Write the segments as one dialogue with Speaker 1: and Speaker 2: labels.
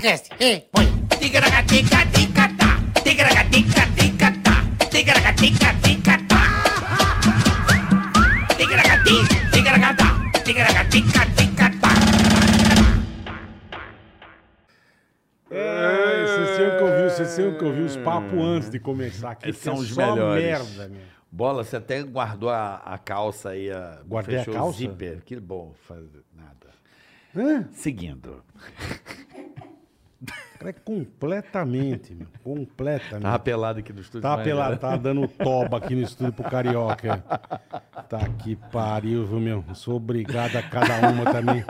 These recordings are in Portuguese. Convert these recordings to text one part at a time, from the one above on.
Speaker 1: Tigracast. E põe. Tigracatica, ticatá. Tigracatica, ticatá. Tigracatica, ticatá. Tigracati, tigracatá. Tigracatica, ticatá.
Speaker 2: É, vocês tinham que ouvir, vocês tinham que ouvir os papos antes de começar aqui.
Speaker 3: Esses
Speaker 2: porque
Speaker 3: Hum. são
Speaker 2: é
Speaker 3: os
Speaker 2: só
Speaker 3: melhores.
Speaker 2: merda, meu.
Speaker 3: Bola, você até guardou a, a calça aí. A,
Speaker 2: Guardei a
Speaker 3: fechou
Speaker 2: calça?
Speaker 3: o zíper. Que bom. Faz, nada.
Speaker 2: Hã?
Speaker 3: Seguindo.
Speaker 2: Cara, é completamente, meu. Completamente.
Speaker 3: Tava pelado aqui no estúdio.
Speaker 2: Tá,
Speaker 3: mas-
Speaker 2: pela, tá dando toba aqui no estúdio pro Carioca. Tá que pariu, viu, meu? Sou obrigado a cada uma também.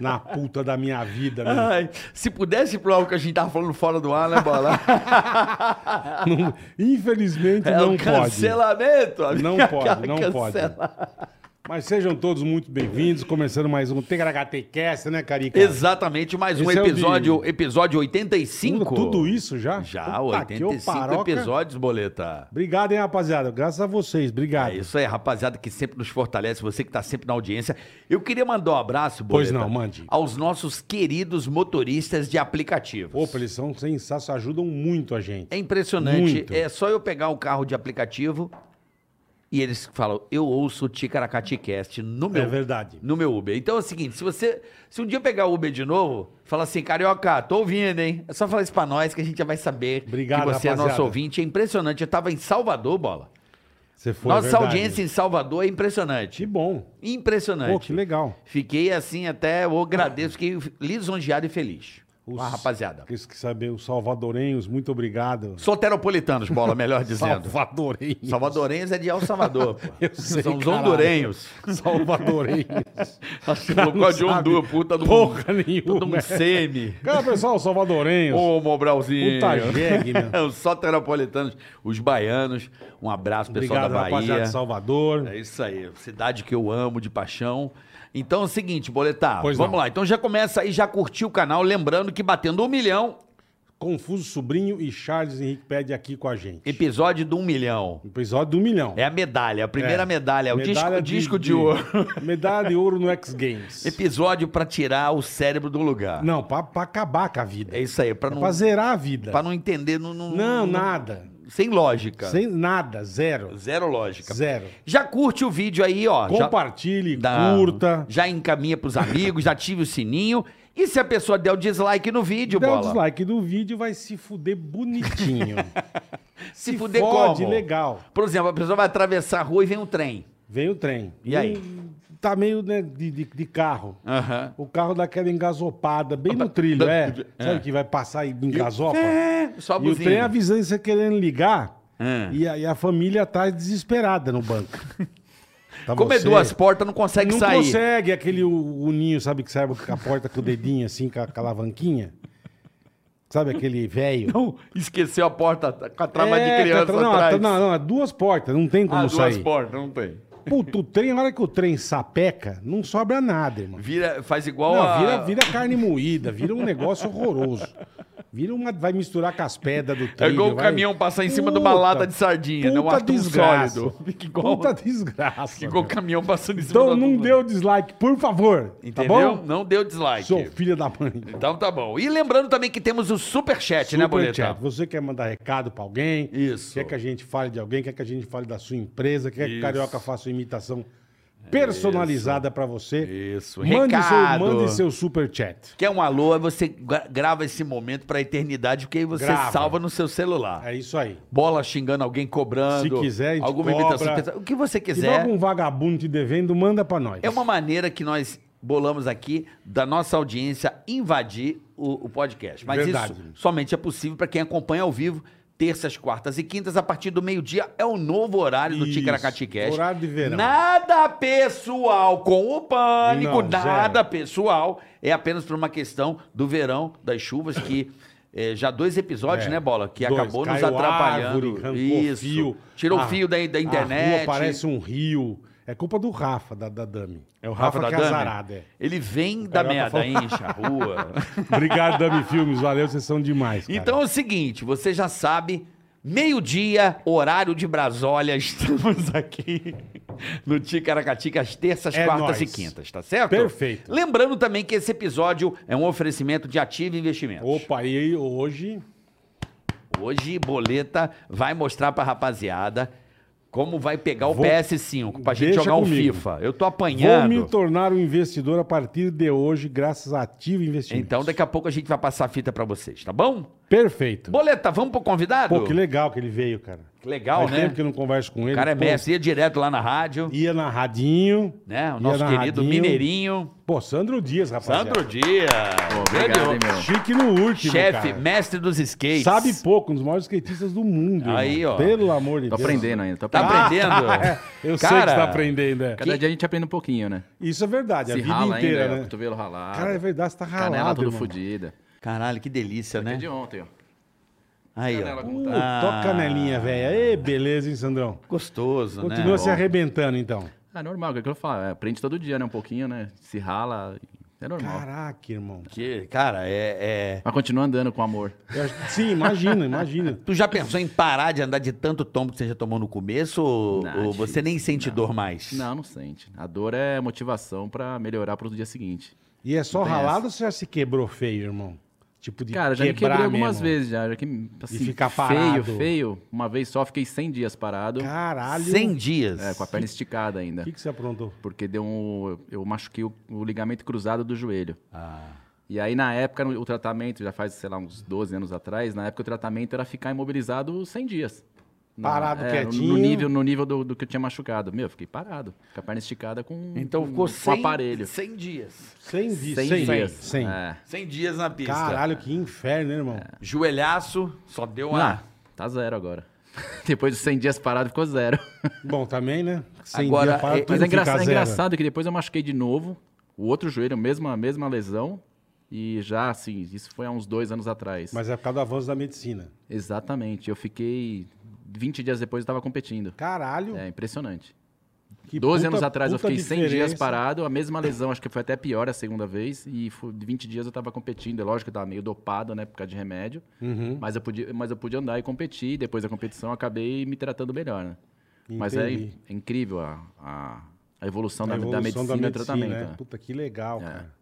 Speaker 2: Na puta da minha vida, meu.
Speaker 3: Ai, se pudesse ir pro algo que a gente tava falando fora do ar, né, Bola?
Speaker 2: Não- infelizmente
Speaker 3: É
Speaker 2: não
Speaker 3: o
Speaker 2: pode.
Speaker 3: cancelamento. amigo.
Speaker 2: Não pode, não pode.
Speaker 3: Cancela.
Speaker 2: Mas sejam todos muito bem-vindos. Começando mais um TKHTCast, né, Carica?
Speaker 3: Exatamente, mais um
Speaker 2: Esse é o de-
Speaker 3: episódio, episódio 85.
Speaker 2: Tudo isso já?
Speaker 3: Já,
Speaker 2: Puta que ô
Speaker 3: 85
Speaker 2: paroca.
Speaker 3: episódios, boleta.
Speaker 2: Obrigado, hein, rapaziada. Graças a vocês, obrigado.
Speaker 3: É isso aí, rapaziada, que sempre nos fortalece, você que tá sempre na audiência. Eu queria mandar um abraço,
Speaker 2: Pois
Speaker 3: Boleta,
Speaker 2: não, mande.
Speaker 3: aos nossos queridos motoristas de aplicativos.
Speaker 2: Opa, eles são sensacionais, ajudam muito a gente.
Speaker 3: É impressionante.
Speaker 2: Muito.
Speaker 3: É só eu pegar o carro de aplicativo e eles falam, eu ouço o Ticaracaticast no meu
Speaker 2: É verdade.
Speaker 3: no meu Uber. Então é o seguinte, se você, se um dia eu pegar o Uber de novo, fala assim, carioca, tô ouvindo, hein? É só falar isso pra nós que a gente já vai saber
Speaker 2: Obrigado,
Speaker 3: que você é nosso
Speaker 2: rapaziada.
Speaker 3: ouvinte. É impressionante. Eu tava em Salvador, bola.
Speaker 2: Você foi é
Speaker 3: Nossa
Speaker 2: verdade.
Speaker 3: audiência Né, tipo, em Salvador é impressionante.
Speaker 2: Que bom.
Speaker 3: Impressionante.
Speaker 2: Pô, que legal.
Speaker 3: Fiquei assim até, eu agradeço, fiquei lisonjeado e feliz. Com a rapaziada.
Speaker 2: Quis que saber, os salvadorenhos, muito obrigado.
Speaker 3: Soteropolitanos, bola, melhor dizendo.
Speaker 2: Salvadorenhos.
Speaker 3: Salvadorenhos é de El Salvador. pô.
Speaker 2: Eu sei,
Speaker 3: São os
Speaker 2: caralho.
Speaker 3: hondurenhos.
Speaker 2: Salvadorenhos.
Speaker 3: Acho que
Speaker 2: Cara,
Speaker 3: colocou
Speaker 2: não
Speaker 3: de
Speaker 2: sabe
Speaker 3: Hondu, puta do
Speaker 2: porra nenhuma.
Speaker 3: Todo um seme.
Speaker 2: Cara, pessoal, salvadorenhos.
Speaker 3: Ô, Mobralzinho.
Speaker 2: Puta jegue, né?
Speaker 3: Os soteropolitanos, os baianos. Um abraço, pessoal
Speaker 2: obrigado,
Speaker 3: da
Speaker 2: rapaziada
Speaker 3: Bahia.
Speaker 2: de Salvador.
Speaker 3: É isso aí. Cidade que eu amo de paixão. Então é o seguinte, Boletar.
Speaker 2: Pois
Speaker 3: vamos
Speaker 2: não.
Speaker 3: lá. Então já começa aí, já curtiu o canal. Lembrando que batendo um milhão,
Speaker 2: Confuso Sobrinho e Charles Henrique Pede aqui com a gente.
Speaker 3: episódio do um milhão.
Speaker 2: Episódio do milhão.
Speaker 3: É a medalha, a primeira
Speaker 2: É.
Speaker 3: medalha. O
Speaker 2: Medalha
Speaker 3: disco, disco de ouro.
Speaker 2: Medalha de ouro no X Games.
Speaker 3: Episódio pra tirar o cérebro do lugar.
Speaker 2: Não, pra, pra acabar com a vida.
Speaker 3: É isso aí, pra
Speaker 2: É
Speaker 3: não,
Speaker 2: pra zerar a vida.
Speaker 3: pra não entender. Não, não-
Speaker 2: Não,
Speaker 3: não-
Speaker 2: nada.
Speaker 3: Sem lógica.
Speaker 2: Sem nada, zero.
Speaker 3: Zero lógica.
Speaker 2: Zero.
Speaker 3: Já curte o vídeo aí, ó. já-
Speaker 2: Compartilhe,
Speaker 3: dá- um
Speaker 2: curta.
Speaker 3: Já encaminha pros amigos, já ative o sininho. E se a pessoa der o dislike no vídeo,
Speaker 2: Dá
Speaker 3: bola?
Speaker 2: o um dislike do vídeo vai se fuder bonitinho.
Speaker 3: Se fuder
Speaker 2: fode,
Speaker 3: como?
Speaker 2: legal.
Speaker 3: Por exemplo, a pessoa vai atravessar a rua e vem um trem.
Speaker 2: Vem o trem.
Speaker 3: E aí?
Speaker 2: Hum, Tá meio né, de, de- de carro.
Speaker 3: Aham.
Speaker 2: O carro dá aquela engasopada,
Speaker 3: Ah,
Speaker 2: bem no trilho, é. Sabe que vai passar e engasopa?
Speaker 3: É, só a
Speaker 2: E o
Speaker 3: buzina.
Speaker 2: trem avisando você querendo ligar.
Speaker 3: Ah.
Speaker 2: E, a, e a família atrás desesperada no banco. Tá
Speaker 3: Como é
Speaker 2: você-
Speaker 3: duas portas, não consegue
Speaker 2: Não
Speaker 3: sair.
Speaker 2: consegue aquele o, o ninho, sabe, que sai com a porta com o dedinho assim, com a, com a alavanquinha. Sabe aquele velho?
Speaker 3: Não, esqueceu a porta com a trava
Speaker 2: É,
Speaker 3: de criança
Speaker 2: tá- não,
Speaker 3: atrás.
Speaker 2: Não, não, é duas portas, não tem como
Speaker 3: ah, duas
Speaker 2: sair.
Speaker 3: portas, não tem.
Speaker 2: Puta, o trem, na hora que o trem sapeca, não sobra nada, irmão.
Speaker 3: Vira, faz igual
Speaker 2: Não,
Speaker 3: a...
Speaker 2: vira, vira carne moída, vira um negócio horroroso. Vira uma. Vai misturar com as pedras do trilho.
Speaker 3: É igual o
Speaker 2: vai-
Speaker 3: caminhão passar em cima de uma lata de sardinha, né? Um
Speaker 2: puta
Speaker 3: atum
Speaker 2: desgraça.
Speaker 3: sólido. Fica igual-
Speaker 2: Puta desgraça.
Speaker 3: Ficou
Speaker 2: meu.
Speaker 3: o caminhão passando em cima
Speaker 2: Então
Speaker 3: da-
Speaker 2: não deu dislike, por favor.
Speaker 3: Entendeu?
Speaker 2: Tá bom?
Speaker 3: Não deu dislike.
Speaker 2: Sou filha da mãe.
Speaker 3: Então tá bom. E lembrando também que temos o superchat, né, Boleta?
Speaker 2: Superchat. Você quer mandar recado pra alguém?
Speaker 3: Isso.
Speaker 2: Quer que a gente fale de alguém? Quer que a gente fale da sua empresa? Quer que
Speaker 3: Isso.
Speaker 2: o Carioca faça uma imitação personalizada pra você?
Speaker 3: Isso.
Speaker 2: Mande
Speaker 3: Recado.
Speaker 2: seu, mande seu superchat.
Speaker 3: Quer um alô, aí você gra- grava esse momento pra eternidade, porque aí você
Speaker 2: Grava.
Speaker 3: salva no seu celular.
Speaker 2: É isso aí.
Speaker 3: Bola xingando alguém, cobrando.
Speaker 2: Se quiser, a gente
Speaker 3: alguma
Speaker 2: cobra.
Speaker 3: imitação. O que você
Speaker 2: Se tiver
Speaker 3: quiser.
Speaker 2: algum vagabundo te devendo, manda pra nós.
Speaker 3: É uma maneira que nós bolamos aqui da nossa audiência invadir o, o podcast. Mas
Speaker 2: Verdade.
Speaker 3: isso somente é possível para quem acompanha ao vivo, terças, quartas e quintas, a partir do meio-dia é o novo horário do
Speaker 2: Isso,
Speaker 3: Ticaracati Cast.
Speaker 2: horário de verão.
Speaker 3: Nada pessoal com o pânico,
Speaker 2: Não,
Speaker 3: nada
Speaker 2: zero.
Speaker 3: pessoal. É apenas por uma questão do verão, das chuvas que... eh, já dois episódios,
Speaker 2: É,
Speaker 3: né, Bola? Que
Speaker 2: dois.
Speaker 3: acabou nos
Speaker 2: Caiu
Speaker 3: atrapalhando.
Speaker 2: árvore, arrancou
Speaker 3: Isso.
Speaker 2: fio. Ah,
Speaker 3: Tirou
Speaker 2: A-
Speaker 3: o fio da, da
Speaker 2: A
Speaker 3: internet.
Speaker 2: rua parece um rio. É culpa do Rafa, da, da Dami. É o
Speaker 3: Rafa da
Speaker 2: que é
Speaker 3: Dami?
Speaker 2: azarado, é.
Speaker 3: Ele vem da
Speaker 2: Carioca
Speaker 3: merda,
Speaker 2: falou.
Speaker 3: enche a rua.
Speaker 2: Obrigado, Dami Filmes. Valeu, vocês são demais, cara.
Speaker 3: então é o seguinte, você já sabe, meio-dia, horário de Brasólia, estamos aqui. no Ticaracatica às terças,
Speaker 2: É
Speaker 3: quartas
Speaker 2: nóis.
Speaker 3: e quintas, tá certo?
Speaker 2: Perfeito.
Speaker 3: Lembrando também que esse episódio é um oferecimento de Ativa Investimentos.
Speaker 2: Opa, e hoje.
Speaker 3: Hoje, Boleta vai mostrar pra rapaziada como vai pegar o
Speaker 2: Vou-
Speaker 3: PS5 pra gente
Speaker 2: Deixa
Speaker 3: jogar um
Speaker 2: comigo.
Speaker 3: FIFA. Eu tô
Speaker 2: Vou me
Speaker 3: apanhando.
Speaker 2: tornar um investidor a partir de hoje, graças a Ativo Investimentos.
Speaker 3: Então, daqui a pouco a gente vai passar a fita pra vocês, tá bom?
Speaker 2: Perfeito.
Speaker 3: Boleta, vamos pro convidado?
Speaker 2: Pô, que legal que ele veio, cara.
Speaker 3: Que legal,
Speaker 2: Faz
Speaker 3: né?
Speaker 2: tempo que eu não converso com ele.
Speaker 3: O cara é
Speaker 2: Pô,
Speaker 3: mestre, ia direto lá na rádio,
Speaker 2: Ia na Radinho.
Speaker 3: né? O
Speaker 2: ia
Speaker 3: nosso
Speaker 2: na
Speaker 3: querido
Speaker 2: Radinho.
Speaker 3: Mineirinho.
Speaker 2: Pô, Sandro Dias, rapaziada.
Speaker 3: Sandro Dias.
Speaker 4: Obrigado, hein,
Speaker 3: Grande
Speaker 4: meu.
Speaker 2: Chique no último,
Speaker 3: Chefe,
Speaker 2: cara.
Speaker 3: mestre dos skates.
Speaker 2: Sabe pouco, um dos maiores skatistas do mundo.
Speaker 3: Aí,
Speaker 2: irmão.
Speaker 3: ó.
Speaker 2: Pelo amor de
Speaker 4: Tô
Speaker 2: Deus.
Speaker 4: aprendendo ainda, tô
Speaker 3: Tá
Speaker 4: aprendendo.
Speaker 3: aprendendo?
Speaker 2: Eu sei
Speaker 3: Cara,
Speaker 2: que você tá aprendendo, é.
Speaker 4: Cada dia a gente aprende um pouquinho, né?
Speaker 2: Isso é verdade, a
Speaker 4: Se
Speaker 2: vida
Speaker 4: rala
Speaker 2: inteira,
Speaker 4: ainda,
Speaker 2: né?
Speaker 4: cotovelo ralado.
Speaker 2: Cara, é verdade, você tá ralado,
Speaker 4: Canela toda
Speaker 2: irmão.
Speaker 4: fodida.
Speaker 3: Caralho, que delícia,
Speaker 4: É
Speaker 3: né?
Speaker 4: de ontem, ó.
Speaker 3: Aí, ó.
Speaker 4: Canela
Speaker 2: Uh,
Speaker 4: como tá.
Speaker 3: Ah.
Speaker 2: toca canelinha, velho. Ê, beleza, hein, Sandrão?
Speaker 3: Gostoso, né?
Speaker 2: Continua se arrebentando, então.
Speaker 4: Ah, normal, que é o que eu falo. é, Aprende todo dia, né? Um pouquinho, né? Se rala, é normal.
Speaker 2: Caraca, irmão.
Speaker 3: Que, cara, é, é-
Speaker 4: Mas continua andando com amor.
Speaker 2: Eu acho- Sim, imagina, imagina.
Speaker 3: Tu já pensou em parar de andar de tanto tombo que você já tomou no começo? Ou,
Speaker 4: Não,
Speaker 3: ou você
Speaker 4: difícil,
Speaker 3: nem sente
Speaker 4: não.
Speaker 3: dor mais?
Speaker 4: Não, não sente. A dor é motivação pra melhorar pro dia seguinte.
Speaker 2: E é só
Speaker 4: Não tem
Speaker 2: ralado ou você já se quebrou feio, irmão? Tipo de
Speaker 4: Cara, já me
Speaker 2: quebrar
Speaker 4: quebrei algumas
Speaker 2: mesmo.
Speaker 4: vezes já. já que, assim,
Speaker 2: ficar
Speaker 4: feio,
Speaker 2: parado.
Speaker 4: feio. Uma vez só fiquei 100 dias parado.
Speaker 2: Caralho.
Speaker 3: 100 dias.
Speaker 4: É, com a perna esticada ainda.
Speaker 2: O que, que você aprontou?
Speaker 4: Porque deu um. Eu machuquei o, o ligamento cruzado do joelho.
Speaker 3: Ah.
Speaker 4: E aí, na época, no- o tratamento, já faz, sei lá, uns 12 anos atrás, na época o tratamento era ficar imobilizado 100 dias. Na-
Speaker 2: Parado,
Speaker 4: no-
Speaker 2: quietinho.
Speaker 4: No, nível, no nível do, do que eu tinha machucado. Meu, eu fiquei parado. Com a perna esticada com,
Speaker 3: Então
Speaker 4: com,
Speaker 3: ficou
Speaker 4: com
Speaker 3: 100,
Speaker 4: aparelho.
Speaker 3: 100 dias.
Speaker 2: 100 dias.
Speaker 4: 100
Speaker 2: 100
Speaker 4: dias.
Speaker 2: 100.
Speaker 4: É.
Speaker 3: 100 dias na pista.
Speaker 2: Caralho, que inferno, hein, irmão?
Speaker 3: Joelhaço, só deu uma...
Speaker 4: Ah, tá zero agora. Depois de 100 dias parado, ficou zero.
Speaker 2: Bom, também, né? 100
Speaker 3: Agora,
Speaker 2: dias para
Speaker 3: é-
Speaker 2: tudo
Speaker 4: Mas é, engra-
Speaker 2: fica
Speaker 4: é
Speaker 2: zero.
Speaker 4: engraçado que depois eu machuquei de novo o outro joelho, a mesma, a mesma lesão. E já, assim, isso foi há uns dois anos atrás.
Speaker 2: Mas é por causa do avanço da medicina.
Speaker 4: Exatamente. Eu fiquei. 20 dias depois eu tava competindo.
Speaker 2: Caralho.
Speaker 4: É impressionante.
Speaker 2: que
Speaker 4: 12
Speaker 2: puta-
Speaker 4: anos atrás eu
Speaker 2: puta
Speaker 4: fiquei 100 dias
Speaker 2: diferença.
Speaker 4: parado, a mesma lesão, acho que foi até pior a segunda vez. E fu- 20 dias eu tava competindo. É lógico que eu tava meio dopado, né, por causa de remédio.
Speaker 2: Uhum.
Speaker 4: Mas eu podia, mas eu podia andar e competir. e Depois da competição eu acabei me tratando melhor, né? Mas é,
Speaker 2: Entendi.
Speaker 4: in- é incrível a, a, a evolução,
Speaker 2: A
Speaker 4: da, da
Speaker 2: evolução
Speaker 4: medicina e do tratamento.
Speaker 2: né?
Speaker 4: né?
Speaker 2: Puta, que legal, cara.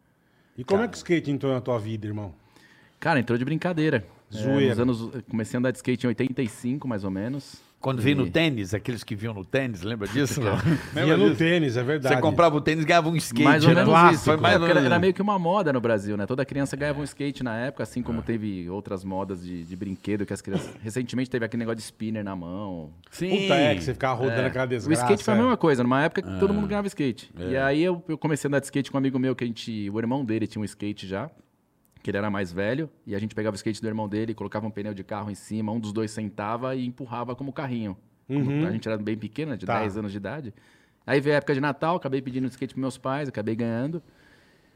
Speaker 2: E como é que o skate entrou na tua vida, irmão?
Speaker 4: Cara, entrou de brincadeira. É,
Speaker 2: Zoeira.
Speaker 4: nos anos, comecei a andar de skate em 85, mais ou menos.
Speaker 3: Quando vi no tênis, aqueles que viam no tênis, lembra disso? não?
Speaker 2: Vinha no tênis, é verdade.
Speaker 3: Você comprava o tênis e ganhava um skate.
Speaker 4: mais ou
Speaker 3: né?
Speaker 4: menos
Speaker 2: clássico.
Speaker 4: isso. Foi
Speaker 3: mais ou
Speaker 4: era,
Speaker 3: menos.
Speaker 4: era meio que uma moda no Brasil, né? Toda criança ganhava um skate na época, assim como teve outras modas de, de brinquedo que as crianças. Recentemente teve aquele negócio de spinner na mão.
Speaker 3: Sim.
Speaker 2: Puta, é, que você ficava rodando aquela
Speaker 4: O
Speaker 2: desgraça.
Speaker 4: skate foi a
Speaker 2: é.
Speaker 4: mesma coisa, numa época que todo mundo ganhava skate. E aí eu, eu comecei a andar de skate com um amigo meu, que a gente. O irmão dele tinha um skate já, que ele era mais velho, e a gente pegava o skate do irmão dele, colocava um pneu de carro em cima, um dos dois sentava e empurrava como carrinho. Como
Speaker 2: Uhum.
Speaker 4: a gente era bem pequena, de
Speaker 2: Tá.
Speaker 4: 10 anos de idade. Aí veio a época de Natal, acabei pedindo skate pros meus pais, acabei ganhando.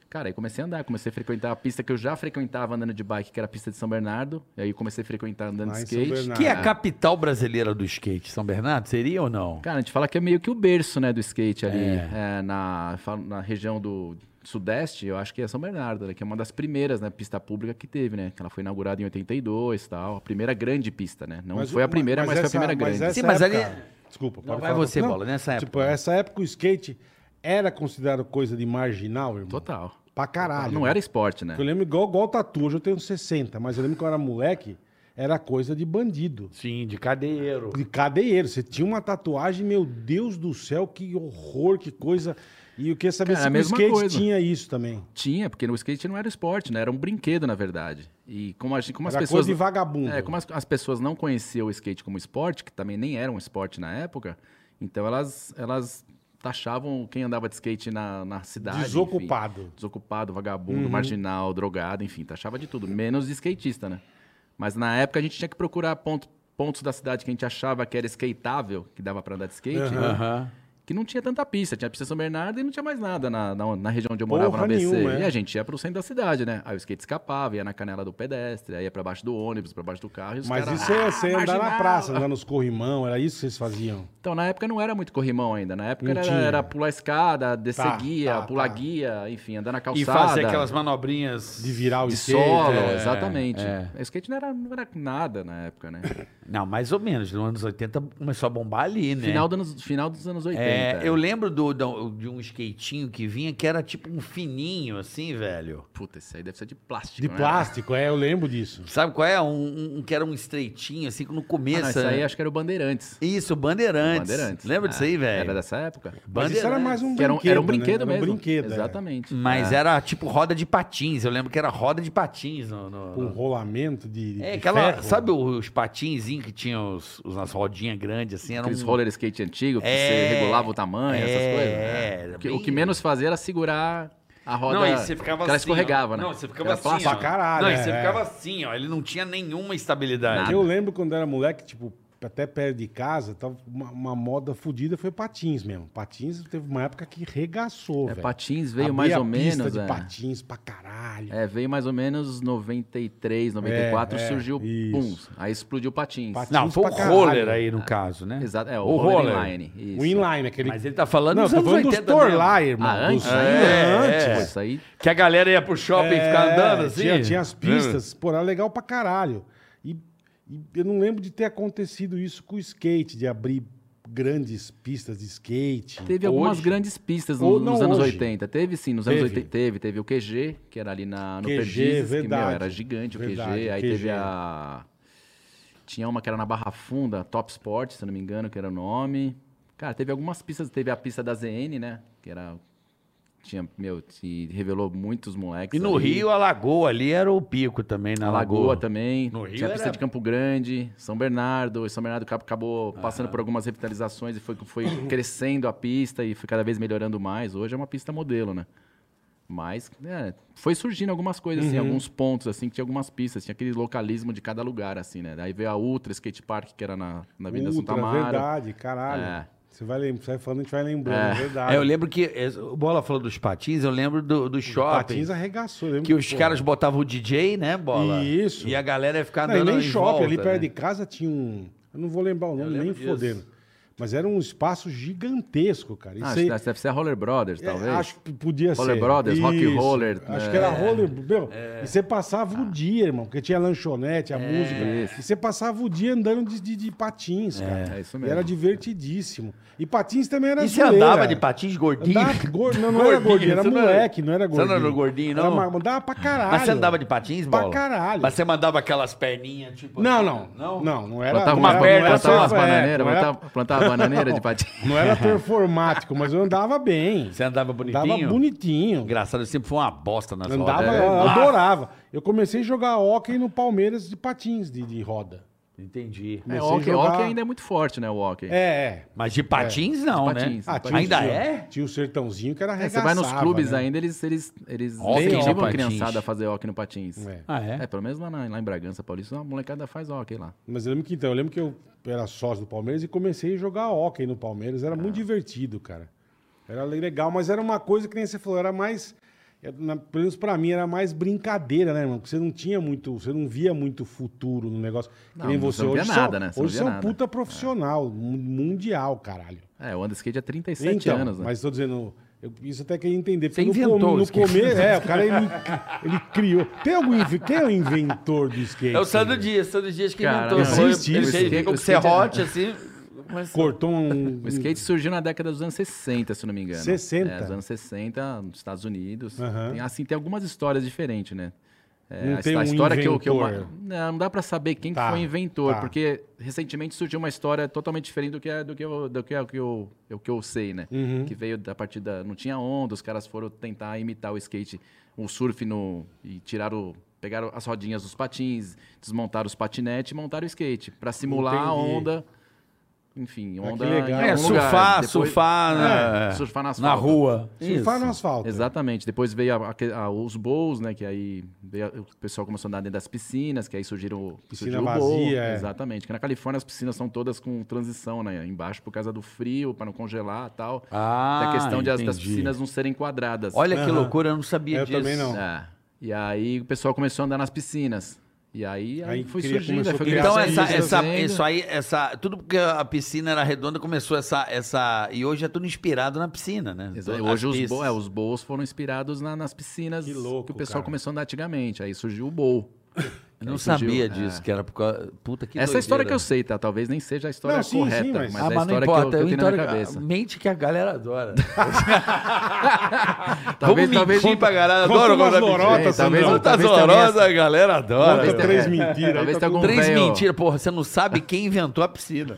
Speaker 4: Cara, aí comecei a andar, comecei a frequentar a pista que eu já frequentava andando de bike, que era a pista de São Bernardo. E aí comecei a frequentar andando
Speaker 2: Lá
Speaker 4: de
Speaker 2: em São
Speaker 4: skate.
Speaker 2: Bernardo.
Speaker 3: Que é a capital brasileira do skate, São Bernardo? Seria ou não?
Speaker 4: Cara, a gente fala que é meio que o berço, né, do skate ali.
Speaker 3: É.
Speaker 4: É, na, fala- na região do Sudeste, eu acho que é São Bernardo, né, que é uma das primeiras, né, pista pública que teve, né? Que ela foi inaugurada em 82 e tal. A primeira grande pista, né? Não
Speaker 2: Mas o-
Speaker 4: foi a primeira, mas, foi
Speaker 2: essa-
Speaker 4: a primeira grande.
Speaker 2: Mas essa
Speaker 3: Sim, mas ali-
Speaker 2: época... Desculpa,
Speaker 3: Não,
Speaker 2: pode
Speaker 3: vai
Speaker 2: falar.
Speaker 3: você, Bola, nessa época.
Speaker 2: Tipo, essa época o skate era considerado coisa de marginal, irmão?
Speaker 4: Total.
Speaker 2: Pra caralho.
Speaker 4: Não era esporte, né?
Speaker 2: Eu lembro igual, igual tatu, hoje eu tenho 60, mas eu lembro que eu era moleque, era coisa de bandido.
Speaker 3: Sim, de cadeiro.
Speaker 2: De cadeieiro. Você tinha uma tatuagem, meu Deus do céu, que horror, que coisa. E eu queria saber
Speaker 4: Cara, a
Speaker 2: se o
Speaker 4: mesma
Speaker 2: skate
Speaker 4: coisa.
Speaker 2: tinha isso também.
Speaker 4: Tinha, porque no skate não era esporte, né? Era um brinquedo, na verdade. E como, a gente, como as
Speaker 2: era
Speaker 4: pessoas.
Speaker 2: coisa de vagabundo.
Speaker 4: É, como as, as pessoas não conheciam o skate como esporte, que também nem era um esporte na época, então elas, elas taxavam quem andava de skate na, na cidade. enfim.
Speaker 2: Desocupado. Uhum.
Speaker 4: desocupado, vagabundo, marginal, drogado, enfim, taxava de tudo, menos de skatista, né? Mas na época a gente tinha que procurar ponto- pontos da cidade que a gente achava que era skateável, que dava pra andar de skate,
Speaker 2: Aham.
Speaker 4: né?
Speaker 3: Aham.
Speaker 4: que não tinha tanta pista. Tinha a pista São Bernardo e não tinha mais nada na, na, na região onde eu morava,
Speaker 2: Porra
Speaker 4: na BC.
Speaker 2: nenhuma, é.
Speaker 4: E a gente ia pro centro da cidade, né? Aí o skate escapava, ia na canela do pedestre, aí ia pra baixo do ônibus, pra baixo do carro. E os
Speaker 2: Mas
Speaker 4: caras,
Speaker 2: isso é você
Speaker 4: "Ah,
Speaker 2: andar na
Speaker 4: marginal!"
Speaker 2: praça, andar nos corrimão, era isso que vocês faziam.
Speaker 4: Então, na época não era muito corrimão ainda. Na época
Speaker 2: Não
Speaker 4: era,
Speaker 2: tinha.
Speaker 4: era pular escada, descer
Speaker 2: Tá,
Speaker 4: guia,
Speaker 2: tá,
Speaker 4: pular
Speaker 2: tá.
Speaker 4: guia, enfim, andar na calçada.
Speaker 3: E fazer aquelas manobrinhas...
Speaker 2: De virar o
Speaker 4: de
Speaker 2: skate.
Speaker 4: solo,
Speaker 2: é.
Speaker 4: exatamente.
Speaker 3: é.
Speaker 4: O skate não era, não era nada na época, né?
Speaker 3: Não, mais ou menos. Nos anos 80 começou a bombar ali, né?
Speaker 4: Final, dos anos, final dos anos 80.
Speaker 3: É,
Speaker 4: velho.
Speaker 3: eu lembro do, do- de um skatinho que vinha que era tipo um fininho, assim, velho.
Speaker 4: Puta, esse aí deve ser de plástico.
Speaker 2: De
Speaker 4: né?
Speaker 2: plástico, é, eu lembro disso.
Speaker 3: Sabe qual é? Um, um- um que era um estreitinho, assim, que no
Speaker 4: Ah,
Speaker 3: começo.
Speaker 4: não, isso aí
Speaker 3: né?
Speaker 4: acho que era o Bandeirantes.
Speaker 3: Isso, Bandeirantes.
Speaker 4: Bandeirantes.
Speaker 3: Lembra disso aí,
Speaker 4: Ah,
Speaker 3: velho?
Speaker 4: Era dessa época?
Speaker 2: Mas isso era mais um
Speaker 4: Que era um,
Speaker 2: brinquedo.
Speaker 4: era um
Speaker 2: né?
Speaker 4: brinquedo
Speaker 2: Era um
Speaker 4: mesmo.
Speaker 2: brinquedo, é.
Speaker 4: Exatamente.
Speaker 3: Mas
Speaker 4: É.
Speaker 3: era tipo roda de patins. Eu lembro que era roda de patins. No, no-
Speaker 2: Com
Speaker 3: no-
Speaker 2: rolamento de. de
Speaker 3: É, aquela.
Speaker 2: ferro.
Speaker 3: Sabe os patinzinhos que tinham os, os, umas rodinhas grandes, assim? Era
Speaker 4: Aqueles
Speaker 3: um...
Speaker 4: roller skate antigo, que
Speaker 3: É.
Speaker 4: você regulava o tamanho,
Speaker 3: É,
Speaker 4: essas coisas. né?
Speaker 3: era
Speaker 4: O que-
Speaker 3: bem-
Speaker 4: O que menos fazia era segurar a roda.
Speaker 3: Não, e você ficava
Speaker 4: que ela
Speaker 3: assim,
Speaker 4: escorregava,
Speaker 3: ó.
Speaker 4: né?
Speaker 3: Não, você ficava
Speaker 4: Era
Speaker 3: assim,
Speaker 4: plástico.
Speaker 2: Pra caralho.
Speaker 3: Não, e
Speaker 2: é,
Speaker 3: você
Speaker 2: é.
Speaker 3: ficava assim, ó. Ele não tinha nenhuma estabilidade.
Speaker 2: Eu lembro quando era moleque, tipo, até perto de casa, tava uma, uma moda fodida foi patins mesmo. Patins teve uma época que regaçou,
Speaker 4: É,
Speaker 2: velho.
Speaker 4: patins veio
Speaker 2: Abria
Speaker 4: mais
Speaker 2: a
Speaker 4: ou
Speaker 2: pista
Speaker 4: menos.
Speaker 2: de
Speaker 4: é.
Speaker 2: patins pra caralho.
Speaker 4: É, veio mais ou menos 93, 94,
Speaker 2: É, é,
Speaker 4: surgiu pum,
Speaker 2: isso.
Speaker 4: aí explodiu o patins.
Speaker 2: Patins.
Speaker 3: Não, foi o
Speaker 2: pra caralho.
Speaker 3: roller aí, no caso, né?
Speaker 4: Exato, é o,
Speaker 3: O
Speaker 4: roller,
Speaker 3: roller.
Speaker 4: inline. Isso.
Speaker 2: o inline, aquele.
Speaker 3: Mas ele tá falando
Speaker 2: não, eu
Speaker 3: dos
Speaker 2: tô
Speaker 3: anos
Speaker 2: falando dos
Speaker 3: 80 mesmo.
Speaker 2: Torlai, irmão.
Speaker 4: Ah, antes?
Speaker 2: Dos-
Speaker 3: É,
Speaker 4: Pô,
Speaker 2: antes. É,
Speaker 4: isso aí
Speaker 3: Que a galera ia pro shopping e ficava andando assim.
Speaker 2: Tinha, tinha
Speaker 4: Hum.
Speaker 2: as pistas, pô, era legal pra caralho. E, e eu não lembro de ter acontecido isso com o skate, de abrir grandes pistas de skate.
Speaker 4: teve algumas
Speaker 3: Hoje?
Speaker 4: grandes pistas
Speaker 2: Ou
Speaker 4: no-
Speaker 2: não
Speaker 4: nos anos
Speaker 2: hoje.
Speaker 4: 80. Teve sim, nos anos
Speaker 2: Teve.
Speaker 4: 80 teve, teve o QG, que era ali na, no
Speaker 2: QG,
Speaker 4: Perdizes, que meu,
Speaker 2: verdade.
Speaker 4: era gigante o
Speaker 2: Verdade,
Speaker 4: QG. Aí
Speaker 2: o QG.
Speaker 4: teve a tinha uma que era na Barra Funda, Top Sport, se eu não me engano, que era o nome. Cara, teve algumas pistas, teve a pista da ZN, né, que era tinha, meu, te revelou muitos moleques.
Speaker 3: Ah. E no
Speaker 4: ali.
Speaker 3: Rio, a lagoa ali era o pico também, na
Speaker 4: Na Lagoa,
Speaker 3: lagoa.
Speaker 4: também.
Speaker 3: No Rio
Speaker 4: tinha a pista
Speaker 3: era-
Speaker 4: de Campo Grande, São Bernardo. E São Bernardo acab- acabou passando por algumas revitalizações e foi, foi crescendo a pista e foi cada vez melhorando mais. Hoje é uma pista modelo, né? Mas né, foi surgindo algumas coisas,
Speaker 2: Uhum.
Speaker 4: assim, alguns pontos, assim, que tinha algumas pistas. Tinha aquele localismo de cada lugar, assim, né? Daí veio a Ultra Skate Park, que era na, na Avenida
Speaker 2: Ultra,
Speaker 4: Santa Mara.
Speaker 2: verdade, caralho.
Speaker 4: É.
Speaker 2: Você vai lembrar, você vai falando, a gente vai lembrando, é, verdade.
Speaker 3: É, eu lembro que. é, O Bola falou dos patins, eu lembro do, do shopping.
Speaker 2: Patins arregaçou. eu lembro
Speaker 3: Que os
Speaker 2: pô,
Speaker 3: caras botavam o DJ, né, Bola?
Speaker 2: Isso.
Speaker 3: E a galera ia ficar
Speaker 2: Não, e
Speaker 3: andando
Speaker 2: nem
Speaker 3: em
Speaker 2: shopping,
Speaker 3: volta,
Speaker 2: ali perto
Speaker 3: né?
Speaker 2: de casa tinha um. Eu não vou lembrar o nome,
Speaker 3: lembro
Speaker 2: nem
Speaker 3: disso.
Speaker 2: fodendo. Mas era um espaço gigantesco, cara. Isso
Speaker 4: Ah,
Speaker 2: aí-
Speaker 4: acho que deve ser a Roller Brothers,
Speaker 2: é,
Speaker 4: talvez.
Speaker 2: Acho que podia ser.
Speaker 4: Roller Brothers, Rock Roller,
Speaker 2: Acho
Speaker 4: né?
Speaker 2: que era roller. Meu,
Speaker 3: É.
Speaker 2: E você passava o dia, irmão, porque tinha lanchonete, a música.
Speaker 4: Isso.
Speaker 2: E você passava o dia andando de, de- de patins, cara.
Speaker 4: é isso
Speaker 2: E era
Speaker 4: mesmo.
Speaker 2: divertidíssimo. E patins também era
Speaker 3: E você
Speaker 2: zoeira.
Speaker 3: andava de patins gordinho?
Speaker 2: Andava gor- Não, não era gordinho, era
Speaker 3: você
Speaker 2: moleque, não era
Speaker 3: Você
Speaker 2: gordinho.
Speaker 3: não era gordinho, não?
Speaker 2: Era ma- Andava pra caralho.
Speaker 3: Mas você andava de patins,
Speaker 2: Pra
Speaker 3: Bola?
Speaker 2: caralho.
Speaker 3: Mas você mandava aquelas perninhas, tipo...
Speaker 2: Não,
Speaker 3: assim,
Speaker 2: não. Não, não, era.
Speaker 4: Plantava
Speaker 2: não
Speaker 4: umas,
Speaker 2: era-
Speaker 3: perna,
Speaker 2: não era
Speaker 4: plantava umas
Speaker 2: surf- é,
Speaker 4: bananeiras,
Speaker 2: não era-
Speaker 4: plantava, plantava bananeira de patins.
Speaker 2: Não era performático, mas eu andava bem.
Speaker 3: Você andava bonitinho?
Speaker 2: Andava bonitinho.
Speaker 3: Engraçado, eu sempre foi uma bosta nas
Speaker 2: Andava,
Speaker 3: rodas.
Speaker 2: eu
Speaker 3: Ah,
Speaker 2: adorava. Eu comecei a jogar hóquei no Palmeiras de patins, de, de roda.
Speaker 3: Ah, Entendi.
Speaker 4: É,
Speaker 2: Comecei a
Speaker 4: o hockey,
Speaker 2: jogar-
Speaker 4: hockey ainda é muito forte, né, o hockey.
Speaker 2: É, é.
Speaker 3: Mas de patins, não,
Speaker 4: De patins.
Speaker 3: né?
Speaker 4: Ah,
Speaker 2: um-
Speaker 3: Ainda
Speaker 2: tinha,
Speaker 3: é?
Speaker 2: Tinha o sertãozinho que era
Speaker 4: É,
Speaker 2: arregaçado.
Speaker 4: você vai nos
Speaker 2: né?
Speaker 4: clubes ainda, eles, eles, eles
Speaker 3: Hóquei
Speaker 4: incentivam
Speaker 3: no
Speaker 4: a
Speaker 3: patins.
Speaker 4: criançada a fazer hockey no patins. É.
Speaker 3: Ah, é?
Speaker 4: pelo menos lá, na- lá em Bragança Paulista, a molecada faz hockey lá.
Speaker 2: Mas eu lembro que então, eu lembro que eu era sócio do Palmeiras e comecei a jogar hóquei no Palmeiras. Era
Speaker 4: Ah.
Speaker 2: muito divertido, cara. Era legal, mas era uma coisa que nem você falou, era mais. era, na- Pelo menos pra mim era mais brincadeira, né, irmão? Porque você não tinha muito. Você não via muito futuro no negócio. Que
Speaker 4: Não,
Speaker 2: nem
Speaker 4: você
Speaker 2: você.
Speaker 4: não via
Speaker 2: hoje
Speaker 4: nada,
Speaker 2: são,
Speaker 4: né? Você não
Speaker 2: Hoje
Speaker 4: via
Speaker 2: você é um
Speaker 4: nada.
Speaker 2: puta profissional, mu- mundial, caralho. Então,
Speaker 4: É, o underskate é 37 anos, né?
Speaker 2: Mas tô dizendo, eu- isso até queria entender. Porque
Speaker 3: Você
Speaker 2: no,
Speaker 3: inventou
Speaker 2: com-
Speaker 3: o
Speaker 2: no
Speaker 3: skate.
Speaker 2: começo, é, o cara ele, ele criou. Tem algum inven- quem é o inventor do skate?
Speaker 3: É o Sandro Dias, Sandro Dias que
Speaker 4: Cara,
Speaker 3: inventou.
Speaker 4: não
Speaker 3: Foi-
Speaker 2: existe
Speaker 3: ele
Speaker 2: isso.
Speaker 3: fez- Ele
Speaker 4: O
Speaker 3: com o
Speaker 4: skate é-
Speaker 3: serrote, assim... mas-
Speaker 2: Cortou um.
Speaker 4: O skate surgiu na década dos anos 60, se eu não me engano.
Speaker 2: 60?
Speaker 4: É, os anos 60, nos Estados Unidos.
Speaker 2: Aham.
Speaker 4: Tem, assim, tem algumas histórias diferentes, né? É,
Speaker 2: Não
Speaker 4: a,
Speaker 2: tem
Speaker 4: a
Speaker 2: um
Speaker 4: história que eu, que eu ma-
Speaker 2: inventor.
Speaker 4: Não, não dá pra saber quem
Speaker 2: Tá,
Speaker 4: foi o inventor,
Speaker 2: tá.
Speaker 4: porque recentemente surgiu uma história totalmente diferente do que, é- do que, eu, do que, é o que eu, o que eu sei, né?
Speaker 2: Uhum.
Speaker 4: Que veio da partida. Não tinha onda, os caras foram tentar imitar o skate, o surf no. e tiraram. Pegaram as rodinhas dos patins, desmontaram os patinetes e montaram o skate. Pra simular a
Speaker 2: Entendi.
Speaker 4: onda. Enfim,
Speaker 2: Ah, que
Speaker 4: onda.
Speaker 2: legal.
Speaker 4: em
Speaker 3: É,
Speaker 4: algum
Speaker 2: né?
Speaker 4: lugar.
Speaker 3: surfar,
Speaker 4: Depois-
Speaker 3: surfar, na,
Speaker 4: É, surfar na
Speaker 3: na
Speaker 4: asfalto.
Speaker 3: rua.
Speaker 2: Surfar
Speaker 3: Isso.
Speaker 2: no asfalto.
Speaker 4: Exatamente. Depois veio a- aque- a- os bowls, né? Que aí veio a- o pessoal começou a andar dentro das piscinas, que aí surgiram
Speaker 2: Piscina
Speaker 4: surgiu o bowl.
Speaker 2: vazia, é.
Speaker 4: Exatamente. Que na Califórnia as piscinas são todas com transição, né? Embaixo por causa do frio, para não congelar e tal.
Speaker 3: Ah,
Speaker 4: Tem a questão de as, das
Speaker 3: entendi.
Speaker 4: piscinas não serem quadradas.
Speaker 3: Olha que
Speaker 2: Aham.
Speaker 3: loucura, eu não sabia
Speaker 2: Eu
Speaker 3: disso.
Speaker 2: também não.
Speaker 4: É. E aí o pessoal começou a andar nas piscinas. E aí, aí
Speaker 2: Aí
Speaker 4: foi
Speaker 2: cria-
Speaker 4: surgindo.
Speaker 2: começou
Speaker 4: aí foi
Speaker 2: a criar
Speaker 3: Então
Speaker 2: Graças
Speaker 4: crescendo,
Speaker 3: essa,
Speaker 2: a Deus,
Speaker 3: essa,
Speaker 4: crescendo.
Speaker 3: isso aí, essa, tudo porque a piscina era redonda começou essa, essa e hoje é tudo inspirado na piscina, né?
Speaker 4: Exato.
Speaker 3: As
Speaker 4: Hoje os,
Speaker 3: pistas.
Speaker 4: bo é, os bowls foram inspirados na- nas piscinas
Speaker 2: Que louco,
Speaker 4: o pessoal
Speaker 2: cara.
Speaker 4: começou a andar antigamente. Aí surgiu o bowl.
Speaker 3: Eu não
Speaker 4: Aí surgiu-
Speaker 3: sabia
Speaker 4: é.
Speaker 3: disso, que era por causa. Puta que
Speaker 4: Essa é a história que eu
Speaker 3: doideira.
Speaker 4: sei, tá? Talvez nem seja a história
Speaker 2: Não, sim, sim,
Speaker 4: correta,
Speaker 2: mas-
Speaker 4: mas,
Speaker 2: Ah,
Speaker 4: é
Speaker 3: mas
Speaker 4: a
Speaker 3: não
Speaker 4: história
Speaker 3: importa,
Speaker 4: que eu, que eu
Speaker 3: eu
Speaker 4: tenho na minha
Speaker 3: entoro-
Speaker 4: cabeça.
Speaker 3: Mente que a galera adora.
Speaker 4: Talvez-
Speaker 3: Vamos
Speaker 4: talvez-
Speaker 3: mentir pra galera,
Speaker 2: Conta
Speaker 3: adoro
Speaker 2: umas
Speaker 3: quando a mentira.
Speaker 2: lorotas,
Speaker 4: É, talvez-
Speaker 2: Sandrão.
Speaker 3: Conta as
Speaker 4: talvez tenha
Speaker 3: lorosas, a galera adora.
Speaker 2: Conta
Speaker 4: talvez-
Speaker 2: três
Speaker 4: é.
Speaker 2: mentiras. aí
Speaker 4: Talvez
Speaker 2: tá
Speaker 4: tenha
Speaker 2: tudo-
Speaker 4: algum-
Speaker 3: Três
Speaker 4: velho-
Speaker 3: mentiras, porra, você não sabe quem inventou a piscina.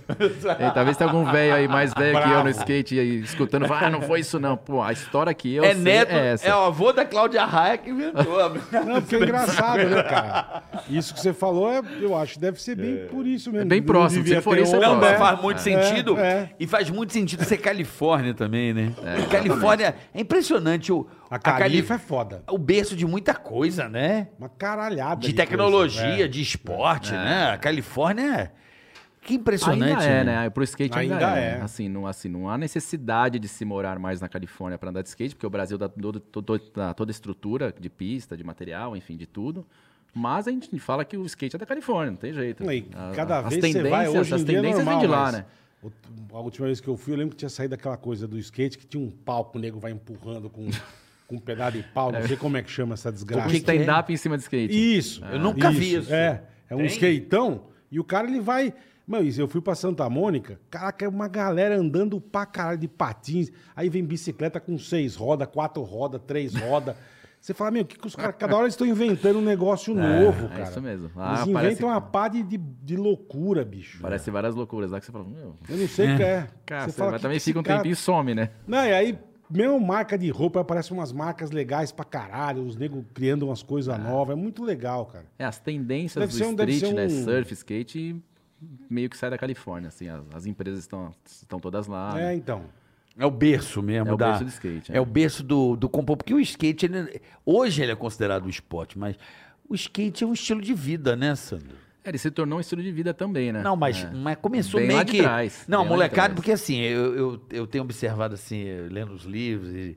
Speaker 4: É, talvez tenha algum velho aí mais velho que eu
Speaker 2: Bravo.
Speaker 4: no skate aí, escutando, fala, ah, não foi isso não. Pô, a história que eu
Speaker 3: é
Speaker 4: sei
Speaker 3: neto,
Speaker 4: é
Speaker 3: é,
Speaker 4: essa.
Speaker 3: o avô da Cláudia Raia que inventou.
Speaker 2: Não, porque é engraçado, né, cara? Isso que você falou, é, eu acho, que deve ser bem por isso mesmo.
Speaker 4: É bem
Speaker 2: Não
Speaker 4: próximo, se
Speaker 2: devia
Speaker 4: for
Speaker 2: ter
Speaker 4: isso, é
Speaker 2: outro,
Speaker 3: Não,
Speaker 4: próximo.
Speaker 2: né?
Speaker 3: faz muito sentido.
Speaker 2: é.
Speaker 3: E faz muito sentido ser Califórnia também, né? E Califórnia é impressionante. O,
Speaker 2: A
Speaker 3: Cali-
Speaker 2: Califa é foda.
Speaker 3: o berço de muita coisa, né?
Speaker 2: Uma caralhada.
Speaker 3: De
Speaker 2: coisa,
Speaker 3: tecnologia,
Speaker 4: é.
Speaker 2: né?
Speaker 3: de esporte, né? A Califórnia. é, Que impressionante.
Speaker 4: Ainda é, né? Pro skate ainda,
Speaker 2: Ainda
Speaker 4: é.
Speaker 2: é.
Speaker 4: Assim não, assim, não há necessidade de se morar mais na Califórnia para andar de skate, porque o Brasil dá todo- todo- dá toda a estrutura de pista, de material, enfim, de tudo. Mas a gente fala que o skate é da Califórnia, não tem jeito.
Speaker 2: E
Speaker 4: A-
Speaker 2: cada
Speaker 4: Ah, as
Speaker 2: vez que você vai,
Speaker 4: tendências-
Speaker 2: hoje
Speaker 4: as
Speaker 2: em dia é
Speaker 4: tendências
Speaker 2: normal,
Speaker 4: vêm de lá,
Speaker 2: mas
Speaker 4: né?
Speaker 2: o- A última vez que eu fui, eu lembro que tinha saído daquela coisa do skate que tinha um palco, o nego vai empurrando com, com um pedaço de pau, não sei como é que é? chama essa desgraça.
Speaker 4: O que stand-up em cima de skate.
Speaker 2: Ah. Isso.
Speaker 3: Eu nunca vi isso.
Speaker 2: É, é um
Speaker 3: Tem?
Speaker 2: skateão e o cara ele vai. Mano, isso, eu fui pra Santa Mônica, caraca, é uma galera andando pra caralho de patins. Aí vem bicicleta com seis rodas, quatro rodas, três rodas. Você fala, meu, o que, que os caras. Cada hora eles estão inventando um negócio novo,
Speaker 4: é
Speaker 2: cara.
Speaker 4: isso mesmo. Ah,
Speaker 2: Eles inventam
Speaker 4: parece-
Speaker 2: uma pá de, de, de loucura, bicho.
Speaker 4: Parece várias loucuras lá que você fala, meu,
Speaker 2: Eu não sei o que é.
Speaker 4: cara,
Speaker 2: Você fala,
Speaker 4: mas
Speaker 2: que
Speaker 4: também
Speaker 2: que
Speaker 4: fica um
Speaker 2: esse cara-
Speaker 4: tempinho e some, né?
Speaker 2: Não, e aí, mesmo marca de roupa, aparecem umas marcas legais pra caralho, os negros criando umas coisas novas. É muito legal, cara.
Speaker 4: É, as tendências
Speaker 2: Deve
Speaker 4: do
Speaker 2: ser um- deve ser
Speaker 4: street, né?
Speaker 2: um-
Speaker 4: Surf, skate, e meio que sai da Califórnia, assim. As, as empresas estão, estão todas lá.
Speaker 2: é,
Speaker 4: né?
Speaker 2: então.
Speaker 3: É o berço mesmo.
Speaker 4: É o
Speaker 3: da-
Speaker 4: berço do skate,
Speaker 3: É,
Speaker 4: é.
Speaker 3: o berço do, do compor. Porque o skate, ele- hoje ele é considerado um esporte, mas o skate é um estilo de vida, né, Sandro?
Speaker 4: É, ele se tornou um estilo de vida também, né?
Speaker 3: Não, mas,
Speaker 4: É.
Speaker 3: mas começou
Speaker 4: Bem
Speaker 3: meio
Speaker 4: lá de
Speaker 3: que.
Speaker 4: trás,
Speaker 3: não,
Speaker 4: bem lá de
Speaker 3: molecada,
Speaker 4: trás.
Speaker 3: porque assim, eu, eu, eu tenho observado assim, lendo os livros e.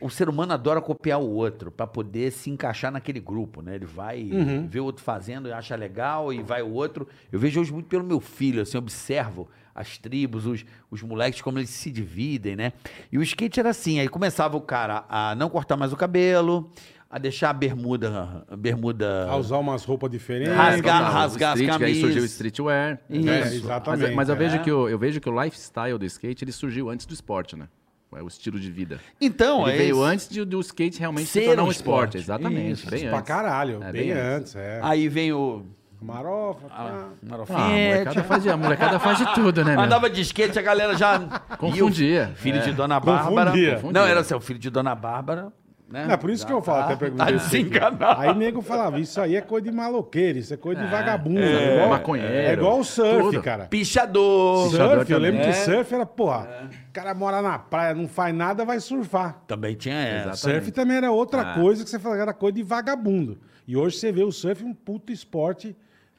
Speaker 3: O, o ser humano adora copiar o outro pra poder se encaixar naquele grupo, né? Ele vai
Speaker 4: Uhum.
Speaker 3: ver o outro fazendo, acha legal e vai o outro. Eu vejo hoje muito pelo meu filho, assim, eu observo as tribos, os, os moleques, como eles se dividem, né? E o skate era assim, aí começava o cara a não cortar mais o cabelo, a deixar a bermuda... a bermuda...
Speaker 4: É.
Speaker 2: A usar umas roupas diferentes.
Speaker 3: Rasgar,
Speaker 4: Então, o
Speaker 3: rasgar as
Speaker 4: street, que Aí surgiu o
Speaker 3: camisas.
Speaker 4: streetwear.
Speaker 3: Isso.
Speaker 4: né?
Speaker 3: É,
Speaker 2: exatamente,
Speaker 4: Mas, mas eu,
Speaker 2: é.
Speaker 4: vejo que o, eu vejo que o lifestyle do skate, ele surgiu antes do esporte, né? É o estilo de vida.
Speaker 3: Então,
Speaker 4: ele
Speaker 3: é
Speaker 4: veio
Speaker 3: isso.
Speaker 4: antes de- do skate realmente
Speaker 3: Ser
Speaker 4: se tornar
Speaker 3: um
Speaker 4: um
Speaker 3: esporte.
Speaker 4: esporte. Exatamente,
Speaker 3: Isso,
Speaker 4: bem
Speaker 2: Pra
Speaker 4: antes.
Speaker 2: caralho,
Speaker 4: É,
Speaker 2: bem,
Speaker 4: bem
Speaker 2: antes, é.
Speaker 3: Aí vem o.
Speaker 2: Marofa, pá.
Speaker 4: Ah, a, molecada faz, de- a molecada faz de tudo, né, meu?
Speaker 3: Andava de skate, a galera já.
Speaker 4: Confundia.
Speaker 3: E o filho
Speaker 4: É.
Speaker 3: de Dona Bárbara.
Speaker 2: Confundia.
Speaker 4: Confundia.
Speaker 3: Não, era assim, o filho de Dona Bárbara. Né?
Speaker 2: Não, é por isso que eu falo, até perguntei
Speaker 3: Tá
Speaker 2: isso aqui.
Speaker 3: desenganado.
Speaker 2: Aí nego falava, isso aí é coisa de maloqueiro, isso é coisa de vagabundo.
Speaker 4: é,
Speaker 2: É, igual,
Speaker 4: maconheiro,
Speaker 2: É igual o surf,
Speaker 4: tudo.
Speaker 2: cara.
Speaker 3: Pichador.
Speaker 4: Pichador
Speaker 2: Surf, eu
Speaker 4: também. É.
Speaker 2: lembro
Speaker 3: É.
Speaker 2: que surf era, porra, o cara mora na praia, não faz nada, vai surfar.
Speaker 3: Também tinha essa. né?
Speaker 4: Exatamente.
Speaker 2: Surf também era outra
Speaker 4: Ah.
Speaker 2: coisa que você falava, era coisa de vagabundo. E hoje você vê o surf um puto esporte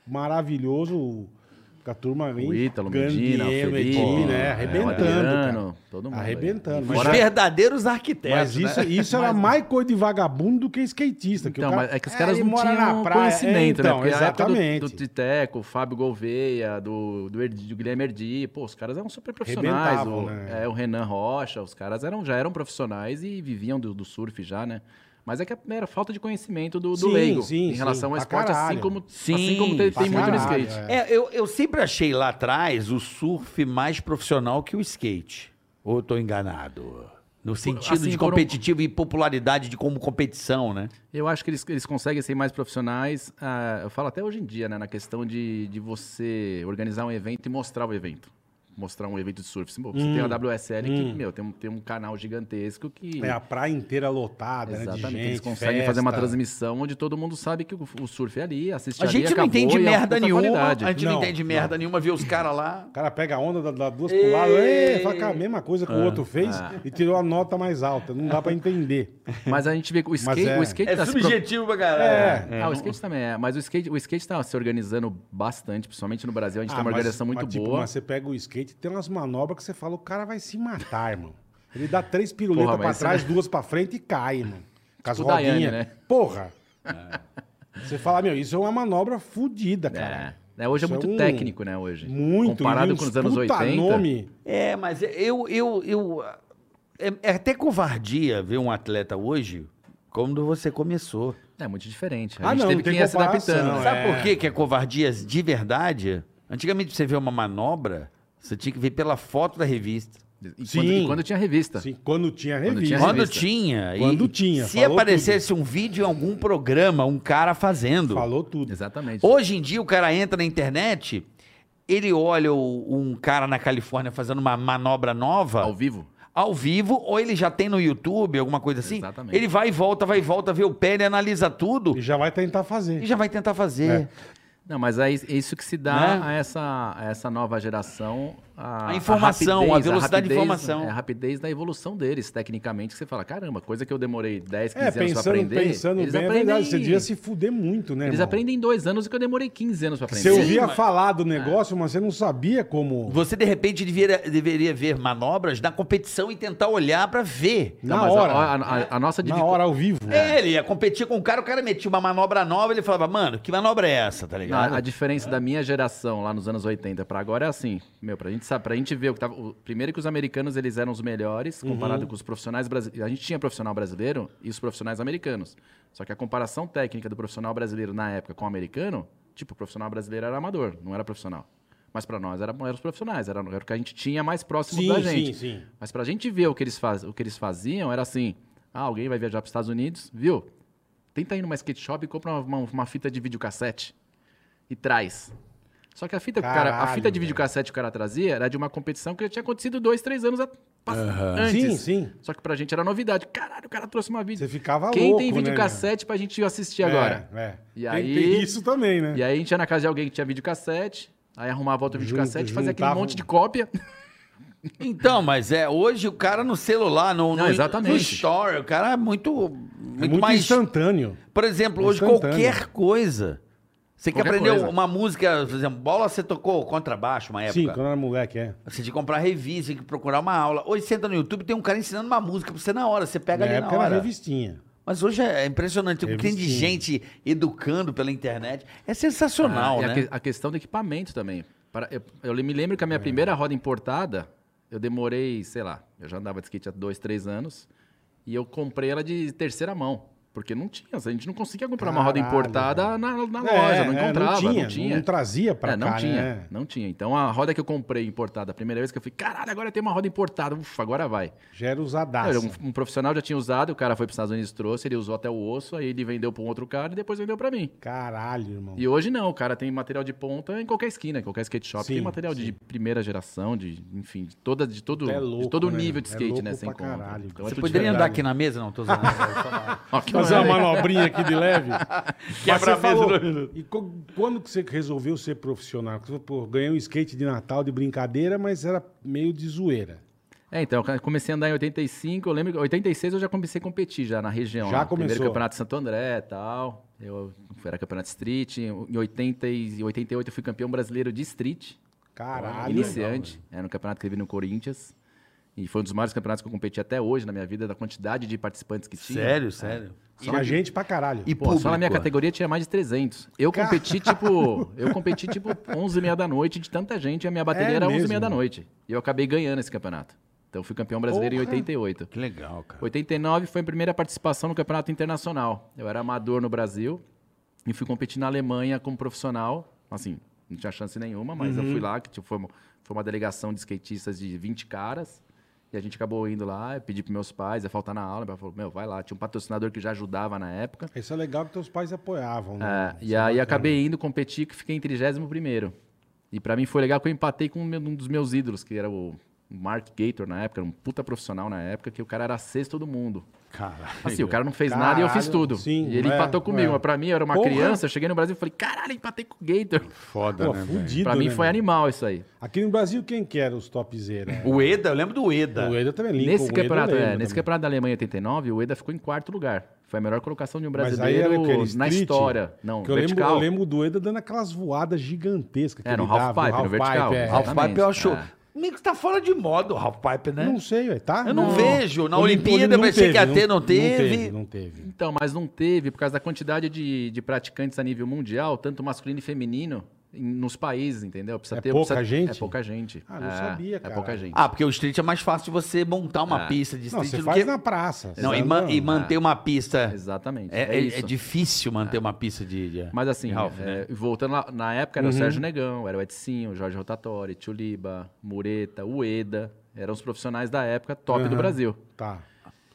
Speaker 2: maravilhoso, o- com a turma aí.
Speaker 4: O Ítalo, Medina, o
Speaker 2: Gandiero,
Speaker 4: Felipe,
Speaker 2: Medina,
Speaker 4: é,
Speaker 2: é,
Speaker 4: o
Speaker 2: arrebentando,
Speaker 4: Adriano,
Speaker 2: cara.
Speaker 4: todo mundo. aí.
Speaker 2: Arrebentando,
Speaker 4: E
Speaker 2: mas é,
Speaker 3: Os
Speaker 4: fora-
Speaker 3: verdadeiros arquitetos.
Speaker 2: Mas isso,
Speaker 3: né?
Speaker 2: isso era mais coisa de vagabundo do que skatista. que o
Speaker 4: Então,
Speaker 2: cara-
Speaker 4: mas é que os caras
Speaker 2: ele
Speaker 4: não
Speaker 2: mora
Speaker 4: tinham conhecimento,
Speaker 2: é,
Speaker 4: né?
Speaker 2: então,
Speaker 4: Porque a época do-
Speaker 2: Exatamente.
Speaker 4: do, Titeco, Fábio Gouveia, do, do, Erdi- do Guilherme Erdi, pô, os caras eram super profissionais.
Speaker 2: Arrebentavam,
Speaker 4: O,
Speaker 2: né?
Speaker 4: é, o Renan Rocha, os caras eram, já eram profissionais e viviam do, do surf já, né? Mas é que era falta de conhecimento do, do
Speaker 2: Sim,
Speaker 4: leigo
Speaker 2: sim,
Speaker 4: em relação
Speaker 2: sim,
Speaker 4: ao
Speaker 2: pra
Speaker 4: esporte, assim
Speaker 2: caralho.
Speaker 4: como,
Speaker 3: Sim,
Speaker 4: assim como tem,
Speaker 2: pra
Speaker 4: tem muito no
Speaker 2: caralho,
Speaker 4: skate.
Speaker 2: é.
Speaker 3: É, eu, eu sempre achei lá atrás o surf mais profissional que o skate. Ou eu tô enganado? No sentido
Speaker 4: assim,
Speaker 3: de
Speaker 4: foram-
Speaker 3: competitivo e popularidade de como competição, né?
Speaker 4: Eu acho que eles, eles conseguem ser mais profissionais. ah, eu falo até hoje em dia, né? Na questão de, de você organizar um evento e mostrar o evento. Mostrar um evento de surf. Você você tem a WSL que, meu, tem um, tem um canal gigantesco que.
Speaker 2: É a praia inteira lotada, né? De
Speaker 4: Exatamente.
Speaker 2: gente,
Speaker 4: eles conseguem
Speaker 2: festa.
Speaker 4: fazer uma transmissão onde todo mundo sabe que o, o surf é ali, assiste
Speaker 3: A
Speaker 4: ali,
Speaker 3: gente não
Speaker 4: acabou,
Speaker 3: entende
Speaker 4: e é uma
Speaker 3: merda
Speaker 4: puta
Speaker 3: nenhuma.
Speaker 4: qualidade.
Speaker 3: A gente não,
Speaker 2: Não,
Speaker 3: entende merda nenhuma, vê os caras lá.
Speaker 2: O cara pega a onda, dá, dá duas
Speaker 3: Ei.
Speaker 2: puladas, ei, fala que é a mesma coisa que o outro fez
Speaker 4: é.
Speaker 2: e tirou a nota mais alta. Não dá pra entender.
Speaker 4: Mas a gente vê que o skate,
Speaker 2: é.
Speaker 4: o skate tá se pro-
Speaker 3: pra caralho.
Speaker 4: Ah, o skate também é. Mas o skate, o skate tá se organizando bastante, principalmente no Brasil. A gente tem uma
Speaker 2: mas-
Speaker 4: organização
Speaker 2: mas,
Speaker 4: muito
Speaker 2: tipo,
Speaker 4: boa.
Speaker 2: Mas você pega o skate tem umas manobras que você fala, o cara vai se matar, irmão. Ele dá três
Speaker 4: Porra,
Speaker 2: piruletas
Speaker 4: mas
Speaker 2: pra
Speaker 4: isso
Speaker 2: trás,
Speaker 4: é-
Speaker 2: duas pra frente e cai, mano. Com as
Speaker 4: Tipo Daiane,
Speaker 2: rodinhas.
Speaker 4: né?
Speaker 2: Porra! Você fala, meu, isso é uma manobra fodida,
Speaker 4: É.
Speaker 2: cara.
Speaker 4: né, hoje é
Speaker 2: Isso
Speaker 4: muito
Speaker 2: um-
Speaker 4: técnico, né? Hoje.
Speaker 2: Muito.
Speaker 4: Comparado
Speaker 2: e
Speaker 4: com
Speaker 2: uns
Speaker 4: os anos
Speaker 2: puta
Speaker 4: 80.
Speaker 2: nome.
Speaker 3: É, mas eu. eu, eu é, é até covardia ver um atleta hoje quando você começou.
Speaker 4: É muito diferente.
Speaker 2: Ah,
Speaker 4: A gente
Speaker 2: não,
Speaker 4: teve
Speaker 2: não tem
Speaker 4: que ir se
Speaker 2: comparação,
Speaker 4: adaptando. né?
Speaker 3: Sabe
Speaker 2: É.
Speaker 3: por que que é covardia de verdade? Antigamente, pra você ver uma manobra, você tinha que ver pela foto da revista.
Speaker 4: E,
Speaker 2: Sim.
Speaker 4: Quando, e quando tinha revista.
Speaker 2: Sim, quando tinha
Speaker 4: Tá. Quando
Speaker 2: revista.
Speaker 4: tinha
Speaker 3: Quando
Speaker 4: revista.
Speaker 3: tinha. e-
Speaker 2: Quando tinha,
Speaker 3: Se
Speaker 2: falou
Speaker 3: aparecesse um vídeo em algum programa, um cara fazendo.
Speaker 2: Falou tudo.
Speaker 4: Exatamente.
Speaker 3: Hoje em dia, o cara entra na internet, ele olha o- um cara na Califórnia fazendo uma manobra nova.
Speaker 4: Ao vivo.
Speaker 3: ao vivo, ou ele já tem no YouTube, alguma coisa assim.
Speaker 4: Exatamente.
Speaker 3: Ele vai e volta, vai e volta, vê o pé, ele analisa tudo
Speaker 2: E já vai tentar fazer.
Speaker 3: e já vai tentar fazer.
Speaker 4: Não, mas é is- é isso que se dá
Speaker 3: Né?
Speaker 4: a, essa, a essa nova geração. A,
Speaker 3: A informação, a velocidade de
Speaker 4: rapidez,
Speaker 3: informação.
Speaker 4: É, a rapidez da evolução deles, tecnicamente, que você fala, caramba, coisa que eu demorei 10, 15
Speaker 2: É,
Speaker 4: anos pra
Speaker 2: pensando,
Speaker 4: aprender.
Speaker 2: pensando
Speaker 4: eles
Speaker 2: bem, é
Speaker 4: aprendem,
Speaker 2: verdade. Você devia se fuder muito, né?
Speaker 4: Eles
Speaker 2: irmão?
Speaker 4: aprendem É. em dois anos e que eu demorei 15 anos pra aprender.
Speaker 2: Você ouvia
Speaker 3: Sim, mas-
Speaker 2: falar do negócio, mas você não sabia como.
Speaker 3: Você, de repente, deveria, deveria ver manobras na competição e tentar olhar pra ver.
Speaker 4: Não,
Speaker 2: na
Speaker 4: mas a-
Speaker 2: hora.
Speaker 4: A, a- a nossa
Speaker 2: Na
Speaker 4: dificu-
Speaker 2: hora, ao vivo.
Speaker 3: É, Ele ia competir com o cara, o cara metia uma manobra nova, ele falava, mano, que manobra é essa, tá
Speaker 4: Não, a-
Speaker 3: ligado?
Speaker 4: a diferença da minha geração lá nos anos 80 pra agora é assim, meu, pra gente saber, pra gente ver o que tava, o- primeiro que os americanos eles eram os melhores
Speaker 2: Uhum.
Speaker 4: comparado com os profissionais brasileiros. A gente tinha profissional brasileiro e os profissionais americanos. Só que a comparação técnica do profissional brasileiro na época com o americano, tipo, o profissional brasileiro era amador, não era profissional. Mas pra nós era, eram os profissionais, era, era o que a gente tinha mais próximo da gente.
Speaker 2: sim.
Speaker 4: Mas pra gente ver o que eles, faz, o que eles faziam, era assim: ah, alguém vai viajar pros Estados Unidos, viu? Tenta ir numa skate shop e compra uma, uma- uma fita de videocassete e traz. Só que a fita, que o cara, a
Speaker 2: Caralho,
Speaker 4: fita de
Speaker 2: velho.
Speaker 4: videocassete que o cara trazia era de uma competição que já tinha acontecido dois, três anos a- pa- antes.
Speaker 2: Sim, sim.
Speaker 4: Só que pra gente era novidade. Caralho, o cara trouxe uma vídeo.
Speaker 2: Você ficava
Speaker 4: Quem
Speaker 2: louco.
Speaker 4: tem
Speaker 2: né,
Speaker 4: videocassete pra gente assistir
Speaker 2: meu?
Speaker 4: agora?
Speaker 2: É, é.
Speaker 4: E
Speaker 2: tem,
Speaker 4: aí-
Speaker 2: tem isso também, né?
Speaker 4: E aí a gente ia na casa de alguém que tinha videocassete, aí arrumava outro
Speaker 2: Junto,
Speaker 4: videocassete, fazia aquele
Speaker 2: juntava
Speaker 4: monte
Speaker 2: um-
Speaker 4: de cópia.
Speaker 3: Então, mas é, hoje o cara no celular, no,
Speaker 4: Não,
Speaker 3: no,
Speaker 4: exatamente.
Speaker 3: no story, o cara é muito,
Speaker 2: É
Speaker 3: muito
Speaker 2: muito
Speaker 3: mais...
Speaker 2: instantâneo.
Speaker 3: Por exemplo, hoje
Speaker 2: Instantâneo.
Speaker 3: qualquer coisa. Você quer
Speaker 4: Qualquer
Speaker 3: aprender
Speaker 4: coisa.
Speaker 3: uma música, por exemplo, bola você tocou contrabaixo uma
Speaker 2: Sim,
Speaker 3: época.
Speaker 2: quando era moleque, é.
Speaker 3: Você tinha que Assim, comprar revista, tinha que procurar uma aula. Hoje você entra no YouTube tem um cara ensinando uma música pra você na hora, você pega
Speaker 2: na
Speaker 3: ali na
Speaker 2: época era
Speaker 3: hora.
Speaker 2: revistinha.
Speaker 3: Mas hoje é impressionante. O que tem de
Speaker 2: Revistinha.
Speaker 3: gente educando pela internet é sensacional,
Speaker 4: Ah, e
Speaker 3: né?
Speaker 4: a que- A, questão do equipamento também. Para- eu, eu me lembro que a minha
Speaker 2: É.
Speaker 4: primeira roda importada, eu demorei, sei lá, eu já andava de skate há dois, três anos, e eu comprei ela de terceira mão. Porque não tinha, a gente não conseguia comprar uma roda
Speaker 2: Caralho,
Speaker 4: importada na, na loja,
Speaker 2: É,
Speaker 4: não
Speaker 2: é,
Speaker 4: encontrava,
Speaker 2: não tinha.
Speaker 4: não tinha.
Speaker 2: não trazia pra
Speaker 4: É, não
Speaker 2: cá,
Speaker 4: tinha,
Speaker 2: né?
Speaker 4: não tinha. Então a roda que eu comprei importada, a primeira vez que eu falei, caralho, agora tem uma roda importada, ufa, agora vai.
Speaker 2: Já era
Speaker 4: Não,
Speaker 2: usadaço.
Speaker 4: era um, um profissional já tinha usado, o cara foi para os Estados Unidos, trouxe, ele usou até o osso, aí ele vendeu para um outro cara e depois vendeu para mim.
Speaker 2: Caralho, irmão.
Speaker 4: E hoje não, o cara tem material de ponta em qualquer esquina, em qualquer skate shop.
Speaker 2: Sim,
Speaker 4: tem material de
Speaker 2: sim.
Speaker 4: primeira geração, de, enfim, de, toda, de todo,
Speaker 2: É louco,
Speaker 4: de todo o
Speaker 2: né?
Speaker 4: nível de
Speaker 2: É
Speaker 4: skate,
Speaker 2: louco
Speaker 4: né? Você
Speaker 2: pra
Speaker 4: encontra.
Speaker 2: caralho.
Speaker 4: Então,
Speaker 3: Você
Speaker 4: acho
Speaker 3: poderia
Speaker 4: diferente.
Speaker 3: andar aqui na mesa? Não, tô zoando.
Speaker 4: Ó, que
Speaker 2: Fazer uma
Speaker 4: maravilha.
Speaker 2: manobrinha aqui de leve. Mas
Speaker 3: Quebra
Speaker 2: você
Speaker 3: a mesa
Speaker 2: falou,
Speaker 3: é dois minutos.
Speaker 2: e co- quando que você resolveu ser profissional? Porque Você, pô, ganhei um skate de Natal de brincadeira, mas era meio de zoeira.
Speaker 4: É, então, eu comecei a andar em 85, eu lembro que em 86 eu já comecei a competir já na região.
Speaker 2: Já
Speaker 4: lá. Primeiro
Speaker 2: começou.
Speaker 4: campeonato de Santo André e tal. Eu era campeonato de street. Em 80 e 88 eu fui campeão brasileiro de street.
Speaker 2: Caralho.
Speaker 4: iniciante. era um campeonato que teve no Corinthians. E foi um dos maiores campeonatos que eu competi até hoje na minha vida, da quantidade de participantes que tinha.
Speaker 3: sério, sério.
Speaker 2: Tinha gente pra caralho.
Speaker 3: E
Speaker 4: Pô, só na minha categoria tinha mais de 300. Eu
Speaker 2: Caralho.
Speaker 4: competi, tipo, eu competi, tipo, 11 e meia da noite de tanta gente, a minha bateria
Speaker 2: É
Speaker 4: era 11 e
Speaker 2: mesmo?
Speaker 4: meia da noite. E eu acabei ganhando esse campeonato. Então eu fui campeão brasileiro
Speaker 2: Porra.
Speaker 4: em 88.
Speaker 3: Que legal, cara.
Speaker 4: 89 foi a primeira participação no campeonato internacional. Eu era amador no Brasil e fui competir na Alemanha como profissional. Assim, não tinha chance nenhuma, mas eu
Speaker 2: Uhum.
Speaker 4: fui lá, que tipo, foi, uma, foi uma delegação de skatistas de 20 caras. E a gente acabou indo lá, eu pedi pros meus pais, ia faltar na aula, meu pai falou, meu, vai lá. Tinha um patrocinador que já ajudava na época.
Speaker 2: Isso é legal que teus pais apoiavam, né?
Speaker 4: É, e aí acabei indo competir que fiquei em 31 E pra mim foi legal que eu empatei com um meu- um dos meus ídolos, que era o Mark Gator na época, era um puta profissional na época, que o cara era sexto do mundo.
Speaker 3: Caralho.
Speaker 4: Assim, o cara não fez nada e eu fiz
Speaker 2: Caralho,
Speaker 4: tudo.
Speaker 2: sim,
Speaker 4: e ele
Speaker 2: é,
Speaker 4: empatou comigo,
Speaker 2: é.
Speaker 4: mas pra mim eu era uma
Speaker 2: Porra.
Speaker 4: criança, eu cheguei no Brasil e falei, caralho, empatei com o Gator.
Speaker 3: Foda,
Speaker 2: Pô,
Speaker 3: né? velho?
Speaker 2: fudido,
Speaker 4: pra mim
Speaker 2: né,
Speaker 4: foi
Speaker 2: meu?
Speaker 4: animal isso aí.
Speaker 2: Aqui no Brasil, quem que era os topzera?
Speaker 3: O Eda, eu lembro do Eda.
Speaker 2: O Eda também, Lincoln. o
Speaker 4: nesse
Speaker 2: Eda
Speaker 4: campeonato,
Speaker 2: eu
Speaker 4: é,
Speaker 2: lembro
Speaker 4: nesse
Speaker 2: também.
Speaker 4: campeonato da Alemanha 89, o Eda ficou em quarto lugar. Foi a melhor colocação de um
Speaker 2: Mas aí era
Speaker 4: brasileiro
Speaker 2: o que? Era
Speaker 4: na
Speaker 2: street?
Speaker 4: história. Não,
Speaker 2: Que eu, lembro,
Speaker 4: vertical.
Speaker 2: eu lembro do Eda dando aquelas voadas gigantescas que
Speaker 4: É, no
Speaker 2: ele
Speaker 4: half
Speaker 2: dava.
Speaker 4: pipe, no vertical.
Speaker 2: é.
Speaker 4: Half-
Speaker 3: Ralph Pipe eu
Speaker 4: Exatamente,
Speaker 3: acho.
Speaker 4: é.
Speaker 3: Nico tá fora de moda o Ralph Pipe, né?
Speaker 2: Não sei, ué, tá?
Speaker 3: Eu não vejo. Na Olimpíada eu
Speaker 2: não
Speaker 3: pensei que ia
Speaker 2: teve,
Speaker 3: ter, não
Speaker 2: Não
Speaker 3: teve.
Speaker 2: teve, não teve.
Speaker 4: Então, mas não teve, por causa da quantidade de, de praticantes a nível mundial, tanto masculino e feminino, em- nos países, entendeu? Precisa
Speaker 2: É
Speaker 4: ter,
Speaker 2: pouca
Speaker 4: precisa-
Speaker 2: gente?
Speaker 4: É pouca gente.
Speaker 2: Ah, não
Speaker 4: É,
Speaker 2: sabia,
Speaker 4: É
Speaker 2: cara.
Speaker 4: pouca gente.
Speaker 3: Ah, porque o street é mais fácil de você montar uma
Speaker 4: É.
Speaker 3: pista de
Speaker 2: Não,
Speaker 3: street
Speaker 2: você
Speaker 3: do
Speaker 2: faz
Speaker 3: que...
Speaker 2: na praça. você
Speaker 3: Não, e,
Speaker 2: faz
Speaker 3: man-
Speaker 2: na-
Speaker 3: e manter uma pista...
Speaker 4: Exatamente.
Speaker 3: É,
Speaker 4: É,
Speaker 3: é- é
Speaker 4: isso. É.
Speaker 3: difícil manter uma pista de... de-
Speaker 4: Mas assim,
Speaker 3: de Ralph,
Speaker 4: é,
Speaker 3: né?
Speaker 4: voltando lá, na época era
Speaker 2: Uhum.
Speaker 4: o Sérgio Negão, era o Edinho, o Jorge Rotatori, Tuliba, Mureta, Ueda. Eram os profissionais da época top do
Speaker 2: Aham.
Speaker 4: Brasil.
Speaker 2: Tá.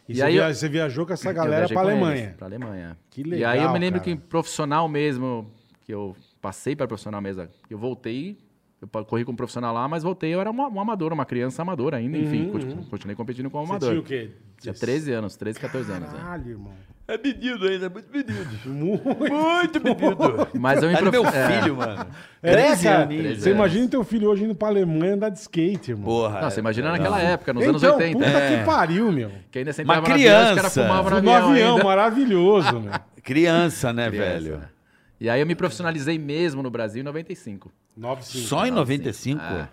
Speaker 2: E,
Speaker 4: E
Speaker 2: você,
Speaker 4: aí
Speaker 2: via-
Speaker 4: eu-
Speaker 2: você viajou com essa
Speaker 4: Eu
Speaker 2: galera
Speaker 4: viajei
Speaker 2: pra
Speaker 4: com eles,
Speaker 2: Alemanha.
Speaker 4: Pra Alemanha.
Speaker 2: Que
Speaker 4: E aí eu
Speaker 2: legal,
Speaker 4: me lembro
Speaker 2: cara.
Speaker 4: que profissional mesmo, que eu passei para profissional mesmo, eu voltei, eu pa- corri como profissional lá, mas voltei, eu era uma, um amador, uma criança amadora ainda, enfim, continu- continuei competindo como
Speaker 2: Uhum, Você
Speaker 4: amador.
Speaker 2: tinha assim, o quê?
Speaker 4: Tinha 13 anos, 13, 14 anos. né?
Speaker 2: Caralho, irmão.
Speaker 3: É menino ainda, muito menino.
Speaker 2: Muito.
Speaker 3: Muito menino.
Speaker 4: Mas
Speaker 2: Tá
Speaker 4: eu me
Speaker 3: Era Tá meu
Speaker 4: prof- é.
Speaker 3: filho, mano.
Speaker 2: É,
Speaker 3: 13
Speaker 2: cara,
Speaker 3: aninhos,
Speaker 2: Você
Speaker 3: é.
Speaker 2: imagina teu filho hoje indo pra Alemanha andar de skate, irmão.
Speaker 3: Porra. é,
Speaker 4: Não, você imagina naquela época, nos
Speaker 2: então,
Speaker 4: anos 80.
Speaker 2: puta
Speaker 4: É.
Speaker 2: que pariu, meu.
Speaker 4: Que ainda
Speaker 3: Uma
Speaker 4: sentava na avião, os caras
Speaker 3: criança.
Speaker 4: fumavam no
Speaker 2: No
Speaker 4: avião.
Speaker 2: avião, é,
Speaker 4: ainda.
Speaker 2: maravilhoso, meu.
Speaker 3: Criança, né,
Speaker 4: Criança,
Speaker 3: velho?
Speaker 4: né? E aí eu me profissionalizei mesmo no Brasil em 95.
Speaker 2: 95.
Speaker 3: Só em 95?
Speaker 4: É.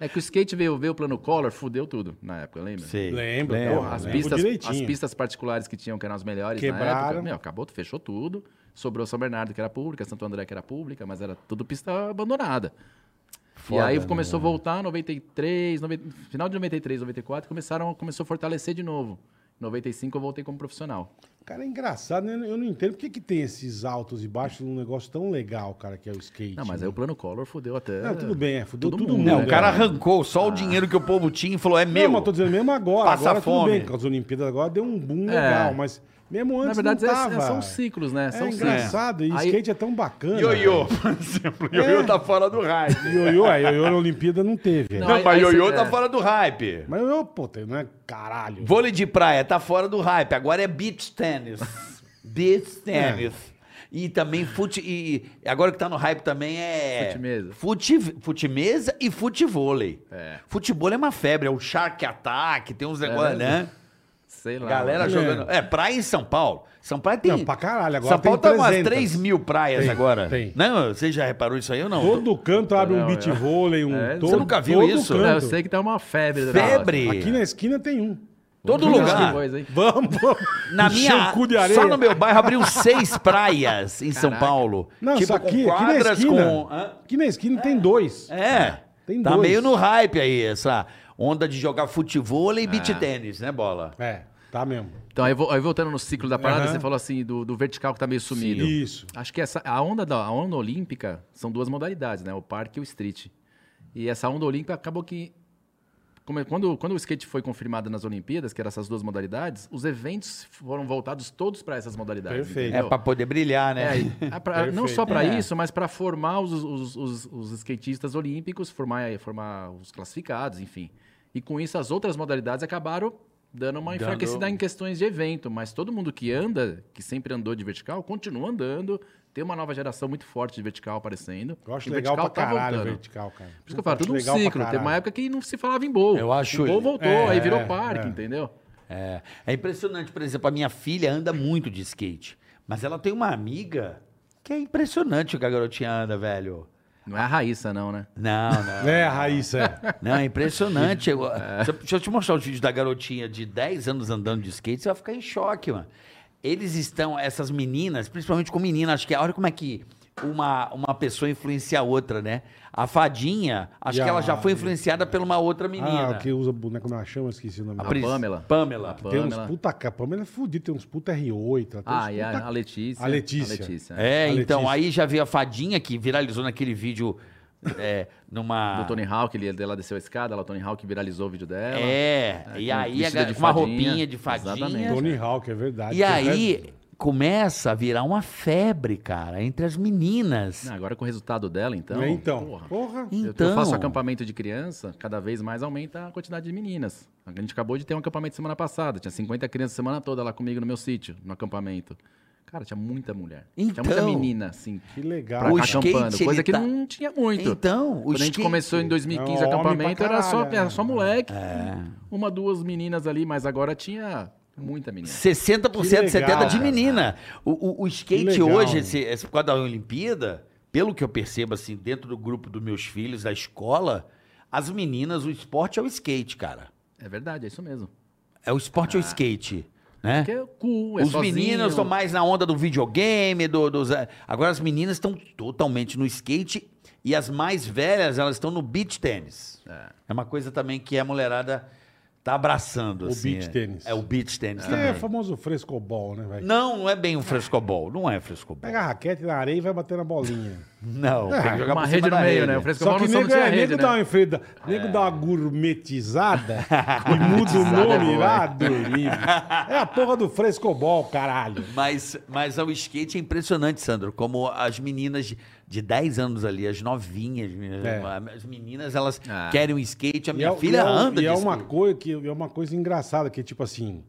Speaker 4: É que o skate veio, veio o plano Collor, fudeu tudo na época, lembra?
Speaker 3: Sei.
Speaker 2: Lembro, porra,
Speaker 4: As
Speaker 2: lembro
Speaker 4: pistas,
Speaker 2: direitinho.
Speaker 4: as pistas particulares que tinham, que eram as melhores na
Speaker 2: Quebraram.
Speaker 4: época, meu, acabou, fechou tudo. Sobrou São Bernardo, que era pública, Santo André, que era pública, mas era tudo pista abandonada.
Speaker 3: Foda,
Speaker 4: e aí
Speaker 3: né,
Speaker 4: começou a voltar, 93, 90, final de 93, 94, começaram, começou a fortalecer de novo. Em 95 eu voltei como profissional.
Speaker 2: Cara, é engraçado, né? Eu não entendo por que, que tem esses altos e baixos num negócio tão legal, cara, que é o skate.
Speaker 4: Não, mas aí o plano Collor fudeu até...
Speaker 2: Não, tudo bem, é, fudeu
Speaker 4: todo
Speaker 2: todo
Speaker 4: mundo,
Speaker 2: mundo.
Speaker 3: Não, o
Speaker 2: né,
Speaker 3: cara
Speaker 2: cara?
Speaker 3: arrancou só o
Speaker 4: Ah.
Speaker 3: dinheiro que o povo tinha e falou, é
Speaker 2: Não,
Speaker 3: meu.
Speaker 2: mas tô dizendo mesmo agora.
Speaker 3: Passa
Speaker 2: agora
Speaker 3: fome.
Speaker 2: tudo bem, com as Olimpíadas agora deu um boom legal, mas mesmo antes
Speaker 4: É. Na verdade,
Speaker 2: não
Speaker 4: é-
Speaker 2: tava.
Speaker 4: é- são ciclos, né?
Speaker 2: É
Speaker 4: São ciclos.
Speaker 2: engraçado, e
Speaker 4: Aí-
Speaker 2: skate é tão bacana.
Speaker 3: Ioiô, por exemplo. Ioiô tá fora do hype.
Speaker 2: velho. Ioiô, é, ioiô na Olimpíada não teve. né?
Speaker 4: Não,
Speaker 3: Não,
Speaker 4: aí-
Speaker 3: mas
Speaker 4: aí
Speaker 3: Ioiô
Speaker 4: cê-
Speaker 3: tá
Speaker 4: é.
Speaker 3: fora do hype.
Speaker 2: Mas ioiô, pô, tem- não é caralho.
Speaker 3: Vôlei de praia tá fora do hype. Agora é beach tennis. beach
Speaker 2: É.
Speaker 3: tennis. E também fute... E agora que tá no hype também é...
Speaker 4: Fute-mesa.
Speaker 3: Fute, fute-mesa e futevôlei.
Speaker 4: É.
Speaker 3: Futebol é uma febre. É o Shark Attack, tem uns negócios, né?
Speaker 4: Sei lá.
Speaker 3: Galera
Speaker 2: É.
Speaker 3: jogando. É, praia em São Paulo. São Paulo tem.
Speaker 2: Não, pra caralho, agora
Speaker 3: São Paulo
Speaker 2: tem
Speaker 3: tá umas
Speaker 2: 300.
Speaker 3: 3 mil praias
Speaker 2: Tem,
Speaker 3: agora.
Speaker 2: tem.
Speaker 3: Não, você já reparou isso aí ou não?
Speaker 2: Todo canto abre um
Speaker 4: Não,
Speaker 2: beat
Speaker 4: é.
Speaker 2: vôlei, um
Speaker 4: É,
Speaker 2: todo,
Speaker 3: você nunca viu
Speaker 2: todo
Speaker 3: isso?
Speaker 2: canto.
Speaker 4: Não, eu sei que tá uma febre. do negócio.
Speaker 3: Febre.
Speaker 2: Aqui na esquina tem um.
Speaker 3: Todo
Speaker 4: Olha
Speaker 3: lugar.
Speaker 4: que coisa, hein?
Speaker 2: Vamos, vamos.
Speaker 3: Na
Speaker 2: Encher
Speaker 3: minha,
Speaker 2: o cu de areia.
Speaker 3: só no meu bairro abriu seis praias em São
Speaker 4: Caraca.
Speaker 3: Paulo. Tipo,
Speaker 2: Não,
Speaker 4: Tipo,
Speaker 2: isso
Speaker 3: com
Speaker 2: aqui, aqui na
Speaker 3: quadras,
Speaker 2: esquina.
Speaker 3: com- Hã?
Speaker 2: Aqui na esquina tem dois.
Speaker 3: É.
Speaker 2: Tem
Speaker 3: tá
Speaker 2: dois.
Speaker 3: meio no hype aí essa onda de jogar futebol e beach tênis, né, bola?
Speaker 2: É, tá mesmo.
Speaker 4: Então, aí, vo- aí voltando no ciclo da parada,
Speaker 2: Aham.
Speaker 4: você falou assim do, do vertical que tá meio sumido.
Speaker 2: Isso.
Speaker 4: Acho que essa, a, onda da, a onda olímpica são duas modalidades, né? O parque e o street. E essa onda olímpica acabou que. como é- quando, quando o skate foi confirmado nas Olimpíadas, que eram essas duas modalidades, os eventos foram voltados todos para essas modalidades.
Speaker 2: Perfeito.
Speaker 3: É
Speaker 4: entendeu?
Speaker 3: pra poder brilhar, né?
Speaker 4: É, a- pra- não
Speaker 2: Perfeito.
Speaker 4: só para
Speaker 3: É.
Speaker 4: isso, mas para formar os, os, os, os skatistas olímpicos, formar, é, formar os classificados, enfim. E com isso, as outras modalidades acabaram dando uma enfraquecida em questões de evento. Mas todo mundo que anda, que sempre andou de vertical, continua andando. Tem uma nova geração muito forte de vertical aparecendo.
Speaker 2: Eu acho
Speaker 4: E
Speaker 2: legal pra
Speaker 4: vertical tá
Speaker 2: caralho
Speaker 4: voltando.
Speaker 2: vertical, cara.
Speaker 4: Por isso que eu falo,
Speaker 2: acho
Speaker 4: tudo um
Speaker 2: legal pra
Speaker 4: ciclo. Teve
Speaker 2: caralho.
Speaker 4: uma época que não se falava em bowl.
Speaker 3: Eu acho-
Speaker 4: O bowl voltou,
Speaker 2: é,
Speaker 4: aí virou
Speaker 2: é,
Speaker 4: parque,
Speaker 2: é.
Speaker 4: entendeu?
Speaker 3: É, é impressionante, por exemplo, a minha filha anda muito de skate, mas ela tem uma amiga que é impressionante o que a garotinha anda, velho.
Speaker 4: Não é a Raíssa, não, né?
Speaker 3: Não, não.
Speaker 2: É, a Raíssa, é.
Speaker 3: Não, é impressionante. Eu-
Speaker 4: É.
Speaker 3: Deixa eu- deixa eu te mostrar os vídeos da garotinha de 10 anos andando de skate, você vai ficar em choque, mano. Eles estão, essas meninas, principalmente com meninas, acho que olha como é que uma, uma pessoa influencia a outra, né? A fadinha, acho
Speaker 2: E
Speaker 3: que ela
Speaker 2: a-
Speaker 3: já
Speaker 4: Ah.
Speaker 3: foi influenciada por uma outra menina.
Speaker 2: Ah, o que usa boneco na chama, esqueci o nome.
Speaker 4: A
Speaker 2: dela.
Speaker 3: Pris-
Speaker 4: Pamela.
Speaker 3: Pamela.
Speaker 4: A
Speaker 2: Tem uns
Speaker 4: Pamela.
Speaker 2: puta... A Pamela é fudida, tem uns puta R8. ela tem uns
Speaker 4: Ah, e
Speaker 2: puta-
Speaker 4: a, a Letícia.
Speaker 2: A Letícia.
Speaker 3: É,
Speaker 2: A
Speaker 3: então
Speaker 2: Letícia.
Speaker 3: aí já veio a fadinha que viralizou naquele vídeo é, numa.
Speaker 4: do Tony Hawk, ele, ela desceu a escada, ela, o Tony Hawk viralizou o vídeo dela.
Speaker 3: É,
Speaker 4: É,
Speaker 3: e aí
Speaker 4: com
Speaker 3: a
Speaker 4: vestida
Speaker 3: ga-
Speaker 4: de
Speaker 3: com uma
Speaker 4: fadinha.
Speaker 3: roupinha de fadinha.
Speaker 4: Exatamente.
Speaker 2: Tony Hawk, é verdade.
Speaker 3: E aí começa a virar uma febre, cara, entre as meninas.
Speaker 4: Não, Ah, agora com o resultado dela,
Speaker 2: Então,
Speaker 4: então.
Speaker 3: É,
Speaker 2: então
Speaker 4: porra.
Speaker 2: porra.
Speaker 4: Eu-
Speaker 3: Então.
Speaker 4: Eu faço acampamento de criança, cada vez mais aumenta a quantidade de meninas. A gente acabou de ter um acampamento semana passada, tinha 50 crianças a semana toda lá comigo no meu sítio, no acampamento. Cara, tinha muita mulher.
Speaker 3: Então.
Speaker 4: Tinha muita menina, assim.
Speaker 2: Que legal.
Speaker 4: Pra
Speaker 3: O
Speaker 4: cá
Speaker 2: cara.
Speaker 3: skate,
Speaker 4: acampando,
Speaker 3: ele
Speaker 4: coisa que
Speaker 3: tá-
Speaker 4: não tinha muito.
Speaker 3: Então, o
Speaker 4: Quando a gente
Speaker 3: skate-
Speaker 4: começou em 2015
Speaker 2: É, homem
Speaker 4: acampamento,
Speaker 2: pra
Speaker 4: era só,
Speaker 2: caralho,
Speaker 4: era só
Speaker 2: né?
Speaker 4: moleque.
Speaker 3: É.
Speaker 4: Uma, duas meninas ali, mas agora tinha muita menina.
Speaker 3: 60%,
Speaker 2: Que
Speaker 3: 70% de
Speaker 2: legal.
Speaker 3: menina. O, o- o skate
Speaker 2: Que legal.
Speaker 3: hoje, esse, esse, por causa da Olimpíada, pelo que eu percebo, assim, dentro do grupo dos meus filhos, da escola, as meninas, o esporte é o skate, cara.
Speaker 4: É verdade, é isso mesmo.
Speaker 3: É o esporte é o skate. Né?
Speaker 4: Porque é cool, é
Speaker 3: Os
Speaker 4: sozinho.
Speaker 3: meninos estão mais na onda do videogame, do- dos. eh, Agora as meninas estão totalmente no skate e as mais velhas elas estão no beach tênis. É. uma coisa também que a mulherada tá abraçando.
Speaker 2: O
Speaker 3: assim,
Speaker 2: beach
Speaker 3: é.
Speaker 2: tênis.
Speaker 3: É o beach tênis
Speaker 2: Que
Speaker 3: também.
Speaker 2: é famoso frescobol, né, velho?
Speaker 3: Não, não é bem um frescobol. Não é frescobol.
Speaker 2: Pega a raquete na areia e vai bater na bolinha.
Speaker 3: Não,
Speaker 2: É,
Speaker 3: tem que jogar
Speaker 4: Uma
Speaker 3: por
Speaker 4: rede
Speaker 3: cima
Speaker 4: no
Speaker 3: da
Speaker 4: meio,
Speaker 3: rede.
Speaker 4: né? O frescobol
Speaker 2: Só que
Speaker 4: não sabe
Speaker 2: nego, é,
Speaker 4: rede,
Speaker 2: nego
Speaker 4: né? É.
Speaker 2: dá uma enfrida, nego dá uma gourmetizada e muda o
Speaker 4: Gourmetizada é
Speaker 2: nome
Speaker 4: boa.
Speaker 2: lá do livro. É a porra do frescobol, caralho.
Speaker 3: Mas, mas ao skate é impressionante, Sandro, como as meninas de- de 10 anos ali, as novinhas, meninas,
Speaker 2: É.
Speaker 3: as meninas, elas
Speaker 4: Ah.
Speaker 3: querem um skate, a minha
Speaker 2: é-
Speaker 3: filha
Speaker 2: é,
Speaker 3: anda
Speaker 2: E
Speaker 3: de
Speaker 2: é uma,
Speaker 3: skate.
Speaker 2: coisa, que, é uma coisa engraçada, que tipo assim,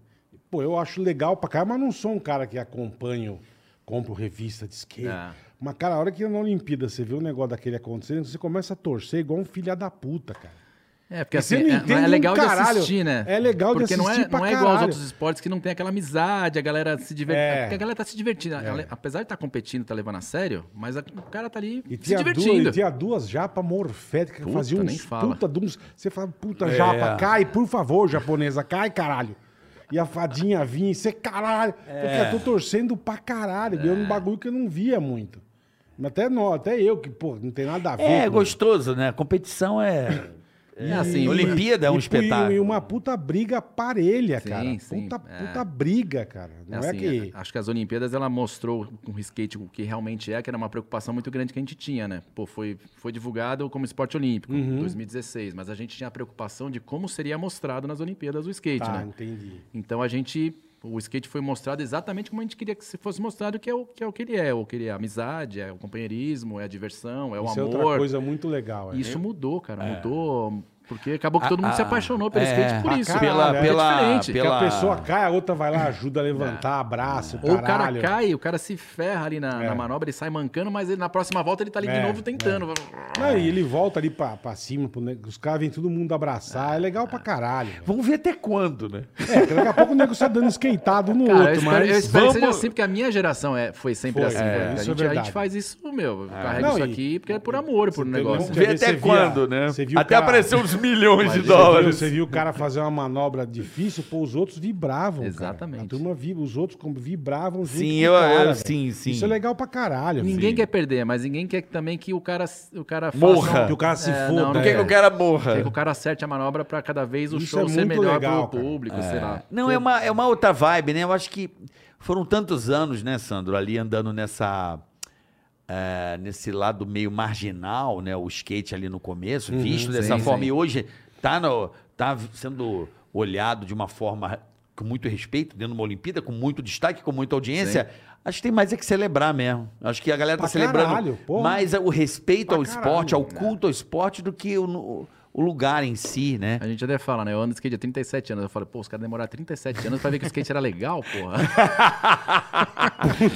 Speaker 2: pô, eu acho legal pra caralho, mas não sou um cara que acompanho, compro revista de skate.
Speaker 4: É.
Speaker 2: Mas, cara, a hora que na Olimpíada você vê um negócio daquele acontecendo, você começa a torcer igual um filha da puta, cara.
Speaker 4: É, porque
Speaker 2: E você
Speaker 4: assim,
Speaker 2: não
Speaker 4: é-
Speaker 2: entende
Speaker 4: é
Speaker 2: um
Speaker 4: legal de
Speaker 2: caralho.
Speaker 4: assistir, né?
Speaker 2: É legal de
Speaker 4: porque não
Speaker 2: assistir
Speaker 4: é,
Speaker 2: pra
Speaker 4: não é igual aos
Speaker 2: caralho.
Speaker 4: outros esportes que não tem aquela amizade, a galera se diverte.
Speaker 2: É.
Speaker 4: É. Porque a galera tá se divertindo. Ela- apesar de estar competindo, tá levando a sério, mas a- o cara tá ali
Speaker 2: E
Speaker 4: se
Speaker 2: tinha, duas,
Speaker 4: divertindo.
Speaker 2: e tinha duas japa morféticas que
Speaker 4: Puta,
Speaker 2: faziam
Speaker 4: nem
Speaker 2: uns
Speaker 4: fala.
Speaker 2: puta de uns... Você fala, puta
Speaker 3: É.
Speaker 2: japa, cai, por favor, japonesa, cai, caralho. E a fadinha vinha e você, caralho.
Speaker 3: É.
Speaker 2: Eu falei, "Cara, tô torcendo pra caralho. Deu
Speaker 4: É.
Speaker 2: um bagulho que eu não via muito. Mas Até, nó- até eu, que, pô, não tem nada a ver.
Speaker 3: É
Speaker 2: com-
Speaker 3: gostoso, né? Competição é.
Speaker 4: É assim,
Speaker 3: Olimpíada é um
Speaker 2: e, pô, e-
Speaker 3: espetáculo.
Speaker 2: E uma puta briga parelha,
Speaker 4: Sim,
Speaker 2: cara.
Speaker 4: sim,
Speaker 2: puta,
Speaker 4: é.
Speaker 2: puta briga, cara. Não é,
Speaker 4: assim,
Speaker 2: que...
Speaker 4: a- Acho que as Olimpíadas ela mostrou com o skate o que realmente é, que era uma preocupação muito grande que a gente tinha, né? Pô, foi, foi divulgado como esporte olímpico
Speaker 2: Uhum.
Speaker 4: em 2016, mas a gente tinha a preocupação de como seria mostrado nas Olimpíadas o skate,
Speaker 2: Tá,
Speaker 4: né?
Speaker 2: entendi.
Speaker 4: Então a gente. O skate foi mostrado exatamente como a gente queria que se fosse mostrado, que é o que, é o que ele é. O que ele é a amizade, é o companheirismo, é a diversão, é o
Speaker 2: Isso
Speaker 4: amor.
Speaker 2: é outra coisa muito legal. É.
Speaker 4: E isso mudou, cara. Mudou. Porque acabou que todo mundo
Speaker 3: Ah,
Speaker 4: se apaixonou pelo
Speaker 3: é,
Speaker 4: skate por
Speaker 3: pra
Speaker 4: isso.
Speaker 2: caralho,
Speaker 4: Porque
Speaker 2: é.
Speaker 3: Pela-
Speaker 4: diferente.
Speaker 2: Que
Speaker 3: pela-
Speaker 2: a pessoa cai, a outra vai lá, ajuda a levantar, abraça, o
Speaker 4: É. Ou
Speaker 2: caralho.
Speaker 4: o cara cai, o cara se ferra ali na, na manobra, ele sai mancando, mas ele, na próxima volta ele tá ali
Speaker 2: É,
Speaker 4: de novo tentando.
Speaker 2: Não,
Speaker 4: É.
Speaker 2: e ele volta ali pra, pra cima, pro nego- os caras vêm todo mundo abraçar, é legal pra caralho. velho.
Speaker 3: Vamos ver até quando, né?
Speaker 2: É, que daqui a pouco o nego sai dando esquentado um no
Speaker 4: Cara, eu
Speaker 2: outro,
Speaker 4: espero, eu
Speaker 2: mas...
Speaker 4: espero que seja
Speaker 3: vamos-
Speaker 4: assim, porque a minha geração é, foi sempre
Speaker 2: Foi,
Speaker 4: assim.
Speaker 2: é, isso
Speaker 4: velho. a,
Speaker 2: é
Speaker 4: gente, a
Speaker 2: verdade.
Speaker 4: gente faz isso, meu. Carrega
Speaker 2: Não,
Speaker 4: isso
Speaker 2: e-
Speaker 4: aqui porque é por amor, por um
Speaker 2: tem um
Speaker 4: negócio.
Speaker 2: monte
Speaker 3: Ver
Speaker 2: Você
Speaker 3: até
Speaker 2: via-
Speaker 3: quando, né?
Speaker 2: você viu o
Speaker 3: Até
Speaker 2: cara-
Speaker 3: aparecer uns milhões de
Speaker 4: Mas
Speaker 2: Você viu,
Speaker 3: dólares.
Speaker 2: você viu o cara fazer uma manobra difícil, pô, os outros vibravam. cara.
Speaker 4: Exatamente.
Speaker 2: A turma vibra, os outros como vibravam junto
Speaker 3: Sim,
Speaker 2: com o
Speaker 3: eu- eu-
Speaker 2: cara,
Speaker 3: sim,
Speaker 2: velho.
Speaker 3: sim.
Speaker 2: Isso é legal pra caralho.
Speaker 4: Ninguém
Speaker 2: velho.
Speaker 4: quer perder, mas ninguém quer também que o cara, o cara faça
Speaker 3: Morra.
Speaker 4: um-
Speaker 2: Que o cara se
Speaker 4: É,
Speaker 2: foda.
Speaker 4: não, não
Speaker 3: Por
Speaker 2: é.
Speaker 3: que, que o cara
Speaker 4: Quer que
Speaker 3: morra?
Speaker 4: o cara acerte a manobra pra cada vez o
Speaker 2: Isso
Speaker 4: show
Speaker 2: é
Speaker 4: ser
Speaker 2: muito
Speaker 4: melhor
Speaker 2: legal,
Speaker 4: pro
Speaker 2: cara.
Speaker 4: público, sei lá.
Speaker 3: Não, é uma, é uma outra vibe, né? Eu acho que foram tantos anos, né, Sandro, ali andando nessa. eh, nesse lado meio marginal, né? O skate ali no começo,
Speaker 2: Uhum,
Speaker 3: visto dessa
Speaker 4: sim,
Speaker 3: forma.
Speaker 4: sim.
Speaker 3: E hoje tá, no- tá sendo olhado de uma forma com muito respeito, dentro de uma Olimpíada, com muito destaque, com muita audiência. Acho que tem mais é que celebrar mesmo. Acho que a galera
Speaker 2: Pra
Speaker 3: tá celebrando
Speaker 2: caralho, porra.
Speaker 3: mais o respeito
Speaker 2: Pra
Speaker 3: ao esporte,
Speaker 2: caralho, né?
Speaker 3: ao culto ao esporte, do que o, o lugar em si, né?
Speaker 4: A gente até fala, né? Eu ando de skate há 37 anos. Eu falo, pô, os caras demoraram 37 anos pra ver que o skate era legal, porra.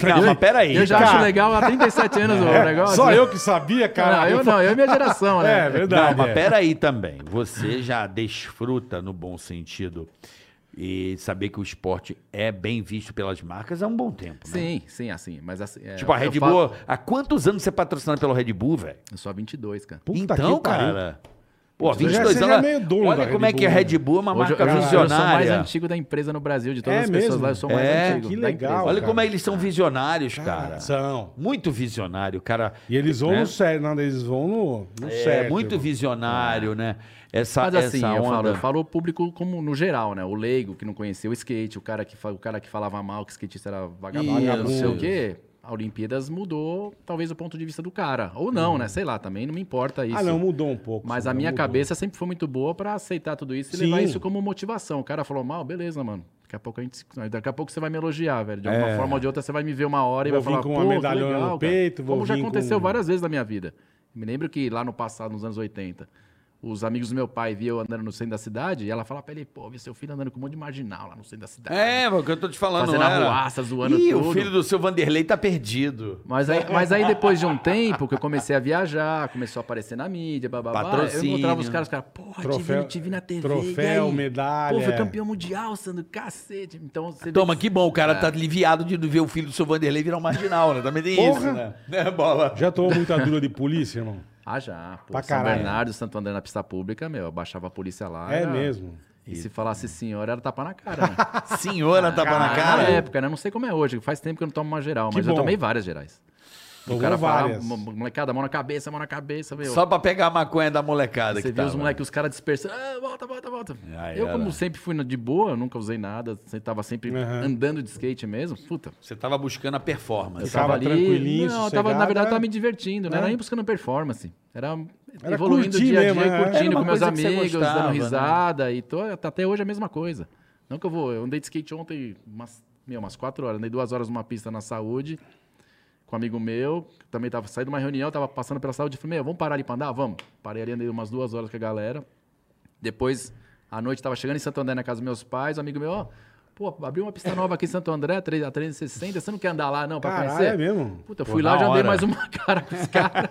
Speaker 3: Não, mas peraí.
Speaker 4: eu já
Speaker 3: cara.
Speaker 4: acho legal há 37 anos o negócio.
Speaker 2: É. Só
Speaker 4: né?
Speaker 2: eu que sabia,
Speaker 4: Não,
Speaker 2: cara.
Speaker 4: eu não, eu e minha geração, né?
Speaker 2: É, verdade.
Speaker 3: Não, mas
Speaker 2: é.
Speaker 3: peraí também. Você já desfruta no bom sentido e saber que o esporte é bem visto pelas marcas há um bom tempo, né?
Speaker 4: Sim, sim, assim. Mas assim. é,
Speaker 3: Tipo, a
Speaker 4: eu
Speaker 3: Red
Speaker 4: falo-
Speaker 3: Bull, há quantos anos você é patrocinado pelo Red Bull, velho?
Speaker 4: Eu sou há 22, cara.
Speaker 2: Puta
Speaker 3: Então,
Speaker 2: que pariu.
Speaker 3: cara. Pô,
Speaker 2: Você já-
Speaker 3: 22
Speaker 2: você
Speaker 3: anos.
Speaker 2: já é meio dono
Speaker 3: olha
Speaker 2: da
Speaker 3: como
Speaker 2: Red
Speaker 3: é que a
Speaker 2: Bull, né?
Speaker 3: Red Bull é uma
Speaker 4: Hoje eu,
Speaker 3: marca
Speaker 4: eu sou mais
Speaker 3: visionária.
Speaker 4: antigo da empresa no Brasil, de todas
Speaker 2: É
Speaker 4: as pessoas
Speaker 2: mesmo?
Speaker 4: lá, eu sou mais
Speaker 3: É,
Speaker 4: antigo.
Speaker 2: que
Speaker 4: da empresa.
Speaker 2: legal.
Speaker 3: Olha
Speaker 2: cara. é
Speaker 3: como é, eles são visionários, cara.
Speaker 2: São.
Speaker 3: Muito visionário, cara.
Speaker 2: E eles vão
Speaker 3: Né?
Speaker 2: no sério, não, eles vão no, no Ah,
Speaker 3: É,
Speaker 2: sério.
Speaker 3: muito visionário, né? Essa,
Speaker 4: Mas assim,
Speaker 3: essa
Speaker 4: eu falo,
Speaker 3: onda.
Speaker 4: eu falo o público como no geral, né? O leigo que não conhecia o skate, o cara que, fa- o cara que falava mal que skatista era vagabundo,
Speaker 3: Isso.
Speaker 4: não sei o quê. A Olimpíadas mudou, talvez, o ponto de vista do cara. Ou não, né? Sei lá, também não me importa isso.
Speaker 2: Ah, não, mudou um pouco.
Speaker 4: Mas
Speaker 2: Sandro,
Speaker 4: a minha
Speaker 2: mudou.
Speaker 4: cabeça sempre foi muito boa pra aceitar tudo isso e
Speaker 2: Sim.
Speaker 4: levar isso como motivação. O cara falou mal, beleza, mano. Daqui a pouco a gente, se- daqui a pouco você vai me elogiar, velho. De alguma forma ou de outra você vai me ver uma hora
Speaker 2: É.
Speaker 4: e
Speaker 2: Vou
Speaker 4: vai falar,
Speaker 2: vir com uma
Speaker 4: pô, que
Speaker 2: medalhona
Speaker 4: legal,
Speaker 2: no
Speaker 4: cara."
Speaker 2: peito, vou
Speaker 4: Como já
Speaker 2: vir
Speaker 4: aconteceu
Speaker 2: com- um
Speaker 4: várias vezes na minha vida. Me lembro que lá no passado, nos anos 80, os amigos do meu pai viam eu andando no centro da cidade e ela falava pra ele, pô, vi seu filho andando com um monte de marginal lá no centro da cidade.
Speaker 3: É, o que eu tô te falando.
Speaker 4: Fazendo
Speaker 3: não era?
Speaker 4: arruaça, zoando
Speaker 3: Ih, o
Speaker 4: tudo.
Speaker 3: filho do seu Vanderlei tá perdido.
Speaker 4: Mas aí, mas aí depois de um tempo que eu comecei a viajar, começou a aparecer na mídia, bababá, eu
Speaker 3: Patrocínio.
Speaker 4: encontrava os caras, os caras, porra,
Speaker 2: Troféu-
Speaker 4: te, vi, te vi na TV,
Speaker 2: troféu,
Speaker 4: e aí?
Speaker 2: medalha.
Speaker 4: Pô, foi campeão mundial, Sandro, cacete. Então, você vê
Speaker 3: Toma, que bom, o cara
Speaker 4: É.
Speaker 3: tá aliviado de ver o filho do seu Vanderlei virar um marginal, né? Também tem isso,
Speaker 2: Porra.
Speaker 3: né? né? Bola.
Speaker 2: Já tomou muita dura de polícia, irmão?
Speaker 4: Ah, já. Pô,
Speaker 2: Pra
Speaker 4: São
Speaker 2: caralho.
Speaker 4: Bernardo, Santo André na pista pública, meu, eu baixava a polícia lá.
Speaker 2: É
Speaker 4: era-
Speaker 2: mesmo.
Speaker 4: E se falasse senhora, era tapa na cara, né?
Speaker 3: Senhora tapa na
Speaker 4: Na
Speaker 3: cara.
Speaker 4: época, né? Não sei como é hoje. Faz tempo que eu não tomo uma geral,
Speaker 2: Que
Speaker 4: mas eu
Speaker 2: bom.
Speaker 4: tomei várias gerais.
Speaker 2: Tomou
Speaker 4: o cara
Speaker 2: várias.
Speaker 4: fala, "Mo- molecada, mão na cabeça, mão na cabeça, meu.
Speaker 3: Só pra pegar a maconha da molecada
Speaker 4: Você
Speaker 3: que tá,
Speaker 4: viu
Speaker 3: tava.
Speaker 4: os moleques, os caras dispersando. Ah, volta, volta, volta.
Speaker 3: Já
Speaker 4: eu,
Speaker 3: era.
Speaker 4: como sempre fui de boa, nunca usei nada. Você tava sempre
Speaker 2: Aham.
Speaker 4: andando de skate mesmo. Puta.
Speaker 3: Você tava buscando a
Speaker 4: Eu
Speaker 3: performance.
Speaker 2: Ficava
Speaker 4: tava ali.
Speaker 2: tranquilinho,
Speaker 4: Não, eu tava,
Speaker 2: sossegado,
Speaker 4: na verdade,
Speaker 2: né?
Speaker 4: eu tava me divertindo, não
Speaker 2: É.
Speaker 4: era nem buscando performance. Era,
Speaker 2: Era
Speaker 4: evoluindo
Speaker 2: curtir
Speaker 4: dia a dia,
Speaker 2: mesmo, né?
Speaker 4: curtindo
Speaker 3: Era uma
Speaker 4: com meus
Speaker 3: coisa que você
Speaker 4: amigos,
Speaker 3: gostava,
Speaker 4: dando
Speaker 3: né?
Speaker 4: risada. E tô, até hoje é a mesma coisa. Não que eu vou. Eu andei de skate ontem, umas, meu, umas quatro horas. Andei duas horas numa pista na saúde com um amigo meu, que também tava saindo de uma reunião, tava passando pela saúde, falei, meu, vamos parar ali pra andar? Vamos. Parei ali, andei umas duas horas com a galera. Depois, à noite, tava chegando em Santo André na casa dos meus pais, um amigo meu, ó, pô, abriu uma pista nova aqui em Santo André, três- a 360, você não quer andar lá não pra
Speaker 2: Caralho,
Speaker 4: conhecer?
Speaker 2: é mesmo?
Speaker 4: Puta, eu
Speaker 3: Pô,
Speaker 4: fui lá,
Speaker 3: na
Speaker 4: já andei
Speaker 3: hora.
Speaker 4: mais uma cara com os caras.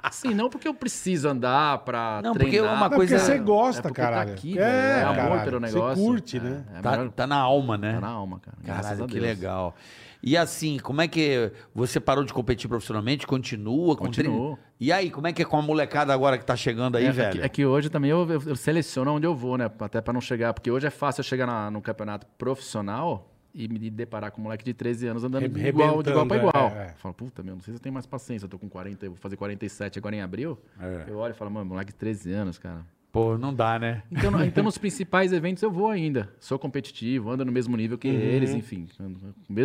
Speaker 4: Assim, não porque eu preciso andar pra
Speaker 3: Não, porque
Speaker 4: treinar.
Speaker 3: é uma
Speaker 2: Não,
Speaker 3: coisa-
Speaker 2: porque você gosta,
Speaker 4: é porque tá
Speaker 2: caralho.
Speaker 4: aqui,
Speaker 2: é,
Speaker 4: velho, é amor
Speaker 2: caralho.
Speaker 4: pelo
Speaker 2: Você
Speaker 4: negócio.
Speaker 2: curte,
Speaker 4: É,
Speaker 2: né?
Speaker 4: é
Speaker 3: Tá,
Speaker 4: melhor-
Speaker 3: tá na alma, né?
Speaker 4: tá na alma, cara. graças a
Speaker 3: Caralho, que
Speaker 4: Deus.
Speaker 3: legal. E assim, como é que você parou de competir profissionalmente? Continua? com
Speaker 4: Continuo.
Speaker 3: tri- E aí, como é que é com a molecada agora que tá chegando aí,
Speaker 4: é,
Speaker 3: velho?
Speaker 4: Que, é que hoje também eu, eu- eu seleciono onde eu vou, né? Até pra não chegar. Porque hoje é fácil eu chegar na- no campeonato profissional e me deparar com um moleque de 13 anos andando
Speaker 2: Re-
Speaker 4: de igual, de igual pra
Speaker 2: rebentando,
Speaker 4: igual.
Speaker 2: é, é.
Speaker 4: Falo, puta, meu, não sei se eu tenho mais paciência. Eu tô com 40, eu vou fazer 47 agora em abril.
Speaker 3: É.
Speaker 4: Eu olho e falo, mano, moleque de 13 anos, cara.
Speaker 3: Pô, não dá, né?
Speaker 4: Então, no- então, nos principais eventos eu vou ainda. Sou competitivo, ando no mesmo nível
Speaker 2: Uhum.
Speaker 4: que eles, enfim.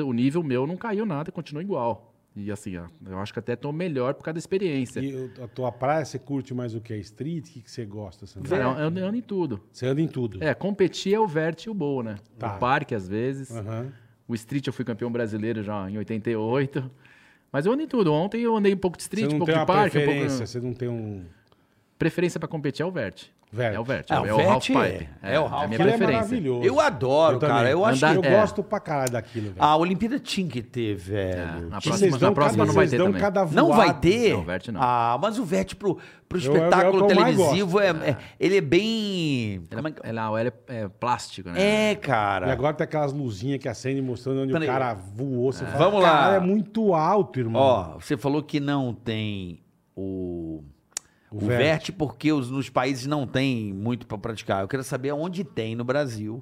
Speaker 4: O nível meu não caiu nada, continua igual. E assim, ó, eu acho que até tô melhor por causa da experiência.
Speaker 2: E o- a tua praia, você curte mais o que? Street? O que, que você gosta? Sandro?
Speaker 4: Cara, eu eu ando em tudo.
Speaker 2: Você anda em tudo.
Speaker 4: É, competir é o vert e o boa, né?
Speaker 2: Tá. É.
Speaker 4: O parque, às vezes.
Speaker 2: Aham.
Speaker 4: O street eu fui campeão brasileiro já em 88. Mas eu ando em tudo. Ontem eu andei um pouco de
Speaker 2: Você
Speaker 4: street, um
Speaker 2: não
Speaker 4: pouco
Speaker 2: tem
Speaker 4: de
Speaker 2: uma
Speaker 4: parque. Um pouco...
Speaker 2: preferência, você não tem um...
Speaker 4: Preferência pra competir é o vert.
Speaker 2: Vert.
Speaker 4: É o vert.
Speaker 3: É, o
Speaker 4: É, o
Speaker 3: vert
Speaker 4: half pipe.
Speaker 3: é- é o half
Speaker 4: a minha
Speaker 2: Aquilo é
Speaker 4: preferência.
Speaker 2: maravilhoso.
Speaker 3: Eu adoro,
Speaker 2: Eu
Speaker 3: cara.
Speaker 2: também.
Speaker 3: Eu acho
Speaker 4: Andar-
Speaker 2: Eu
Speaker 3: que. Ah,
Speaker 4: É.
Speaker 2: gosto pra caralho daquilo, velho.
Speaker 3: A Olimpíada tinha que ter, velho.
Speaker 4: É, na
Speaker 3: Tinha-
Speaker 4: próxima- na próxima não vai
Speaker 2: vocês
Speaker 4: ter
Speaker 2: dão
Speaker 4: também.
Speaker 2: cada
Speaker 3: Não
Speaker 2: voada.
Speaker 3: vai ter?
Speaker 4: Não, o Vert não.
Speaker 3: Ah, mas o Vert pro, pro
Speaker 2: Eu- é eu- eu
Speaker 3: espetáculo
Speaker 2: que eu mais
Speaker 3: televisivo, é, é- ele é bem...
Speaker 4: Ela,
Speaker 3: Como é que-
Speaker 4: ela- ela é, é plástico, né?
Speaker 3: É,
Speaker 2: E
Speaker 3: cara.
Speaker 2: agora tem aquelas luzinhas que acendem mostrando onde
Speaker 3: Peraí.
Speaker 2: o cara voou. Você fala,
Speaker 3: Vamos lá.
Speaker 2: Caralho, é muito alto, irmão.
Speaker 3: Ó, você falou que não tem o...
Speaker 2: O
Speaker 3: O, vert.
Speaker 2: Vert.
Speaker 3: porque os, nos países não tem muito pra praticar. Eu quero saber onde tem no Brasil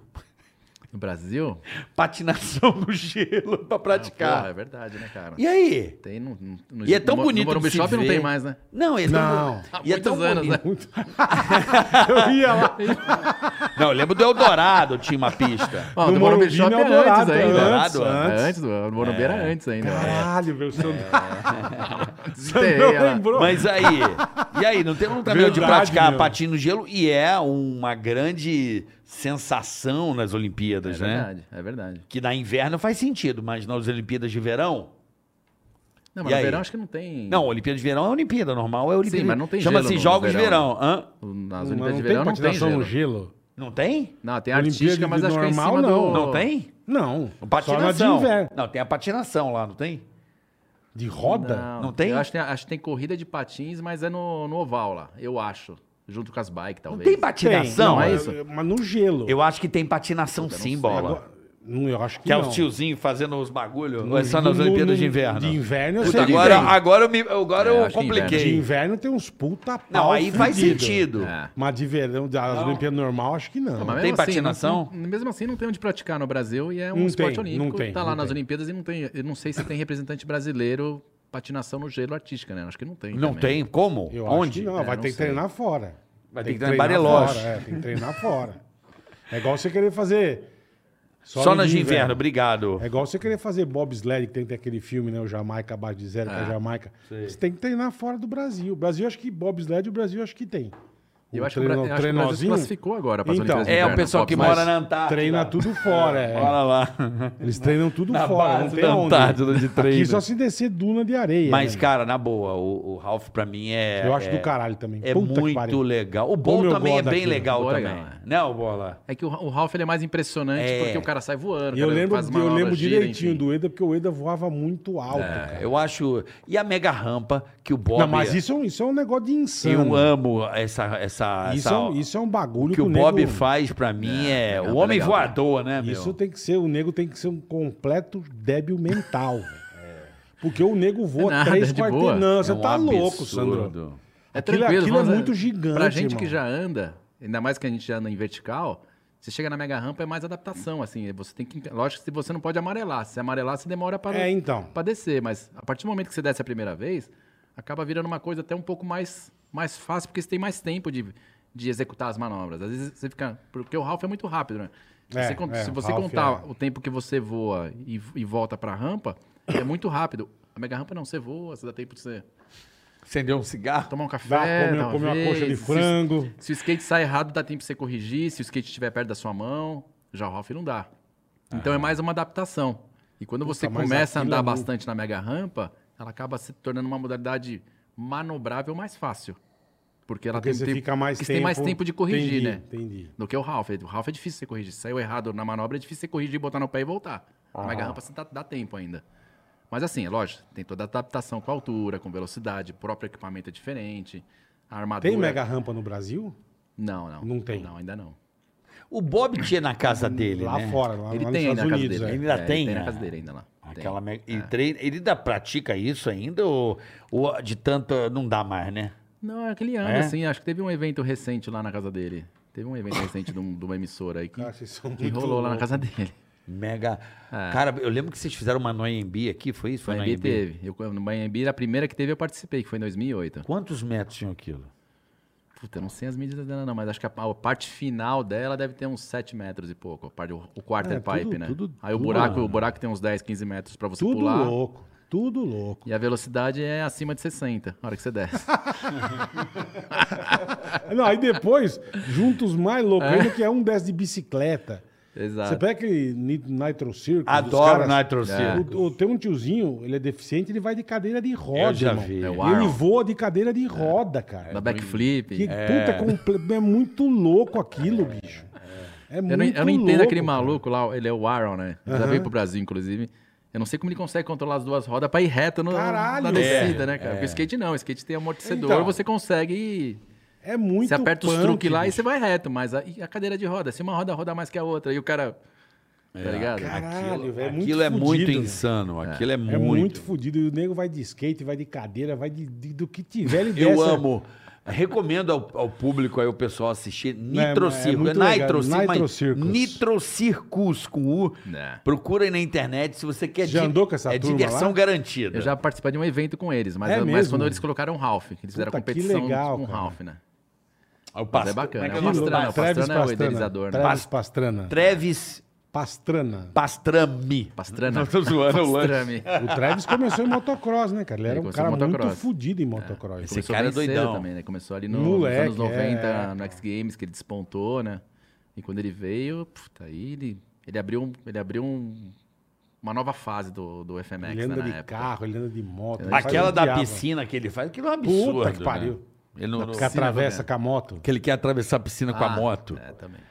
Speaker 4: No Brasil?
Speaker 3: patinação no gelo pra praticar.
Speaker 4: é verdade, né, cara?
Speaker 3: e aí?
Speaker 4: Tem no, no, no-
Speaker 3: E é tão
Speaker 4: no-
Speaker 3: bonito
Speaker 4: No Morumbi
Speaker 3: de se
Speaker 4: Shopping não
Speaker 3: ver.
Speaker 4: tem mais, né?
Speaker 3: Não, é tão
Speaker 2: Não.
Speaker 3: boni-
Speaker 4: Há
Speaker 3: E é tão
Speaker 4: muitos anos, né?
Speaker 2: Muito...
Speaker 3: bonito.
Speaker 2: eu ia lá.
Speaker 3: Não, eu lembro do Eldorado, tinha uma pista.
Speaker 4: Ó,
Speaker 2: No
Speaker 4: do Morumbi
Speaker 2: Morumbi
Speaker 4: Shopping
Speaker 2: não é
Speaker 4: é antes
Speaker 2: Dourado, é
Speaker 4: ainda.
Speaker 3: antes,
Speaker 4: É
Speaker 2: antes.
Speaker 4: antes do o Morumbi era antes ainda. É.
Speaker 2: Caralho, meu Sandro.
Speaker 4: Desenterrei
Speaker 2: Sandro
Speaker 4: ela.
Speaker 2: lembrou.
Speaker 3: Mas aí, e aí, não tem um caminho de
Speaker 2: Verdade,
Speaker 3: praticar
Speaker 2: meu.
Speaker 3: patins no gelo e é uma grande sensação nas
Speaker 4: É
Speaker 3: Olimpíadas, né?
Speaker 4: verdade, é verdade.
Speaker 3: Que na inverno faz sentido, mas nas Olimpíadas de verão.
Speaker 4: Não,
Speaker 3: E
Speaker 4: mas no
Speaker 3: aí?
Speaker 4: verão acho que não tem.
Speaker 3: Não, Olimpíada de verão é Olimpíada, normal é Olimpíada.
Speaker 4: mas não tem
Speaker 3: Chama-se
Speaker 4: gelo no
Speaker 3: Jogos de
Speaker 4: verão,
Speaker 3: Verão. Hã?
Speaker 4: Nas
Speaker 2: Não,
Speaker 4: Olimpíadas
Speaker 2: não
Speaker 4: de
Speaker 2: tem
Speaker 4: verão não tem
Speaker 2: patinação
Speaker 4: gelo.
Speaker 2: no gelo?
Speaker 3: Não tem?
Speaker 4: Não, tem
Speaker 2: Olimpíada
Speaker 4: artística,
Speaker 2: de
Speaker 4: mas acho que é em
Speaker 2: normal,
Speaker 4: cima
Speaker 2: não.
Speaker 4: do...
Speaker 3: Não tem?
Speaker 2: Não. Só na de
Speaker 3: Patinação.
Speaker 2: inverno.
Speaker 3: Não, tem a patinação lá, não tem?
Speaker 2: De roda?
Speaker 4: Não,
Speaker 3: Não tem?
Speaker 4: Eu acho que, tem, acho que tem corrida de patins, mas é no, no oval lá, eu acho. Junto com as bikes,
Speaker 3: Não
Speaker 4: talvez.
Speaker 3: tem
Speaker 2: Tem.
Speaker 3: patinação?
Speaker 4: não é
Speaker 2: eu-
Speaker 4: isso?
Speaker 2: eu- Mas no gelo.
Speaker 3: Eu acho que tem patinação
Speaker 4: não
Speaker 3: sim,
Speaker 4: sei.
Speaker 3: bola.
Speaker 2: Agora- Não, eu acho que
Speaker 3: Que é
Speaker 2: não.
Speaker 3: os tiozinhos fazendo os bagulho.
Speaker 2: No-
Speaker 3: Ou é só nas
Speaker 2: no-
Speaker 3: Olimpíadas de
Speaker 2: no-
Speaker 3: inverno?
Speaker 2: De inverno eu
Speaker 3: Puta,
Speaker 2: sei que
Speaker 3: agora,
Speaker 2: tem.
Speaker 3: agora eu, me, agora
Speaker 4: É,
Speaker 3: eu
Speaker 4: acho que
Speaker 2: De
Speaker 3: compliquei.
Speaker 2: inverno tem uns puta pau
Speaker 3: Não, aí faz
Speaker 2: fudido.
Speaker 3: sentido.
Speaker 4: É.
Speaker 2: Mas de verão, das Olimpíadas normal, acho que não.
Speaker 4: Não, mas
Speaker 3: Não
Speaker 4: mesmo
Speaker 3: tem
Speaker 4: assim,
Speaker 3: patinação?
Speaker 4: não- não- mesmo assim, não tem onde praticar no Brasil e é um
Speaker 2: Não
Speaker 4: esporte
Speaker 2: tem,
Speaker 4: olímpico.
Speaker 2: não tem,
Speaker 4: tá lá
Speaker 2: não
Speaker 4: nas
Speaker 2: tem.
Speaker 4: Olimpíadas e não tem. Eu não sei se tem representante brasileiro patinação no gelo artística, né? Acho que não tem.
Speaker 3: Não
Speaker 4: também.
Speaker 3: tem? Como?
Speaker 2: Eu acho
Speaker 3: Onde?
Speaker 2: que não,
Speaker 4: É,
Speaker 2: vai
Speaker 4: não
Speaker 2: ter que
Speaker 4: sei.
Speaker 2: treinar fora.
Speaker 3: Vai
Speaker 2: Tem
Speaker 3: ter que treinar em
Speaker 2: treinar
Speaker 3: Bariloche.
Speaker 2: fora, É, tem que treinar fora. É igual você querer fazer...
Speaker 3: Só
Speaker 2: no
Speaker 3: nas de inverno, obrigado.
Speaker 2: É igual você querer fazer bobsled, que tem, tem aquele filme, né? O Jamaica abaixo de zero, que é a Jamaica.
Speaker 3: Sei.
Speaker 2: Você tem que treinar fora do Brasil. O Brasil, acho que bobsled, o Brasil acho que tem.
Speaker 4: Eu
Speaker 2: O
Speaker 4: acho que o Bra- eu acho que o Brasil se
Speaker 2: Um treinozinho
Speaker 4: classificou agora para as
Speaker 2: Então,
Speaker 4: Olimpíadas de
Speaker 3: É, o
Speaker 4: Inverno,
Speaker 3: pessoal
Speaker 4: Copa,
Speaker 3: que
Speaker 4: mas-
Speaker 3: mora na Antártida.
Speaker 2: treina tudo fora, é.
Speaker 3: Olha lá.
Speaker 2: Eles treinam tudo
Speaker 3: Na
Speaker 2: fora, não
Speaker 3: base
Speaker 2: tem
Speaker 3: da
Speaker 2: onde.
Speaker 3: Antártida de treino.
Speaker 2: Aqui só se descer duna de areia.
Speaker 3: Mas,
Speaker 2: né?
Speaker 3: cara, na boa, o, o Ralph pra mim é.
Speaker 2: Eu acho
Speaker 3: é,
Speaker 2: do caralho também.
Speaker 3: É
Speaker 2: Puta que
Speaker 3: muito
Speaker 2: pariu.
Speaker 3: legal. O
Speaker 2: Como
Speaker 3: Bol
Speaker 2: eu
Speaker 3: também é
Speaker 2: gosto
Speaker 3: bem
Speaker 2: daquilo.
Speaker 3: legal
Speaker 4: Bola é
Speaker 3: também.
Speaker 4: legal,
Speaker 3: Não, Bola?
Speaker 4: É que o, o Ralph ele é mais impressionante
Speaker 3: É.
Speaker 4: porque o cara sai voando.
Speaker 2: E eu
Speaker 4: cara,
Speaker 2: lembro,
Speaker 4: faz
Speaker 2: eu
Speaker 4: manobra,
Speaker 2: lembro
Speaker 4: gira,
Speaker 2: direitinho
Speaker 4: enfim.
Speaker 2: do Eda, porque o Eda voava muito alto,
Speaker 3: É,
Speaker 2: cara.
Speaker 3: Eu acho. E a mega rampa que o Bob.
Speaker 2: Não, mas isso é, um, isso é um negócio de insano.
Speaker 3: Eu amo essa. essa,
Speaker 2: Isso,
Speaker 3: essa
Speaker 2: é, um- isso é um bagulho
Speaker 3: que o
Speaker 2: nego-
Speaker 3: Bob faz pra mim é.
Speaker 4: legal,
Speaker 3: o
Speaker 4: tá
Speaker 3: homem
Speaker 4: legal, tá?
Speaker 3: voador, né, meu?
Speaker 2: um Isso tem que ser, o nego tem que ser um completo débil mental. velho. É. Porque o nego voa
Speaker 4: É nada,
Speaker 2: três
Speaker 4: é de boa.
Speaker 2: quarteirões. Não,
Speaker 3: É
Speaker 2: você
Speaker 3: um
Speaker 2: tá louco,
Speaker 3: absurdo.
Speaker 2: Sandro.
Speaker 4: É
Speaker 2: Aquilo-
Speaker 4: tranquilo.
Speaker 2: aquilo é
Speaker 4: vamos-
Speaker 2: muito gigante,
Speaker 4: Pra gente que
Speaker 2: irmão.
Speaker 4: já anda, ainda mais que a gente já anda em vertical, Você chega na mega rampa, é mais adaptação, assim. Você tem que. Lógico que você não pode amarelar. Se amarelar, você demora para,
Speaker 2: É, então.
Speaker 4: para descer. Mas a partir do momento que você desce a primeira vez, acaba virando uma coisa até um pouco mais, mais fácil, porque você tem mais tempo de, de executar as manobras. Às vezes você fica. Porque o Ralph é muito rápido, né? Se,
Speaker 2: É,
Speaker 4: você, con-
Speaker 2: é,
Speaker 4: se
Speaker 2: o
Speaker 4: você
Speaker 2: Ralph
Speaker 4: contar
Speaker 2: é.
Speaker 4: o tempo que você voa e, e volta para a rampa, é muito rápido. A mega rampa não, você voa, você dá tempo de você
Speaker 3: Acender um cigarro.
Speaker 4: tomar um café.
Speaker 2: Dá, come,
Speaker 4: dar uma
Speaker 2: come uma
Speaker 4: vez,
Speaker 2: coxa de
Speaker 4: se-
Speaker 2: frango.
Speaker 4: se o skate sai errado, dá tempo pra você corrigir. Se o skate estiver perto da sua mão, já o Ralph não dá. Então é mais uma adaptação. E quando você
Speaker 2: Ah. mas
Speaker 4: começa a
Speaker 2: aquilo
Speaker 4: andar
Speaker 2: é muito-
Speaker 4: bastante na mega rampa, ela acaba se tornando uma modalidade manobrável mais fácil. Porque ela
Speaker 2: Porque
Speaker 4: tem, um
Speaker 2: você
Speaker 4: tempo,
Speaker 2: fica mais
Speaker 4: porque
Speaker 2: tempo.
Speaker 4: você tem mais tempo de corrigir,
Speaker 2: Entendi,
Speaker 4: né?
Speaker 2: Entendi.
Speaker 4: Do que o Ralph. O Ralph é difícil você corrigir. Se saiu errado na manobra, é difícil você corrigir, botar no pé e voltar. Na mega rampa você dá, dá tempo ainda. Mas assim, é lógico, tem toda a adaptação com a altura, com velocidade, o próprio equipamento é diferente, a armadura.
Speaker 2: Tem mega rampa no Brasil?
Speaker 4: Não, não.
Speaker 2: Não tem.
Speaker 4: Não, ainda não.
Speaker 3: O Bob tinha na casa dele,
Speaker 2: lá
Speaker 3: né?
Speaker 2: fora, lá,
Speaker 4: ele
Speaker 2: lá nos
Speaker 4: tem ainda
Speaker 2: Estados
Speaker 4: na casa
Speaker 2: Unidos.
Speaker 4: dele.
Speaker 2: é.
Speaker 3: Ele ainda
Speaker 4: É,
Speaker 3: tem,
Speaker 4: Ele tem
Speaker 3: né?
Speaker 4: na casa dele ainda lá.
Speaker 3: Aquela me- e treina- ele ainda pratica isso ainda ou, ou de tanto não dá mais, né?
Speaker 4: Não, é aquele ano,
Speaker 3: É?
Speaker 4: assim. Acho que teve um evento recente lá na casa dele. Teve um evento recente de, um- de uma emissora aí que,
Speaker 2: Cara, vocês são
Speaker 4: que
Speaker 2: muito
Speaker 4: rolou lá na
Speaker 2: loucos.
Speaker 4: casa dele.
Speaker 3: Mega.
Speaker 4: É.
Speaker 3: Cara, eu lembro que vocês fizeram uma no AMB aqui, foi isso? Foi
Speaker 4: No
Speaker 3: no
Speaker 4: Anhembi
Speaker 3: AMB?
Speaker 4: teve. Eu, no Anhembi, a primeira que teve eu participei, que foi em 2008.
Speaker 3: Quantos metros tinha aquilo?
Speaker 4: Puta, eu não sei as medidas dela não, mas acho que a, a parte final dela deve ter uns 7 metros e pouco. A parte, o, o quarter
Speaker 2: É, tudo-
Speaker 4: pipe, né?
Speaker 2: tudo-
Speaker 4: aí o
Speaker 2: tudo,
Speaker 4: buraco,
Speaker 2: né?
Speaker 4: o buraco tem uns 10, 15 metros pra você
Speaker 2: Tudo
Speaker 4: pular.
Speaker 2: louco. Tudo louco.
Speaker 4: E a velocidade é acima de 60, na hora que você desce.
Speaker 2: Não, aí depois, juntos mais loucos ainda, que é um desce de bicicleta.
Speaker 4: Exato.
Speaker 2: Você pega aquele ni- Nitro Circus. dos
Speaker 3: Adoro
Speaker 2: caras-
Speaker 3: Nitro Circus.
Speaker 2: O- o- tem um tiozinho, ele é deficiente, ele vai de cadeira de roda.
Speaker 3: Eu já
Speaker 2: irmão.
Speaker 3: vi.
Speaker 4: É o
Speaker 2: Ele
Speaker 4: Iron.
Speaker 2: voa de cadeira de roda, cara.
Speaker 4: Da backflip.
Speaker 2: É,
Speaker 4: é.
Speaker 2: Que puta, comple- é muito louco aquilo, bicho. É muito
Speaker 4: Eu não, eu não entendo
Speaker 2: louco,
Speaker 4: aquele
Speaker 2: cara.
Speaker 4: maluco lá, ele é o Aaron, né? Ele já veio pro Brasil, inclusive. Eu não sei como ele consegue controlar as duas rodas pra ir reto no,
Speaker 2: Caralho,
Speaker 4: na
Speaker 2: velho.
Speaker 3: É,
Speaker 4: descida, né, cara? Porque o skate não, o skate tem amortecedor,
Speaker 2: Então.
Speaker 4: você consegue.
Speaker 2: É muito
Speaker 4: Você aperta os
Speaker 2: punk,
Speaker 4: truques lá e
Speaker 2: bicho.
Speaker 4: você vai reto, mas a, e a cadeira de roda, se uma roda roda mais que a outra, e o cara.
Speaker 3: É,
Speaker 4: Tá ligado?
Speaker 2: Caralho, velho.
Speaker 3: aquilo é muito
Speaker 2: fudido, velho.
Speaker 3: insano. Aquilo é,
Speaker 2: É
Speaker 3: muito.
Speaker 2: muito fudido. E o nego vai de skate, vai de cadeira, vai de, de- do que tiver. Ele
Speaker 3: Eu
Speaker 2: desce.
Speaker 3: amo. Recomendo ao, ao público aí, o pessoal assistir
Speaker 2: é
Speaker 3: Nitro Circus. É,
Speaker 2: muito legal.
Speaker 3: Nitro Circus, mas
Speaker 2: Nitro Circus.
Speaker 3: Nitro Circus com U.
Speaker 4: Né.
Speaker 3: Procura aí na internet se você quer.
Speaker 2: Já
Speaker 3: di-
Speaker 2: andou com essa
Speaker 3: É
Speaker 2: turma
Speaker 3: diversão
Speaker 2: lá?
Speaker 3: garantida.
Speaker 4: Eu já participei de um evento com eles, mas,
Speaker 2: É
Speaker 4: mas
Speaker 2: mesmo?
Speaker 4: quando eles colocaram o Ralph, que eles fizeram
Speaker 2: Puta, que
Speaker 4: competição
Speaker 2: legal,
Speaker 4: com o
Speaker 2: cara.
Speaker 4: Ralph, né?
Speaker 3: Ah, o
Speaker 4: Mas
Speaker 3: Past-
Speaker 4: é bacana,
Speaker 3: como
Speaker 4: é
Speaker 3: que
Speaker 4: uma
Speaker 3: o nome?
Speaker 4: Pastrana,
Speaker 2: Pastrana,
Speaker 4: o
Speaker 2: Trevis
Speaker 4: Pastrana é o
Speaker 2: Pastrana,
Speaker 4: idealizador, né?
Speaker 2: Trevis Pastrana.
Speaker 3: Trevis
Speaker 2: Pastrana.
Speaker 3: Pastrami.
Speaker 4: Pastrana.
Speaker 3: Não, tô zoando, é o lanche.
Speaker 4: Pastrami.
Speaker 2: O Travis começou em motocross, né, cara? Ele era
Speaker 4: Ele
Speaker 2: um
Speaker 4: começou
Speaker 2: cara
Speaker 4: em
Speaker 2: muito
Speaker 4: motocross.
Speaker 2: fudido em motocross.
Speaker 3: Esse
Speaker 4: Começou
Speaker 3: cara
Speaker 4: bem
Speaker 3: é doidão.
Speaker 4: cedo também, né? Começou ali no,
Speaker 2: Moleque,
Speaker 4: nos anos 90,
Speaker 2: é.
Speaker 4: no X Games, que ele despontou, né? E quando ele veio, puta, aí ele, ele abriu, um- ele abriu um- uma nova fase do, do FMX,
Speaker 2: Ele anda
Speaker 4: né, na
Speaker 2: de
Speaker 4: época.
Speaker 2: carro, ele anda de moto. ele
Speaker 3: Aquela
Speaker 2: faz o
Speaker 3: da
Speaker 2: diabo.
Speaker 3: piscina que ele faz, aquilo é um absurdo.
Speaker 2: Puta que
Speaker 3: né?
Speaker 2: pariu.
Speaker 3: Ele não-
Speaker 2: Que atravessa com a moto.
Speaker 3: que ele quer atravessar a piscina com a
Speaker 4: Ah,
Speaker 3: moto.
Speaker 4: É, também.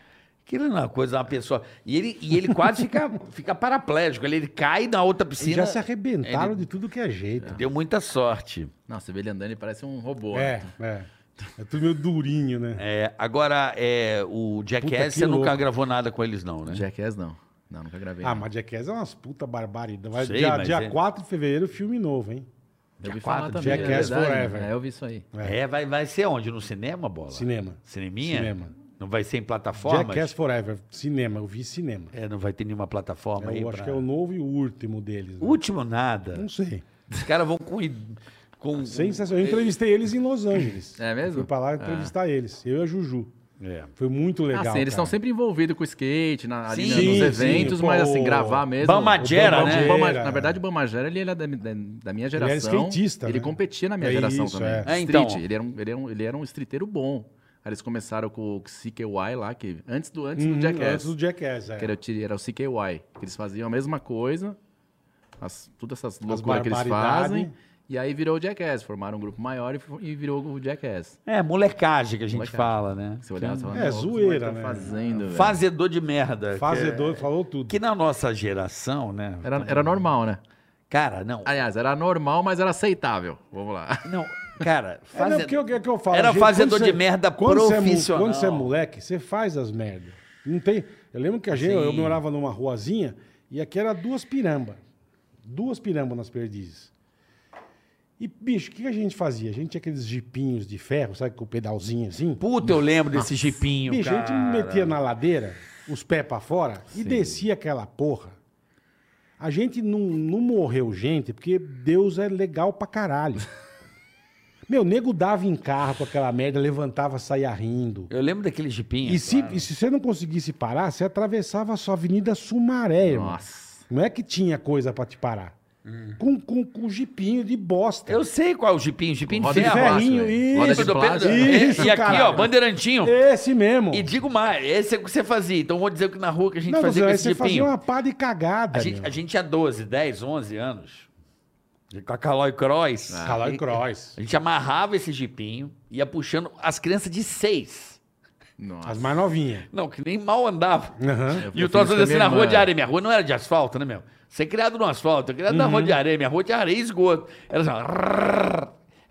Speaker 3: Aquilo é uma coisa, uma pessoa. E ele, e ele quase fica, fica paraplégico. Ele, ele cai na outra
Speaker 2: E
Speaker 3: piscina.
Speaker 2: já se arrebentaram de tudo que é jeito.
Speaker 3: Deu muita sorte.
Speaker 4: Não, você vê ele andando, ele parece um robô.
Speaker 2: É,
Speaker 4: né?
Speaker 2: é. É tudo meio durinho, né?
Speaker 3: É, agora, é, o
Speaker 2: Puta,
Speaker 3: Jackass,
Speaker 2: que
Speaker 3: você nunca
Speaker 2: louco.
Speaker 3: gravou nada com eles, não, né?
Speaker 4: Jackass, não. Não, nunca gravei.
Speaker 2: Ah,
Speaker 4: não.
Speaker 2: mas Jackass é umas puta barbaridade. Vai
Speaker 3: Sei,
Speaker 2: dia
Speaker 3: mas
Speaker 2: dia
Speaker 3: é.
Speaker 2: 4 de fevereiro, filme novo, hein?
Speaker 4: Eu vi
Speaker 3: Jackass,
Speaker 4: falar também. é
Speaker 2: Jackass
Speaker 4: verdade,
Speaker 2: Forever.
Speaker 4: né? É, eu vi isso aí.
Speaker 3: É, vai, vai ser onde? No cinema, bola?
Speaker 2: Cinema.
Speaker 3: Cineminha?
Speaker 2: Cinema.
Speaker 3: Não vai ser em plataformas?
Speaker 2: Jackass Forever, cinema, eu vi cinema.
Speaker 3: É, não vai ter nenhuma plataforma aí.
Speaker 2: eu acho
Speaker 3: pra-
Speaker 2: que é o novo e o último deles. né?
Speaker 3: Último nada.
Speaker 2: Não sei.
Speaker 3: Os caras vão com. i- com... um-
Speaker 2: Sensacional. Eu entrevistei eles em Los Angeles.
Speaker 4: É mesmo?
Speaker 2: Eu fui pra lá entrevistar eles, eu e a Juju.
Speaker 3: É.
Speaker 2: Foi muito legal.
Speaker 4: Ah, sim, eles
Speaker 2: cara.
Speaker 4: estão sempre envolvidos com o skate, na, ali
Speaker 3: Sim,
Speaker 4: na- nos
Speaker 2: sim,
Speaker 4: eventos,
Speaker 2: pô,
Speaker 4: mas assim,
Speaker 2: o-
Speaker 4: gravar mesmo.
Speaker 3: Bamajera,
Speaker 4: O
Speaker 3: né?
Speaker 4: Bama- Bama-
Speaker 2: Bamajera.
Speaker 4: é na verdade, o Bamajera, ele era da, mi- da- da minha
Speaker 2: era
Speaker 4: geração.
Speaker 2: skatista,
Speaker 4: Ele
Speaker 2: né?
Speaker 4: competia na minha
Speaker 2: É
Speaker 4: geração
Speaker 2: isso,
Speaker 4: também.
Speaker 2: é.
Speaker 3: É,
Speaker 4: Street,
Speaker 3: então.
Speaker 4: ele, era um, ele, era um, ele era um streeteiro bom. Aí eles começaram com o CKY lá, que antes do, antes
Speaker 2: Uhum,
Speaker 4: do Jackass.
Speaker 2: Antes do Jackass, é.
Speaker 4: Que era, o tiri- era o CKY. Que eles faziam a mesma coisa, as, todas essas loucuras que eles
Speaker 2: barbaridade.
Speaker 4: fazem. E aí virou o Jackass, formaram um grupo maior e, fo- e virou o Jackass.
Speaker 3: É, molecagem que a gente
Speaker 4: Molecagem.
Speaker 3: fala, né?
Speaker 4: Se olhar, você fala,
Speaker 2: É,
Speaker 4: "Meu, o que os
Speaker 2: zoeira,
Speaker 4: moleques tão
Speaker 2: né?
Speaker 4: Fazendo, velho?"
Speaker 3: Fazedor de merda.
Speaker 2: Fazedor, falou
Speaker 3: É Que,
Speaker 2: tudo. É,
Speaker 3: que na nossa geração, né?
Speaker 4: Era, era normal, né?
Speaker 3: Cara, não.
Speaker 4: Aliás, era normal, mas era aceitável. Vamos lá.
Speaker 3: Não, cara,
Speaker 2: É, não,
Speaker 3: faze-
Speaker 2: porque o que é que eu falo?
Speaker 3: Era
Speaker 2: quando
Speaker 3: fazedor
Speaker 2: você-
Speaker 3: de merda
Speaker 2: quando você é mu-
Speaker 3: profissional.
Speaker 2: quando você é moleque, você faz as merdas. Não tem... Eu lembro que a gente, eu morava numa ruazinha e aqui era duas piramba. Duas piramba nas perdizes. E, bicho, o que a gente fazia? A gente tinha aqueles jipinhos de ferro, sabe, com o pedalzinho assim.
Speaker 3: Puta, eu lembro desse jipinho,
Speaker 2: Bicho, a gente
Speaker 3: cara.
Speaker 2: metia na ladeira, os pés pra fora e descia aquela porra. A gente não, não morreu, gente, porque Deus é legal pra caralho. Meu, nego dava em carro com aquela merda, levantava, saía rindo.
Speaker 3: Eu lembro daquele jipinho.
Speaker 2: E se, e se você não conseguisse parar, você atravessava a sua Avenida Sumaré, irmão.
Speaker 4: Nossa.
Speaker 2: Não é que tinha coisa pra te parar. Com, com, com jipinho de bosta.
Speaker 3: Eu sei qual é o jipinho, jipinho de
Speaker 4: Roda de
Speaker 3: ferro.
Speaker 2: ferrinho,
Speaker 3: acho,
Speaker 2: isso.
Speaker 3: velho. Roda de
Speaker 4: Isso,
Speaker 3: plástico.
Speaker 2: isso,
Speaker 3: E aqui, ó,
Speaker 2: caralho.
Speaker 3: bandeirantinho.
Speaker 2: Esse mesmo.
Speaker 3: E digo mais, esse é o que você fazia. Então vou dizer que na rua que a gente
Speaker 2: não,
Speaker 3: fazia
Speaker 2: você,
Speaker 3: com
Speaker 2: você
Speaker 3: esse
Speaker 2: fazia
Speaker 3: jipinho.
Speaker 2: uma né? pá de cagada.
Speaker 3: A gente,
Speaker 2: meu.
Speaker 3: a gente tinha 12, 10, 11 anos. E Com a Calói Cross.
Speaker 2: Calói Ah. Cross.
Speaker 3: A gente amarrava esse jipinho, ia puxando as crianças de 6.
Speaker 4: Nossa.
Speaker 2: As mais novinhas.
Speaker 3: Não, que nem mal andava.
Speaker 2: Aham.
Speaker 4: Eu
Speaker 3: E o
Speaker 4: fiz
Speaker 3: Tosso
Speaker 4: isso com a
Speaker 3: assim
Speaker 4: minha
Speaker 3: na rua
Speaker 4: irmã.
Speaker 3: de areia. Minha rua não era de asfalto, né, meu? Você é criado no asfalto, eu criado na rua de areia. Minha rua tinha areia e esgoto. Era assim, ó,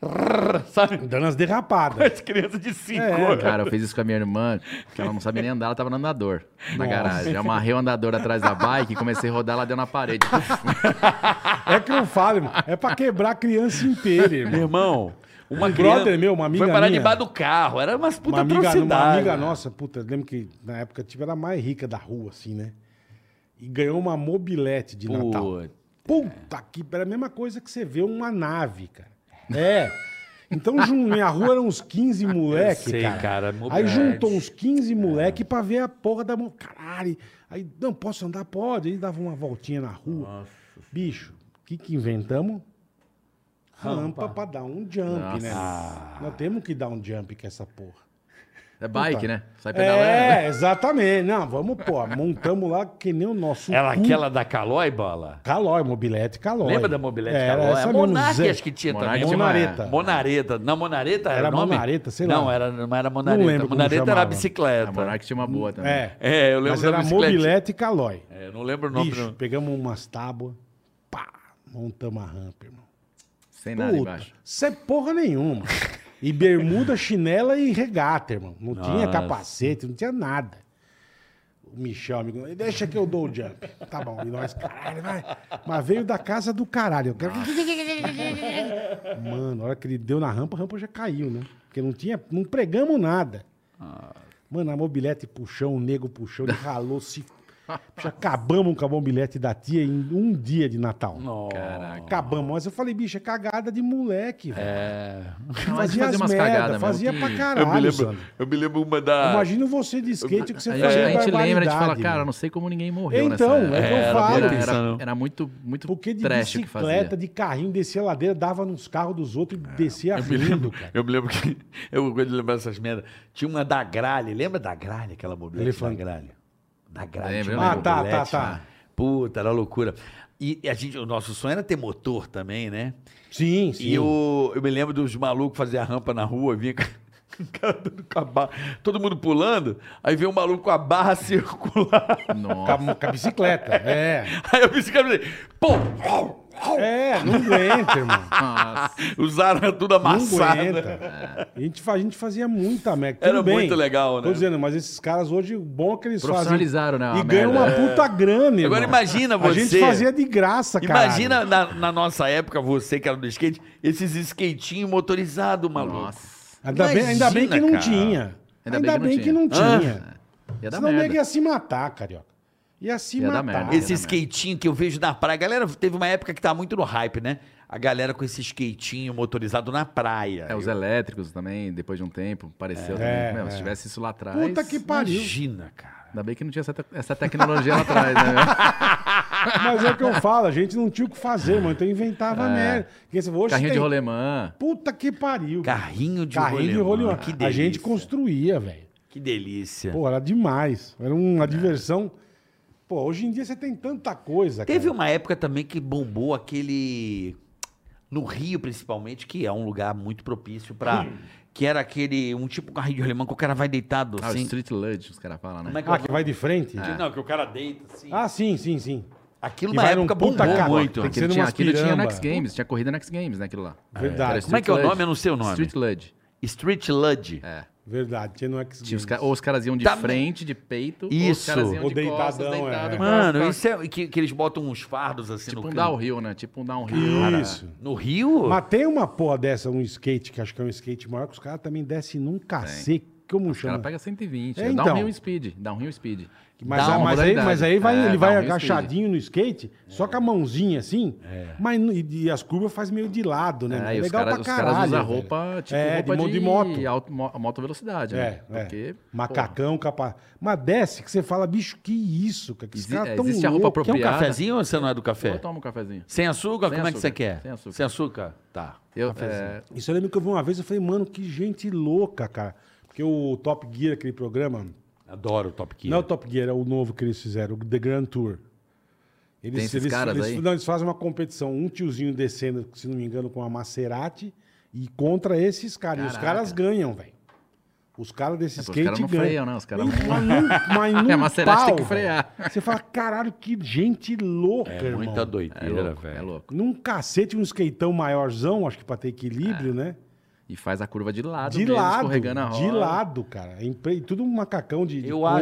Speaker 3: rrr, rrr, sabe?
Speaker 2: Dando as derrapadas.
Speaker 3: As crianças de 5.
Speaker 2: É,
Speaker 4: Cara, eu fiz isso com a minha irmã, que ela não sabia nem andar, ela tava no andador, na garagem. Eu amarrei o andador atrás da bike e comecei a rodar, ela deu na parede.
Speaker 2: É que eu falo, irmão. É pra quebrar a criança inteira,
Speaker 3: Meu
Speaker 2: irmão.
Speaker 3: irmão, uma
Speaker 2: Um
Speaker 3: criança
Speaker 2: brother meu, uma amiga
Speaker 3: foi parar
Speaker 2: minha.
Speaker 3: debaixo do carro. Era umas puta
Speaker 2: uma amiga, uma
Speaker 3: atrocidade.
Speaker 2: amiga nossa, puta, eu lembro que na época tipo, era a mais rica da rua, assim, né? E ganhou uma mobilete de Natal.
Speaker 3: Pô,
Speaker 2: Puta que era a mesma coisa que você vê uma nave, cara. É. Então jun- minha rua eram uns 15 moleque,
Speaker 3: sei,
Speaker 2: cara.
Speaker 3: cara,
Speaker 2: Aí
Speaker 3: mobilete.
Speaker 2: juntou uns 15 moleque pra ver a porra da mão. Caralho. Aí, não, posso andar? Pode. Aí dava uma voltinha na rua. Bicho, o que que inventamos? Rampa, pra dar um jump, né? Nós temos que dar um jump com essa porra.
Speaker 4: É bike, né? Sai pedalando.
Speaker 2: É, exatamente. Não, vamos, pô, montamos lá que nem o nosso.
Speaker 3: Era
Speaker 2: cu.
Speaker 3: aquela da Calói, bola?
Speaker 2: Calói, mobilete calói.
Speaker 3: Lembra da mobilete
Speaker 2: Era
Speaker 3: Calói?
Speaker 2: essa
Speaker 3: A
Speaker 2: mesmo,
Speaker 3: Monarca
Speaker 2: Zé.
Speaker 3: acho que tinha
Speaker 4: Monarca
Speaker 3: também.
Speaker 4: tinha uma-
Speaker 2: Monareta.
Speaker 3: Monareta. Não, Monareta era,
Speaker 2: Era
Speaker 3: o nome?
Speaker 2: Monareta, sei lá.
Speaker 3: Não, era, não era Monareta.
Speaker 2: Não lembro como
Speaker 3: Monareta era a
Speaker 2: chamava.
Speaker 4: A
Speaker 3: bicicleta.
Speaker 4: Monark tinha uma boa também.
Speaker 2: É.
Speaker 3: É, eu lembro
Speaker 2: Mas
Speaker 3: da
Speaker 2: era
Speaker 3: bicicleta.
Speaker 2: mobilete calói.
Speaker 3: É, não lembro o nome.
Speaker 2: Bicho,
Speaker 3: não.
Speaker 2: pegamos umas tábuas, pá, montamos a rampa, irmão.
Speaker 4: Sem nada
Speaker 2: Puta,
Speaker 4: embaixo.
Speaker 2: sem porra nenhuma. E bermuda, chinela e regata, irmão. Não tinha
Speaker 3: Nossa.
Speaker 2: capacete, não tinha nada. O Michel, amigo, meu, deixa que eu dou o jump. Tá bom, e nós, caralho, vai. Mas veio da casa do caralho. Eu quero- Mano, a hora que ele deu na rampa, a rampa já caiu, né? Porque não tinha, não pregamos nada. Mano, a mobilete puxou, o nego puxou, ele ralou, se... Já acabamos com a mobilete da tia em um dia de Natal.
Speaker 4: Caraca.
Speaker 2: Acabamos. Mas eu falei, bicho, é cagada de moleque, velho.
Speaker 3: É.
Speaker 4: Não, a gente
Speaker 2: Fazia
Speaker 4: fazia
Speaker 2: as
Speaker 4: umas
Speaker 2: merda,
Speaker 4: cagadas mesmo.
Speaker 2: fazia
Speaker 4: que-
Speaker 2: pra
Speaker 3: Eu me
Speaker 2: caralho,
Speaker 3: lembro,
Speaker 2: Sandro.
Speaker 3: eu me lembro uma da.
Speaker 2: Imagina você de skate, o que você
Speaker 4: A gente,
Speaker 2: fazia
Speaker 4: a gente lembra, a gente fala,
Speaker 2: barbaridade,
Speaker 4: cara,
Speaker 2: meu.
Speaker 4: não sei como ninguém morreu
Speaker 2: Então,
Speaker 4: nessa
Speaker 2: é que eu
Speaker 4: era-
Speaker 2: falo.
Speaker 4: Era, era,
Speaker 3: Pensando.
Speaker 4: era muito, muito
Speaker 2: Porque de
Speaker 4: trash o que
Speaker 2: bicicleta,
Speaker 4: fazia.
Speaker 2: de carrinho, descia a ladeira, dava nos carros dos outros e descia Tá rindo, cara.
Speaker 3: É. Eu me lembro que. Eu gosto de lembrar essas merdas. Tinha uma da Gralha. Lembra da Gralha, aquela mobilete
Speaker 2: Elefante.
Speaker 3: da Gralha? Da Gralha.
Speaker 4: Lembro,
Speaker 3: tinha uma
Speaker 2: eu lembro. Ah, tá,
Speaker 3: mobilete,
Speaker 2: tá, tá.
Speaker 3: né? Puta, era loucura. E a gente, o nosso sonho era ter motor também, né?
Speaker 2: Sim, sim.
Speaker 3: E eu, eu me lembro dos malucos fazer a rampa na rua, vinha com o cara dando com a barra, todo mundo pulando, aí vem um maluco com a barra circular.
Speaker 2: Com
Speaker 4: Nossa.
Speaker 2: a, com a bicicleta, é.
Speaker 3: Aí eu fiz pô, au, au.
Speaker 2: É, não aguenta, irmão.
Speaker 4: Nossa.
Speaker 3: usaram tudo
Speaker 2: Não
Speaker 3: amassado.
Speaker 2: aguenta. A gente, fa- a gente fazia muita merda.
Speaker 3: Era
Speaker 2: Tudo bem.
Speaker 3: muito legal, né?
Speaker 2: Tô dizendo, mas esses caras hoje, o bom é que eles fazem.
Speaker 4: Profissionalizaram, né,
Speaker 2: E
Speaker 4: a
Speaker 2: ganham uma
Speaker 4: merda.
Speaker 2: puta grana, irmão.
Speaker 3: É. Agora imagina
Speaker 2: A gente
Speaker 3: você.
Speaker 2: fazia de graça, cara.
Speaker 3: Imagina na, na nossa época, você que era do skate, esses skatinhos motorizados, maluco.
Speaker 4: Nossa.
Speaker 2: Ainda, bem, ainda bem que
Speaker 3: Imagina,
Speaker 2: não
Speaker 3: cara.
Speaker 2: tinha. Ainda, bem que não
Speaker 3: Ah.
Speaker 2: tinha.
Speaker 4: É. Ia dar
Speaker 2: Senão o nego
Speaker 4: merda.
Speaker 2: ia se matar, carioca. Ia se
Speaker 4: Ia dar
Speaker 2: matar.
Speaker 4: merda.
Speaker 3: Esse skatinho que eu vejo na praia. A galera teve uma época que tava muito no hype, né? A galera com esse skatinho motorizado na praia.
Speaker 4: É, os elétricos também, depois de um tempo, pareceu
Speaker 2: É,
Speaker 4: também. Meu,
Speaker 2: é.
Speaker 4: se tivesse isso lá atrás...
Speaker 2: Puta que pariu.
Speaker 3: Imagina, cara.
Speaker 4: Ainda bem que não tinha essa, te- essa tecnologia lá atrás, né? meu?
Speaker 2: Mas é o que eu falo, a gente não tinha o que fazer, mano. Então inventava merda. Porque você falou, "Oxe,
Speaker 4: É. Carrinho de
Speaker 2: tem-
Speaker 4: rolemã.
Speaker 2: Puta que pariu.
Speaker 3: Carrinho de
Speaker 2: Carrinho de
Speaker 3: rolemã.
Speaker 2: rolemã.
Speaker 3: Que
Speaker 2: A
Speaker 3: delícia.
Speaker 2: gente construía, velho.
Speaker 3: Que
Speaker 4: É.
Speaker 3: delícia.
Speaker 2: Pô, era demais. Era uma diversão. Pô, hoje em dia você tem tanta coisa,
Speaker 3: Teve um
Speaker 2: cara.
Speaker 3: uma época também que bombou aquele. No Rio, principalmente, que é um lugar muito propício pra.
Speaker 2: Hum.
Speaker 3: Que era aquele. Um tipo carrinho de rolemã que o cara vai deitado
Speaker 4: Ah, o
Speaker 3: assim.
Speaker 4: Street Lud, os caras falam, né?
Speaker 3: Como é que
Speaker 2: Ah, que vai de frente?
Speaker 3: é? Não, que o cara deita assim.
Speaker 2: Ah, sim, sim, sim.
Speaker 3: Aquilo
Speaker 2: que
Speaker 3: na
Speaker 2: vai num
Speaker 3: época
Speaker 2: puta
Speaker 3: bombou
Speaker 2: cara-
Speaker 3: muito.
Speaker 2: é? tem que ser
Speaker 4: Aquilo, tinha,
Speaker 2: numas
Speaker 4: aquilo tinha no
Speaker 2: piramba.
Speaker 4: X Games, tinha corrida no X Games, né? Aquilo lá.
Speaker 2: Verdade.
Speaker 3: Como é que é o nome? Eu não sei o nome.
Speaker 4: Street Lud.
Speaker 3: Street Lud.
Speaker 4: É.
Speaker 2: Verdade. Tinha no X
Speaker 4: Tinha os
Speaker 2: Games.
Speaker 4: ca- Ou os caras iam de
Speaker 3: Tá-
Speaker 4: frente, de peito, ou os
Speaker 3: Isso.
Speaker 4: caras iam
Speaker 2: Ou
Speaker 4: de costas,
Speaker 2: deitadão,
Speaker 4: deitado.
Speaker 2: é.
Speaker 4: com a-
Speaker 3: Mano,
Speaker 4: com a-
Speaker 3: isso é que, que eles botam uns fardos assim
Speaker 4: Tipo
Speaker 3: no
Speaker 4: um
Speaker 3: canto.
Speaker 4: downhill, né? Tipo um downhill.
Speaker 2: Isso.
Speaker 3: No Rio?
Speaker 2: Mas tem uma porra dessa, um skate, que acho que é um skate maior, que os caras também descem num cacete. como
Speaker 4: O cara
Speaker 2: chama?
Speaker 4: pega 120.
Speaker 2: É,
Speaker 4: É,
Speaker 2: então.
Speaker 4: downhill speed. Downhill speed.
Speaker 2: Mas,
Speaker 4: Dá
Speaker 2: ah,
Speaker 4: uma
Speaker 2: mas aí,
Speaker 4: modalidade.
Speaker 2: mas aí vai,
Speaker 4: É,
Speaker 2: ele vai
Speaker 4: downhill
Speaker 2: agachadinho no skate,
Speaker 4: É.
Speaker 2: só com a mãozinha assim, mas, no- e, e as curvas faz meio de lado, né?
Speaker 4: speed.
Speaker 2: meu?
Speaker 4: É, e
Speaker 2: é
Speaker 4: os
Speaker 2: legal
Speaker 4: caras,
Speaker 2: pra
Speaker 4: os
Speaker 2: caralho.
Speaker 4: caras usam
Speaker 2: velho.
Speaker 4: roupa, tipo,
Speaker 2: É, de
Speaker 4: roupa
Speaker 2: mão de
Speaker 4: de,
Speaker 2: moto.
Speaker 4: Alto, mo- moto velocidade,
Speaker 2: É,
Speaker 4: né?
Speaker 2: é.
Speaker 4: Porque, pô,
Speaker 2: Macacão, capa... Mas desce que você fala, bicho, que isso, cara? Que esse
Speaker 4: Exi-
Speaker 2: cara
Speaker 4: é,
Speaker 2: tão
Speaker 4: existe a roupa
Speaker 2: louco.
Speaker 3: Quer um
Speaker 4: Piada.
Speaker 3: cafezinho ou você não é do
Speaker 4: eu
Speaker 3: café?
Speaker 4: tomo um cafezinho.
Speaker 3: Sem açúcar?
Speaker 4: Sem
Speaker 3: Como é que você
Speaker 4: açúcar,
Speaker 3: quer?
Speaker 4: sem açúcar.
Speaker 3: Sem açúcar? Tá.
Speaker 4: Eu,
Speaker 3: Cafezinho.
Speaker 4: é,
Speaker 2: Isso eu lembro que eu vi uma vez, eu falei, mano, que gente louca, cara. Porque o Top Gear, aquele programa,
Speaker 3: Adoro o Top Kid.
Speaker 2: Não é o Top Gear, é o novo que eles fizeram, o The Grand Tour. Eles,
Speaker 4: Tem esses
Speaker 2: eles-
Speaker 4: caras
Speaker 2: eles-
Speaker 4: aí?
Speaker 2: Não, eles fazem uma competição, um tiozinho descendo, se não me engano, com a Maserati, e contra esses caras. E os
Speaker 4: Caraca.
Speaker 2: caras ganham, velho. Os caras desse
Speaker 4: É, pô, os
Speaker 2: skate
Speaker 4: caras não
Speaker 2: ganham.
Speaker 4: freiam, né? Os caras
Speaker 2: Mas
Speaker 4: não-
Speaker 2: num- mas num
Speaker 4: É, Maserati tem
Speaker 2: um pau,
Speaker 4: que frear.
Speaker 2: velho. Você fala, caralho, que gente louca,
Speaker 3: É
Speaker 2: irmão.
Speaker 3: muita
Speaker 4: é
Speaker 3: doideira,
Speaker 4: louco, é
Speaker 3: velho.
Speaker 4: louco.
Speaker 2: Num cacete, um skateão maiorzão, acho que pra ter equilíbrio, né?
Speaker 4: E faz a curva de lado
Speaker 2: De
Speaker 4: mesmo,
Speaker 2: lado,
Speaker 4: escorregando a roda.
Speaker 2: de lado, cara. É impre- Tudo um macacão de, de
Speaker 3: Eu
Speaker 2: couro.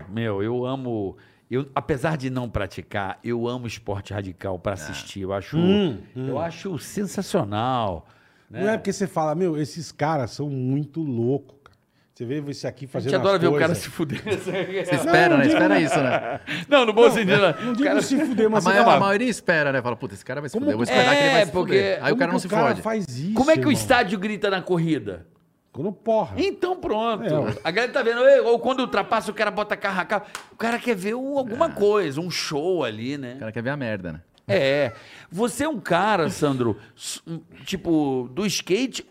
Speaker 3: acho, meu, eu amo. Eu, apesar de não praticar, eu amo esporte radical
Speaker 4: É.
Speaker 3: pra assistir. Eu acho,
Speaker 2: Hum,
Speaker 3: eu acho sensacional. né?
Speaker 2: Não é porque você fala, meu, esses caras são muito loucos, cara. Você vê esse aqui
Speaker 3: A
Speaker 2: fazendo.
Speaker 3: gente adora
Speaker 2: as
Speaker 3: ver o
Speaker 2: coisas.
Speaker 3: cara se fuder.
Speaker 4: Você espera,
Speaker 2: não
Speaker 4: né?
Speaker 2: digo-
Speaker 4: Espera isso, né?
Speaker 3: não, no bom sentido. né?
Speaker 2: Não
Speaker 3: O
Speaker 2: digo
Speaker 3: cara-
Speaker 2: se fuder,
Speaker 4: A
Speaker 2: mas
Speaker 4: maior-
Speaker 2: você
Speaker 4: a
Speaker 2: fala,
Speaker 4: maioria espera, né? Fala, puta, esse cara vai se
Speaker 2: Como
Speaker 4: fuder. Eu vou
Speaker 2: que-
Speaker 4: esperar que ele vai
Speaker 3: É,
Speaker 4: se
Speaker 3: porque-
Speaker 4: fuder. Aí
Speaker 2: como
Speaker 4: o cara
Speaker 2: que
Speaker 4: não se
Speaker 2: cara
Speaker 4: fode.
Speaker 2: faz isso.
Speaker 3: Como é que o
Speaker 2: irmão?
Speaker 3: estádio grita na corrida?
Speaker 2: Quando porra.
Speaker 3: Então pronto.
Speaker 2: É, ó.
Speaker 3: a galera tá vendo, "Ei", ou quando ultrapassa, o cara bota carro a carro. O cara quer ver um- alguma
Speaker 2: É.
Speaker 3: coisa, um show ali,
Speaker 4: O
Speaker 3: né?
Speaker 4: cara quer ver a merda, né?
Speaker 3: É. Você é um cara, Sandro, s- um, tipo, do skate.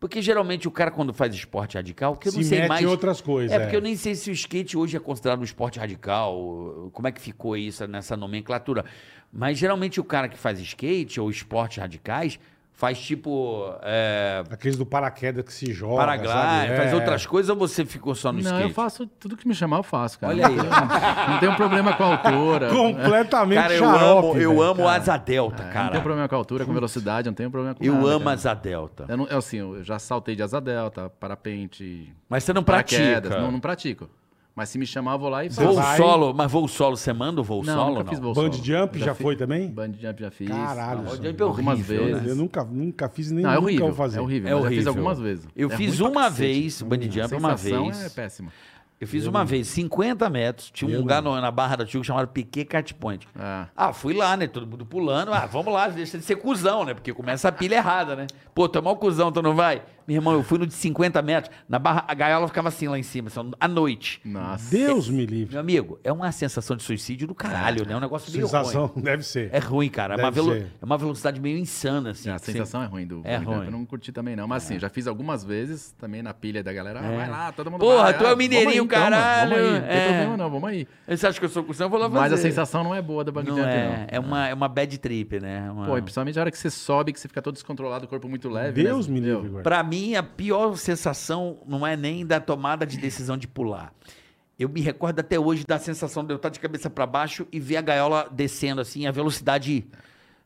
Speaker 3: Porque geralmente o cara, quando faz esporte radical, que eu não
Speaker 2: Se
Speaker 3: sei
Speaker 2: mete
Speaker 3: mais.
Speaker 2: em outras coisas,
Speaker 3: É,
Speaker 2: é.
Speaker 3: porque eu nem sei se o skate hoje é considerado um esporte radical. Como é que ficou isso nessa nomenclatura? Mas geralmente o cara que faz skate ou esportes radicais faz tipo. é,
Speaker 2: A crise do paraquedas que se joga.
Speaker 3: Paraglide,
Speaker 2: sabe?
Speaker 3: faz
Speaker 2: É.
Speaker 3: outras coisas ou você ficou só no
Speaker 4: não,
Speaker 3: skate?
Speaker 4: eu faço tudo que me chamar, eu faço, cara.
Speaker 3: Olha aí.
Speaker 4: Não tenho problema com a altura.
Speaker 2: Completamente
Speaker 3: Cara, eu
Speaker 2: xarope, né,
Speaker 3: amo, eu
Speaker 2: velho.
Speaker 3: amo asa delta,
Speaker 4: Ah, Não tenho
Speaker 3: cara.
Speaker 4: problema com a altura, com velocidade, não tenho problema com
Speaker 3: Eu
Speaker 4: nada,
Speaker 3: amo
Speaker 4: cara.
Speaker 3: asa delta.
Speaker 4: Eu, não, eu, assim, eu já saltei de asa delta, parapente,
Speaker 3: Mas você não
Speaker 4: paraquedas.
Speaker 3: pratica.
Speaker 4: Não, não pratico. Mas se me chamar, eu vou lá e
Speaker 2: Você
Speaker 3: Voo
Speaker 4: faço.
Speaker 2: vai-
Speaker 3: solo, mas voo solo, você manda o voo
Speaker 4: Não,
Speaker 3: solo?
Speaker 4: nunca
Speaker 3: não?
Speaker 4: fiz voo
Speaker 2: Band
Speaker 4: solo.
Speaker 2: jump já
Speaker 4: fi-
Speaker 2: foi também?
Speaker 4: Band jump já fiz.
Speaker 2: Caralho,
Speaker 3: Band
Speaker 2: Sandro.
Speaker 3: jump é
Speaker 4: Algumas
Speaker 3: horrível,
Speaker 4: vezes.
Speaker 3: né?
Speaker 2: Eu nunca, nunca fiz nem
Speaker 4: Não, é
Speaker 2: nunca
Speaker 4: horrível,
Speaker 2: vou fazer.
Speaker 4: é horrível.
Speaker 3: É
Speaker 4: mas eu
Speaker 3: horrível.
Speaker 4: já fiz algumas vezes.
Speaker 3: Eu
Speaker 4: É
Speaker 3: fiz
Speaker 4: ruim pra
Speaker 3: uma
Speaker 4: cacete.
Speaker 3: vez, band jump
Speaker 4: A
Speaker 3: uma
Speaker 4: sensação
Speaker 3: vez.
Speaker 4: é péssima.
Speaker 3: Eu fiz uma vez, 50 metros. Tinha um lugar no- na Barra da Tijuca chamado Piquet Cat Point.
Speaker 4: Ah.
Speaker 3: Ah, fui lá, né? Todo mundo pulando. Ah, vamos lá, deixa de ser cuzão, né? Porque começa a pilha errada, né? Pô, tu é mal cuzão, tu não vai? Meu irmão, eu fui no de 50 metros. Na Barra, a gaiola ficava assim lá em cima, só à noite.
Speaker 4: Nossa.
Speaker 2: Deus me livre.
Speaker 3: Meu amigo, é uma sensação de suicídio do caralho, né? É um negócio meio
Speaker 2: Sensação,
Speaker 3: ruim.
Speaker 2: deve ser.
Speaker 3: É ruim, cara. É uma,
Speaker 2: Deve
Speaker 3: velo-
Speaker 2: ser.
Speaker 3: é uma velocidade meio insana, assim.
Speaker 4: a
Speaker 3: Sem-
Speaker 4: sensação é ruim do
Speaker 3: É
Speaker 4: Band Jump,
Speaker 3: ruim. É.
Speaker 4: Eu não curti também, não. Mas assim, já fiz algumas vezes também na pilha da galera. Ah, vai lá, todo mundo
Speaker 3: Porra,
Speaker 4: vai.
Speaker 3: tu é
Speaker 4: Ah,
Speaker 3: o mineirinho,
Speaker 4: vamos aí, então, mano,
Speaker 3: caralho.
Speaker 4: Vamos aí, não
Speaker 3: É.
Speaker 4: tem problema não, vamos aí.
Speaker 3: Você acha que eu sou cuzão? Eu vou lá fazer.
Speaker 4: Mas a sensação não é boa do bang
Speaker 3: não
Speaker 4: jump,
Speaker 3: é.
Speaker 4: não.
Speaker 3: É uma, é uma bad trip, né? É uma-
Speaker 4: Ah. Pô, e principalmente a hora que você sobe, que você fica todo descontrolado, o corpo muito leve.
Speaker 2: Deus
Speaker 4: né?
Speaker 2: me
Speaker 4: Meu,
Speaker 2: livre, velho.
Speaker 3: Pra mim, a pior sensação não é nem da tomada de decisão de pular. Eu me recordo até hoje da sensação de eu estar de cabeça pra baixo e ver a gaiola descendo assim, a velocidade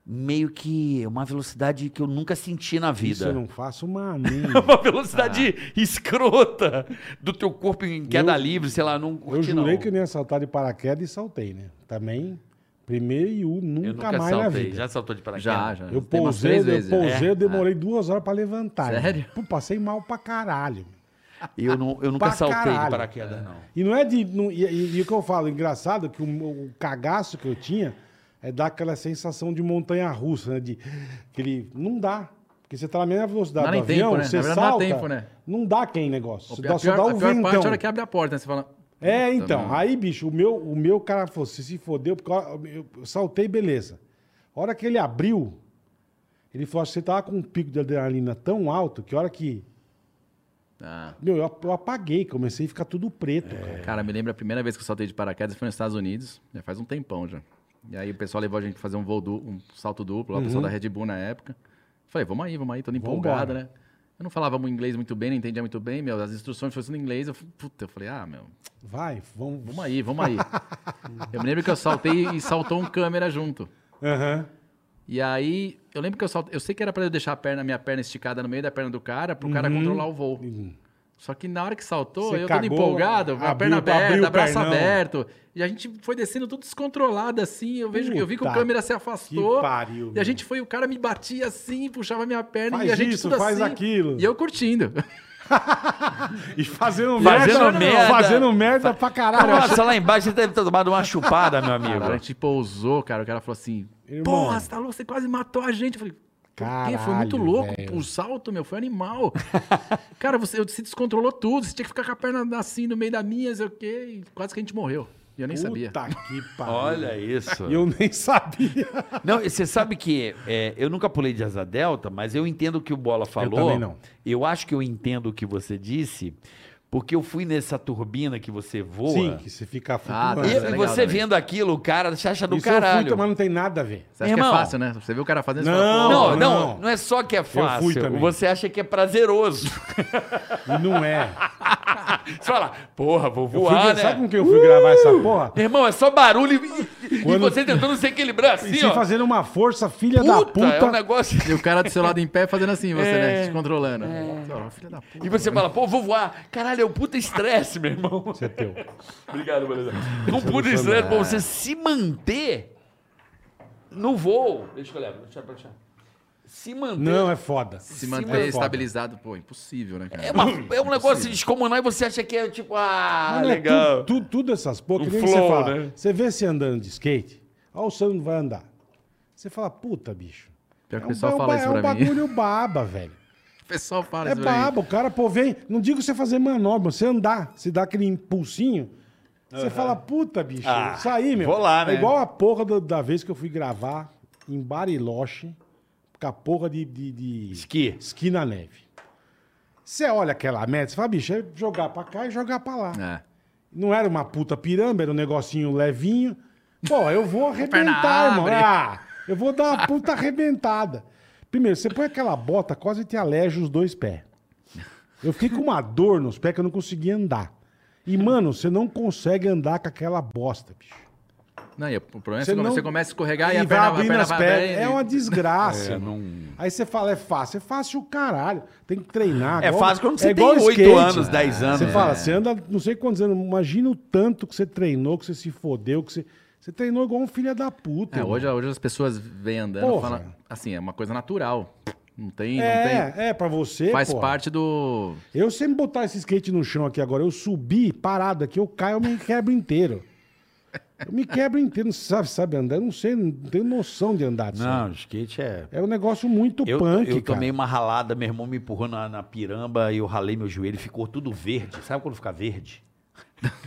Speaker 3: meio que uma velocidade que eu nunca senti na
Speaker 2: Isso eu
Speaker 3: vida.
Speaker 2: não faço uma nem.
Speaker 3: Uma velocidade escrota do teu corpo em queda
Speaker 2: Eu-
Speaker 3: livre, sei lá, não
Speaker 2: Eu
Speaker 3: curti
Speaker 2: jurei
Speaker 3: não.
Speaker 2: que eu não ia saltar de paraquedas e saltei, né? Também, primeiro e um, nunca,
Speaker 3: eu nunca
Speaker 2: mais na
Speaker 3: saltei.
Speaker 2: vida.
Speaker 3: Já É. saltou de paraquedas?
Speaker 4: Já, já.
Speaker 2: Eu
Speaker 4: é. Tem umas
Speaker 2: pousei, eu
Speaker 4: três vezes, já.
Speaker 2: pousei, eu demorei duas horas pra levantar.
Speaker 4: Sério?
Speaker 2: né? Pô, passei mal pra caralho.
Speaker 3: Eu, não, eu nunca
Speaker 2: Pra
Speaker 3: saltei
Speaker 2: caralho.
Speaker 3: de paraquedas, não.
Speaker 2: E não é de. não- e, e- e o que eu falo, engraçado, que o, o cagaço que eu tinha é dar aquela sensação de montanha russa, né? De aquele. Não dá. Porque você tá na mesma velocidade
Speaker 4: Não
Speaker 2: do
Speaker 4: dá nem tempo,
Speaker 2: avião,
Speaker 4: né?
Speaker 2: você
Speaker 4: Na verdade,
Speaker 2: salta.
Speaker 4: não dá
Speaker 2: Não dá
Speaker 4: tempo, né?
Speaker 2: aquele negócio.
Speaker 4: A
Speaker 2: Só
Speaker 4: pior,
Speaker 2: dá, só dá
Speaker 4: a
Speaker 2: o
Speaker 4: pior parte é a
Speaker 2: ventão.
Speaker 4: hora que abre a porta, né? Você fala.
Speaker 2: um É,
Speaker 4: Puta,
Speaker 2: então.
Speaker 4: mano.
Speaker 2: Aí, bicho, o meu, o meu cara falou: se se fodeu, porque eu, eu saltei, beleza. A hora que ele abriu, ele falou: acho que você tava com um pico de adrenalina tão alto que a hora que.
Speaker 4: Ah.
Speaker 2: Meu, eu, eu apaguei, comecei a ficar tudo preto, cara.
Speaker 4: É. Cara, me lembro a primeira vez que eu saltei de paraquedas foi nos Estados Unidos, já faz um tempão já. E aí o pessoal levou a gente pra fazer um voo du- um salto duplo, lá, o pessoal da Red Bull na época. Falei, vamos aí, vamos aí, todo empolgado, né? Eu não falava muito inglês muito bem, não entendia muito bem, meu, as instruções foram sendo em inglês, eu, fu- puta, eu falei, ah, meu,
Speaker 2: Vai, vamos.
Speaker 4: vamos aí, vamos aí. eu me lembro que eu saltei e saltou um câmera junto.
Speaker 2: Aham.
Speaker 4: E aí, eu lembro que eu saltei, eu sei que era pra eu deixar a perna, a minha perna esticada no meio da perna do cara, pro cara controlar o voo. Só que na hora que saltou,
Speaker 2: Você
Speaker 4: eu
Speaker 2: cagou,
Speaker 4: todo empolgado, a
Speaker 2: abriu-
Speaker 4: perna
Speaker 2: abriu
Speaker 4: aberta,
Speaker 2: o
Speaker 4: braço
Speaker 2: pernão.
Speaker 4: aberto. E a gente foi descendo tudo descontrolado assim. Eu vejo que eu vi que o
Speaker 2: Puta
Speaker 4: câmera se afastou.
Speaker 2: que pariu,
Speaker 4: e
Speaker 2: meu.
Speaker 4: a gente foi, o cara me batia assim, puxava minha perna
Speaker 2: Faz
Speaker 4: e a gente
Speaker 2: isso,
Speaker 4: tudo
Speaker 2: faz
Speaker 4: assim.
Speaker 2: aquilo.
Speaker 4: E eu curtindo.
Speaker 2: e fazendo merda.
Speaker 3: Fazendo merda.
Speaker 2: Fazendo merda pra caralho. Eu achei-
Speaker 3: Nossa, lá embaixo você deve ter tomado uma chupada, meu
Speaker 4: Cara, a
Speaker 3: amigo.
Speaker 4: gente pousou, cara. O cara falou assim:
Speaker 2: Irmão.
Speaker 4: Porra, você tá louco, você quase matou a gente. Eu falei. Por quê? Foi muito
Speaker 2: Caralho,
Speaker 4: louco.
Speaker 2: velho.
Speaker 4: O salto, meu, foi animal. cara, você você descontrolou tudo. Você tinha que ficar com a perna assim no meio da minha, sei o quê. E quase que a gente morreu. E eu nem sabia.
Speaker 2: Puta que pariu.
Speaker 3: Olha isso.
Speaker 2: E eu nem sabia.
Speaker 3: Não, e você sabe que é, eu nunca pulei de asa delta, mas eu entendo o que o Bola falou.
Speaker 2: também não.
Speaker 3: Eu acho que eu entendo o que você disse, porque eu fui nessa turbina que você voa.
Speaker 2: Sim, que você fica
Speaker 4: Ah,
Speaker 3: E,
Speaker 4: Mas é
Speaker 3: e
Speaker 4: legal
Speaker 3: você
Speaker 4: também.
Speaker 3: vendo aquilo, o cara se acha do
Speaker 2: Isso eu fui,
Speaker 3: caralho.
Speaker 2: mas não tem nada a ver.
Speaker 4: Você acha
Speaker 3: Irmão.
Speaker 4: que é fácil, né? Você viu o cara fazendo você
Speaker 2: Não,
Speaker 4: pô,
Speaker 3: Não, não, não,
Speaker 2: não.
Speaker 3: é só que é fácil.
Speaker 2: fui também.
Speaker 3: Você acha que é prazeroso.
Speaker 2: E não é.
Speaker 3: Você fala, porra, vou
Speaker 2: Eu fui,
Speaker 3: voar,
Speaker 2: Sabe
Speaker 3: né?
Speaker 2: com quem eu fui gravar essa porra?
Speaker 3: Irmão, é só barulho e, e- e
Speaker 2: Quando-
Speaker 3: você tentando se equilibrar
Speaker 2: E
Speaker 3: assim,
Speaker 2: você
Speaker 3: ó.
Speaker 2: fazendo uma força, filha da
Speaker 3: Puta, é um
Speaker 2: puta.
Speaker 3: negócio.
Speaker 4: E o cara do seu lado em pé fazendo assim, você,
Speaker 3: É.
Speaker 4: né? Te controlando.
Speaker 2: É.
Speaker 4: Ó, Filha da puta.
Speaker 3: E você fala, pô, vou voar. Caralho, é um puta estresse, meu irmão.
Speaker 2: Você é teu.
Speaker 3: Obrigado, beleza. Não pude estranho pra você se manter no voo. Deixa que eu levo. Deixa, deixa. Se manter.
Speaker 2: Não, é foda.
Speaker 4: Se
Speaker 3: é
Speaker 4: manter
Speaker 3: foda.
Speaker 4: estabilizado, pô, impossível, né, cara?
Speaker 3: É, uma- é um negócio descomunal e você acha que é tipo, ah,
Speaker 2: Mas não é
Speaker 3: legal.
Speaker 2: Tudo, tudo, tudo essas porra,
Speaker 3: Um
Speaker 2: que nem
Speaker 3: flow,
Speaker 2: você fala.
Speaker 3: né?
Speaker 2: Você vê você andando de skate, olha o Sandro vai andar. Você fala, puta, bicho.
Speaker 4: Pior que
Speaker 2: É
Speaker 4: o
Speaker 2: um-
Speaker 4: pessoal
Speaker 2: é um
Speaker 4: fala
Speaker 2: ba-
Speaker 4: isso
Speaker 2: é um
Speaker 4: pra mim.
Speaker 2: bagulho baba, velho.
Speaker 4: O pessoal fala
Speaker 2: É
Speaker 4: isso pra mim.
Speaker 2: baba, o cara, pô, vem. Não digo você fazer manobra, você andar, se dá aquele impulsinho. Você fala, puta, bicho,
Speaker 3: Ah,
Speaker 2: isso aí, meu.
Speaker 3: vou lá, né?
Speaker 2: É igual a porra do- da vez que eu fui gravar em Bariloche, com a porra de. de, de-
Speaker 3: Esqui.
Speaker 2: Esqui na neve. Você olha aquela meta, você fala, bicho, é jogar pra cá e jogar pra lá.
Speaker 4: É.
Speaker 2: Não era uma puta pirâmide, era um negocinho levinho. Pô, eu vou
Speaker 4: Perna
Speaker 2: arrebentar, irmão.
Speaker 4: abre.
Speaker 2: Ah, eu vou dar uma puta arrebentada. Primeiro, você põe aquela bota, quase te aleja os dois pés. Eu fiquei com uma dor nos pés que eu não conseguia andar. E, mano, você não consegue andar com aquela bosta, bicho.
Speaker 4: Não, e o problema é
Speaker 2: Você
Speaker 4: que
Speaker 2: não-
Speaker 4: você começa a escorregar e,
Speaker 2: E
Speaker 4: a
Speaker 2: vai
Speaker 4: perna a
Speaker 2: abrindo
Speaker 4: perna
Speaker 2: as
Speaker 4: vai
Speaker 2: pernas.
Speaker 4: abrindo.
Speaker 2: É uma desgraça.
Speaker 3: É,
Speaker 2: mano.
Speaker 3: não-
Speaker 2: Aí você fala, é fácil. É fácil o caralho. Tem que treinar.
Speaker 3: É
Speaker 2: igual-
Speaker 3: fácil quando você
Speaker 2: é igual
Speaker 3: tem
Speaker 2: o
Speaker 3: 8
Speaker 2: skate.
Speaker 3: anos, 10 anos.
Speaker 2: Você
Speaker 3: né?
Speaker 2: fala, você anda não sei quantos anos, imagina o tanto que você treinou, que você se fodeu, que você. Você treinou igual um filho da puta.
Speaker 4: É,
Speaker 2: irmão.
Speaker 4: hoje, hoje as pessoas vêm andando e
Speaker 2: Porra.
Speaker 4: falam. Assim, é uma coisa natural. Não tem. não tem
Speaker 2: é, é, pra você.
Speaker 4: faz
Speaker 2: porra.
Speaker 4: parte do.
Speaker 2: Eu sempre botar esse skate no chão aqui agora, eu subi parado aqui, eu caio, eu me quebro inteiro. Eu me quebro inteiro, não sabe, sabe andar? Eu não sei, não tenho noção de andar. disso.
Speaker 3: Não, skate é.
Speaker 2: É um negócio muito
Speaker 3: Eu,
Speaker 2: punk,
Speaker 3: eu
Speaker 2: cara.
Speaker 3: tomei uma ralada, meu irmão me empurrou na, na piramba e eu ralei meu joelho e ficou tudo verde. Sabe quando fica verde?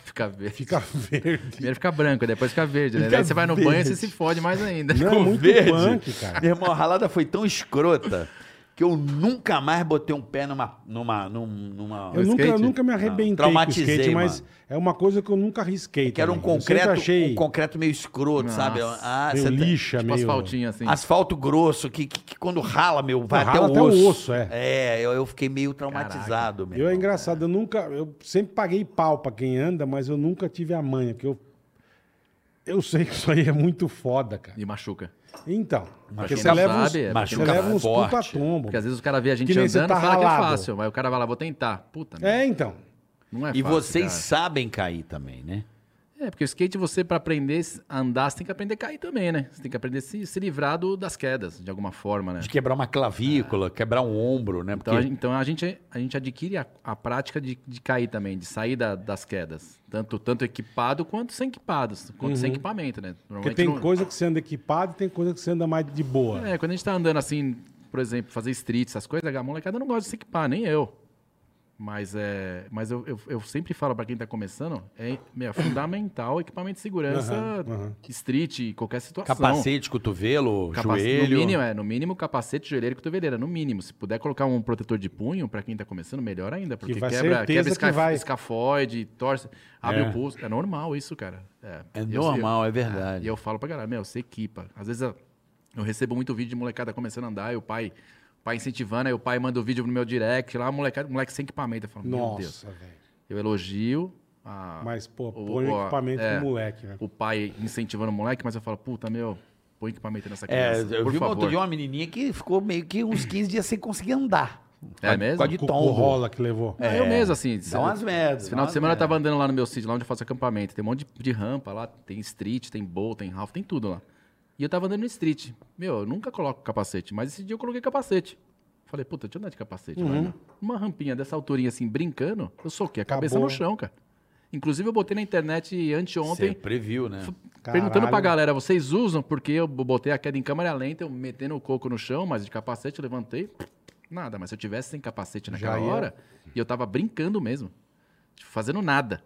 Speaker 4: Fica verde.
Speaker 2: Fica verde.
Speaker 4: Primeiro fica branco, depois fica verde, né?
Speaker 2: Fica
Speaker 4: Daí você vai no banho e
Speaker 2: verde.
Speaker 4: você se fode mais ainda. tipo,
Speaker 2: Não, é muito
Speaker 3: verde.
Speaker 2: punk, cara.
Speaker 3: Meu irmão, a ralada foi tão escrota que eu nunca mais botei um pé numa. numa, num- numa...
Speaker 2: Eu nunca, eu
Speaker 4: skate?
Speaker 2: nunca me arrebentei com o
Speaker 3: traumatizei,
Speaker 2: skate, mas
Speaker 3: mano.
Speaker 2: é uma coisa que eu nunca arrisquei.
Speaker 3: Que era um
Speaker 2: também. Eu sempre
Speaker 3: concreto,
Speaker 2: achei
Speaker 3: um concreto meio escroto,
Speaker 4: Nossa,
Speaker 3: sabe? Ah,
Speaker 2: meio
Speaker 3: você tem-
Speaker 2: lixa,
Speaker 4: Tipo
Speaker 2: meio...
Speaker 4: asfaltinho assim.
Speaker 3: Asfalto grosso, que, que, que quando rala, meu, vai
Speaker 2: Rala
Speaker 3: até, o osso.
Speaker 2: é.
Speaker 3: eu, eu fiquei meio traumatizado, meu.
Speaker 2: Eu é
Speaker 3: irmão.
Speaker 2: engraçado, eu nunca. Eu sempre paguei pau pra quem anda, mas eu nunca tive a manha, que eu. Eu sei que isso aí é muito foda, cara.
Speaker 4: E machuca.
Speaker 2: Então, porque
Speaker 4: quem
Speaker 2: você
Speaker 4: não
Speaker 2: leva uns,
Speaker 4: sabe, é
Speaker 2: você
Speaker 3: machuca
Speaker 2: leva uns
Speaker 3: um forte.
Speaker 2: puta tombo.
Speaker 4: Porque às vezes o cara vê a gente
Speaker 2: Que nem você
Speaker 4: andando
Speaker 2: tá
Speaker 4: e fala que é
Speaker 2: ralado.
Speaker 4: fácil. Mas o cara vai lá, vou tentar. Puta, merda,
Speaker 2: É, então.
Speaker 4: não é
Speaker 3: E
Speaker 4: fácil,
Speaker 3: vocês
Speaker 4: cara.
Speaker 3: sabem cair também, né?
Speaker 4: É, porque o skate, você, pra aprender a andar, você tem que aprender a cair também, né? Você tem que aprender a se, se livrar do- das quedas, de alguma forma, né?
Speaker 3: De quebrar uma clavícula, quebrar um ombro, né? Porque
Speaker 4: É. Então, a, gen- então a, gente, a gente adquire a, a prática de, de cair também, de sair da- das quedas. Tanto, tanto equipado quanto sem equipados. Quanto sem equipamento, né?
Speaker 2: Uhum. Porque
Speaker 3: é
Speaker 4: Normalmente
Speaker 2: tem
Speaker 4: não-
Speaker 2: coisa que você anda equipado e tem coisa que você anda mais de boa.
Speaker 4: É, quando a gente tá andando assim, por exemplo, fazer street, essas coisas, a molecada não gosta de se equipar, nem eu. Mas é. Mas eu, eu, eu sempre falo pra quem tá começando, é, meu, é fundamental equipamento de segurança,
Speaker 2: Aham, aham.
Speaker 4: street, em qualquer situação.
Speaker 3: capacete, cotovelo,
Speaker 4: Capa-
Speaker 3: joelho.
Speaker 4: No mínimo, é, no mínimo capacete, joelheira e cotoveleira. No mínimo, se puder colocar um protetor de punho, pra quem tá começando, melhor ainda. Porque
Speaker 2: vai
Speaker 4: quebra,
Speaker 2: certeza
Speaker 4: quebra
Speaker 2: que
Speaker 4: esca-
Speaker 2: vai.
Speaker 4: escafoide, torce, abre
Speaker 3: É.
Speaker 4: o pulso. É normal isso, cara. É,
Speaker 3: É
Speaker 4: Eu-
Speaker 3: normal, é
Speaker 4: e
Speaker 3: verdade.
Speaker 4: eu falo pra galera, meu, você equipa. Às vezes eu, eu recebo muito vídeo de molecada começando a andar, e o pai, o pai incentivando, aí o pai manda o vídeo no meu direct, lá, molecada, moleque sem equipamento. Eu falo, meu Deus.
Speaker 2: Nossa, velho.
Speaker 4: Eu elogio a-
Speaker 2: Mas, pô, põe
Speaker 4: o-
Speaker 2: o
Speaker 4: o-
Speaker 2: equipamento
Speaker 4: Ah. é.
Speaker 2: pro moleque, né?
Speaker 4: o pai incentivando o moleque, mas eu falo, puta, meu, põe equipamento nessa
Speaker 3: É,
Speaker 4: criança,
Speaker 3: eu
Speaker 4: por
Speaker 3: vi uma- outro
Speaker 4: favor.
Speaker 3: dia uma menininha que ficou meio que uns 15 dias sem conseguir andar.
Speaker 4: É mesmo?
Speaker 3: Por causa de
Speaker 2: Com
Speaker 3: tombo.
Speaker 2: o rola que levou.
Speaker 4: Não, Eu mesmo, assim. se-
Speaker 3: Dá umas merdas.
Speaker 4: Esse final de semana eu
Speaker 3: é.
Speaker 4: tava andando lá no meu sítio, lá onde eu faço acampamento. Tem um monte de, de rampa lá, tem street, tem bowl, tem half, tem tudo lá. E eu tava andando no street. Meu, eu nunca coloco capacete, mas esse dia eu coloquei capacete. Falei, puta, deixa eu andar de capacete. vai, né? Uma rampinha dessa alturinha assim, brincando, eu soquei a cabeça
Speaker 2: Acabou.
Speaker 4: no chão, cara. Inclusive, eu botei na internet anteontem,
Speaker 3: Você previu, né?
Speaker 4: perguntando pra
Speaker 2: Caralho.
Speaker 4: galera, vocês usam? Porque eu botei a queda em câmera lenta, eu metendo o coco no chão, mas de capacete eu levantei, nada. Mas se eu tivesse sem capacete naquela
Speaker 2: Já ia.
Speaker 4: hora, e eu tava brincando mesmo, tipo, fazendo nada.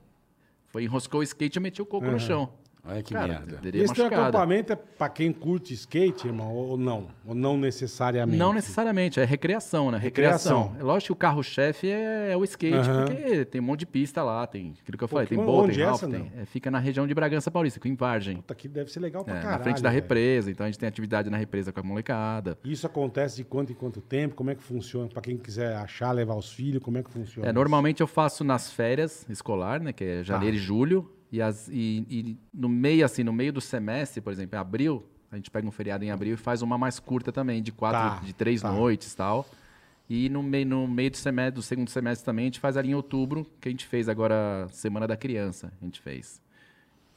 Speaker 4: Foi, enroscou o skate e meti o coco no chão.
Speaker 3: Olha que
Speaker 4: cara,
Speaker 3: merda.
Speaker 4: teria
Speaker 2: Esse teu
Speaker 4: machucado.
Speaker 2: acampamento é pra quem curte skate, irmão, ou não? Ou não necessariamente?
Speaker 4: Não necessariamente, é recreação, né? Recreação.
Speaker 2: Recreação.
Speaker 4: É lógico que o carro-chefe é, é o skate,
Speaker 2: Aham.
Speaker 4: porque tem um monte de pista lá, tem aquilo que eu falei,
Speaker 2: que-
Speaker 4: tem bowl,
Speaker 2: onde
Speaker 4: tem
Speaker 2: é
Speaker 4: ralph,
Speaker 2: essa,
Speaker 4: tem,
Speaker 2: não?
Speaker 4: é, fica na região de Bragança Paulista, com em Vargem.
Speaker 2: Puta, que deve ser legal pra
Speaker 4: É,
Speaker 2: caralho.
Speaker 4: na frente da
Speaker 2: velho.
Speaker 4: represa, então a gente tem atividade na represa com a molecada.
Speaker 2: Isso acontece de quanto em quanto tempo? Como é que funciona? Pra quem quiser achar, levar os filhos, como é que funciona?
Speaker 4: É,
Speaker 2: isso?
Speaker 4: normalmente eu faço nas férias escolar, né? Que é janeiro e
Speaker 2: Tá.
Speaker 4: julho. E, as- e- e no meio, assim, no meio do semestre, por exemplo, em abril, a gente pega um feriado em abril e faz uma mais curta também, de quatro,
Speaker 2: Tá,
Speaker 4: de três
Speaker 2: tá.
Speaker 4: noites e tal. E no meio, no meio do, semestre, do segundo semestre também, a gente faz ali em outubro, que a gente fez agora Semana da Criança, a gente fez.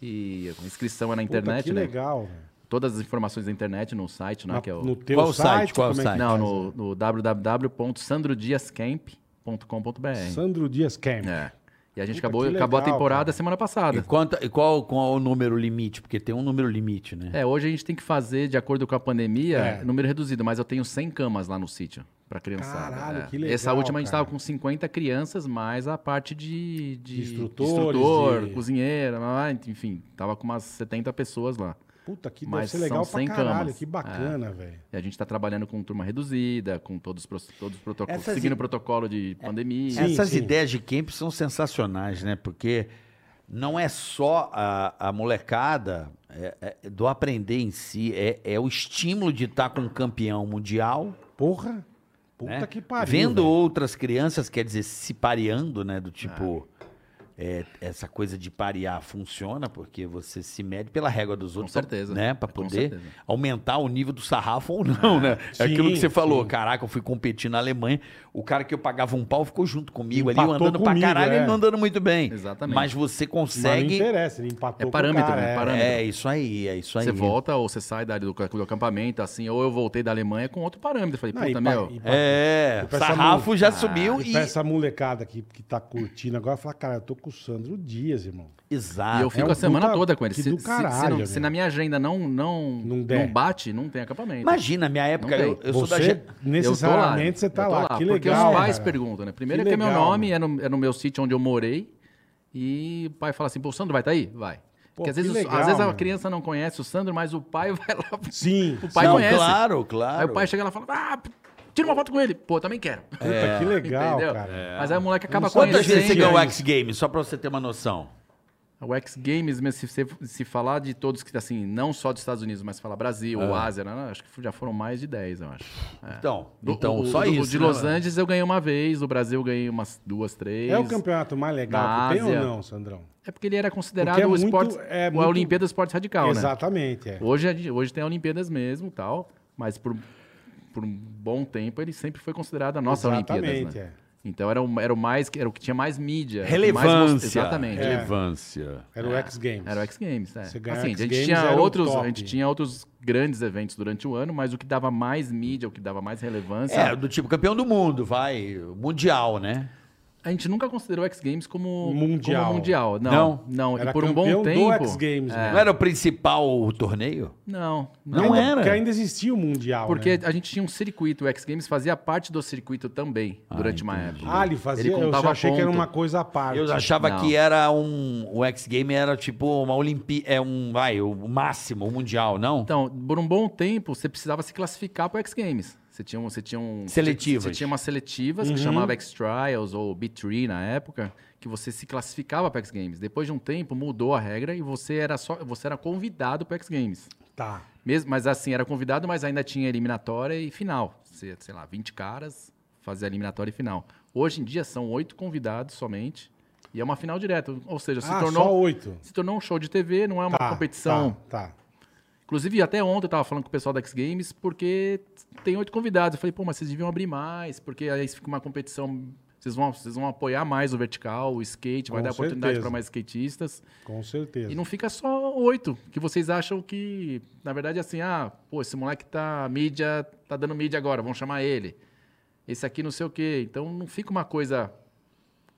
Speaker 4: E a inscrição é na
Speaker 2: Puta,
Speaker 4: internet,
Speaker 2: que
Speaker 4: né?
Speaker 2: legal. velho.
Speaker 4: Todas as informações da internet, no site, né?
Speaker 2: Na-
Speaker 4: que é o...
Speaker 2: No teu
Speaker 3: Qual o
Speaker 2: site?
Speaker 3: site? Qual
Speaker 2: como
Speaker 3: o
Speaker 2: é que
Speaker 3: site?
Speaker 4: Não,
Speaker 2: faz?
Speaker 4: no, no www.sandrodiascamp.com.br.
Speaker 2: Sandro Dias Camp.
Speaker 4: É. E a gente
Speaker 2: Puta,
Speaker 4: acabou,
Speaker 2: que
Speaker 4: acabou a
Speaker 2: legal,
Speaker 4: temporada
Speaker 2: cara.
Speaker 4: semana
Speaker 3: E,
Speaker 4: passada.
Speaker 3: quanto, e qual, qual o número limite? Porque tem um número limite, né?
Speaker 4: É, hoje a gente tem que fazer, de acordo com a pandemia,
Speaker 2: É.
Speaker 4: número reduzido, mas eu tenho 100 camas lá no sítio pra criançada.
Speaker 2: Caralho,
Speaker 4: é.
Speaker 2: que legal,
Speaker 4: Essa última a gente
Speaker 2: cara.
Speaker 4: tava com 50 crianças, mais a parte de, de,
Speaker 2: De instrutores,
Speaker 4: de instrutor,
Speaker 2: de-
Speaker 4: cozinheira, lá, enfim, tava com umas 70 pessoas lá.
Speaker 2: Puta, que deve
Speaker 4: Mas
Speaker 2: ser legal
Speaker 4: são
Speaker 2: pra
Speaker 4: 100
Speaker 2: caralho.
Speaker 4: camas. É.
Speaker 2: Que bacana, velho.
Speaker 4: E a gente tá trabalhando com turma reduzida, com todos os pro- todos os protocolos,
Speaker 3: Essas
Speaker 4: seguindo
Speaker 3: i-
Speaker 4: o protocolo de pandemia.
Speaker 2: é, Sim,
Speaker 3: Essas
Speaker 2: sim.
Speaker 3: ideias de camp são sensacionais, né? Porque não é só a, a molecada é- é do aprender em si, é, é o estímulo de estar com um campeão mundial.
Speaker 2: Porra. Puta
Speaker 3: né?
Speaker 2: que pariu.
Speaker 3: Vendo
Speaker 2: velho.
Speaker 3: outras crianças, quer dizer, se pareando, né? Do tipo.
Speaker 4: Ah.
Speaker 3: é, essa coisa de parear funciona porque você se mede pela régua dos outros, pra-
Speaker 4: certeza.
Speaker 3: né, para
Speaker 4: Com
Speaker 3: poder
Speaker 4: certeza.
Speaker 3: aumentar o nível do sarrafo ou não, né? É aquilo que
Speaker 2: Sim,
Speaker 3: você falou,
Speaker 2: sim.
Speaker 3: caraca, eu fui competir na Alemanha, o cara que eu pagava um pau ficou junto comigo ali, eu
Speaker 2: Empatou
Speaker 3: andando pra
Speaker 2: comigo,
Speaker 3: caralho,
Speaker 2: é.
Speaker 3: ele não andando muito bem.
Speaker 4: Exatamente.
Speaker 3: Mas você
Speaker 2: Mas não
Speaker 3: consegue
Speaker 2: interessa, ele empatou
Speaker 4: É parâmetro,
Speaker 2: com o cara,
Speaker 4: né?
Speaker 2: é.
Speaker 4: Parâmetro.
Speaker 3: É, isso aí, é isso aí.
Speaker 4: Você volta ou você sai da, do, do acampamento, assim, ou eu voltei da Alemanha com outro parâmetro. Falei,
Speaker 2: Não,
Speaker 4: puta,
Speaker 2: e pa-
Speaker 4: meu.
Speaker 2: e pa-
Speaker 3: É,
Speaker 2: E pra essa
Speaker 3: sarrafo
Speaker 2: mu-
Speaker 3: já subiu
Speaker 2: E
Speaker 3: Então, e
Speaker 2: pra essa molecada que, que tá curtindo agora, fala, cara, eu tô com o Sandro Dias, irmão.
Speaker 3: exato.
Speaker 4: E eu fico
Speaker 2: um
Speaker 4: a semana
Speaker 2: puta
Speaker 4: toda com ele.
Speaker 2: que
Speaker 4: Se,
Speaker 2: do
Speaker 4: se- se
Speaker 2: caralho,
Speaker 4: não- se
Speaker 2: meu.
Speaker 4: na minha agenda não não,
Speaker 2: Não
Speaker 4: não,
Speaker 2: der.
Speaker 4: bate, não tem acampamento.
Speaker 3: Imagina, minha época,
Speaker 4: tem.
Speaker 3: eu, eu sou da
Speaker 2: você,
Speaker 3: ge-
Speaker 2: necessariamente, você tá
Speaker 4: eu tô
Speaker 2: lá. Que
Speaker 4: porque
Speaker 2: legal.
Speaker 4: os pais
Speaker 2: cara.
Speaker 4: perguntam, né? Primeiro
Speaker 2: Que
Speaker 4: é que é meu
Speaker 2: legal,
Speaker 4: nome, é no, é no meu sítio onde eu morei. E o pai fala assim, pô, o Sandro vai tá aí? Vai.
Speaker 2: Pô,
Speaker 4: Porque às
Speaker 2: que
Speaker 4: vezes,
Speaker 2: legal,
Speaker 4: às vezes a
Speaker 2: mano.
Speaker 4: criança não conhece o Sandro, mas o pai vai lá.
Speaker 2: Sim.
Speaker 4: O pai
Speaker 3: Não,
Speaker 4: conhece.
Speaker 3: Claro, claro.
Speaker 4: Aí o pai chega lá e fala, ah, tira uma foto com ele. Pô, eu também quero.
Speaker 2: Puta, que legal,
Speaker 4: é, Entendeu? É
Speaker 2: cara.
Speaker 3: É.
Speaker 4: Mas aí o moleque acaba
Speaker 2: sei.
Speaker 3: Quantas vezes você
Speaker 4: conhecendo.
Speaker 3: ganhou o
Speaker 2: Ganhei.
Speaker 3: X Games? Só pra você ter uma noção.
Speaker 4: O X Games, mesmo, se, se, se falar de todos que, assim, não só dos Estados Unidos, mas falar Brasil,
Speaker 3: É.
Speaker 4: ou Ásia, né, né, acho que já foram mais de 10, eu acho. É.
Speaker 3: Então,
Speaker 4: Do-
Speaker 3: então
Speaker 4: o-
Speaker 3: só
Speaker 4: do-
Speaker 3: isso.
Speaker 4: O de
Speaker 3: né,
Speaker 4: Los
Speaker 3: mano?
Speaker 4: Angeles eu ganhei uma vez, o Brasil eu ganhei umas duas, três.
Speaker 2: É o campeonato mais legal
Speaker 4: Na
Speaker 2: que tem ou
Speaker 4: Ásia.
Speaker 2: não, Sandrão?
Speaker 4: É porque ele era considerado
Speaker 2: Porque é
Speaker 4: o
Speaker 2: muito-
Speaker 4: esporte,
Speaker 2: é
Speaker 4: a
Speaker 2: muito-
Speaker 4: Olimpíada do Esporte Radical, né?
Speaker 2: Exatamente, é.
Speaker 4: Hoje, a gente- hoje tem a Olimpíadas mesmo tal, mas por, por um bom tempo ele sempre foi considerado a nossa Olimpíadas,
Speaker 2: Exatamente,
Speaker 4: né?
Speaker 2: é.
Speaker 4: Então era o, era o mais era o que tinha mais mídia, era o que mais mos-
Speaker 3: Relevância.
Speaker 4: exatamente.
Speaker 2: É.
Speaker 3: Relevância.
Speaker 2: Era o X Games.
Speaker 4: É. Era o X Games, é.
Speaker 2: Você ganhar
Speaker 4: Assim,
Speaker 2: X
Speaker 4: a gente
Speaker 2: Games
Speaker 4: tinha
Speaker 2: era o
Speaker 4: outros,
Speaker 2: top.
Speaker 4: a gente tinha outros grandes eventos durante o ano, mas o que dava mais mídia, o que dava mais relevância,
Speaker 3: É, do tipo campeão do mundo, vai. Mundial, né?
Speaker 4: a gente nunca considerou o X Games como
Speaker 2: Mundial.
Speaker 4: como mundial. Não,
Speaker 3: Não.
Speaker 4: não,
Speaker 2: Era
Speaker 4: e por um
Speaker 2: campeão
Speaker 4: bom
Speaker 2: do
Speaker 4: tempo. É.
Speaker 2: X Games, né?
Speaker 3: Não era o principal torneio?
Speaker 4: Não,
Speaker 3: Não
Speaker 2: Ainda-
Speaker 3: era.
Speaker 2: Porque ainda existia o Mundial,
Speaker 4: Porque
Speaker 2: né?
Speaker 4: a gente tinha um circuito, o X Games fazia parte do circuito também durante uma época.
Speaker 2: Ah, ele fazia... eu
Speaker 4: contava
Speaker 2: já achei que era
Speaker 4: ponto.
Speaker 2: uma coisa à parte.
Speaker 3: Eu achava
Speaker 4: Ah, Não.
Speaker 3: que era um. O X Game era tipo uma Olimpíada. É um. Vai, o máximo, o mundial, não?
Speaker 4: Então, por um bom tempo, você precisava se classificar para o X Games. Você tinha, um, você tinha um,
Speaker 3: Seletivas.
Speaker 4: Você tinha umas seletivas
Speaker 2: Uhum.
Speaker 4: que chamava X Trials ou B3 na época, que você se classificava para X Games. Depois de um tempo mudou a regra e você era só você era convidado para X Games.
Speaker 2: Tá.
Speaker 4: Mesmo, mas assim, era convidado, mas ainda tinha eliminatória e final. Você, sei lá, 20 caras, fazia eliminatória e final. Hoje em dia são oito convidados somente e é uma final direta. Ou seja, se
Speaker 2: ah, só
Speaker 4: tornou
Speaker 2: oito.
Speaker 4: se tornou um show de TV, não é uma
Speaker 2: Tá,
Speaker 4: competição.
Speaker 2: Tá, tá.
Speaker 4: Inclusive, até ontem eu tava falando com o pessoal da X Games, porque tem oito convidados. Eu falei, pô, mas vocês deviam abrir mais, porque aí fica uma competição. Vocês vão, vocês vão apoiar mais o vertical, o skate, vai
Speaker 2: Com
Speaker 4: dar oportunidade
Speaker 2: certeza.
Speaker 4: para mais skatistas.
Speaker 2: Com certeza.
Speaker 4: E não fica só oito, que vocês acham que, na verdade, é assim, ah, pô, esse moleque tá mídia, tá dando mídia agora, vamos chamar ele. esse aqui não sei o quê. Então não fica uma coisa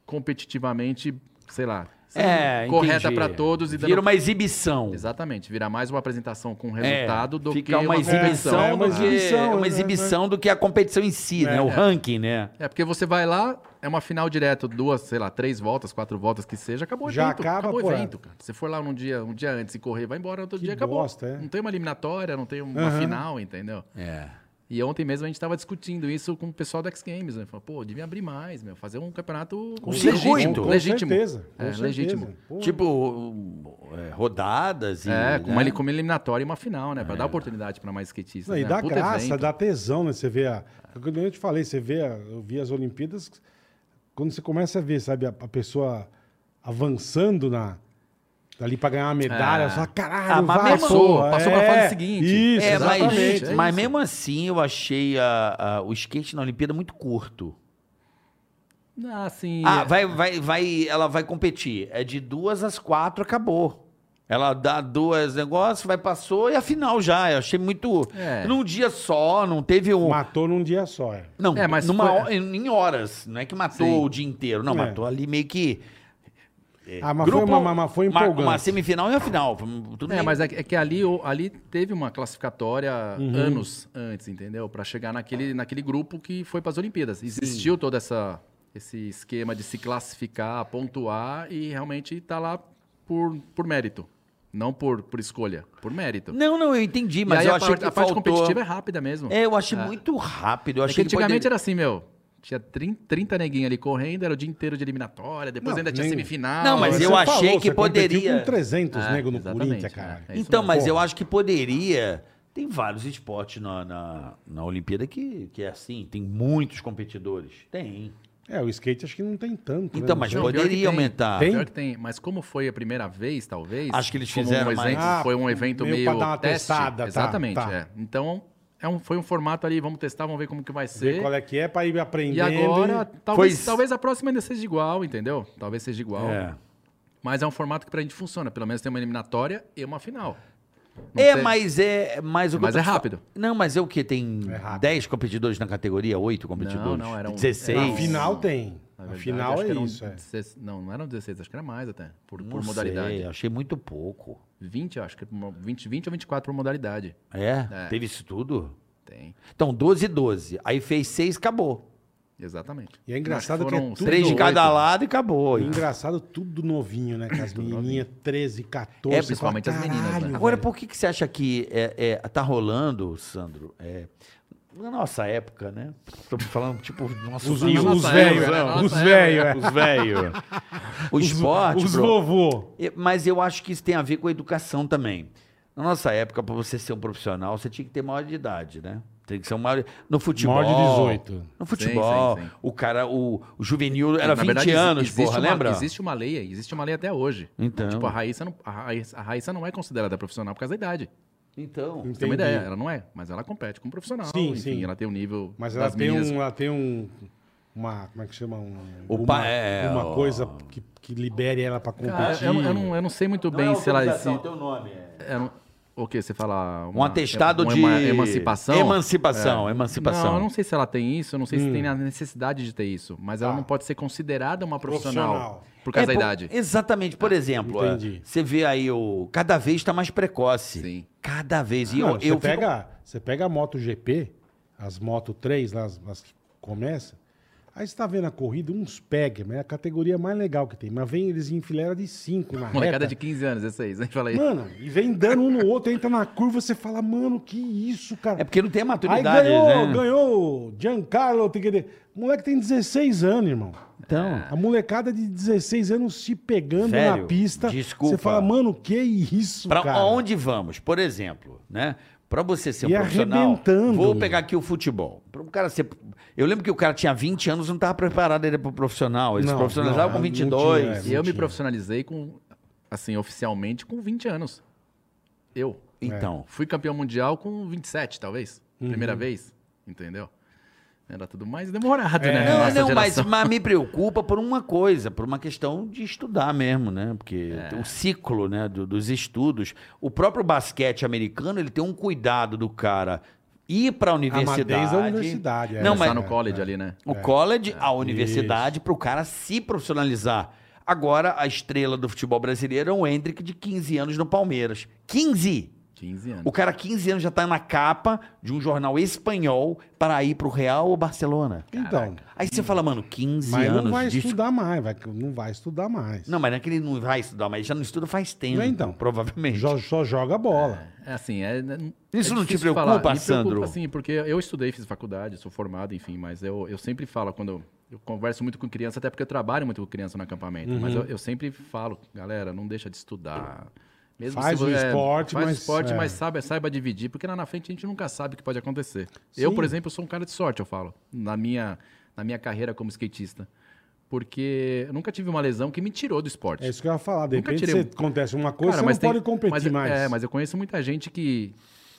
Speaker 4: competitivamente, sei lá,
Speaker 3: É,
Speaker 4: correta
Speaker 3: entendi.
Speaker 4: pra todos e dando.
Speaker 3: Vira uma exibição.
Speaker 4: Exatamente, vira mais uma apresentação com resultado do que
Speaker 3: É, fica uma exibição,
Speaker 4: competição.
Speaker 2: É, uma
Speaker 3: do que-
Speaker 2: exibição,
Speaker 3: é uma
Speaker 2: né,
Speaker 3: exibição do que a competição em si, né? O ranking, né?
Speaker 4: É, porque você vai lá, é uma final direto, duas, sei lá, três voltas, quatro voltas que seja, acabou o
Speaker 2: Já
Speaker 4: evento.
Speaker 2: acaba,
Speaker 4: acabou o
Speaker 2: pô, é.
Speaker 4: evento, cara. Se for lá um dia, um dia antes e correr, vai embora, outro
Speaker 2: Que
Speaker 4: dia acabou.
Speaker 2: bosta, é.
Speaker 4: Não tem uma eliminatória, não tem uma
Speaker 2: Aham.
Speaker 4: final, entendeu?
Speaker 3: É.
Speaker 4: E ontem mesmo a gente tava discutindo isso com o pessoal do X Games, né? Falou, pô, devia abrir mais, meu, fazer um campeonato
Speaker 3: Um
Speaker 4: legítimo,
Speaker 3: circuito.
Speaker 2: Com
Speaker 4: legítimo.
Speaker 2: certeza. com
Speaker 4: É,
Speaker 2: certeza.
Speaker 4: legítimo.
Speaker 2: Pô,
Speaker 3: Tipo, um, é, rodadas e.
Speaker 4: É, com uma,
Speaker 3: né? É.
Speaker 4: ele- com uma eliminatória e uma final, né? Pra dar oportunidade pra mais skatistas.
Speaker 2: Não, e
Speaker 4: né?
Speaker 2: dá
Speaker 4: Puta
Speaker 2: graça,
Speaker 4: evento.
Speaker 2: dá tesão, né? Você vê a. Como eu te falei, você vê, a- eu vi as Olimpíadas, quando você começa a ver, sabe, a, a pessoa avançando na. Ali pra ganhar uma medalha,
Speaker 4: É.
Speaker 2: você fala, caralho,
Speaker 3: Ah, mas
Speaker 2: vai,
Speaker 4: passou,
Speaker 2: porra,
Speaker 4: passou pra fase seguinte.
Speaker 2: Isso,
Speaker 3: É, mas,
Speaker 2: exatamente.
Speaker 4: é
Speaker 3: mas
Speaker 4: isso.
Speaker 3: mesmo assim eu achei a- a- o skate na Olimpíada muito curto.
Speaker 4: Ah, sim.
Speaker 3: Ah,
Speaker 4: é.
Speaker 3: vai, vai, vai, ela vai competir. É de duas às quatro, acabou. Ela dá duas negócios, vai, passou e a final já. Eu achei muito.
Speaker 4: É.
Speaker 3: Num dia só, não teve um.
Speaker 2: Matou num dia só. é.
Speaker 3: Não,
Speaker 4: É, mas
Speaker 3: numa
Speaker 4: foi-
Speaker 3: ho- em em horas. Não é que matou
Speaker 4: Sim.
Speaker 3: o dia inteiro. Não,
Speaker 2: É.
Speaker 3: matou ali meio que. é,
Speaker 2: Ah, mas foi uma- mas- mas foi empolgante.
Speaker 3: Uma, semifinal e a final. Foi Tudo
Speaker 4: É,
Speaker 3: meio-
Speaker 4: mas é, que- é que ali, o- ali teve uma classificatória
Speaker 2: Uhum.
Speaker 4: anos antes, entendeu? Pra chegar naquele, naquele grupo que foi pras Olimpíadas. Existiu todo essa, esse esquema de se classificar, pontuar e realmente tá lá por, por mérito. Não por, por escolha, por mérito.
Speaker 3: Não, não, eu entendi,
Speaker 4: e
Speaker 3: mas
Speaker 4: aí
Speaker 3: eu
Speaker 4: a,
Speaker 3: achei
Speaker 4: parte,
Speaker 3: que
Speaker 4: a parte
Speaker 3: faltou...
Speaker 4: competitiva é rápida mesmo.
Speaker 3: É, eu achei muito rápido. Eu
Speaker 4: É que
Speaker 3: achei que
Speaker 4: antigamente
Speaker 3: poderia-
Speaker 4: era assim, meu. Tinha 30, 30 neguinhos ali correndo, era o dia inteiro de eliminatória, depois
Speaker 2: Não,
Speaker 4: ainda tinha
Speaker 2: nem-
Speaker 4: semifinal. assim,
Speaker 3: Não, mas
Speaker 2: Você
Speaker 3: eu achei
Speaker 2: falou,
Speaker 3: que
Speaker 2: você competiu
Speaker 3: poderia-
Speaker 2: com 300
Speaker 4: Ah,
Speaker 2: nego no
Speaker 4: exatamente,
Speaker 2: Corinthians,
Speaker 4: é.
Speaker 2: cara.
Speaker 4: É. isso
Speaker 3: Então,
Speaker 4: mesmo.
Speaker 3: mas eu
Speaker 2: Porra.
Speaker 3: acho que poderia... Tem vários esportes na, na, na Olimpíada que, que é assim, tem muitos competidores. Tem.
Speaker 2: É, o skate acho que não tem tanto. né?
Speaker 3: Então,
Speaker 2: Não
Speaker 3: mas
Speaker 2: sei.
Speaker 4: Não, pior É que
Speaker 3: poderia
Speaker 4: tem.
Speaker 3: aumentar.
Speaker 2: Tem?
Speaker 4: Pior que tem, mas como foi a primeira vez, talvez.
Speaker 3: Acho que eles
Speaker 4: como
Speaker 3: fizeram
Speaker 4: um
Speaker 3: mais-
Speaker 4: evento,
Speaker 2: Ah,
Speaker 4: Foi um evento
Speaker 2: meio
Speaker 4: meio.
Speaker 2: pra dar uma
Speaker 4: teste.
Speaker 2: testada, tá,
Speaker 4: Exatamente,
Speaker 2: tá.
Speaker 4: é. Então, é um, foi um formato ali, vamos testar, vamos ver como que vai
Speaker 2: Ver
Speaker 4: ser.
Speaker 2: qual é que é pra ir aprendendo.
Speaker 4: E agora, talvez,
Speaker 3: Foi-
Speaker 4: talvez a próxima ainda seja igual, entendeu? Talvez seja igual.
Speaker 3: É.
Speaker 4: Mas é um formato que pra gente funciona. Pelo menos tem uma eliminatória e uma final. Não
Speaker 3: É,
Speaker 4: tem-
Speaker 3: mas é... Mas, o que
Speaker 4: Mas
Speaker 3: eu
Speaker 4: é
Speaker 3: tô-
Speaker 4: rápido.
Speaker 3: Não, mas é o quê? Tem
Speaker 2: É rápido.
Speaker 3: 10 competidores na categoria? 8 competidores?
Speaker 4: não, um- eram-
Speaker 3: 16?
Speaker 2: Na final tem.
Speaker 4: Na
Speaker 2: Na
Speaker 4: verdade,
Speaker 2: final
Speaker 4: acho
Speaker 2: é
Speaker 4: que um eram
Speaker 2: isso, é.
Speaker 4: 16 não, não eram 16, acho que era mais até. Por,
Speaker 3: Não
Speaker 4: por
Speaker 3: sei, é.
Speaker 4: modalidade.
Speaker 3: achei muito pouco.
Speaker 4: 20, eu acho que é por mo- 20, 20 ou 24 por modalidade.
Speaker 3: É?
Speaker 4: É.
Speaker 3: Teve isso tudo?
Speaker 4: Tem.
Speaker 3: Então, 12 e 12. Aí fez 6, acabou.
Speaker 4: Exatamente.
Speaker 2: E é engraçado
Speaker 4: Acho
Speaker 2: que é
Speaker 4: foram
Speaker 2: tudo-
Speaker 4: seis
Speaker 3: Três de
Speaker 4: ou
Speaker 3: cada
Speaker 4: oito.
Speaker 3: lado e acabou.
Speaker 2: E Engraçado, tudo novinho, né? Com as menininhas 13, 14.
Speaker 3: É,
Speaker 2: você
Speaker 4: principalmente as meninas,
Speaker 2: "Caralho,
Speaker 4: né?
Speaker 3: Agora,
Speaker 2: velho".
Speaker 3: por que, que você acha que é, é, tá rolando, Sandro? é, na nossa época, né? Estamos falando, tipo, nosso
Speaker 2: Os,
Speaker 4: Na
Speaker 2: os, os
Speaker 4: nossa
Speaker 2: velhos,
Speaker 4: época,
Speaker 2: né?
Speaker 4: na
Speaker 2: os
Speaker 4: nossa
Speaker 2: velhos, é.
Speaker 3: os velhos. O
Speaker 2: Os-
Speaker 3: esporte,
Speaker 2: Os
Speaker 3: bro.
Speaker 2: vovô.
Speaker 3: É, Mas eu acho que isso tem a ver com a educação também. Na nossa época, para você ser um profissional, você tinha que ter maior de idade, né? Tem que ser um maior. No futebol.
Speaker 2: Maior de 18.
Speaker 3: No futebol,
Speaker 4: Sim, sim, sim.
Speaker 3: o cara, o, o juvenil era
Speaker 4: Na
Speaker 3: 20
Speaker 4: verdade, exi-
Speaker 3: anos,
Speaker 4: existe
Speaker 3: porra,
Speaker 4: uma-
Speaker 3: lembra?
Speaker 4: Existe uma lei, aí, existe uma lei até hoje.
Speaker 3: Então.
Speaker 4: Tipo, a Raíssa, não, a, Raíssa, a Raíssa não é considerada profissional por causa da idade. Pra
Speaker 3: Então.
Speaker 4: Você tem
Speaker 2: Entendi.
Speaker 4: uma ideia, ela não é, mas ela compete como profissional.
Speaker 2: Sim,
Speaker 4: enfim,
Speaker 2: sim.
Speaker 4: Ela tem um nível
Speaker 2: Mas
Speaker 4: das
Speaker 2: ela tem,
Speaker 4: meninas.
Speaker 2: um, ela tem um. Uma. Como é que chama? Um,
Speaker 3: O
Speaker 2: uma,
Speaker 3: pa- é,
Speaker 2: uma
Speaker 3: ó.
Speaker 2: coisa que, que libere ela pra
Speaker 4: Ah,
Speaker 2: competir.
Speaker 4: eu, eu não, eu não sei muito
Speaker 3: é
Speaker 4: bem se ela... Se,
Speaker 3: nome
Speaker 4: é um- o que você fala?
Speaker 3: Um atestado
Speaker 4: uma
Speaker 3: de.
Speaker 4: ema- emancipação?
Speaker 2: É.
Speaker 3: Emancipação, emancipação.
Speaker 4: Não, eu não sei se ela tem isso, eu não sei se tem a necessidade de ter isso, mas ela
Speaker 2: Hum. Tá.
Speaker 4: não pode ser considerada uma profissional,
Speaker 2: Profissional.
Speaker 4: por causa
Speaker 3: É,
Speaker 4: da
Speaker 3: por-
Speaker 4: idade. Ah,
Speaker 3: Exatamente. Por exemplo, é,
Speaker 2: Entendi.
Speaker 3: você vê aí o. Cada vez está mais precoce.
Speaker 4: Sim.
Speaker 3: Cada vez. E
Speaker 2: Não,
Speaker 3: eu,
Speaker 2: você,
Speaker 3: eu fico-
Speaker 2: pega, você pega a Moto GP, as Moto 3 lá, as, as que começam. Aí você tá vendo a corrida, uns pega, mas é a categoria mais legal que tem. Mas vem eles em fileira de 5 na
Speaker 4: Molecada
Speaker 2: reta.
Speaker 4: de 15 anos, essa aí, né? Fala aí.
Speaker 2: Mano, e vem dando um no outro, entra na curva, você fala, mano, que isso, cara.
Speaker 3: É porque não tem a
Speaker 2: Aí
Speaker 3: maturidade,
Speaker 2: ganhou,
Speaker 3: né?
Speaker 2: ganhou o Giancarlo, tem que dizer. O moleque tem 16 anos, irmão.
Speaker 3: Então.
Speaker 2: A molecada de 16 anos se pegando
Speaker 3: Velho,
Speaker 2: na pista.
Speaker 3: desculpa.
Speaker 2: Você fala, mano, que isso,
Speaker 3: Pra
Speaker 2: cara?
Speaker 3: onde vamos? Por exemplo, né? Pra você ser um
Speaker 2: E
Speaker 3: profissional,
Speaker 2: arrebentando,
Speaker 3: vou
Speaker 2: meu.
Speaker 3: pegar aqui o futebol. Pra um cara ser, eu lembro que o cara tinha 20 anos, não tava preparado ele pro profissional. Eles
Speaker 2: Não,
Speaker 3: profissionalizavam
Speaker 2: não,
Speaker 3: com
Speaker 2: não tinha, é,
Speaker 3: 22.
Speaker 4: E eu me
Speaker 2: Mentira.
Speaker 4: profissionalizei com, assim, oficialmente com 20 anos. Eu
Speaker 3: Então,
Speaker 4: fui campeão mundial com 27, talvez.
Speaker 3: Uhum.
Speaker 4: Primeira vez, entendeu? Era tudo mais demorado, né?
Speaker 3: É. Não,
Speaker 4: Nossa
Speaker 3: não, mas,
Speaker 4: geração.
Speaker 3: mas me preocupa por uma coisa, por uma questão de estudar mesmo, né? Porque o ciclo né, do- dos estudos. O próprio basquete americano ele tem um cuidado do cara ir para a
Speaker 2: Amadeus
Speaker 3: universidade.
Speaker 2: é a universidade, é.
Speaker 3: Não,
Speaker 2: Você
Speaker 3: mas
Speaker 4: Tá no college ali, né?
Speaker 3: o college, a universidade, para o cara se profissionalizar. Agora, a estrela do futebol brasileiro é o Hendrick, de 15 anos no Palmeiras. 15!
Speaker 4: 15 anos.
Speaker 3: O cara, 15 anos, já tá na capa de um jornal espanhol para ir pro Real ou Barcelona.
Speaker 2: Então,
Speaker 3: Aí você fala, mano, 15
Speaker 2: mas
Speaker 3: anos
Speaker 2: não vai
Speaker 3: disso.
Speaker 2: estudar mais, vai, não vai estudar mais.
Speaker 3: Não, mas não é que ele não vai estudar, mas ele já não estuda faz tempo.
Speaker 2: Não é então.
Speaker 3: Provavelmente.
Speaker 2: Jo- só joga bola.
Speaker 4: É assim, é.
Speaker 3: Isso não te
Speaker 4: difícil de
Speaker 3: preocupa,
Speaker 4: falar. Me
Speaker 3: Sandro?
Speaker 4: Preocupa, sim, porque eu estudei, fiz faculdade, sou formado, enfim, mas eu, eu sempre falo, quando eu, eu converso muito com criança, até porque eu trabalho muito com criança no acampamento, mas
Speaker 2: Uhum.
Speaker 4: eu, eu sempre falo, galera, não deixa de estudar. Mesmo
Speaker 2: Faz o
Speaker 4: é,
Speaker 2: esporte,
Speaker 4: faz
Speaker 2: mas-
Speaker 4: o esporte,
Speaker 2: é.
Speaker 4: mas saiba, saiba dividir, porque lá na frente a gente nunca sabe o que pode acontecer.
Speaker 2: Sim.
Speaker 4: Eu, por exemplo, sou um cara de sorte, eu falo, na minha, na minha carreira como skatista. Porque eu nunca tive uma lesão que me tirou do esporte.
Speaker 2: É isso que eu ia falar. De
Speaker 4: Nunca
Speaker 2: repente
Speaker 4: tirei
Speaker 2: você
Speaker 4: um-
Speaker 2: acontece uma coisa,
Speaker 4: Cara,
Speaker 2: você não
Speaker 4: mas tem-
Speaker 2: pode competir
Speaker 4: mas-
Speaker 2: mais.
Speaker 4: É, mas eu conheço muita gente que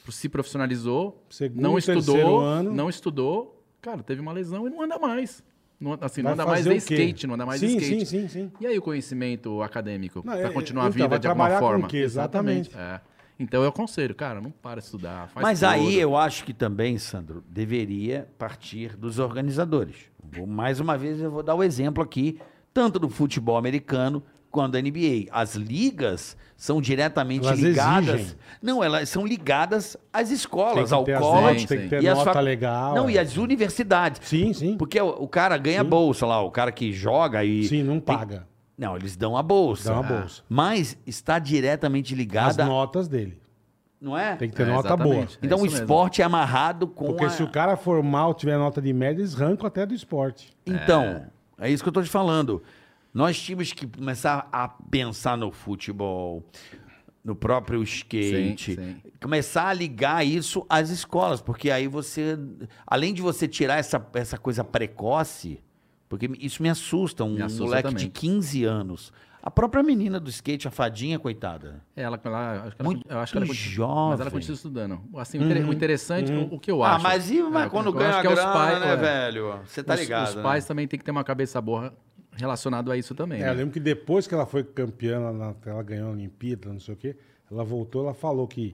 Speaker 4: se profissionalizou,
Speaker 2: Segundo,
Speaker 4: não
Speaker 2: terceiro
Speaker 4: estudou,
Speaker 2: ano.
Speaker 4: não estudou, cara, teve uma lesão e não anda mais. Não, assim, não
Speaker 2: Vai
Speaker 4: anda mais
Speaker 2: fazer
Speaker 4: de
Speaker 2: o quê?
Speaker 4: skate, não anda mais de
Speaker 2: Sim, sim,
Speaker 4: skate.
Speaker 2: sim, sim.
Speaker 4: E aí o conhecimento acadêmico,
Speaker 2: Não, é-
Speaker 4: para continuar
Speaker 2: é-
Speaker 4: a
Speaker 2: então,
Speaker 4: vida
Speaker 2: vai
Speaker 4: de alguma
Speaker 2: trabalhar com
Speaker 4: forma.
Speaker 2: o quê? Exatamente.
Speaker 4: É. Então eu aconselho, cara, não para de estudar. Faz
Speaker 3: Mas aí
Speaker 4: tudo.
Speaker 3: eu acho que também, Sandro, deveria partir dos organizadores. Vou- mais uma vez eu vou dar o exemplo aqui, tanto do futebol americano quanto da NBA. As ligas são diretamente
Speaker 2: Elas
Speaker 3: ligadas.
Speaker 2: exigem.
Speaker 3: Não, elas são ligadas às
Speaker 2: Tem
Speaker 3: escolas,
Speaker 2: que
Speaker 3: ao
Speaker 2: ter as
Speaker 3: college.
Speaker 2: notas, tem que ter
Speaker 3: e as
Speaker 2: nota
Speaker 3: fac-
Speaker 2: legal.
Speaker 3: Não,
Speaker 2: é.
Speaker 3: e às universidades.
Speaker 2: Sim, sim.
Speaker 3: Porque o, o cara ganha bolsa lá, o cara que joga e.
Speaker 2: Sim, não
Speaker 3: tem-
Speaker 2: paga.
Speaker 3: Não, eles dão a bolsa.
Speaker 2: Dão a
Speaker 4: Ah,
Speaker 2: bolsa.
Speaker 3: Mas está diretamente
Speaker 2: As
Speaker 3: ligada.
Speaker 2: notas dele.
Speaker 3: Não é?
Speaker 2: Tem que ter
Speaker 4: É,
Speaker 2: nota tá boa.
Speaker 4: exatamente.
Speaker 3: Então
Speaker 4: É
Speaker 3: o
Speaker 4: isso mesmo.
Speaker 3: esporte é amarrado com
Speaker 2: Porque
Speaker 3: a-
Speaker 2: se o cara for mal, tiver nota de média, eles arrancam até do esporte.
Speaker 3: Então, é. isso que eu tô te falando. Nós tínhamos que começar a pensar no futebol, no próprio skate,
Speaker 4: Sim,
Speaker 3: começar a ligar isso às escolas, porque aí você, além de você tirar essa, essa coisa precoce, porque isso me assusta, um
Speaker 4: Me assusta
Speaker 3: moleque
Speaker 4: também.
Speaker 3: de 15 anos. A prória menina do skate, a fadinha, coitada.
Speaker 4: É, ela, ela, acho que ela,
Speaker 3: Muito
Speaker 4: eu acho que ela continua-
Speaker 3: jovem.
Speaker 4: Mas ela continua estudando. Assim, o inter-
Speaker 2: Uhum.
Speaker 4: o interessante, o, o que eu
Speaker 3: ah,
Speaker 4: acho.
Speaker 3: mas e mas
Speaker 4: é,
Speaker 3: quando
Speaker 4: eu
Speaker 3: ganha
Speaker 4: acho
Speaker 3: a
Speaker 4: que é os
Speaker 3: grana,
Speaker 4: pais-
Speaker 3: né,
Speaker 4: é.
Speaker 3: velho? Você tá
Speaker 4: os,
Speaker 3: ligado,
Speaker 4: Os
Speaker 3: né?
Speaker 4: pais também tem que ter uma cabeça boa relacionado a isso também.
Speaker 2: É, eu
Speaker 4: né?
Speaker 2: lembro que depois que ela foi campeã, ela, na- ela ganhou a Olimpíada, não sei o quê, ela voltou, ela falou que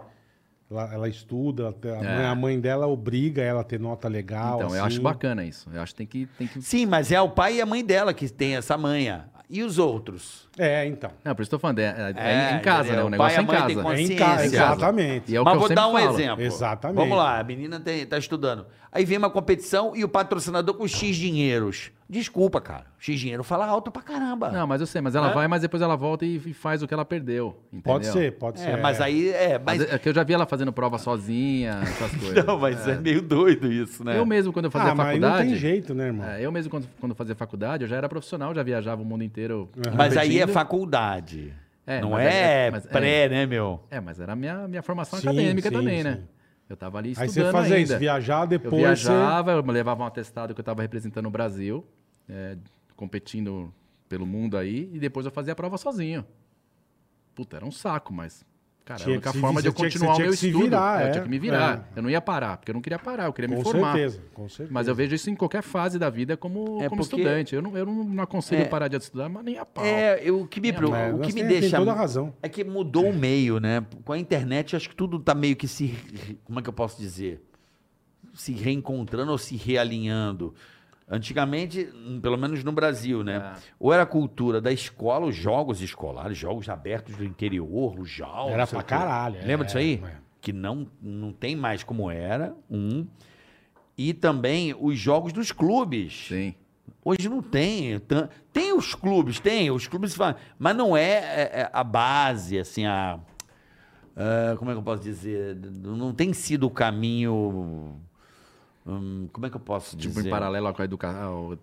Speaker 2: ela, ela estuda, até a, mãe, a mãe dela obriga ela a ter nota legal.
Speaker 4: É. Então, eu
Speaker 2: assim.
Speaker 4: acho bacana isso. Eu acho que tem que. Tem que...
Speaker 3: Sim, mas é o pai e a mãe dela que tem essa manha. E os outros?
Speaker 2: É, então.
Speaker 4: Não, por isso que eu tô falando. É, é-
Speaker 3: É,
Speaker 4: é em casa,
Speaker 3: entendeu?
Speaker 4: né?
Speaker 3: O
Speaker 4: O
Speaker 3: pai e
Speaker 4: negócio
Speaker 3: a
Speaker 4: é
Speaker 3: mãe tem
Speaker 4: em casa.
Speaker 2: É
Speaker 3: consciência.
Speaker 2: em
Speaker 3: Ciência.
Speaker 2: casa, exatamente.
Speaker 4: E é o
Speaker 3: mas
Speaker 4: que eu
Speaker 3: vou dar um
Speaker 4: sempre falo.
Speaker 3: exemplo.
Speaker 2: Exatamente.
Speaker 3: Vamos lá, a menina tem, tá estudando. Aí vem uma competição e o patrocinador com X dinheiros. Desculpa, cara. X dinheiro fala alto pra caramba.
Speaker 4: Não, mas eu sei, mas ela
Speaker 3: É?
Speaker 4: vai, mas depois ela volta e, e faz o que ela perdeu. Entendeu?
Speaker 2: Pode ser, pode ser.
Speaker 3: é, mas aí é.
Speaker 4: Mas...
Speaker 3: Mas,
Speaker 4: É que eu já vi ela fazendo prova sozinha, essas coisas.
Speaker 3: não, mas é. meio doido isso, né?
Speaker 4: Eu mesmo, quando eu fazia
Speaker 2: ah, mas não
Speaker 4: faculdade.
Speaker 2: tem jeito, né, irmão?
Speaker 4: é, eu mesmo, quando, quando eu fazia faculdade, eu já era profissional, já viajava o mundo inteiro.
Speaker 3: Mas aí é
Speaker 4: competindo.
Speaker 3: faculdade.
Speaker 4: É,
Speaker 3: não
Speaker 4: mas
Speaker 3: é,
Speaker 4: é- mas é-
Speaker 3: pré, né, meu?
Speaker 4: É, mas era a minha, minha formação
Speaker 2: Sim,
Speaker 4: acadêmica
Speaker 2: sim,
Speaker 4: também,
Speaker 2: sim.
Speaker 4: né? Eu tava ali
Speaker 2: Aí
Speaker 4: estudando
Speaker 2: você fazia
Speaker 4: ainda.
Speaker 2: isso, viajar,
Speaker 4: Eu
Speaker 2: depois
Speaker 4: viajava, eu levava um atestado que eu estava representando o Brasil, é, competindo pelo mundo aí, e depois eu fazia a prova sozinho. Puta, era um saco, mas. Cara,
Speaker 2: Tinha
Speaker 4: era a única
Speaker 2: que se-
Speaker 4: forma de eu
Speaker 2: você tinha que-
Speaker 4: continuar
Speaker 2: você
Speaker 4: o
Speaker 2: tinha
Speaker 4: meu
Speaker 2: que se
Speaker 4: estudo.
Speaker 2: virar,
Speaker 4: É,
Speaker 2: é.
Speaker 4: Eu tinha que me virar. Eu não ia parar, porque eu não queria parar, eu queria
Speaker 2: você...
Speaker 4: me
Speaker 2: Com
Speaker 4: formar.
Speaker 2: certeza, com certeza.
Speaker 4: Mas eu vejo isso em qualquer fase da vida como,
Speaker 3: É porque-
Speaker 4: como estudante. Eu não, eu não não aconselho parar de estudar, mas nem a pau.
Speaker 3: É, eu, o que me, preocupa-
Speaker 2: mas
Speaker 3: o que
Speaker 2: você
Speaker 3: me
Speaker 2: tem-
Speaker 3: deixa.
Speaker 2: tem toda a razão.
Speaker 3: É que mudou o meio, né? Com a internet, acho que tudo tá meio que se. Como é que eu posso dizer? Se reencontrando ou se realinhando. Antigamente, hum, pelo menos no Brasil,
Speaker 4: É.
Speaker 3: né?
Speaker 2: É.
Speaker 3: Ou era a cultura da escola, os jogos escolares, jogos abertos do interior, os jogos.
Speaker 2: Era
Speaker 3: não sei
Speaker 2: pra
Speaker 3: o quê.
Speaker 2: caralho, é,
Speaker 3: Lembra disso aí?
Speaker 2: é.
Speaker 3: Que não, não tem mais como era, um. E também os jogos dos clubes.
Speaker 4: Sim.
Speaker 3: Hoje não tem. tan- Tem os clubes, tem. Os clubes falam. Mas não é, é, é, a base, assim, a. ah, como é que eu posso dizer? N- Não tem sido o caminho. hum, como é que eu posso dizer?
Speaker 4: Tipo, em paralelo com a educação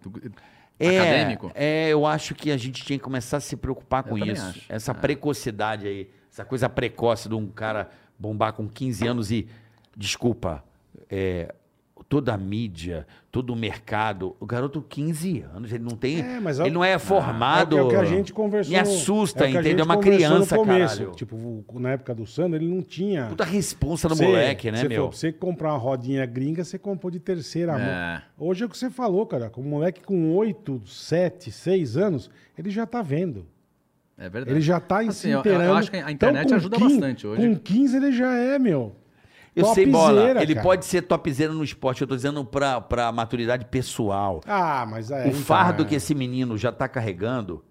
Speaker 3: é,
Speaker 4: acadêmico.
Speaker 3: É, eu acho que a gente tinha que começar a se preocupar com
Speaker 4: também
Speaker 3: isso.
Speaker 4: acho. é.
Speaker 3: Essa precocidade aí, essa coisa precoce de um cara bombar com 15 anos e. Desculpa, é, toda a mídia, todo o mercado. O garoto, 15 anos, ele não tem.
Speaker 2: É, mas é o-
Speaker 3: ele não é formado.
Speaker 2: É o que a gente conversou.
Speaker 3: Me assusta,
Speaker 2: é o que a
Speaker 3: entendeu?
Speaker 2: gente
Speaker 3: É uma
Speaker 2: conversou
Speaker 3: criança,
Speaker 2: no começo.
Speaker 3: caralho.
Speaker 2: Tipo, o- na época do Sandro, ele não tinha.
Speaker 3: um Puta responsa no
Speaker 2: Você-
Speaker 3: moleque, né,
Speaker 2: você
Speaker 3: meu?
Speaker 2: falou, pra você comprar uma rodinha gringa, você comprou de terceira mão.
Speaker 4: É.
Speaker 2: Hoje é o que você falou, cara. Com um moleque com 8, 7, 6 anos, ele já tá vendo.
Speaker 4: É verdade.
Speaker 2: Ele já tá em
Speaker 4: Assim,
Speaker 2: se
Speaker 4: eu- eu
Speaker 2: inteirando. Então,
Speaker 4: acho que a internet
Speaker 2: com
Speaker 4: ajuda bastante hoje.
Speaker 2: Com 15 ele já é, meu.
Speaker 3: Eu sei, bola.
Speaker 2: Topzera,
Speaker 3: Ele
Speaker 2: cara.
Speaker 3: pode ser topzera no esporte. Eu tô dizendo pra, pra maturidade pessoal.
Speaker 2: Ah, mas é.
Speaker 3: o
Speaker 2: então,
Speaker 3: fardo
Speaker 2: é.
Speaker 3: que esse menino já tá carregando,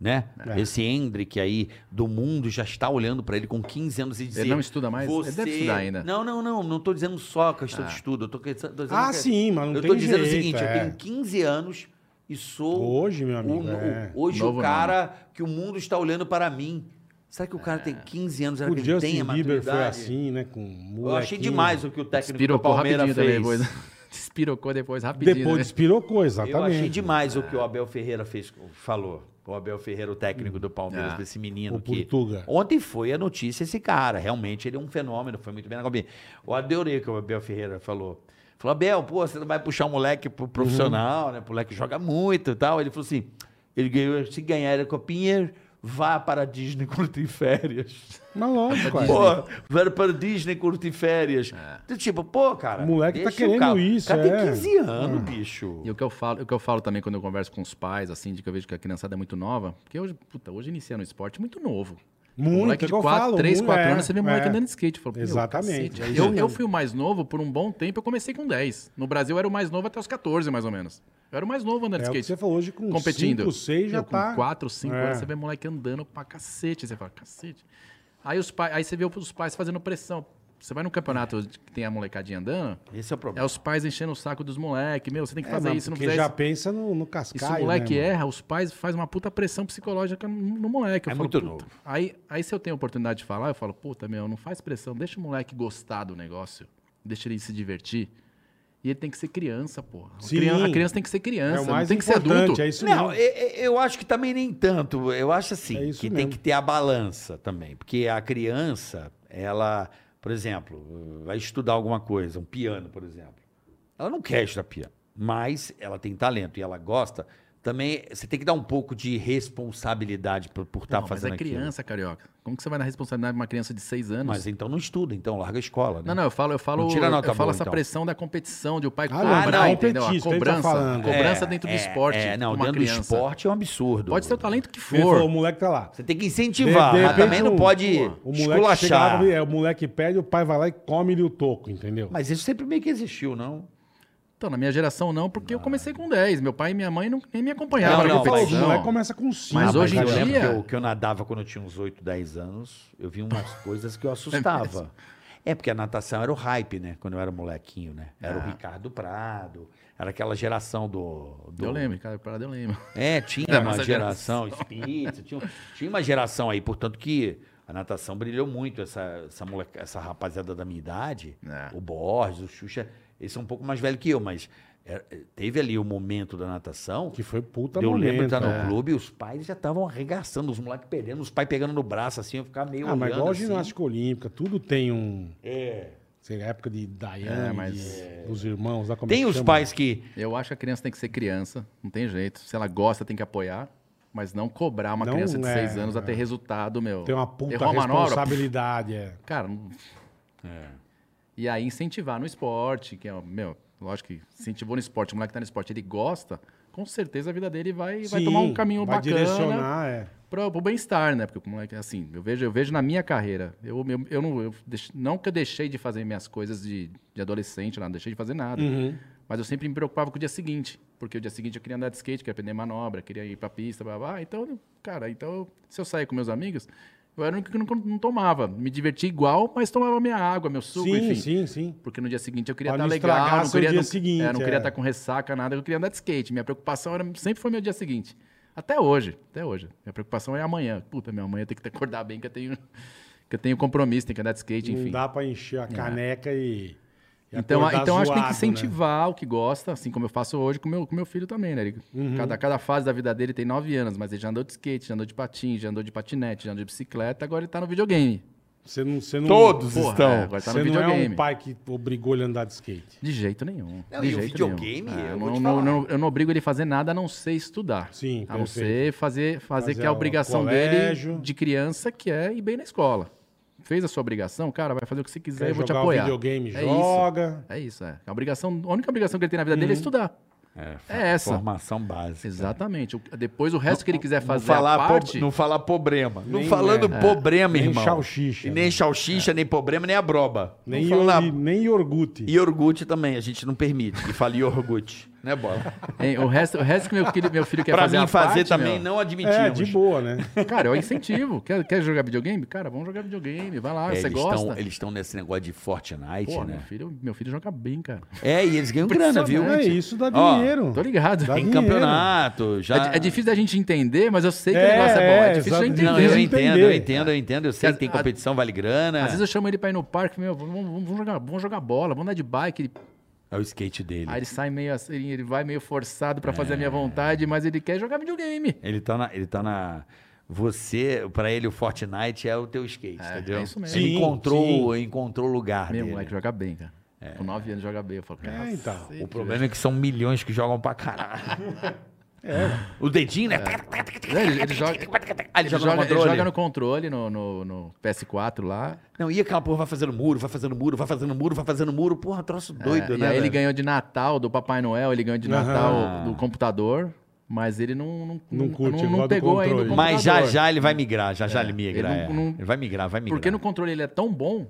Speaker 3: né?
Speaker 2: É.
Speaker 3: Esse Hendrick aí do mundo já está olhando pra ele com 15 anos e dizendo.
Speaker 4: não estuda mais? Ele deve estudar ainda.
Speaker 2: é
Speaker 4: Ah.
Speaker 3: Não, não, não. Não tô dizendo só questão de estudo. Eu tô, que- tô dizendo
Speaker 2: Ah,
Speaker 3: que-
Speaker 2: sim, mas não
Speaker 3: Eu
Speaker 2: tem
Speaker 3: tô dizendo
Speaker 2: jeito,
Speaker 3: o
Speaker 2: é.
Speaker 3: seguinte: eu tenho 15 anos e sou.
Speaker 2: Hoje, meu amigo.
Speaker 3: o-
Speaker 2: é.
Speaker 3: o- hoje
Speaker 4: Novo
Speaker 3: o cara que o mundo está olhando para mim. Será que o cara tem
Speaker 4: É.
Speaker 3: 15 anos? Será
Speaker 2: O
Speaker 3: que ele tem
Speaker 2: Justin
Speaker 3: a
Speaker 2: Bieber
Speaker 3: maturidade?
Speaker 2: foi assim, né? Com
Speaker 3: Eu achei
Speaker 2: molequinho.
Speaker 3: demais o que o técnico do
Speaker 4: Despirocou
Speaker 3: Palmeiras
Speaker 4: rapidinho
Speaker 3: fez.
Speaker 4: também né? depois. Despirocou depois rapidinho.
Speaker 2: Depois
Speaker 4: né?
Speaker 2: despirou coisa,
Speaker 3: Eu
Speaker 2: exatamente.
Speaker 3: achei demais o
Speaker 4: É.
Speaker 3: que o Abel Ferreira fez, falou. O Abel Ferreira, o técnico do Palmeiras,
Speaker 4: Ah.
Speaker 3: desse menino
Speaker 2: O
Speaker 3: que.
Speaker 2: Portuga.
Speaker 3: Ontem foi a notícia esse cara. Realmente ele é um fenômeno, foi muito bem na Copinha. Eu adorei o que o Abel Ferreira falou. Falou, Abel, pô, você não vai puxar um moleque
Speaker 2: Uhum.
Speaker 3: pro profissional, né? O moleque joga muito e tal. Ele falou assim: ele ganhou, se ganhar a copinha, vá para a Disney curtir férias.
Speaker 2: Mas lógico, é.
Speaker 3: Pô, vai para a Disney curtir férias. Tipo, pô, cara.
Speaker 2: O moleque tá
Speaker 3: deixa
Speaker 2: querendo
Speaker 3: cara.
Speaker 2: isso,
Speaker 3: O cara
Speaker 2: é.
Speaker 3: tem 15 anos, bicho.
Speaker 4: E o que, eu falo, o que eu falo também quando eu converso com os pais, assim, de que eu vejo que a criançada é muito nova, porque hoje, puta, hoje inicia no esporte muito novo. Um
Speaker 2: Muito,
Speaker 4: moleque
Speaker 2: é
Speaker 4: de
Speaker 2: que eu
Speaker 4: 4,
Speaker 2: falo,
Speaker 4: 3,
Speaker 2: muito,
Speaker 4: 4
Speaker 2: é,
Speaker 4: anos, você vê um moleque
Speaker 2: é.
Speaker 4: andando de skate. Eu falo, meu,
Speaker 2: Exatamente,
Speaker 4: cacete.
Speaker 2: é isso
Speaker 4: Eu,
Speaker 2: mesmo.
Speaker 4: eu fui o mais novo por um bom tempo, eu comecei com 10. No Brasil eu era o mais novo até os 14, mais ou menos. Eu era o mais novo andando
Speaker 2: É
Speaker 4: de
Speaker 2: o que
Speaker 4: skate.
Speaker 2: você falou hoje com
Speaker 4: competindo.
Speaker 2: 5, 6 já
Speaker 4: Meu,
Speaker 2: tá.
Speaker 4: Com 4, 5
Speaker 2: É.
Speaker 4: anos, você vê moleque andando pra cacete. Você fala, cacete. Aí, os pais, aí você vê os pais fazendo pressão. Você vai num campeonato que tem a molecadinha andando,
Speaker 3: Esse é o problema.
Speaker 4: é os pais enchendo o saco dos moleques. Meu, você tem que fazer
Speaker 2: mas
Speaker 4: isso, não
Speaker 2: É, porque
Speaker 4: fizer
Speaker 2: já
Speaker 4: isso.
Speaker 2: pensa no, no
Speaker 4: E se
Speaker 2: cascaio.
Speaker 4: o moleque é
Speaker 2: né, mano?
Speaker 4: erra, os pais fazem uma puta pressão psicológica no, no moleque. Eu
Speaker 3: É
Speaker 4: falo,
Speaker 3: muito
Speaker 4: puta.
Speaker 3: novo.
Speaker 4: Aí, aí se eu tenho a oportunidade de falar, eu falo, puta, meu, não faz pressão, deixa o moleque gostar do negócio, deixa ele se divertir. E ele tem que ser criança, porra. A
Speaker 2: Sim.
Speaker 4: criança, a criança tem que ser criança,
Speaker 2: É o
Speaker 4: não
Speaker 2: mais
Speaker 4: tem que ser adulto.
Speaker 2: importante, é isso
Speaker 3: Não,
Speaker 2: mesmo.
Speaker 3: e- e- eu acho que também nem tanto. Eu acho assim,
Speaker 2: É isso
Speaker 3: que tem
Speaker 2: mesmo.
Speaker 3: que ter a balança também. Porque a criança, ela, por exemplo, vai estudar alguma coisa, um piano, por exemplo. Ela não quer estudar piano, mas ela tem talento e ela gosta. Também você tem que dar um pouco de responsabilidade por estar
Speaker 4: não, mas
Speaker 3: tá fazendo
Speaker 4: é
Speaker 3: aquilo.
Speaker 4: criança, carioca. Como que você vai dar responsabilidade pra uma criança de seis anos?
Speaker 3: Mas então não estuda, então larga a escola. Né?
Speaker 4: Não, não, eu falo, eu falo,
Speaker 3: Não tira nota
Speaker 4: eu falo
Speaker 3: boa,
Speaker 4: essa
Speaker 3: então.
Speaker 4: pressão da competição, de o pai
Speaker 2: Ah,
Speaker 4: cobrar,
Speaker 3: não, é
Speaker 4: entendeu? A
Speaker 2: competista, ele tá
Speaker 4: cobrança,
Speaker 2: falando.
Speaker 4: a cobrança dentro do
Speaker 3: é,
Speaker 4: esporte.
Speaker 3: É, não,
Speaker 4: com uma
Speaker 3: dentro
Speaker 4: criança.
Speaker 3: do esporte é um absurdo.
Speaker 4: Pode ser o talento que
Speaker 2: Ele falou, o
Speaker 4: for.
Speaker 2: moleque tá lá.
Speaker 3: Você tem que incentivar,
Speaker 4: né?
Speaker 2: De- de
Speaker 3: mas também
Speaker 2: repente,
Speaker 3: não
Speaker 2: o-
Speaker 3: pode
Speaker 2: O moleque, chega
Speaker 3: esculachar.
Speaker 2: lá, é, o moleque pede, o pai vai lá e come-lhe o toco, entendeu?
Speaker 3: Mas isso sempre meio que existiu, não?
Speaker 4: Então, na minha geração não, porque eu comecei com 10. Meu pai e minha mãe não, nem me acompanhavam
Speaker 3: Não,
Speaker 4: na
Speaker 3: não, é
Speaker 2: Ele falou,
Speaker 3: mas
Speaker 2: o
Speaker 4: competição.
Speaker 2: moleque começa com 5.
Speaker 4: Mas hoje em
Speaker 3: Ah, eu
Speaker 4: dia-
Speaker 3: lembro que eu, que eu nadava quando eu tinha uns 8, 10 anos, eu vi umas coisas que eu assustava. É, porque a natação era o hype, né? Quando eu era molequinho, né? Era
Speaker 4: Ah.
Speaker 3: o Ricardo Prado, era aquela geração do. do-
Speaker 4: Eu lembro, cara, parada eu lembro.
Speaker 3: É, tinha
Speaker 4: Da
Speaker 3: uma
Speaker 4: nossa
Speaker 3: geração, Spitz, tinha, um, tinha uma geração aí, portanto que a natação brilhou muito, essa, essa, moleca, essa rapaziada da minha idade,
Speaker 4: É.
Speaker 3: o Borges, o Xuxa, eles são um pouco mais velhos que eu, mas é, teve ali o momento da natação
Speaker 2: Que foi puta
Speaker 3: eu
Speaker 2: momento.
Speaker 3: lembro de estar
Speaker 4: tá
Speaker 3: no
Speaker 2: é.
Speaker 3: clube e os pais já estavam arregaçando, os moleques perdendo, os pais pegando no braço assim, eu ficava meio
Speaker 2: Ah, mas
Speaker 3: olhando
Speaker 2: igual a
Speaker 3: assim.
Speaker 2: ginástica olímpica, tudo tem um...
Speaker 3: É.
Speaker 2: Sei, lá, época de Dayane,
Speaker 4: É, mas-
Speaker 2: de- dos irmãos, lá como é
Speaker 3: Tem
Speaker 2: que
Speaker 3: os
Speaker 2: chama?
Speaker 3: pais que.
Speaker 4: Eu acho que a criança tem que ser criança, não tem jeito. Se ela gosta, tem que apoiar, mas não cobrar uma
Speaker 2: Não
Speaker 4: criança de
Speaker 2: é,
Speaker 4: 6 anos a ter
Speaker 2: é.
Speaker 4: resultado, meu.
Speaker 2: Tem uma puta
Speaker 4: Errou a manobra,
Speaker 2: responsabilidade, é.
Speaker 4: Cara, não- e aí incentivar no esporte, que é, meu, lógico que incentivou no esporte, o moleque tá no esporte, ele gosta, com certeza a vida dele vai, vai
Speaker 2: Sim,
Speaker 4: tomar um caminho
Speaker 2: vai
Speaker 4: bacana
Speaker 2: direcionar, é.
Speaker 4: pro, pro bem-estar, né? Porque o moleque, assim, eu vejo, eu vejo na minha carreira, eu, eu, eu não, eu deix- não que eu deixei de fazer minhas coisas de, de adolescente, não deixei de fazer nada,
Speaker 2: Uhum.
Speaker 4: mas eu sempre me preocupava com o dia seguinte, porque o dia seguinte eu queria andar de skate, queria aprender manobra, queria ir pra pista, blá, blá, blá. então, cara, então, se eu sair com meus amigos, eu era o único que não, não tomava, me divertia igual, mas tomava minha água, meu suco,
Speaker 2: Sim,
Speaker 4: enfim.
Speaker 2: sim, sim.
Speaker 4: Porque no dia seguinte eu queria
Speaker 2: Pra
Speaker 4: estar
Speaker 2: não
Speaker 4: legal,
Speaker 2: estragar
Speaker 4: não
Speaker 2: seu
Speaker 4: queria,
Speaker 2: dia
Speaker 4: não,
Speaker 2: seguinte,
Speaker 4: é, não queria
Speaker 2: é.
Speaker 4: estar com ressaca, nada, eu queria andar de skate. Minha preocupação era, sempre foi meu dia seguinte. Até hoje, até hoje. Minha preocupação é amanhã. Puta, minha amanhã tem que acordar bem, que eu tenho, que eu tenho compromisso, tem que andar de skate,
Speaker 2: Não
Speaker 4: enfim. É.
Speaker 2: dá pra encher a caneca e. e
Speaker 4: Então,
Speaker 2: acordar
Speaker 4: então acho que tem que
Speaker 2: zoado, né?
Speaker 4: incentivar o que gosta, assim como eu faço hoje com meu, o meu filho também, né? Ele-
Speaker 2: Uhum.
Speaker 4: cada, cada fase da vida dele tem nove anos, mas ele já andou de skate, já andou de patins, já andou de patinete, já andou de bicicleta, agora ele tá no videogame.
Speaker 2: Você não, você não,
Speaker 4: Porra, é, agora
Speaker 2: você
Speaker 4: tá no
Speaker 2: não é
Speaker 4: videogame.
Speaker 2: um pai que obrigou ele a andar de skate.
Speaker 4: De jeito nenhum.
Speaker 3: Não,
Speaker 4: de
Speaker 3: e o
Speaker 4: jeito
Speaker 3: videogame,
Speaker 4: nenhum. Ah,
Speaker 3: eu vou
Speaker 4: não-
Speaker 3: te
Speaker 4: não-
Speaker 3: falar.
Speaker 4: não- eu não obrigo ele a fazer nada a não ser estudar.
Speaker 2: Sim,
Speaker 4: A não
Speaker 2: perfeito.
Speaker 4: ser fazer, fazer,
Speaker 2: Fazer
Speaker 4: que é a
Speaker 2: o
Speaker 4: obrigação
Speaker 2: colégio.
Speaker 4: dele de criança, que é ir bem na escola. Fez a sua obrigação, cara, vai fazer o que você quiser,
Speaker 2: Quer
Speaker 4: eu vou te
Speaker 2: jogar o
Speaker 4: apoiar.
Speaker 2: videogame,
Speaker 4: é
Speaker 2: joga.
Speaker 3: Uhum.
Speaker 4: Isso. É isso, é. A, obrigação, a única obrigação que ele tem na vida dele é estudar.
Speaker 3: É, fa-
Speaker 4: É essa.
Speaker 3: Formação básica.
Speaker 4: Exatamente. O- depois o resto que ele quiser fazer
Speaker 3: não falar,
Speaker 4: a
Speaker 3: po-
Speaker 4: parte...
Speaker 3: não falar problema. Não
Speaker 2: Nem-
Speaker 3: falando
Speaker 2: é.
Speaker 3: problema,
Speaker 2: Nem
Speaker 3: irmão.
Speaker 2: chalchicha,
Speaker 3: E nem
Speaker 2: né?
Speaker 3: chalchicha, nem problema, nem abroba.
Speaker 2: Nem,
Speaker 3: não falar...
Speaker 2: ior- nem iogurte.
Speaker 3: E orgute também, a gente não permite. E fala iorgute, né, bola?
Speaker 4: hein, o, resto, o resto que meu, filho- meu filho quer
Speaker 3: pra
Speaker 4: fazer
Speaker 3: mim
Speaker 4: a
Speaker 3: fazer
Speaker 4: parte,
Speaker 3: também
Speaker 4: meu,
Speaker 3: não admitimos.
Speaker 2: É, de boa, né?
Speaker 4: Cara, é um incentivo. Quer, quer jogar videogame? Cara, vamos jogar videogame. Vai lá,
Speaker 3: É,
Speaker 4: Ah, você
Speaker 3: eles
Speaker 4: gosta.
Speaker 3: Tão, eles estão nesse negócio de Fortnite,
Speaker 4: Pô, meu
Speaker 3: né?
Speaker 4: filho, meu filho joga bem, cara.
Speaker 3: É, e eles ganham grana, viu?
Speaker 2: É, isso dá
Speaker 3: Ó,
Speaker 2: dinheiro.
Speaker 4: Tô ligado.
Speaker 2: Dá
Speaker 4: É,
Speaker 3: Tem
Speaker 2: dinheiro.
Speaker 3: campeonato, já...
Speaker 4: di- é difícil da gente entender, mas eu sei que
Speaker 2: É,
Speaker 4: o negócio é bom. É
Speaker 2: é,
Speaker 4: difícil de eu
Speaker 2: exato.
Speaker 4: entender.
Speaker 3: Não, eu
Speaker 2: Eles
Speaker 3: entendo,
Speaker 2: entender.
Speaker 3: eu entendo, eu entendo. Eu sei que tem
Speaker 4: a-
Speaker 3: competição, vale grana.
Speaker 4: Às vezes eu chamo ele pra ir no parque, meu, vamos, vamos- vamos jogar, vamos jogar bola, vamos andar de bike. Ele-
Speaker 3: É o skate dele.
Speaker 4: Aí ele sai meio assim, ele vai meio forçado pra fazer a
Speaker 3: É.
Speaker 4: minha vontade, mas ele quer jogar videogame.
Speaker 3: Ele tá na. Ele tá na... Você, pra ele, o Fortnite é o teu skate,
Speaker 4: É,
Speaker 3: entendeu?
Speaker 4: é isso mesmo.
Speaker 3: Ele
Speaker 2: Sim,
Speaker 3: encontrou, encontrou o lugar
Speaker 4: Meu
Speaker 3: dele. É.
Speaker 4: moleque joga bem, cara. Com 9 anos joga bem. Eu falo, cara.
Speaker 2: É, então.
Speaker 3: O problema
Speaker 4: né?
Speaker 3: é que são milhões que jogam pra caralho. O dedinho, né?
Speaker 4: É. Ele, ele joga, ele
Speaker 3: Ah, ele, joga,
Speaker 4: joga-
Speaker 3: no
Speaker 4: ele
Speaker 3: controle.
Speaker 4: joga no controle, no, no- no PS4 lá.
Speaker 3: Não, e aquela porra vai fazendo muro, vai fazendo muro, vai fazendo muro, vai fazendo muro. Porra, troço doido,
Speaker 4: É,
Speaker 3: né?
Speaker 4: E aí ele
Speaker 3: velho?
Speaker 4: ganhou de Natal do Papai Noel, ele ganhou de
Speaker 2: Aham.
Speaker 4: Natal do computador, mas ele não não,
Speaker 2: Não curte,
Speaker 4: não,
Speaker 2: igual do
Speaker 4: pegou ainda o
Speaker 2: controle.
Speaker 4: um computador. Hum.
Speaker 3: Mas já né? já ele vai migrar, já já ele migra.
Speaker 4: Ele
Speaker 3: é.
Speaker 4: não- não-
Speaker 3: Ele vai migrar, vai migrar.
Speaker 4: Porque no controle ele é tão bom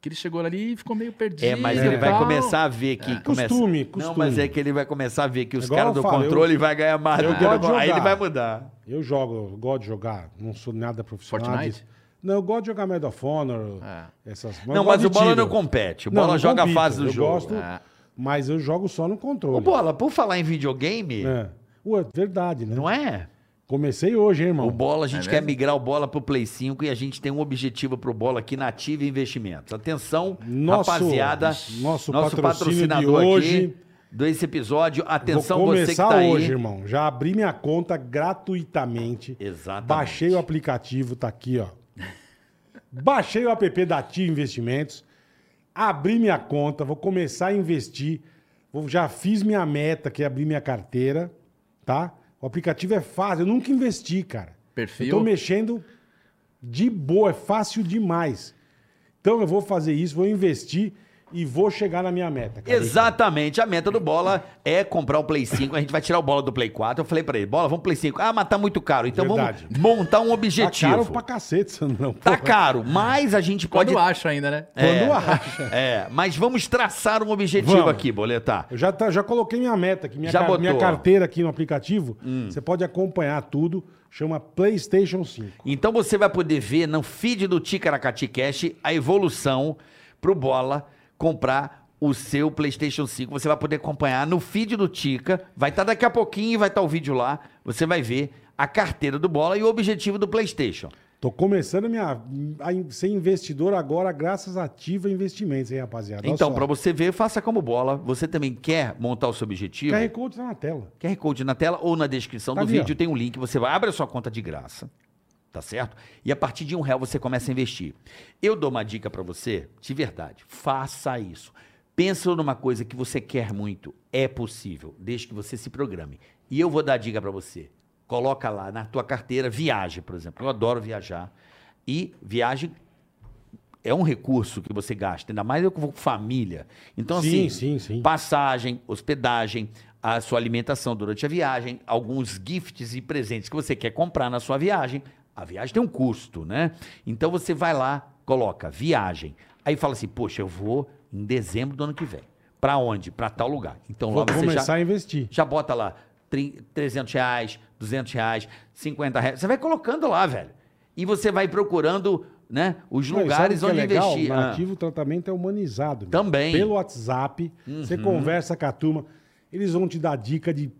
Speaker 4: que ele chegou ali e ficou meio perdido.
Speaker 3: É, mas
Speaker 4: e
Speaker 3: ele vai
Speaker 4: tal.
Speaker 3: começar a ver
Speaker 4: É.
Speaker 3: que. Começa...
Speaker 2: Costume,
Speaker 3: Não,
Speaker 2: costume.
Speaker 3: mas é que ele vai começar a ver que os
Speaker 2: Igual
Speaker 3: caras
Speaker 2: eu
Speaker 3: do
Speaker 2: falo,
Speaker 3: controle vai ganhar mais do
Speaker 2: eu
Speaker 3: que
Speaker 2: gosto de
Speaker 3: do... Aí ele
Speaker 2: jogar.
Speaker 3: vai mudar.
Speaker 2: Eu jogo, eu gosto de jogar, não sou nada profissional.
Speaker 4: Fortnite?
Speaker 2: disso. Não, eu gosto de jogar Medal of Honor,
Speaker 4: Ah.
Speaker 2: essas
Speaker 3: É. não,
Speaker 2: eu
Speaker 3: mas
Speaker 2: gosto
Speaker 3: o
Speaker 2: de
Speaker 3: Bola
Speaker 2: tiro.
Speaker 3: não compete. O
Speaker 2: Não,
Speaker 3: Bola
Speaker 2: não
Speaker 3: joga
Speaker 2: compito,
Speaker 3: a fase do
Speaker 2: eu
Speaker 3: jogo.
Speaker 2: gosto,
Speaker 4: Ah.
Speaker 2: mas eu jogo só no controle.
Speaker 3: Ô, Bola, por falar em videogame,
Speaker 2: É. Ué, verdade, né?
Speaker 3: não é?
Speaker 2: Comecei hoje, hein, irmão.
Speaker 3: O Bola, a gente
Speaker 4: É
Speaker 3: quer
Speaker 4: mesmo?
Speaker 3: migrar o Bola pro Play 5 e a gente tem um objetivo pro Bola aqui na Ativa Investimentos. Atenção,
Speaker 2: Nosso-
Speaker 3: rapaziada.
Speaker 2: nosso patrocínio de hoje.
Speaker 3: desse episódio. é Atenção,
Speaker 2: Vou
Speaker 3: você que
Speaker 2: começar
Speaker 3: tá
Speaker 2: hoje,
Speaker 3: aí.
Speaker 2: irmão. Já abri minha conta gratuitamente.
Speaker 3: Exatamente.
Speaker 2: Baixei o aplicativo, tá aqui, ó. Baixei o app da Tia Investimentos. Abri minha conta, vou começar a investir. Vou- já fiz minha meta, que é abrir minha carteira, tá? O aplicativo é fácil, eu nunca investi, cara.
Speaker 4: Perfil?
Speaker 2: Eu tô mexendo de boa, é fácil demais. Então eu vou fazer isso, vou investir e vou chegar na minha meta. cara.
Speaker 3: Exatamente, a meta do Bola é comprar o Play 5, a gente vai tirar o Bola do Play 4. Eu falei pra ele, Bola, vamos Play 5. Ah, mas tá muito caro. Então
Speaker 2: Verdade.
Speaker 3: vamos montar um
Speaker 2: Tá caro
Speaker 3: objetivo.
Speaker 2: pra cacete, Sandrão.
Speaker 3: Tá
Speaker 2: Porra.
Speaker 3: caro, mas a gente pode
Speaker 4: Quando acha ainda, né?
Speaker 3: É.
Speaker 2: Quando acha.
Speaker 3: É, mas vamos traçar um objetivo
Speaker 2: Vamos.
Speaker 3: aqui, boletar.
Speaker 2: Eu já, tá- já coloquei minha meta aqui, minha,
Speaker 3: Já
Speaker 2: car-
Speaker 3: botou. Hum.
Speaker 2: minha carteira aqui no aplicativo. Você pode acompanhar tudo. Chama PlayStation 5.
Speaker 3: Então você vai poder ver no feed do Ticaracati Cash a evolução pro Bola comprar o seu PlayStation 5. Você vai poder acompanhar no feed do Tica. Vai estar daqui a pouquinho, vai estar o vídeo lá. Você vai ver a carteira do Bola e o objetivo do PlayStation.
Speaker 2: Tô começando a minha, a in- ser investidor agora, graças à Ativa Investimentos, hein, rapaziada? Olha
Speaker 3: Então,
Speaker 2: só.
Speaker 3: para você ver, faça como Bola. Você também quer montar o seu objetivo?
Speaker 2: QR Code tá na tela.
Speaker 3: QR Code na tela ou na descrição
Speaker 2: Tá
Speaker 3: do
Speaker 2: ali,
Speaker 3: vídeo
Speaker 2: ó.
Speaker 3: tem um link. Você vai abre a sua conta de graça, tá certo? E a partir de um real você começa a investir. Eu dou uma dica pra você, de verdade, faça isso. Pensa numa coisa que você quer muito, é possível, desde que você se programe. E eu vou dar a dica pra você. Coloca lá na tua carteira viagem, por exemplo. Eu adoro viajar e viagem é um recurso que você gasta, ainda mais eu que vou com família. Então
Speaker 2: sim,
Speaker 3: assim,
Speaker 2: sim, sim.
Speaker 3: passagem, hospedagem, a sua alimentação durante a viagem, alguns gifts e presentes que você quer comprar na sua viagem. A viagem tem um custo, né? Então você vai lá, coloca viagem. Aí fala assim: "Poxa, eu vou em dezembro do ano que vem. Pra onde? Pra tal lugar". Então
Speaker 2: Vou
Speaker 3: lá você
Speaker 2: começar
Speaker 3: já
Speaker 2: a investir.
Speaker 3: já bota lá tri- 300 reais, 200 reais, 50 reais. Você vai colocando lá, velho. E você vai procurando, né, os
Speaker 2: Não, e sabe o
Speaker 3: lugares
Speaker 2: que é
Speaker 3: onde
Speaker 2: legal?
Speaker 3: investir.
Speaker 2: Na
Speaker 3: Ah,
Speaker 2: Ativa o tratamento é humanizado. meu.
Speaker 3: Também. Uhum.
Speaker 2: Pelo WhatsApp, você conversa com a turma. Eles vão te dar dica de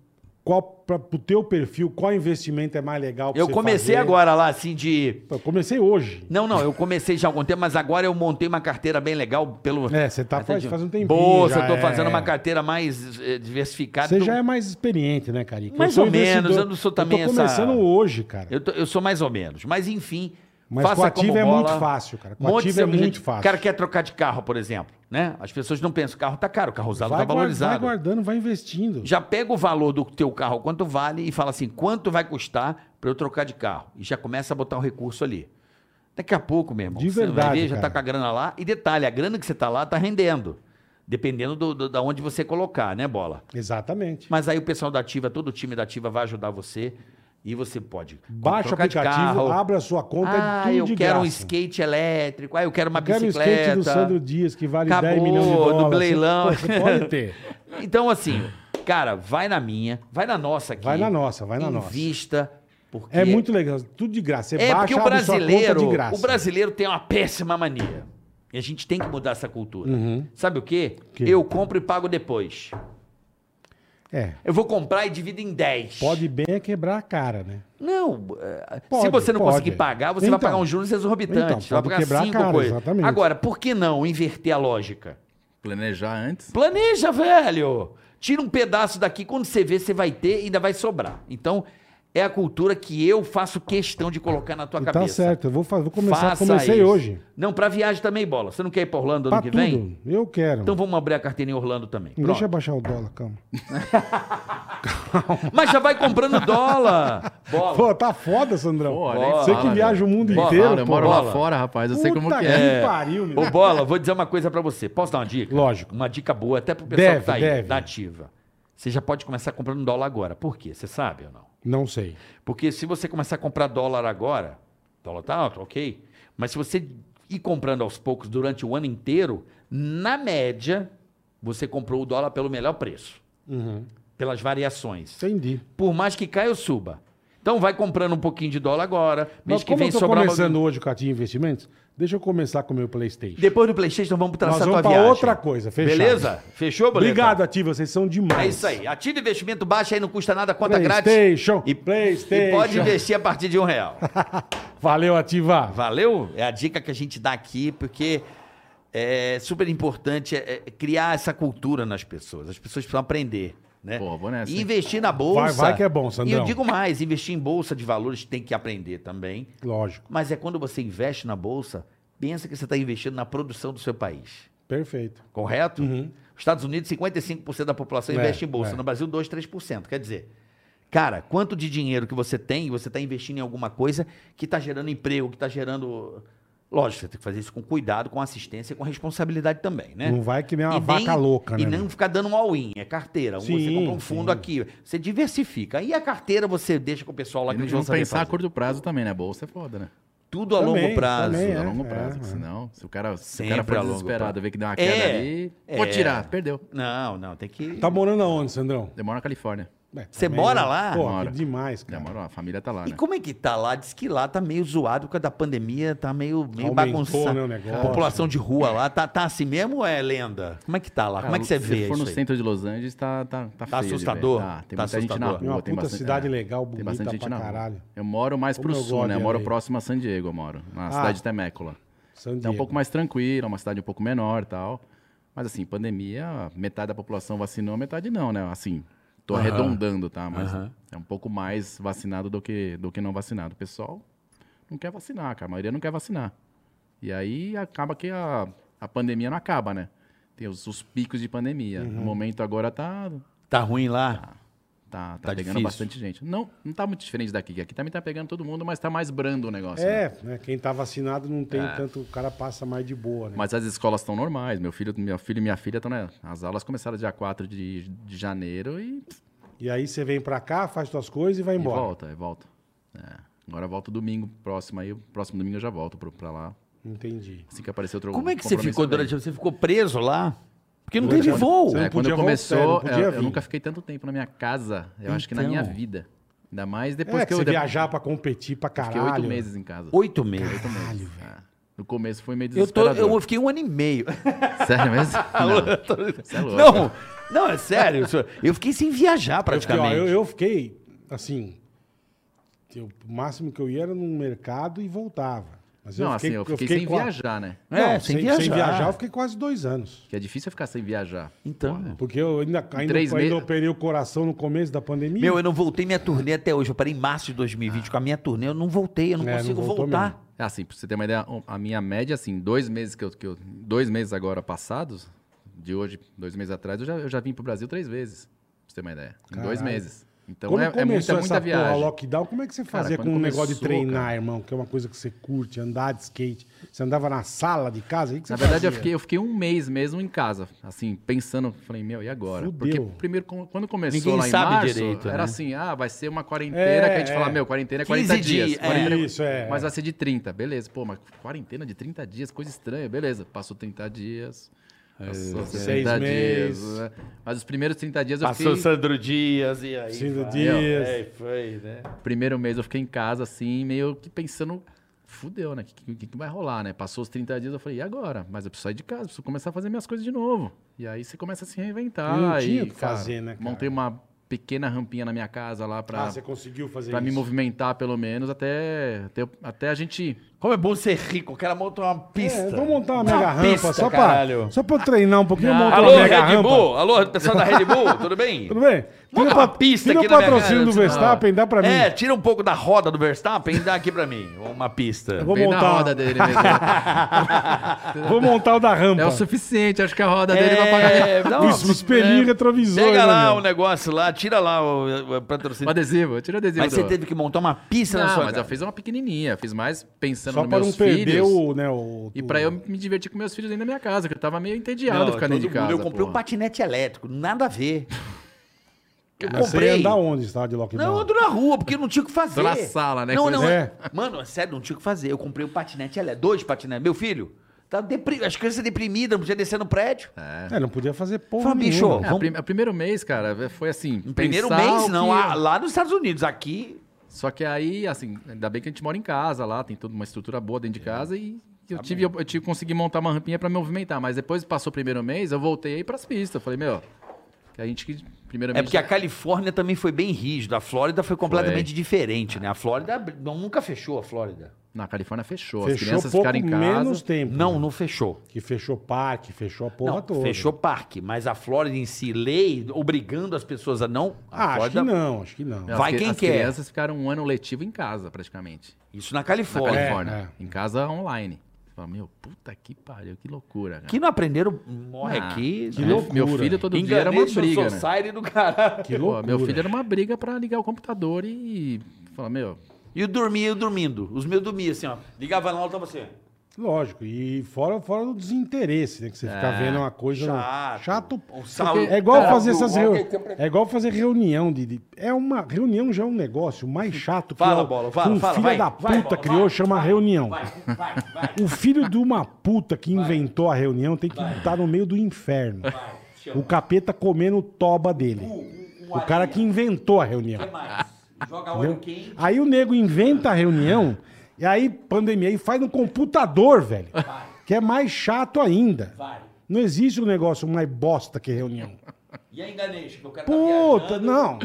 Speaker 2: qual, pra, pro teu perfil, qual investimento é mais legal pra
Speaker 3: eu
Speaker 2: você
Speaker 3: comecei
Speaker 2: fazer.
Speaker 3: agora lá, assim, de
Speaker 2: Eu comecei hoje.
Speaker 3: Não, não, eu comecei já há algum tempo, mas agora eu montei uma carteira bem legal pelo.
Speaker 2: É, você tá
Speaker 3: Até
Speaker 2: faz,
Speaker 3: de-
Speaker 2: faz um tempinho.
Speaker 3: Bolsa,
Speaker 2: já,
Speaker 3: eu tô
Speaker 2: é.
Speaker 3: fazendo uma carteira mais eh, diversificada.
Speaker 2: Você
Speaker 3: Então,
Speaker 2: já é mais experiente, né, Carica? Eu
Speaker 3: Mais
Speaker 2: sou
Speaker 3: ou menos,
Speaker 2: investidor.
Speaker 3: eu não sou também
Speaker 2: Eu tô
Speaker 3: essa-
Speaker 2: começando hoje, cara.
Speaker 3: eu, tô- eu sou mais ou menos. Mas enfim.
Speaker 2: Mas com ativo
Speaker 3: como
Speaker 2: é
Speaker 3: bola.
Speaker 2: muito fácil, cara. Com
Speaker 3: Monte
Speaker 2: ativo
Speaker 3: de
Speaker 2: é muito
Speaker 3: gente-
Speaker 2: fácil.
Speaker 3: O cara quer trocar de carro, por exemplo. Né? As pessoas não pensam, o carro tá caro, o carro usado tá
Speaker 2: guard-
Speaker 3: valorizado.
Speaker 2: vai guardando, vai investindo.
Speaker 3: Já pega o valor do teu carro, quanto vale, e fala assim, quanto vai custar para eu trocar de carro? E já começa a botar o recurso ali. Daqui a pouco, meu irmão,
Speaker 2: De
Speaker 3: você vai
Speaker 2: verdade,
Speaker 3: ver, já tá
Speaker 2: cara.
Speaker 3: com a grana lá. E detalhe, a grana que você tá lá tá rendendo. Dependendo do, do- da onde você colocar, né, bola?
Speaker 2: Exatamente.
Speaker 3: Mas aí o pessoal da Ativa, todo o time da Ativa vai ajudar você e você pode
Speaker 2: Baixa o
Speaker 3: trocar de
Speaker 2: aplicativo,
Speaker 3: carro.
Speaker 2: abre a sua conta, é
Speaker 3: Ah,
Speaker 2: tudo
Speaker 3: eu
Speaker 2: de
Speaker 3: quero um
Speaker 2: graça.
Speaker 3: skate elétrico. Ah, eu quero uma
Speaker 2: Eu quero o
Speaker 3: bicicleta.
Speaker 2: skate do Sandro Dias, que vale
Speaker 3: Acabou,
Speaker 2: 10 milhões de dólares.
Speaker 3: no leilão.
Speaker 2: Você, pô, você pode ter.
Speaker 3: Então, assim, cara, vai na minha, vai na nossa aqui.
Speaker 2: Vai na nossa, vai na nossa.
Speaker 3: Invista, porque...
Speaker 2: É muito legal, tudo de graça. Você
Speaker 3: É
Speaker 2: baixa,
Speaker 3: porque o
Speaker 2: abre sua conta
Speaker 3: brasileiro,
Speaker 2: de graça.
Speaker 3: o brasileiro tem uma péssima mania. E a gente tem que mudar essa cultura.
Speaker 2: Uhum.
Speaker 3: Sabe o quê?
Speaker 2: quê?
Speaker 3: Eu compro e pago depois.
Speaker 2: É,
Speaker 3: Eu vou comprar e divido em 10.
Speaker 2: pode bem é quebrar a cara, né?
Speaker 3: Não, é,
Speaker 2: Pode,
Speaker 3: se você não
Speaker 2: pode.
Speaker 3: conseguir pagar, você
Speaker 2: Então.
Speaker 3: vai pagar um juros
Speaker 2: Então,
Speaker 3: exorbitante.
Speaker 2: pode
Speaker 3: vai pagar
Speaker 2: quebrar a
Speaker 3: cinco
Speaker 2: cara,
Speaker 3: coisas.
Speaker 2: exatamente.
Speaker 3: Agora, por que não inverter a lógica?
Speaker 4: Planejar antes.
Speaker 3: Planeja, velho! Tira um pedaço daqui, quando você vê, você vai ter e ainda vai sobrar. Então, é a cultura que eu faço questão de colocar na tua
Speaker 2: E tá
Speaker 3: cabeça.
Speaker 2: certo, eu vou, fa- vou começar,
Speaker 3: Faça
Speaker 2: comecei
Speaker 3: isso.
Speaker 2: hoje.
Speaker 3: Não, pra viagem também, bola. Você não quer ir pra Orlando
Speaker 2: Pra
Speaker 3: ano que
Speaker 2: tudo,
Speaker 3: vem?
Speaker 2: eu quero.
Speaker 3: Então vamos abrir a carteira em Orlando também.
Speaker 2: Não Deixa eu
Speaker 3: Pronto.
Speaker 2: baixar o dólar, calma.
Speaker 3: Mas já vai comprando dólar. Bola.
Speaker 2: Pô, tá foda, Sandrão.
Speaker 4: Pô,
Speaker 3: nem
Speaker 2: Você que
Speaker 3: fala,
Speaker 2: viaja o mundo
Speaker 3: Bola,
Speaker 2: inteiro.
Speaker 4: Claro, eu
Speaker 2: pô.
Speaker 4: moro
Speaker 3: bola.
Speaker 4: lá fora, rapaz. Eu sei como
Speaker 2: Puta
Speaker 4: que
Speaker 2: que
Speaker 4: é.
Speaker 2: pariu, meu.
Speaker 3: Ô, Bola, vou dizer uma coisa pra você. Posso dar uma dica?
Speaker 2: Lógico.
Speaker 3: Uma dica boa até pro pessoal
Speaker 2: Deve,
Speaker 3: que tá aí,
Speaker 2: deve.
Speaker 3: da ativa. Você já pode começar comprando dólar agora. Por quê? Você sabe ou não?
Speaker 2: Não sei.
Speaker 3: Porque se você começar a comprar dólar agora, dólar tá alto, ok. Mas se você ir comprando aos poucos durante o ano inteiro, na média, você comprou o dólar pelo melhor preço.
Speaker 2: Uhum.
Speaker 3: Pelas variações.
Speaker 2: Entendi.
Speaker 3: Por mais que caia ou suba. Então vai comprando um pouquinho de dólar agora. Mês
Speaker 2: Mas
Speaker 3: que
Speaker 2: como
Speaker 3: vem
Speaker 2: eu tô
Speaker 3: sobrar um
Speaker 2: começando
Speaker 3: uma...
Speaker 2: hoje com a Tia Investimentos, deixa eu começar com o meu Playstation.
Speaker 3: Depois do Playstation vamos traçar
Speaker 2: Nós vamos
Speaker 3: tua
Speaker 2: pra
Speaker 3: viagem.
Speaker 2: outra coisa, fechado.
Speaker 3: Beleza? Fechou, Boleta?
Speaker 2: Obrigado, Ativa, vocês são demais.
Speaker 3: É isso aí. Ativa investimento baixa aí, não custa nada, conta grátis.
Speaker 2: PlayStation,
Speaker 3: E,
Speaker 2: PlayStation.
Speaker 3: e pode investir a partir de um real.
Speaker 2: Valeu, Ativa.
Speaker 3: Valeu? É a dica que a gente dá aqui, porque é super importante é, é, criar essa cultura nas pessoas. As pessoas precisam aprender. Né?
Speaker 4: Pô, vou nessa,
Speaker 3: e
Speaker 4: hein?
Speaker 3: investir na bolsa.
Speaker 2: vai que é bom,
Speaker 3: E
Speaker 2: Sandrão.
Speaker 3: eu digo mais: investir em bolsa de valores tem que aprender também.
Speaker 2: Lógico,
Speaker 3: Mas é quando você investe na bolsa, pensa que você está investindo na produção do seu país.
Speaker 2: perfeito.
Speaker 3: Correto?
Speaker 2: Uhum.
Speaker 3: Os Estados Unidos, 55% da população
Speaker 2: É,
Speaker 3: investe em bolsa.
Speaker 2: é.
Speaker 3: No Brasil, 2, 3%. Quer dizer, cara, quanto de dinheiro que você tem, você está investindo em alguma coisa que está gerando emprego, que está gerando. Lógico, você tem que fazer isso com cuidado, com assistência e com responsabilidade também, né?
Speaker 2: Não vai que nem uma
Speaker 3: E
Speaker 2: vaca
Speaker 3: nem-
Speaker 2: louca, né?
Speaker 3: E não ficar dando um all-in, é carteira. Um você
Speaker 2: Sim,
Speaker 3: compra um fundo
Speaker 2: sim.
Speaker 3: aqui, você diversifica. Aí a carteira você deixa com o pessoal lá
Speaker 4: E
Speaker 3: que
Speaker 4: não
Speaker 3: eles vão
Speaker 4: vamos
Speaker 3: saber
Speaker 4: pensar a
Speaker 3: fazer.
Speaker 4: curto prazo também, né? Bolsa é foda, né?
Speaker 3: Tudo a
Speaker 2: Também,
Speaker 3: longo prazo.
Speaker 2: também,
Speaker 4: Tudo a
Speaker 2: É,
Speaker 4: longo
Speaker 2: é,
Speaker 4: prazo,
Speaker 2: é.
Speaker 4: porque senão, se o cara, se o
Speaker 3: né? Sempre
Speaker 4: cara
Speaker 3: a
Speaker 4: for
Speaker 3: longo
Speaker 4: desesperado,
Speaker 3: prazo.
Speaker 4: ver que deu uma queda
Speaker 3: É,
Speaker 4: ali,
Speaker 3: é.
Speaker 4: vou tirar, perdeu.
Speaker 3: Não, não, tem que.
Speaker 2: Tá morando aonde, Sandrão?
Speaker 4: Eu moro na Califórnia.
Speaker 2: É,
Speaker 3: Você
Speaker 2: também,
Speaker 3: mora
Speaker 2: né?
Speaker 3: lá?
Speaker 2: Pô,
Speaker 4: Moro.
Speaker 2: que demais,
Speaker 4: Eu
Speaker 2: cara.
Speaker 4: moro, a família tá lá,
Speaker 3: E
Speaker 4: né?
Speaker 3: como é que tá lá? Diz que lá tá meio zoado por causa da pandemia, tá meio, meio
Speaker 2: Aumentou,
Speaker 3: bagunçado.
Speaker 2: né, o negócio.
Speaker 3: a população de rua lá tá, tá assim mesmo ou é lenda? Como é que tá lá? Como é que você
Speaker 4: Ah, se
Speaker 3: vê
Speaker 4: for
Speaker 3: isso
Speaker 4: no
Speaker 3: aí?
Speaker 4: centro de Los Angeles, tá, tá, tá, feio de ver.
Speaker 3: assustador?
Speaker 4: Tá, tem
Speaker 3: Tá
Speaker 4: muita gente na
Speaker 3: assustador?
Speaker 4: rua.
Speaker 2: É uma
Speaker 4: tem
Speaker 2: puta cidade legal,
Speaker 4: tem
Speaker 2: bonita pra caralho.
Speaker 4: Eu moro mais
Speaker 2: Como
Speaker 4: pro
Speaker 2: eu
Speaker 4: sul,
Speaker 2: gosto
Speaker 4: né?
Speaker 2: de
Speaker 4: Eu moro
Speaker 2: LA.
Speaker 4: próximo a San Diego, eu moro. Na
Speaker 2: Ah.
Speaker 4: cidade de Temecula.
Speaker 2: San
Speaker 4: Então é um
Speaker 2: Diego.
Speaker 3: né?
Speaker 4: pouco mais tranquilo, é uma cidade um pouco menor e tal. Mas assim, pandemia, metade da população vacinou, metade não, né? Assim, tô arredondando, tá? Mas
Speaker 3: Aham.
Speaker 4: é um pouco mais vacinado do que, do que não vacinado. O pessoal não quer vacinar, cara. A maioria não quer vacinar. E aí acaba que a, a pandemia não acaba, né? Tem os, os picos de pandemia.
Speaker 3: Uhum.
Speaker 4: No momento agora tá.
Speaker 3: Tá ruim lá?
Speaker 4: Tá, tá,
Speaker 3: Tá
Speaker 4: pegando
Speaker 3: difícil.
Speaker 4: bastante gente. Não, não tá muito diferente daqui. que Aqui também tá pegando todo mundo, mas tá mais É. brando o negócio. né?
Speaker 2: É, né? Quem tá vacinado não tem tanto. O cara passa mais de boa, né?
Speaker 4: Mas as escolas estão normais. Meu filho, meu filho e minha filha estão. Né? As aulas começaram dia 4 de, de janeiro e, pss,
Speaker 2: E aí você vem pra cá, faz suas coisas e vai
Speaker 4: e
Speaker 2: embora.
Speaker 4: volta, e volta. É. Agora eu volto domingo próximo aí. o Próximo domingo eu já volto pro, pra lá.
Speaker 2: Entendi.
Speaker 4: Assim que aparecer outro
Speaker 3: Como é que você
Speaker 4: compromisso,
Speaker 3: ficou
Speaker 4: eu venho.
Speaker 3: durante. Você ficou preso lá? Porque não
Speaker 2: Durante
Speaker 3: teve
Speaker 2: a-
Speaker 3: voo.
Speaker 2: Você não
Speaker 4: É, quando
Speaker 2: podia voltar,
Speaker 4: eu
Speaker 2: não
Speaker 4: começou, é,
Speaker 2: podia
Speaker 4: eu- eu,
Speaker 2: vir.
Speaker 4: nunca fiquei tanto tempo na minha casa. Eu acho que na
Speaker 3: Então.
Speaker 4: minha vida. Ainda mais
Speaker 2: É,
Speaker 4: depois
Speaker 2: que
Speaker 4: que eu.
Speaker 2: você
Speaker 4: de-
Speaker 2: viajar pra competir pra
Speaker 4: Fiquei
Speaker 2: caralho.
Speaker 4: oito meses em casa.
Speaker 3: Oito meses.
Speaker 4: Oito meses. É. No começo foi meio
Speaker 3: Eu, tô,
Speaker 4: desesperador.
Speaker 3: eu fiquei um ano e meio.
Speaker 4: Sério mesmo?
Speaker 3: Eu
Speaker 4: Não.
Speaker 3: tô-
Speaker 4: Você é louco.
Speaker 3: não, não, é sério. senhor. Eu fiquei sem viajar
Speaker 2: Eu fiquei, ó,
Speaker 3: praticamente.
Speaker 2: eu, eu fiquei, assim. eu- o máximo que eu ia era num mercado e voltava. Mas
Speaker 4: Não, assim, eu fiquei sem
Speaker 2: qua-
Speaker 4: viajar, né?
Speaker 2: Não,
Speaker 3: É,
Speaker 2: sem,
Speaker 3: sem
Speaker 2: viajar. sem
Speaker 3: viajar.
Speaker 2: viajar, eu fiquei quase dois anos.
Speaker 4: Que é difícil eu ficar sem viajar.
Speaker 3: Então.
Speaker 2: Porque eu ainda, ainda,
Speaker 4: três
Speaker 2: ainda
Speaker 4: meses-
Speaker 2: operei o coração no começo da pandemia.
Speaker 3: Meu, eu não voltei minha turnê até hoje. Eu parei em março de 2020 com a minha turnê. Eu não voltei, eu não
Speaker 2: Ah. É, não
Speaker 3: consigo
Speaker 2: voltou
Speaker 3: voltar.
Speaker 2: mesmo.
Speaker 4: É assim, pra você ter uma ideia, o- a minha média, assim, dois meses que eu. que eu- dois meses agora passados, de hoje, dois meses atrás, eu já, eu já vim pro Brasil três vezes. Pra você ter uma ideia. Em dois
Speaker 2: Caralho.
Speaker 4: meses. Então
Speaker 2: como
Speaker 4: é, é muita,
Speaker 2: começou
Speaker 4: muita
Speaker 2: essa
Speaker 4: viagem.
Speaker 2: porra lockdown, como é que você
Speaker 4: Cara,
Speaker 2: fazia
Speaker 4: quando
Speaker 2: com um negócio de
Speaker 4: começou,
Speaker 2: treinar,
Speaker 4: cara?
Speaker 2: irmão? Que é uma coisa que você curte, andar de skate. Você andava na sala de casa? O que que você
Speaker 4: Na verdade,
Speaker 2: fazia?
Speaker 4: eu fiquei, eu fiquei um mês mesmo em casa, assim, pensando. Falei, meu, e agora?
Speaker 2: Fudeu.
Speaker 4: Porque primeiro, com- quando começou
Speaker 3: Ninguém
Speaker 4: lá em
Speaker 3: sabe
Speaker 4: março,
Speaker 3: direito,
Speaker 4: era
Speaker 3: né?
Speaker 4: assim, ah, vai ser uma quarentena,
Speaker 2: É,
Speaker 4: que a gente
Speaker 2: é.
Speaker 4: fala, meu, quarentena é 40
Speaker 3: 15 dias,
Speaker 4: dias.
Speaker 3: é.
Speaker 4: quarentena-
Speaker 2: Isso, é.
Speaker 4: Mas vai ser de 30, beleza. Pô, mas quarentena de 30 dias, coisa estranha, beleza. Passou 30 dias... Passou
Speaker 2: É, Seis
Speaker 4: 60
Speaker 2: meses.
Speaker 4: dias. né? Mas os primeiros 30 dias eu
Speaker 3: Passou
Speaker 4: fiquei...
Speaker 3: Sandro Dias e aí.
Speaker 2: Sandro
Speaker 3: vai.
Speaker 2: Dias.
Speaker 3: É, foi, né?
Speaker 4: Primeiro mês eu fiquei em casa, assim, meio que pensando, fudeu, né? O que, que- que vai rolar, né? Passou os 30 dias, eu falei, e agora? Mas eu preciso sair de casa, preciso começar a fazer minhas coisas de novo. E aí você começa a se reinventar.
Speaker 2: Não tinha
Speaker 4: e,
Speaker 2: o que fazer, né, cara?
Speaker 4: Montei uma pequena rampinha na minha casa lá pra,
Speaker 2: Ah, você conseguiu fazer
Speaker 4: pra
Speaker 2: isso?
Speaker 4: me movimentar, pelo menos, até, até, até a gente.
Speaker 3: Como é bom ser rico, o cara monta uma pista.
Speaker 2: É, vamos montar uma mega rampa
Speaker 3: pista,
Speaker 2: só, pra,
Speaker 3: caralho.
Speaker 2: só pra eu treinar um
Speaker 4: Ah,
Speaker 2: pouquinho. eu monto
Speaker 3: Alô,
Speaker 2: uma mega
Speaker 3: Red
Speaker 2: rampa.
Speaker 3: Bull? Alô, pessoal da Red Bull, tudo bem?
Speaker 2: Tudo bem? Tira
Speaker 3: Monta
Speaker 2: o pa-
Speaker 3: uma pista
Speaker 2: tira
Speaker 3: aqui
Speaker 2: o
Speaker 3: na minha
Speaker 2: patrocínio
Speaker 3: casa,
Speaker 2: do
Speaker 3: senão-
Speaker 2: Verstappen, dá pra mim.
Speaker 3: É, tira um pouco da roda do Verstappen e dá aqui pra mim, uma pista.
Speaker 2: Vou
Speaker 4: Bem na
Speaker 2: montar-
Speaker 4: roda dele mesmo. né?
Speaker 2: Vou montar o da rampa.
Speaker 4: é o suficiente, acho que a roda
Speaker 2: É.
Speaker 4: dele vai pagar. minha-
Speaker 3: dá
Speaker 2: O
Speaker 3: uma-
Speaker 2: es- o espelhinho retrovisor,
Speaker 3: É, Pega
Speaker 2: né,
Speaker 3: lá
Speaker 2: meu?
Speaker 3: o negócio lá, tira lá o, o
Speaker 4: Um
Speaker 3: patrocínio.
Speaker 4: adesivo, tira o adesivo.
Speaker 3: Mas você
Speaker 4: do-
Speaker 3: teve que montar uma pista
Speaker 4: Não,
Speaker 3: na sua
Speaker 4: mas eu
Speaker 3: casa.
Speaker 4: fiz uma pequenininha, fiz mais pensando
Speaker 2: Só
Speaker 4: nos
Speaker 2: pra
Speaker 4: meus
Speaker 2: não
Speaker 4: filhos.
Speaker 2: perder o, né, o...
Speaker 4: E
Speaker 2: o-
Speaker 4: pra eu me divertir com meus filhos dentro da minha casa, que eu tava meio entediado
Speaker 3: Não,
Speaker 4: ficando dentro de
Speaker 3: todo mundo,
Speaker 4: casa.
Speaker 3: Eu comprei um
Speaker 4: porra.
Speaker 3: patinete elétrico, nada a ver. Eu
Speaker 2: Mas Você ia
Speaker 3: comprei.
Speaker 2: andar onde, você tava de lockdown?
Speaker 3: Não, eu ando na rua, porque não tinha o que fazer.
Speaker 4: Tô na sala, né,
Speaker 3: Não,
Speaker 4: coisa-
Speaker 3: não.
Speaker 2: É.
Speaker 3: Mano, é sério, não tinha o que fazer. Eu comprei um patinete elétrico, dois patinetes. Meu filho, tá depri... as crianças deprimidas, não podia descer no prédio.
Speaker 2: É, não podia fazer porra
Speaker 3: Fala, bicho,
Speaker 2: nenhuma.
Speaker 4: É,
Speaker 3: Vamos-
Speaker 4: a prim- O primeiro mês, cara, foi assim.
Speaker 3: No primeiro
Speaker 4: pensar
Speaker 3: mês,
Speaker 4: o
Speaker 3: não.
Speaker 4: que- é.
Speaker 3: ah, Lá nos Estados Unidos, aqui...
Speaker 4: Só que aí, assim, ainda bem que a gente mora em casa lá, tem toda uma estrutura boa
Speaker 3: É.
Speaker 4: dentro de casa e eu
Speaker 3: Tá
Speaker 4: tive, eu tive consegui montar uma rampinha pra me movimentar. Mas depois passou o primeiro mês, eu voltei aí pras pistas. Eu Falei, meu, que a gente que. Primeiro
Speaker 3: É
Speaker 4: mês.
Speaker 3: porque a Califórnia também foi bem rígida. A Flórida foi completamente diferente, né? A Flórida abri- não, nunca fechou a Flórida.
Speaker 4: Na Califórnia fechou. as
Speaker 2: Fechou
Speaker 4: crianças
Speaker 2: pouco
Speaker 4: ficaram em casa.
Speaker 2: menos tempo. né?
Speaker 3: Não, não fechou.
Speaker 2: Que fechou parque, fechou a porra
Speaker 3: não,
Speaker 2: toda.
Speaker 3: fechou parque, mas a Flórida em si, lei obrigando as pessoas a não.
Speaker 2: Ah,
Speaker 3: A
Speaker 2: acho que
Speaker 3: Flórida,
Speaker 2: não, acho que não.
Speaker 4: Não,
Speaker 3: Vai
Speaker 4: as, cri-
Speaker 3: quem
Speaker 4: as
Speaker 3: quer.
Speaker 4: crianças ficaram um ano letivo em casa, praticamente.
Speaker 3: Isso na
Speaker 4: na
Speaker 3: Califórnia.
Speaker 4: Califórnia.
Speaker 2: é.
Speaker 4: Em casa online. Você fala, meu, puta que pariu, que loucura, cara.
Speaker 3: Que não aprenderam, morre
Speaker 4: Ah,
Speaker 3: aqui.
Speaker 2: que
Speaker 4: Meu-
Speaker 3: né?
Speaker 2: loucura.
Speaker 4: Meu filho todo dia era uma
Speaker 3: Enganei seu
Speaker 4: briga, né?
Speaker 3: society do caralho.
Speaker 2: Que
Speaker 4: Pô,
Speaker 2: loucura.
Speaker 4: meu filho era uma briga pra ligar o computador e falar, meu,
Speaker 3: E eu dormia, eu dormindo. Os meus dormiam assim, ó. Ligava lá, eu tava assim. ó.
Speaker 2: Lógico, e fora, fora do desinteresse, né? Que você
Speaker 4: É,
Speaker 2: fica vendo uma coisa...
Speaker 3: Chato.
Speaker 2: Chato.
Speaker 3: Um sal-
Speaker 2: É igual
Speaker 3: Cara,
Speaker 2: fazer
Speaker 3: o-
Speaker 2: essas
Speaker 3: o-
Speaker 2: reu...
Speaker 3: um
Speaker 2: É igual fazer reunião de, de- É uma. Reunião já é um negócio mais chato que
Speaker 3: Fala,
Speaker 2: o-
Speaker 3: Bola,
Speaker 2: que
Speaker 3: fala,
Speaker 2: um
Speaker 3: fala,
Speaker 2: filho
Speaker 3: vai,
Speaker 2: da
Speaker 3: vai,
Speaker 2: puta
Speaker 3: Bola,
Speaker 2: criou
Speaker 3: vai,
Speaker 2: chama reunião.
Speaker 3: Vai, vai, vai.
Speaker 2: O filho de uma puta que inventou a reunião tem que estar no meio do inferno.
Speaker 3: chama. um,
Speaker 2: O capeta comendo o toba dele. O cara que inventou a reunião.
Speaker 3: mais? Joga
Speaker 2: entendeu?
Speaker 3: óleo quente.
Speaker 2: Aí o nego inventa a reunião e aí pandemia e faz no computador, velho. Que é mais chato ainda.
Speaker 3: Vai.
Speaker 2: Não existe um negócio mais bosta que reunião.
Speaker 3: E ainda Ganesh, que o cara tá
Speaker 2: Puta,
Speaker 3: viajando.
Speaker 2: não.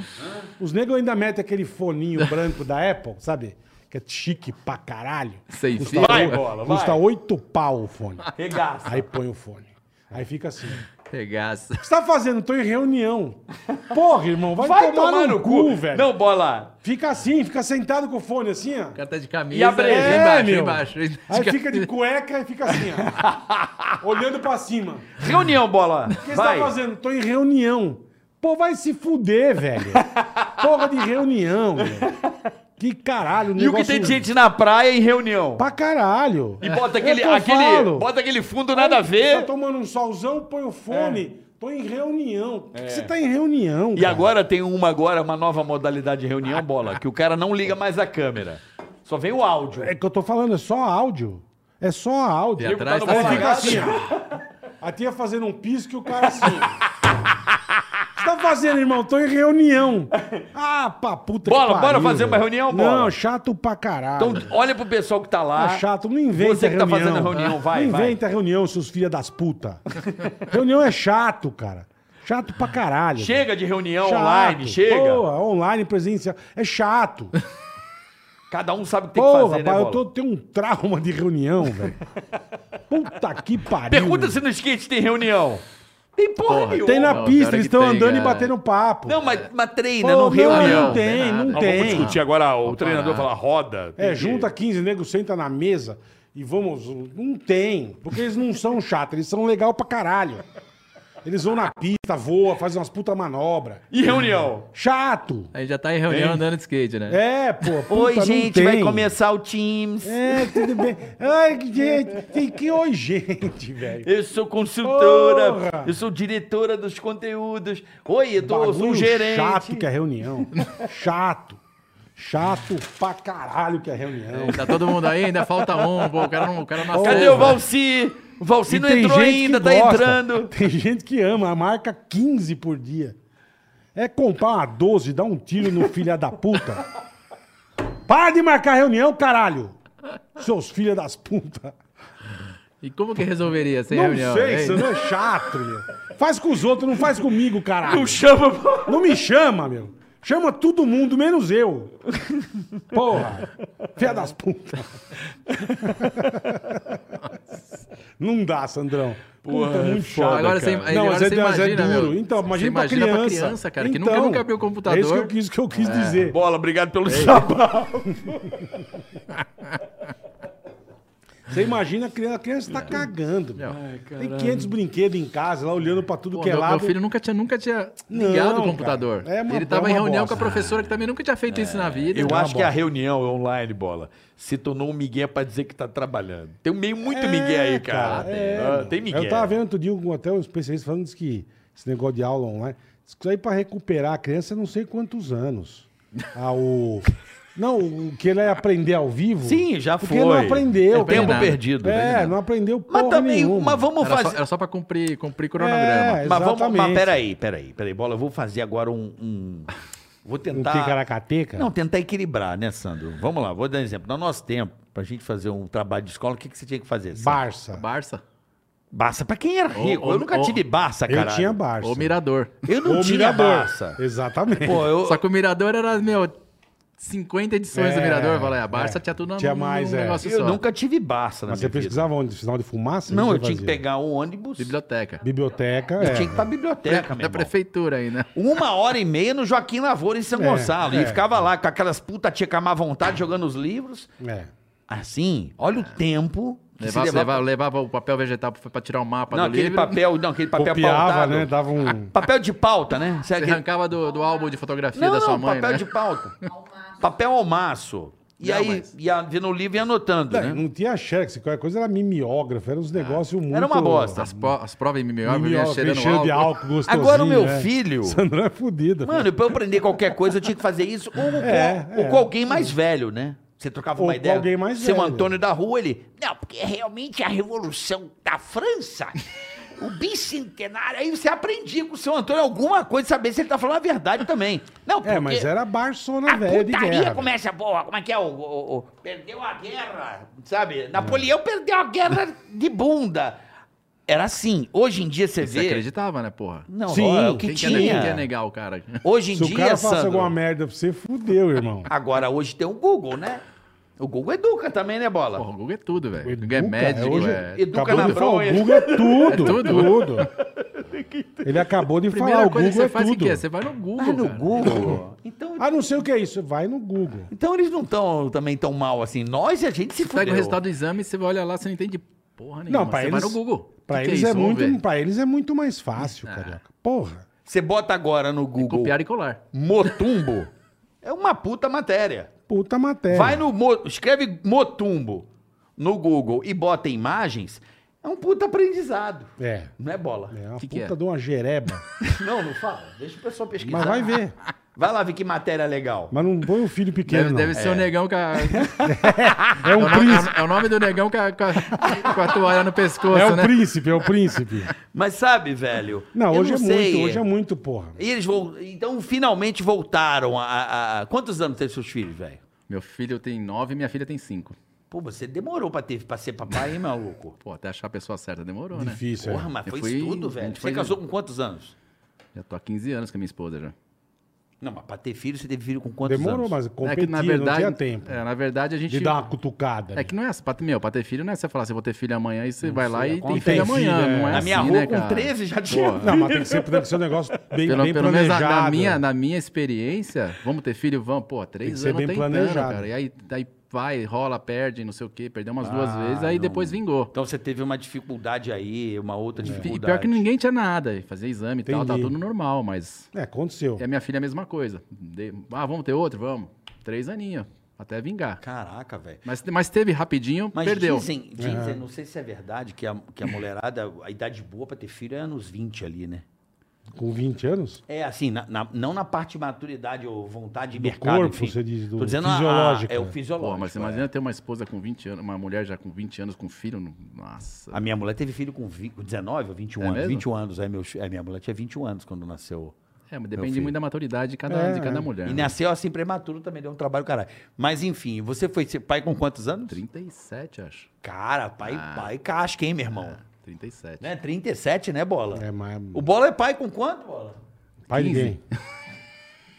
Speaker 2: Os negros ainda metem aquele foninho branco da Apple, sabe? Que é chique pra caralho.
Speaker 4: Sem
Speaker 2: custa
Speaker 4: fio.
Speaker 2: oito-
Speaker 3: Vai, bola, vai.
Speaker 2: Custa oito pau o fone.
Speaker 3: Regaça.
Speaker 2: Aí põe o fone. Aí fica assim. O
Speaker 4: regaça.
Speaker 2: que você tá fazendo? Tô em reunião. Porra, irmão, vai, tomar, no cu, velho.
Speaker 3: Não, bola.
Speaker 2: Fica assim, fica sentado com o fone assim, ó. É,
Speaker 4: O cara tá de camisa.
Speaker 3: E a breja?
Speaker 4: aí embaixo, aí embaixo.
Speaker 2: Aí fica de cueca e fica assim, ó. Olhando pra cima.
Speaker 3: Reunião, bola.
Speaker 2: O que você
Speaker 3: Vai.
Speaker 2: tá fazendo? Tô em reunião. Pô, vai se fuder, velho. Porra de reunião, velho. Que caralho,
Speaker 3: E o que
Speaker 2: negócio-
Speaker 3: tem de gente na praia em reunião?
Speaker 2: Pra caralho.
Speaker 3: E bota
Speaker 2: É o
Speaker 3: aquele,
Speaker 2: que eu
Speaker 3: aquele,
Speaker 2: falo.
Speaker 3: bota aquele fundo nada a
Speaker 2: Tá
Speaker 3: ver. É.
Speaker 2: tomando um solzão, põe o fone. Tô em reunião. Por que você tá em reunião?
Speaker 3: E
Speaker 2: cara?
Speaker 3: agora tem uma agora, uma nova modalidade de reunião, bola, que o cara não liga mais a câmera. Só vem o áudio.
Speaker 2: É que eu tô falando, é só áudio. É só áudio.
Speaker 4: E atrás
Speaker 3: tá
Speaker 4: tá
Speaker 3: no
Speaker 2: Aí
Speaker 3: bom
Speaker 2: fica
Speaker 3: lugar.
Speaker 4: assim.
Speaker 2: assim, ó. A tia fazendo um pisco e o cara assim. O que você tá fazendo, irmão? Tô em reunião. Ah, pra puta
Speaker 3: Bola,
Speaker 2: que
Speaker 3: bora
Speaker 2: pariu,
Speaker 3: fazer
Speaker 2: velho.
Speaker 3: uma reunião, bola?
Speaker 2: Não, chato pra caralho.
Speaker 3: Então, olha pro pessoal que tá lá.
Speaker 2: É chato, não inventa
Speaker 3: Você que tá
Speaker 2: reunião.
Speaker 3: fazendo a reunião, vai,
Speaker 2: Não
Speaker 3: vai.
Speaker 2: inventa reunião, seus filha das puta. reunião é chato, cara. Chato pra caralho.
Speaker 3: Chega de reunião
Speaker 2: velho. Chato.
Speaker 3: online, chega.
Speaker 2: Porra, online, presencial. É chato.
Speaker 3: Cada um sabe o que tem que
Speaker 2: Porra,
Speaker 3: fazer, né,
Speaker 2: pai, eu
Speaker 3: bola?
Speaker 2: tô, tenho um trauma de reunião, velho. Puta que pariu.
Speaker 3: Pergunta
Speaker 2: velho.
Speaker 3: se no skate tem reunião. Tem porra,
Speaker 4: Porra,
Speaker 3: nenhuma.
Speaker 2: Tem na
Speaker 4: Não,
Speaker 2: pista,
Speaker 4: cara
Speaker 2: eles
Speaker 4: que
Speaker 2: estão
Speaker 4: tem,
Speaker 2: andando e
Speaker 4: cara.
Speaker 2: batendo papo.
Speaker 3: Não, mas, mas treina,
Speaker 2: Pô,
Speaker 3: não reunião.
Speaker 2: Não tem,
Speaker 4: Não,
Speaker 2: não
Speaker 4: vamos
Speaker 2: tem.
Speaker 5: Vamos discutir agora o
Speaker 4: Vamos
Speaker 5: treinador
Speaker 4: parar.
Speaker 5: falar roda.
Speaker 2: É, junta 15 negros, senta na mesa e vamos. Não tem. Porque eles não são chatos, eles são legal pra caralho. Eles vão na pista, voa, fazem umas puta manobra.
Speaker 5: E reunião?
Speaker 2: Chato!
Speaker 4: A gente já tá em reunião andando de skate, né?
Speaker 2: É, pô. Puta,
Speaker 3: Oi,
Speaker 2: não
Speaker 3: gente,
Speaker 2: tem.
Speaker 3: vai começar o Teams.
Speaker 2: É, tudo bem. Ai, que gente. Tem que oi, gente, velho.
Speaker 3: Eu sou consultora,
Speaker 2: Porra!
Speaker 3: eu sou diretora dos conteúdos. Oi, eu, tô, eu sou
Speaker 2: Bagulho
Speaker 3: um gerente.
Speaker 2: Chato que é reunião. Chato. Chato pra caralho que é reunião.
Speaker 4: Tá todo mundo aí, ainda falta um. Pô, o cara não, o cara não
Speaker 3: Cadê
Speaker 4: acerta.
Speaker 3: o Valci? O Valci
Speaker 2: E
Speaker 3: não
Speaker 2: tem
Speaker 3: entrou
Speaker 2: gente que
Speaker 3: ainda, tá
Speaker 2: gosta.
Speaker 3: entrando.
Speaker 2: Tem gente que ama, marca 15 por dia. É comprar uma 12, dar um tiro no filha da puta. Para de marcar reunião, caralho! Seus filha das putas.
Speaker 4: E como que resolveria sem
Speaker 2: Não
Speaker 4: reunião? né?
Speaker 2: sei,
Speaker 4: hein?
Speaker 2: você não é chato, meu. Faz com os outros, não faz comigo, caralho.
Speaker 5: Não chama.
Speaker 2: Não me chama, meu. Chama todo mundo, menos eu. Porra. Filha das putas. Não dá, Sandrão. Puta, é muito chato.
Speaker 4: Agora você,
Speaker 5: cara.
Speaker 4: aí
Speaker 2: Não,
Speaker 4: agora
Speaker 2: mas é,
Speaker 4: você
Speaker 2: mas é
Speaker 4: imagina,
Speaker 2: duro.
Speaker 4: meu,
Speaker 2: Então,
Speaker 4: você
Speaker 2: imagina, pra
Speaker 4: imagina
Speaker 2: criança.
Speaker 4: cara, que nunca,
Speaker 2: Então,
Speaker 4: nunca abriu o computador.
Speaker 2: É isso que eu quis, que eu quis dizer.
Speaker 5: Bola, obrigado pelo sabão.
Speaker 2: Você imagina a criança, a criança tá cagando.
Speaker 4: Não.
Speaker 2: Tem 500 brinquedos em casa, lá olhando pra tudo
Speaker 4: Pô,
Speaker 2: que é
Speaker 4: meu, meu
Speaker 2: lado.
Speaker 4: filho nunca tinha, nunca tinha
Speaker 2: Não,
Speaker 4: ligado o
Speaker 2: cara.
Speaker 4: computador.
Speaker 2: É uma-
Speaker 4: Ele tava
Speaker 2: é
Speaker 4: em
Speaker 2: uma
Speaker 4: reunião
Speaker 2: bosta.
Speaker 4: com a professora que também nunca tinha feito isso na vida.
Speaker 5: Eu
Speaker 2: uma
Speaker 5: acho que a
Speaker 2: bosta.
Speaker 5: reunião online, bola, se tornou um migué pra dizer que tá trabalhando. Tem um meio muito
Speaker 2: É,
Speaker 5: migué aí, cara.
Speaker 2: é,
Speaker 5: Ah,
Speaker 2: mano.
Speaker 5: tem migué.
Speaker 2: Eu tava vendo outro dia um- até um especialista falando diz que esse negócio de aula online. diz que Isso aí pra recuperar a criança, é não sei quantos anos. Ah, o... Não, o que ele aprender ao vivo.
Speaker 3: Sim, já
Speaker 2: porque
Speaker 3: foi.
Speaker 2: não aprendeu.
Speaker 3: É tempo
Speaker 2: cara.
Speaker 3: perdido. né?
Speaker 2: É, não aprendeu porra
Speaker 3: Mas também,
Speaker 2: nenhuma.
Speaker 3: mas vamos
Speaker 4: Era,
Speaker 3: fazer.
Speaker 4: só, era só pra cumprir, cumprir cronograma.
Speaker 2: É,
Speaker 3: Mas vamos. Mas
Speaker 2: exatamente.
Speaker 3: peraí, peraí, peraí, bola. Eu vou fazer agora um. um- Vou
Speaker 2: Um
Speaker 3: tentar.
Speaker 2: ticaracateca?
Speaker 3: Não, tentar equilibrar, né, Sandro? Vamos lá, vou dar um exemplo. No nosso tempo, pra gente fazer um trabalho de escola, o que, que você tinha que fazer? Sandro?
Speaker 2: Barça.
Speaker 4: Barça
Speaker 3: Barça, pra quem era rico.
Speaker 4: Ô, ô,
Speaker 3: eu nunca
Speaker 4: ô,
Speaker 3: tive Barça, cara.
Speaker 2: Eu tinha Barça.
Speaker 4: ou Mirador.
Speaker 3: Eu não
Speaker 2: Ou
Speaker 3: tinha
Speaker 2: Mirador.
Speaker 3: Barça.
Speaker 2: Exatamente.
Speaker 3: Pô, eu,
Speaker 4: Só que o Mirador era, meu, 50 edições do
Speaker 2: É,
Speaker 4: Mirador. Eu falei, a Barça
Speaker 2: é.
Speaker 4: tinha tudo na
Speaker 2: Tinha mais, é.
Speaker 4: negócio
Speaker 3: eu
Speaker 4: só.
Speaker 3: nunca tive Barça na
Speaker 2: mas você
Speaker 3: minha vida.
Speaker 2: pesquisava onde? Sinal de fumaça?
Speaker 3: Não,
Speaker 2: Você
Speaker 3: eu tinha que
Speaker 2: fazia?
Speaker 3: pegar um ônibus.
Speaker 4: Biblioteca.
Speaker 2: Biblioteca,
Speaker 3: Eu
Speaker 2: é.
Speaker 3: tinha que ir pra biblioteca, meu
Speaker 4: da
Speaker 3: irmão.
Speaker 4: prefeitura ainda.
Speaker 3: Uma hora e meia no Joaquim Lavoura, em São
Speaker 2: É,
Speaker 3: Gonçalo. E
Speaker 2: é.
Speaker 3: ficava lá com aquelas putas tia camar à vontade, jogando os livros.
Speaker 2: É.
Speaker 3: Assim, olha o tempo que se
Speaker 4: Levava, levava,
Speaker 3: levava...
Speaker 4: levava o papel vegetal pra, pra tirar o mapa
Speaker 3: Não,
Speaker 4: do
Speaker 3: aquele
Speaker 4: livro.
Speaker 3: papel, não, aquele papel
Speaker 2: Copiava,
Speaker 3: pautado.
Speaker 2: né? Dava um...
Speaker 3: Papel de pauta, né? Você
Speaker 4: Você
Speaker 3: aquele-
Speaker 4: arrancava do, do álbum de fotografia
Speaker 3: Não,
Speaker 4: da sua
Speaker 3: não,
Speaker 4: mãe,
Speaker 3: papel
Speaker 4: né?
Speaker 3: de pauta. papel ao maço. E
Speaker 4: Não,
Speaker 3: aí,
Speaker 4: mas-
Speaker 3: ia vendo o livro e ia anotando,
Speaker 2: Não,
Speaker 3: né? É.
Speaker 2: não tinha xerox, qualquer coisa era mimeógrafo, eram uns negócios muito...
Speaker 3: uma bosta.
Speaker 4: As, pro- as provas em mimeógrafo vinha
Speaker 2: Mimeógrafo,
Speaker 4: cheirando
Speaker 2: cheiro de
Speaker 4: álcool.
Speaker 2: álcool gostosinho.
Speaker 3: Agora o meu
Speaker 2: né?
Speaker 3: filho...
Speaker 2: Sandrão é fudido.
Speaker 3: Mano, pra eu aprender qualquer coisa, eu tinha que fazer isso ou, com-
Speaker 2: É,
Speaker 3: ou
Speaker 2: é.
Speaker 3: com alguém mais velho, né? Você trocava
Speaker 2: Ou
Speaker 3: uma
Speaker 2: com
Speaker 3: ideia.
Speaker 2: alguém mais
Speaker 3: Seu
Speaker 2: velho.
Speaker 3: Antônio da Rua, ele. Não, porque é realmente a Revolução da França, o bicentenário. Aí você aprendia com o seu Antônio alguma coisa, saber se ele tá falando a verdade também. Não, porque
Speaker 2: é, mas era Barcelona
Speaker 3: a
Speaker 2: velha de
Speaker 3: putaria
Speaker 2: guerra.
Speaker 3: começa, boa, como é que é? O, o- o- perdeu a guerra, sabe? Napoleão perdeu a guerra de bunda. Era assim. Hoje em dia você
Speaker 4: Você
Speaker 3: vê.
Speaker 4: acreditava, né, porra?
Speaker 3: Não,
Speaker 2: Sim.
Speaker 3: ó, o que
Speaker 4: Quem quer,
Speaker 3: tinha.
Speaker 4: quem quer negar o cara?
Speaker 3: Hoje em
Speaker 2: Se o
Speaker 3: dia,
Speaker 2: cara faça
Speaker 3: Sandro,
Speaker 2: alguma merda pra você, fudeu, irmão.
Speaker 3: Agora, hoje tem o Google, né? O Google educa também, né, Bola?
Speaker 4: Porra, o Google é tudo, velho. O Google é
Speaker 2: Educa,
Speaker 4: médico,
Speaker 2: hoje-
Speaker 4: é...
Speaker 3: Educa
Speaker 2: Acabou
Speaker 3: na
Speaker 2: de falar,
Speaker 3: bronha.
Speaker 2: o Google é tudo,
Speaker 4: É tudo.
Speaker 2: tudo. Ele acabou de falar, o Google é
Speaker 4: o
Speaker 2: tudo.
Speaker 4: quê? Você vai no Google,
Speaker 3: Ah, no
Speaker 4: cara.
Speaker 3: Google. Então,
Speaker 2: Ah, não sei o que é isso. Vai no Google.
Speaker 3: então eles não estão também tão mal assim. Nós e a gente se
Speaker 4: Você pega
Speaker 3: fudeu.
Speaker 4: o resultado do exame, você olha lá, você não entende porra nenhuma.
Speaker 2: Não, pra
Speaker 4: você
Speaker 2: eles-
Speaker 4: vai no Google.
Speaker 2: Pra,
Speaker 4: Que que
Speaker 2: eles,
Speaker 4: isso?
Speaker 2: é
Speaker 4: Vamos
Speaker 2: muito,
Speaker 4: ver. Ah.
Speaker 2: pra eles é muito mais fácil, carioca. Porra.
Speaker 3: Você bota agora no Google
Speaker 4: Copiar e colar.
Speaker 3: Motumbo. É uma puta matéria.
Speaker 2: Puta matéria.
Speaker 3: Vai no. Mo- Escreve Motumbo no Google e bota imagens. É um puta aprendizado.
Speaker 2: É.
Speaker 3: Não é bola?
Speaker 2: É uma
Speaker 4: Que que
Speaker 2: puta
Speaker 4: é?
Speaker 2: de uma jereba.
Speaker 3: Não, não fala. Deixa o pessoal pesquisar.
Speaker 2: Mas vai ver.
Speaker 3: Vai lá ver que matéria legal.
Speaker 2: Mas não põe o filho
Speaker 4: Deve,
Speaker 2: pequeno,
Speaker 4: deve
Speaker 2: não.
Speaker 4: ser o negão com a...
Speaker 2: É
Speaker 4: É o
Speaker 2: um
Speaker 4: nome,
Speaker 2: príncipe.
Speaker 4: é o nome do negão com a, com a- com a toalha no pescoço,
Speaker 2: É o
Speaker 4: né?
Speaker 2: príncipe, é o príncipe.
Speaker 3: Mas sabe, velho?
Speaker 2: Não,
Speaker 3: eu
Speaker 2: hoje é
Speaker 3: sei.
Speaker 2: muito, hoje é muito, porra.
Speaker 3: E eles vão. Então, finalmente voltaram a. a- a- Quantos anos teve seus filhos, velho?
Speaker 4: Meu filho tem nove e minha filha tem cinco.
Speaker 3: Pô, você demorou pra, ter, pra ser papai, hein, maluco?
Speaker 4: Pô, até achar a pessoa certa demorou, né?
Speaker 2: Difícil.
Speaker 3: Porra,
Speaker 2: é.
Speaker 3: mas
Speaker 4: Eu
Speaker 3: foi
Speaker 4: fui-
Speaker 3: isso tudo,
Speaker 4: a
Speaker 3: velho.
Speaker 4: gente
Speaker 3: Você
Speaker 4: foi-
Speaker 3: casou com quantos anos?
Speaker 4: Já tô há 15 anos com a minha esposa já. É
Speaker 3: Não, mas pra ter filho, você teve filho com quantos
Speaker 2: Demorou,
Speaker 3: anos?
Speaker 2: mas competia, não tinha tempo
Speaker 4: É, na É verdade, a gente.
Speaker 2: de dar uma cutucada.
Speaker 4: É que não é. pra- Meu, pra ter filho não é você falar assim, vou ter filho amanhã e você vai lá e tem
Speaker 2: acontece.
Speaker 4: filho amanhã.
Speaker 2: Tem filho,
Speaker 4: Não
Speaker 2: é.
Speaker 4: é
Speaker 3: Na
Speaker 4: assim,
Speaker 3: minha rua,
Speaker 4: né,
Speaker 3: com
Speaker 4: cara?
Speaker 3: 13, já tinha.
Speaker 4: Pô,
Speaker 2: Não, mas tem que ser, tem que ser um negócio bem,
Speaker 4: Pelo,
Speaker 2: bem
Speaker 4: pelo menos na,
Speaker 2: planejado.
Speaker 4: na minha, na minha experiência, vamos ter filho, vamos. Pô,
Speaker 2: que
Speaker 4: três
Speaker 2: ser
Speaker 4: anos
Speaker 2: bem
Speaker 4: tentando,
Speaker 2: planejado.
Speaker 4: cara. E aí, daí vai, rola, perde, não sei o quê, perdeu umas duas
Speaker 2: Ah,
Speaker 4: vezes, aí depois vingou.
Speaker 3: Então você teve uma dificuldade aí, uma outra
Speaker 4: É. E
Speaker 3: dificuldade.
Speaker 4: pior que ninguém tinha nada, fazia exame e tal, tá
Speaker 2: Entendi.
Speaker 4: tudo normal, mas.
Speaker 2: É, aconteceu.
Speaker 4: E a minha filha é a mesma coisa. De- Ah, vamos ter outro? Vamos. Três aninhos, até vingar.
Speaker 3: Caraca, velho.
Speaker 4: Mas, mas teve rapidinho,
Speaker 3: Mas
Speaker 4: perdeu.
Speaker 3: dizem, dizem não sei se é verdade, que a, que a mulherada, a idade boa pra ter filho é anos 20 ali, né?
Speaker 2: Com 20 anos?
Speaker 3: É assim, na- na- não na parte de maturidade ou vontade de mercado,
Speaker 2: corpo,
Speaker 3: enfim.
Speaker 2: você diz, do
Speaker 3: Tô dizendo a- a-
Speaker 2: fisiológico,
Speaker 3: é o
Speaker 2: né?
Speaker 3: fisiológico.
Speaker 4: Pô, mas você
Speaker 3: é.
Speaker 4: imagina ter uma esposa com 20 anos, uma mulher já com 20 anos com filho. não- Nossa.
Speaker 3: A minha mulher teve filho com vi- com 19 ou 21
Speaker 4: É
Speaker 3: anos.
Speaker 4: mesmo?
Speaker 3: 21 anos. É, meu, fi- é, minha mulher tinha 21 anos quando nasceu.
Speaker 4: É, mas
Speaker 3: Meu
Speaker 4: depende
Speaker 3: filho.
Speaker 4: muito da maturidade de cada,
Speaker 2: É,
Speaker 4: de cada
Speaker 2: é.
Speaker 4: mulher.
Speaker 3: E
Speaker 4: né?
Speaker 3: nasceu assim prematuro também, deu um trabalho caralho. Mas enfim, você foi ser pai com quantos anos?
Speaker 4: 37, acho. É,
Speaker 3: Cara, pai,
Speaker 4: Ah.
Speaker 3: pai casca, hein, meu irmão?
Speaker 4: 37.
Speaker 3: É. Né? 37, né, Bola?
Speaker 2: É, mas.
Speaker 3: O Bola é pai com quanto, Bola?
Speaker 2: Pai de
Speaker 4: 15.
Speaker 2: ninguém.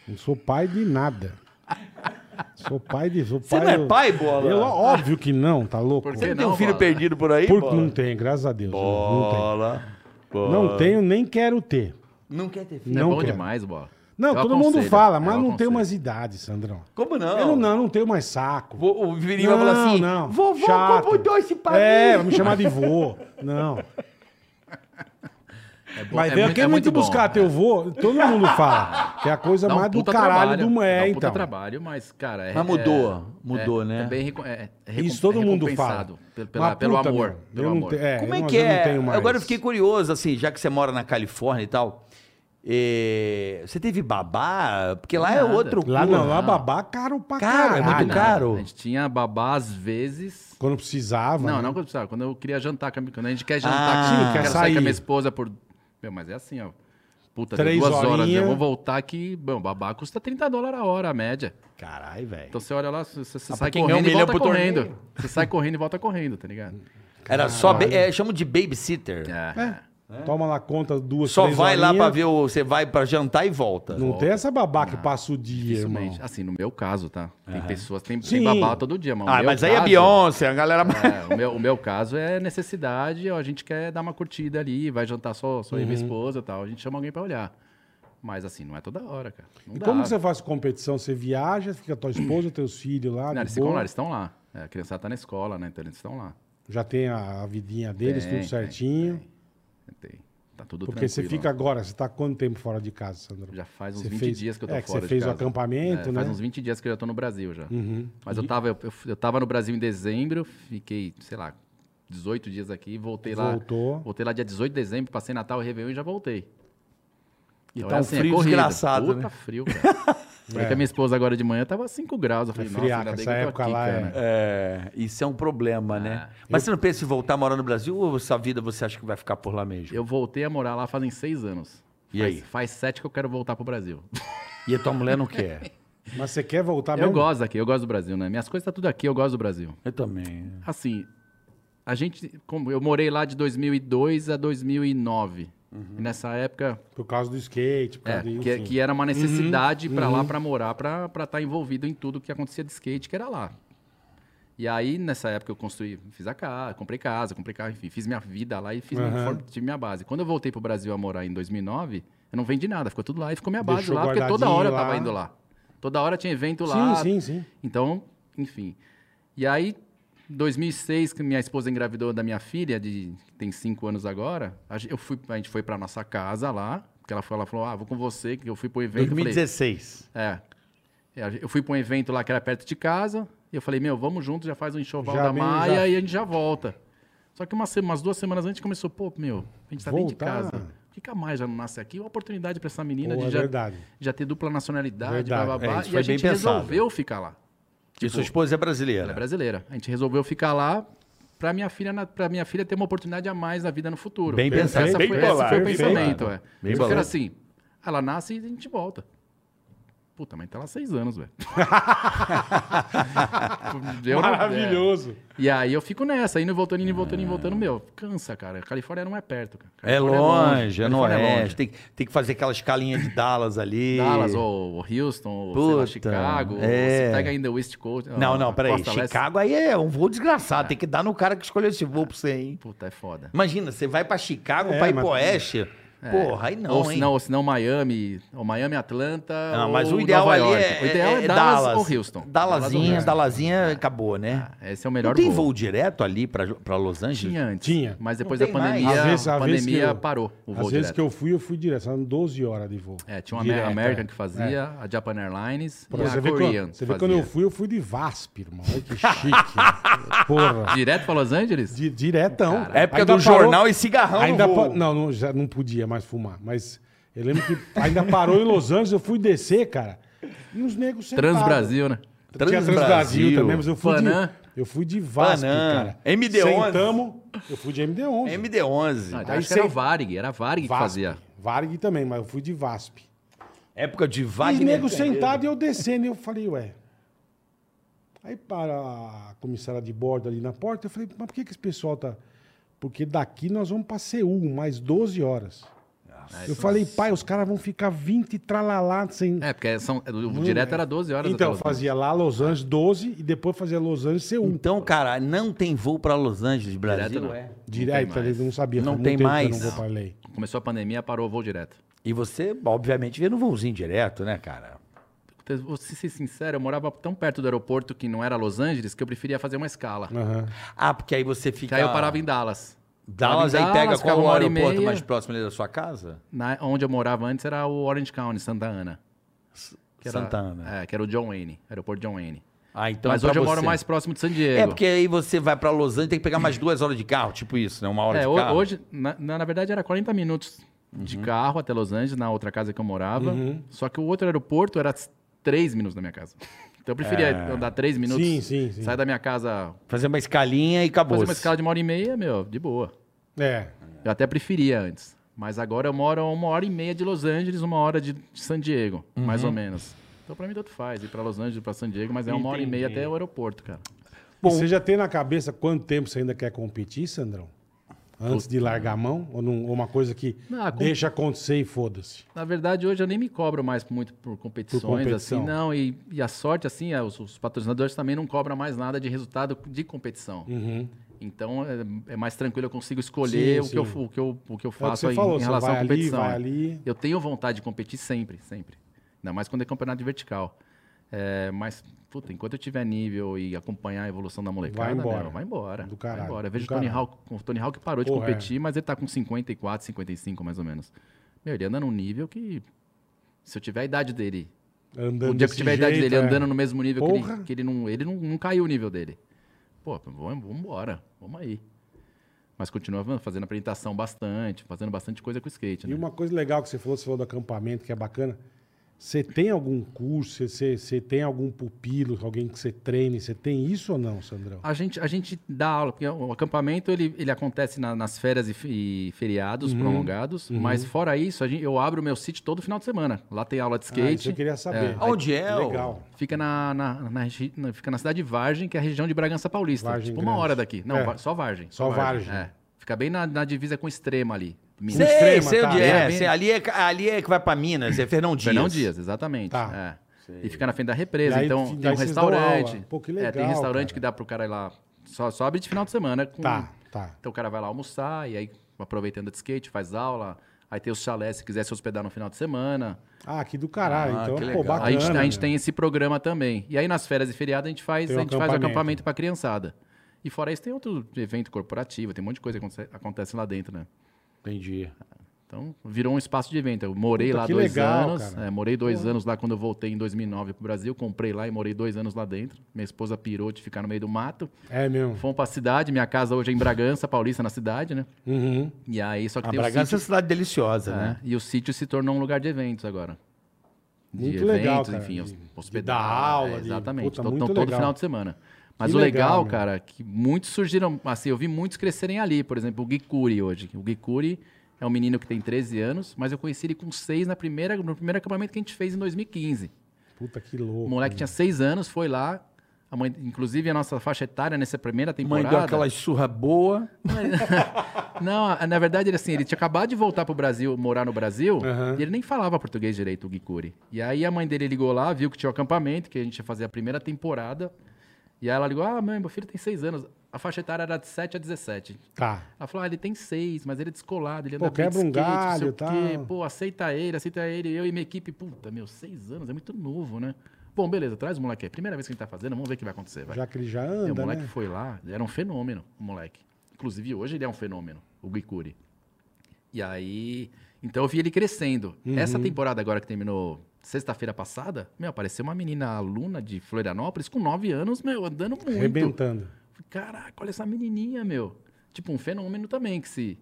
Speaker 2: Não sou pai de nada. Sou pai de. Sou
Speaker 3: Você
Speaker 2: pai
Speaker 3: não é
Speaker 2: do-
Speaker 3: pai, Bola?
Speaker 2: Eu- óbvio que não, tá louco? Por
Speaker 4: Por quê?
Speaker 5: Você tem
Speaker 4: não,
Speaker 5: um filho
Speaker 4: Bola?
Speaker 5: perdido por aí, Bola?
Speaker 2: não tem, graças a Deus. né? Não,
Speaker 5: Bola.
Speaker 2: tem.
Speaker 5: Bola.
Speaker 2: não tenho, nem quero ter.
Speaker 3: Não quer ter filho?
Speaker 4: Não
Speaker 2: Não
Speaker 4: é bom
Speaker 2: quero.
Speaker 4: demais, bola.
Speaker 2: Não,
Speaker 4: Eu
Speaker 2: todo
Speaker 4: aconselho,
Speaker 2: mundo fala,
Speaker 4: eu
Speaker 2: mas não tem
Speaker 4: aconselho.
Speaker 2: umas idades, Sandrão.
Speaker 3: Como não?
Speaker 2: Eu não, não, não tenho mais saco.
Speaker 3: Vo- O Virinho vai falar assim: vovô,
Speaker 2: chato.
Speaker 3: computou esse pai.
Speaker 2: É, vai me chamar de vô. Não.
Speaker 4: É bom,
Speaker 2: Mas
Speaker 4: é
Speaker 2: vem
Speaker 4: muito-
Speaker 2: aqui
Speaker 4: é
Speaker 2: muito,
Speaker 4: muito bom.
Speaker 2: buscar teu vô, todo mundo fala. Que é a coisa
Speaker 4: Dá um
Speaker 2: mais do
Speaker 4: puta
Speaker 2: caralho
Speaker 4: trabalho,
Speaker 2: do
Speaker 4: dá
Speaker 2: é,
Speaker 4: um puta
Speaker 2: então.
Speaker 4: trabalho, mas, cara... É,
Speaker 3: Mas mudou, mudou, né?
Speaker 4: É bem reco- é- é recom-
Speaker 2: Isso todo
Speaker 4: é
Speaker 2: mundo fala.
Speaker 4: recompensado Pelo, pela-
Speaker 2: Mas
Speaker 4: pelo
Speaker 2: puta,
Speaker 4: amor.
Speaker 2: meu,
Speaker 4: Pelo
Speaker 2: eu não
Speaker 4: amor.
Speaker 2: te- é,
Speaker 3: Como
Speaker 2: eu
Speaker 3: é
Speaker 2: não-
Speaker 3: que
Speaker 2: eu não
Speaker 3: é?
Speaker 2: tenho mais.
Speaker 3: Agora eu fiquei curioso, assim, já que você mora na Califórnia e tal. eh, Você teve babá? Porque lá é
Speaker 4: Nada.
Speaker 3: outro.
Speaker 2: Lá
Speaker 3: cu,
Speaker 2: não,
Speaker 3: né?
Speaker 2: lá babá caro pra
Speaker 3: Cara, é
Speaker 2: caralho.
Speaker 3: muito
Speaker 4: Nada.
Speaker 3: caro.
Speaker 4: Ah, A gente tinha babá às vezes...
Speaker 2: Quando precisava.
Speaker 4: Não,
Speaker 2: né?
Speaker 4: não quando precisava. Quando eu queria jantar, com a minha- quando a gente quer jantar,
Speaker 3: Ah.
Speaker 4: que eu
Speaker 2: Sim,
Speaker 4: quero
Speaker 2: quer
Speaker 4: sair com
Speaker 2: sair.
Speaker 4: a minha esposa por... Meu, mas é assim, ó. Puta, deu
Speaker 2: Três
Speaker 4: duas horas,
Speaker 2: horinha.
Speaker 4: eu vou voltar que... Bom, babá custa 30 dólares a hora, a média.
Speaker 3: Caralho, velho.
Speaker 4: Então você olha lá, você, você sai
Speaker 5: quem ganha um
Speaker 4: correndo e
Speaker 5: milhão
Speaker 4: volta
Speaker 5: pro torneio.
Speaker 4: correndo. Você sai correndo e volta correndo, tá ligado?
Speaker 3: Era só. ba- É, chamam de babysitter.
Speaker 4: É.
Speaker 2: Toma lá conta duas,
Speaker 3: Só
Speaker 2: três
Speaker 3: vai lá
Speaker 2: horinhas.
Speaker 3: pra ver. o- Você vai pra jantar e volta.
Speaker 2: Não tem essa babá que passa o dia, irmão.
Speaker 4: Dificilmente. Assim, no meu caso, tá? Tem pessoas, tem, tem
Speaker 2: Sim.
Speaker 4: babá todo dia, mas o
Speaker 5: Ah,
Speaker 4: meu
Speaker 5: mas aí é
Speaker 4: caso-
Speaker 5: Beyoncé, a galera...
Speaker 4: É, o, meu, o meu caso é necessidade, ó, a gente quer dar uma curtida ali, vai jantar só, só eu e minha esposa e tal, a gente chama alguém pra olhar. Mas assim, não é toda hora, cara. Não
Speaker 2: E
Speaker 4: dá.
Speaker 2: como que você faz competição? Você viaja, fica tua esposa, teus filhos lá,
Speaker 4: Não,
Speaker 2: Ah, de
Speaker 4: eles ficam
Speaker 2: boa?
Speaker 4: lá, eles estão lá. É, a criançada tá na escola, né? Então eles estão lá.
Speaker 2: já tem a a vidinha deles,
Speaker 4: Tem,
Speaker 2: tudo
Speaker 4: tem,
Speaker 2: certinho.
Speaker 4: Tem. Tá tudo
Speaker 2: Porque você
Speaker 4: tranquilo.
Speaker 2: fica agora, você tá quanto tempo fora de casa, Sandro?
Speaker 4: Já faz uns
Speaker 2: Você
Speaker 4: 20
Speaker 2: fez-
Speaker 4: dias que eu tô
Speaker 2: é, que
Speaker 4: fora
Speaker 2: você
Speaker 4: de
Speaker 2: fez o
Speaker 4: casa.
Speaker 2: acampamento,
Speaker 4: É,
Speaker 2: né? Uhum.
Speaker 4: Faz uns 20 dias que eu já tô no Brasil já. Mas eu tava, eu, eu tava no Brasil em dezembro, fiquei, sei lá, 18 dias aqui, voltei lá.
Speaker 2: Voltou.
Speaker 4: Voltei lá dia 18 de dezembro, passei Natal, Réveillon e já voltei.
Speaker 5: E
Speaker 4: Então
Speaker 5: tá
Speaker 4: é
Speaker 5: um
Speaker 4: assim, é
Speaker 5: frio
Speaker 4: corrido.
Speaker 5: desgraçado,
Speaker 4: Puta
Speaker 5: né?
Speaker 4: frio, cara. Porque a minha esposa agora de manhã tava 5 graus. Eu falei,
Speaker 2: É
Speaker 4: nossa,
Speaker 2: friaca,
Speaker 4: ainda bem
Speaker 2: essa
Speaker 4: que eu tô
Speaker 2: época
Speaker 4: aqui,
Speaker 2: lá é-
Speaker 4: cara.
Speaker 3: É, isso é um problema,
Speaker 4: Ah,
Speaker 3: né? Mas você não pensa em voltar a morar no Brasil ou sua vida você acha que vai ficar por lá mesmo?
Speaker 4: Eu voltei a morar lá fazem 6 anos.
Speaker 3: E
Speaker 4: Faz-
Speaker 3: aí?
Speaker 4: Faz 7 que eu quero voltar pro Brasil.
Speaker 3: E a tua mulher não quer.
Speaker 2: Mas você quer voltar
Speaker 4: eu
Speaker 2: mesmo?
Speaker 4: gosto daqui, eu gosto do Brasil, né? Minhas coisas tá tudo aqui, eu gosto do Brasil.
Speaker 3: Eu também.
Speaker 4: Assim, a gente. Como, eu morei lá de 2002 a 2009.
Speaker 2: Uhum.
Speaker 4: E nessa época,
Speaker 2: Por causa do skate, por
Speaker 4: é,
Speaker 2: causa do...
Speaker 4: que,
Speaker 2: enfim.
Speaker 4: que era uma necessidade
Speaker 2: Uhum,
Speaker 4: pra lá, pra morar, pra estar envolvido em tudo que acontecia de skate, que era lá. E aí, nessa época, eu construí, fiz a casa, comprei casa, comprei carro, enfim, fiz minha vida lá e fiz minha,
Speaker 2: Aham.
Speaker 4: form- tive minha base. Quando eu voltei pro Brasil a morar em 2009, eu não vendi nada, ficou tudo lá e ficou minha base
Speaker 2: Deixou
Speaker 4: lá, porque toda hora eu
Speaker 2: guardadinho
Speaker 4: tava
Speaker 2: lá.
Speaker 4: indo lá. Toda hora tinha evento lá,
Speaker 2: Sim, sim, sim.
Speaker 4: então, enfim. E aí, 2006, que minha esposa engravidou da minha filha, de que tem cinco anos agora, a gente, eu fui, a gente foi para nossa casa lá, porque ela, foi, ela falou, ah, vou com você, que eu fui para um evento. eu falei,
Speaker 5: 2016.
Speaker 4: é. É, Eu fui para um evento lá que era perto de casa, e eu falei, meu, vamos junto, já faz um enxoval
Speaker 2: Já
Speaker 4: da
Speaker 2: vem,
Speaker 4: Maia
Speaker 2: já-
Speaker 4: e a gente já volta. Só que uma se- umas duas semanas antes começou, pô, meu, a gente tá dentro de
Speaker 2: Voltar.
Speaker 4: casa. Por que que a Maia já não nasce aqui? Uma oportunidade para essa menina
Speaker 2: Pô,
Speaker 4: de
Speaker 2: é
Speaker 4: já,
Speaker 2: verdade.
Speaker 4: já ter dupla nacionalidade,
Speaker 2: Verdade.
Speaker 4: blá, blá,
Speaker 5: É,
Speaker 4: blá.
Speaker 5: isso
Speaker 4: e
Speaker 5: foi
Speaker 4: a
Speaker 5: bem
Speaker 4: gente
Speaker 5: pensado.
Speaker 4: resolveu ficar lá.
Speaker 5: E sua esposa é brasileira.
Speaker 4: Ela é brasileira. A gente resolveu ficar lá pra minha filha, na- pra minha filha ter uma oportunidade a mais na vida no futuro.
Speaker 5: Bem pensado,
Speaker 4: Essa
Speaker 5: bem
Speaker 4: foi,
Speaker 5: bolado,
Speaker 4: esse foi o
Speaker 2: perfeito.
Speaker 4: pensamento, é.
Speaker 5: Bem
Speaker 4: Só que
Speaker 5: bolado.
Speaker 4: era assim, ela nasce e a gente volta. Puta, mas tá lá seis anos, velho. Eu não-
Speaker 2: Maravilhoso.
Speaker 4: é. E aí eu fico nessa, indo e voltando, indo e voltando, indo e voltando. Meu, cansa, cara. Califórnia não é perto, cara.
Speaker 3: É
Speaker 4: Califórnia
Speaker 3: longe, é no
Speaker 4: Califórnia
Speaker 3: oeste. Tem, tem que fazer aquela escalinha de Dallas ali.
Speaker 4: Dallas, ou Houston, ou sei lá,
Speaker 3: Puta,
Speaker 4: Chicago. ou
Speaker 3: é.
Speaker 4: Você pega ainda o West Coast.
Speaker 3: Não, não,
Speaker 4: a
Speaker 3: peraí.
Speaker 4: Costa Leste.
Speaker 3: Chicago aí é um voo desgraçado. Tem que dar no cara que escolheu esse voo pra você, hein?
Speaker 4: Puta, é foda.
Speaker 3: Imagina, você vai pra Chicago
Speaker 2: É,
Speaker 3: pra ir
Speaker 2: mas-
Speaker 3: pro oeste. Porra, aí não,
Speaker 4: É. ou
Speaker 3: hein?
Speaker 4: senão, ou senão Miami, ou Miami, Atlanta,
Speaker 3: Não,
Speaker 4: ou
Speaker 3: mas o ideal
Speaker 4: Nova
Speaker 3: ali
Speaker 4: York.
Speaker 3: é,
Speaker 4: o ideal é, Dallas, ou Houston.
Speaker 3: Dallasinha,
Speaker 4: Dallas ou
Speaker 3: Dallasinha acabou, né?
Speaker 4: Houston. Esse é o melhor
Speaker 3: não tem
Speaker 4: voo.
Speaker 3: voo. direto ali pra, pra Los Angeles?
Speaker 4: Tinha antes.
Speaker 2: Tinha.
Speaker 4: Mas
Speaker 3: Não
Speaker 4: depois da
Speaker 3: tem mais.
Speaker 4: pandemia,
Speaker 2: Às vezes-
Speaker 4: a
Speaker 2: às vezes
Speaker 4: pandemia
Speaker 2: que eu-
Speaker 4: parou o voo
Speaker 2: Às vezes
Speaker 4: direto.
Speaker 2: que eu fui, eu fui direto. São 12 horas de voo.
Speaker 4: É, tinha uma
Speaker 2: Direto,
Speaker 4: American
Speaker 2: é.
Speaker 4: que fazia, a Japan Airlines
Speaker 2: Pô,
Speaker 4: e
Speaker 2: você
Speaker 4: a
Speaker 2: vê,
Speaker 4: Korean
Speaker 2: quando, você vê
Speaker 4: fazia.
Speaker 2: quando eu fui, eu fui de VASP, irmão. Olha que chique. Porra.
Speaker 4: Direto pra Los Angeles?
Speaker 2: Di- diretão.
Speaker 5: É época
Speaker 3: tá
Speaker 2: Ainda
Speaker 5: do
Speaker 2: parou-
Speaker 5: jornal e cigarrão
Speaker 2: Ainda
Speaker 5: no
Speaker 2: pa-
Speaker 5: voo.
Speaker 2: Não, não, já não podia mais fumar. Mas eu lembro que ainda parou em Los Angeles, eu fui descer, cara. E uns negros sentados.
Speaker 4: Trans Brasil, né?
Speaker 2: Tinha Transbrasil também, mas eu fui
Speaker 4: Panam.
Speaker 2: de... Eu fui de VASP,
Speaker 5: Panam.
Speaker 2: cara.
Speaker 5: MD-11.
Speaker 2: Sentamos, eu fui de MD-11.
Speaker 4: Ah,
Speaker 5: MD-11.
Speaker 4: acho que
Speaker 2: sem-
Speaker 4: era o Varig, era a Varig que
Speaker 2: VASP.
Speaker 4: fazia.
Speaker 2: Varg também, mas eu fui de VASP.
Speaker 5: Época de
Speaker 2: e
Speaker 5: Wagner.
Speaker 2: nego sentado e eu descendo. E eu falei, ué. Aí para a comissária de bordo ali na porta, eu falei, mas por que, que esse pessoal tá. Porque daqui nós vamos pra Seul, mais 12 horas. eu falei, pai, os caras vão ficar 20 tralalá sem.
Speaker 4: É, porque são, o direto era 12 horas. até
Speaker 2: Então,
Speaker 4: Los Angeles.
Speaker 2: fazia lá Los Angeles 12 e depois fazia Los Angeles um. Seul.
Speaker 3: Então, cara, não tem voo pra Los Angeles, Brasil.
Speaker 4: Direto não.
Speaker 3: é.
Speaker 2: Direto,
Speaker 4: mais.
Speaker 2: eles não sabia. faz
Speaker 3: Não
Speaker 2: muito
Speaker 3: tem
Speaker 2: tempo que
Speaker 3: mais.
Speaker 2: Eu não vou pra lei.
Speaker 4: Começou a pandemia, parou o voo direto.
Speaker 3: E você, obviamente, vê no voozinho direto, né, cara?
Speaker 4: Vou ser sincero, eu morava tão perto do aeroporto que não era Los Angeles que eu preferia fazer uma escala.
Speaker 2: Aham.
Speaker 3: Ah, porque aí você fica.
Speaker 4: Que aí eu parava em Dallas.
Speaker 3: Dallas, aí
Speaker 4: Parava em
Speaker 3: pega
Speaker 4: Dallas,
Speaker 3: qual
Speaker 4: ficava
Speaker 3: o
Speaker 4: uma hora e
Speaker 3: aeroporto
Speaker 4: meia.
Speaker 3: mais próximo ali da sua casa?
Speaker 4: Na- onde eu morava antes era o Orange County, Santa Ana. que era-
Speaker 3: Santa Ana.
Speaker 4: É, que era o John Wayne, aeroporto John Wayne.
Speaker 3: Ah, então é
Speaker 4: Mas
Speaker 3: pra
Speaker 4: hoje eu moro
Speaker 3: você.
Speaker 4: mais próximo de San Diego.
Speaker 3: É, porque aí você vai pra Los Angeles tem que pegar mais duas horas de carro, tipo isso, né? Uma hora
Speaker 4: É,
Speaker 3: de
Speaker 4: ho-
Speaker 3: carro. Uhum.
Speaker 4: hoje, na, na na verdade, era 40 minutos de carro até Los Angeles, na outra casa que eu morava. Só que o outro aeroporto era 3 minutos da minha casa. Então eu preferia
Speaker 3: É.
Speaker 4: andar 3 minutos,
Speaker 2: Sim, sim, sim.
Speaker 4: sair da minha casa,
Speaker 3: Fazer uma escalinha e acabou.
Speaker 4: fazer uma escala de uma hora e meia, meu, de boa.
Speaker 2: É.
Speaker 4: Eu até preferia antes. Mas agora eu moro a uma hora e meia de Los Angeles, uma hora de de San Diego, mais
Speaker 2: Uhum.
Speaker 4: ou menos. Então pra mim tanto faz, ir pra Los Angeles, pra San Diego, mas é uma hora e meia até o aeroporto, cara.
Speaker 2: E você já tem na cabeça quanto tempo você ainda quer competir, Sandrão? Antes de largar a mão? Ou, não- ou uma coisa que
Speaker 4: Ah, com-
Speaker 2: deixa acontecer e foda-se?
Speaker 4: Na verdade, hoje eu nem me cobro mais muito por competições,
Speaker 2: Por competição.
Speaker 4: assim, não. E, e a sorte, assim, é, os, os patrocinadores também não cobram mais nada de resultado de competição.
Speaker 2: Hum. Uhum.
Speaker 4: Então, é, é mais tranquilo, eu consigo escolher
Speaker 2: Sim,
Speaker 4: o, que eu,
Speaker 2: sim.
Speaker 4: fu- o, que eu, o que eu
Speaker 2: É o que
Speaker 4: faço
Speaker 2: você
Speaker 4: em,
Speaker 2: falou,
Speaker 4: em
Speaker 2: você
Speaker 4: relação
Speaker 2: vai
Speaker 4: à
Speaker 2: ali,
Speaker 4: competição.
Speaker 2: vai
Speaker 4: é.
Speaker 2: ali.
Speaker 4: Eu tenho vontade de competir sempre, sempre. Ainda mais quando é campeonato vertical. É, mas, puta, enquanto eu tiver nível e acompanhar a evolução da molecada,
Speaker 2: Vai embora.
Speaker 4: meu, vai embora.
Speaker 2: Do caralho,
Speaker 4: Vai embora. Eu
Speaker 2: do
Speaker 4: vejo o Tony
Speaker 2: caralho.
Speaker 4: Hawk, o Tony Hawk parou de
Speaker 2: Porra, é.
Speaker 4: competir, mas ele tá com 54, 55 mais ou menos. Meu, ele anda num nível que. Se eu tiver a idade dele,
Speaker 2: Andando
Speaker 4: o dia que eu
Speaker 2: desse
Speaker 4: tiver a idade
Speaker 2: jeito,
Speaker 4: dele
Speaker 2: é.
Speaker 4: andando no mesmo nível que
Speaker 2: Porra.
Speaker 4: ele, que ele não. Ele não, não caiu o nível dele. Pô, vamos vamos embora, vamos aí. Mas continua fazendo apresentação bastante, fazendo bastante coisa com o skate,
Speaker 2: E
Speaker 4: né?
Speaker 2: uma coisa legal que você falou, você falou do acampamento, que é bacana. Você tem algum curso? Você- Você, você tem algum pupilo? Alguém que você treine? Você tem isso ou não, Sandrão?
Speaker 4: A gente, a gente dá aula, porque o acampamento ele, ele acontece na- nas férias e, fe- e feriados
Speaker 2: Uhum.
Speaker 4: prolongados, mas fora isso, a gente, eu abro meu sítio todo final de semana. Lá tem aula
Speaker 2: Ah,
Speaker 4: de
Speaker 2: isso
Speaker 4: skate.
Speaker 2: eu queria saber.
Speaker 3: Onde é, ô?
Speaker 2: Legal.
Speaker 4: Fica na, na, na regi- na- fica na cidade de Vargem, que é a região de Bragança Paulista.
Speaker 2: Vargem
Speaker 4: tipo, uma
Speaker 2: Grande.
Speaker 4: hora daqui. Não,
Speaker 2: É.
Speaker 4: Va- só Vargem.
Speaker 2: Só Vargem.
Speaker 4: É. Fica bem na, na divisa com Extrema ali.
Speaker 3: Sei,
Speaker 4: Minas.
Speaker 2: Extrema,
Speaker 3: sei onde
Speaker 2: tá.
Speaker 3: é.
Speaker 4: É, bem-
Speaker 3: sei, ali, é ali é que vai pra Minas, é Fernão Dias.
Speaker 4: Fernão Dias, exatamente.
Speaker 2: Tá.
Speaker 4: É. E fica na frente da
Speaker 2: E
Speaker 4: represa.
Speaker 2: aí,
Speaker 4: então
Speaker 2: fi-
Speaker 4: tem
Speaker 2: daí
Speaker 4: um
Speaker 2: vocês dão aula.
Speaker 4: restaurante.
Speaker 2: Pô, que
Speaker 4: é, tem
Speaker 2: legal,
Speaker 4: restaurante
Speaker 2: cara.
Speaker 4: que dá pro cara ir lá. Só, só abre de final de semana com,
Speaker 2: Tá, tá.
Speaker 4: Então o cara vai lá almoçar e aí aproveitando de skate, faz aula. Aí tem os chalés se quiser se hospedar no final de semana.
Speaker 2: Ah, aqui do caralho.
Speaker 3: Ah,
Speaker 2: então,
Speaker 3: que
Speaker 2: pô,
Speaker 3: legal.
Speaker 2: bacana.
Speaker 4: a gente, a gente
Speaker 2: né?
Speaker 4: tem esse programa também. E aí nas férias e feriado a gente faz,
Speaker 2: Tem
Speaker 4: a
Speaker 2: o
Speaker 4: gente faz o
Speaker 2: acampamento.
Speaker 4: acampamento pra criançada. E fora isso tem outro evento corporativo, tem um monte de coisa que aconte- acontece lá dentro, né?
Speaker 5: Entendi.
Speaker 4: Então, virou um espaço de evento. Eu morei
Speaker 2: Puta,
Speaker 4: lá
Speaker 2: que
Speaker 4: dois
Speaker 2: legal,
Speaker 4: anos.
Speaker 2: cara.
Speaker 4: é, morei dois anos lá quando eu voltei em 2009 pro Brasil. Comprei lá e morei dois anos lá dentro. Minha esposa pirou de ficar no meio do mato.
Speaker 2: É mesmo.
Speaker 4: Fomos pra cidade. Minha casa hoje é em Bragança, Paulista, na cidade, né?
Speaker 2: Uhum.
Speaker 4: E aí, só que
Speaker 3: A
Speaker 4: tem
Speaker 3: Bragança é
Speaker 4: o
Speaker 3: uma cidade deliciosa,
Speaker 4: sítio,
Speaker 3: né?
Speaker 4: né? E o sítio se tornou um lugar de eventos agora. De
Speaker 2: Muito legal, cara,
Speaker 4: enfim,
Speaker 2: de-
Speaker 4: os-
Speaker 2: de
Speaker 4: hospedar.
Speaker 2: dar aula, de-
Speaker 4: Exatamente.
Speaker 2: puta,
Speaker 4: Então,
Speaker 2: muito
Speaker 4: todo
Speaker 2: legal.
Speaker 4: final de semana. Mas
Speaker 2: Que
Speaker 4: o legal,
Speaker 2: legal, meu.
Speaker 4: cara, é que muitos surgiram. Assim, eu vi muitos crescerem ali. Por exemplo, o Gikuri hoje. O Gikuri é um menino que tem 13 anos, mas eu conheci ele com 6 na primeira, no primeiro acampamento que a gente fez em 2015.
Speaker 2: Puta que
Speaker 4: O
Speaker 2: louco.
Speaker 4: moleque tinha 6 anos, foi lá. A mãe, inclusive, a nossa faixa etária nessa primeira
Speaker 3: Mãe
Speaker 4: temporada.
Speaker 3: deu aquela surra boa.
Speaker 4: Não, a- na verdade, ele, assim, ele tinha acabado de voltar pro Brasil, morar no Brasil,
Speaker 2: Aham.
Speaker 4: e ele nem falava português direito, o Gikuri. E aí a mãe dele ligou lá, viu que tinha o acampamento, que a gente ia fazer a primeira temporada. E aí ela ligou, ah, mãe, meu filho tem seis anos. a faixa etária era de 7 a 17.
Speaker 2: Tá.
Speaker 4: Ela falou, ah, ele tem seis, mas ele é descolado, ele
Speaker 2: Pô,
Speaker 4: anda bem de
Speaker 2: quebra um
Speaker 4: skate, não sei
Speaker 2: galho
Speaker 4: o
Speaker 2: e tal.
Speaker 4: quê. Pô, aceita ele, aceita ele. Eu e minha equipe, puta, meu, seis anos, é muito novo, né? Bom, beleza, traz o moleque aí. Primeira vez que a gente tá fazendo, vamos ver o que vai acontecer, vai.
Speaker 2: Já que ele já
Speaker 4: E o
Speaker 2: anda,
Speaker 4: moleque
Speaker 2: né?
Speaker 4: foi lá, ele era um fenômeno, o moleque. Inclusive, hoje ele é um fenômeno, o Guicuri. E aí, então eu vi ele crescendo. Essa temporada agora que terminou sexta-feira passada, meu, apareceu uma menina aluna de Florianópolis com nove anos, meu, andando muito.
Speaker 2: Arrebentando.
Speaker 4: Falei, Caraca, olha essa menininha, meu. Tipo, um fenômeno também que se,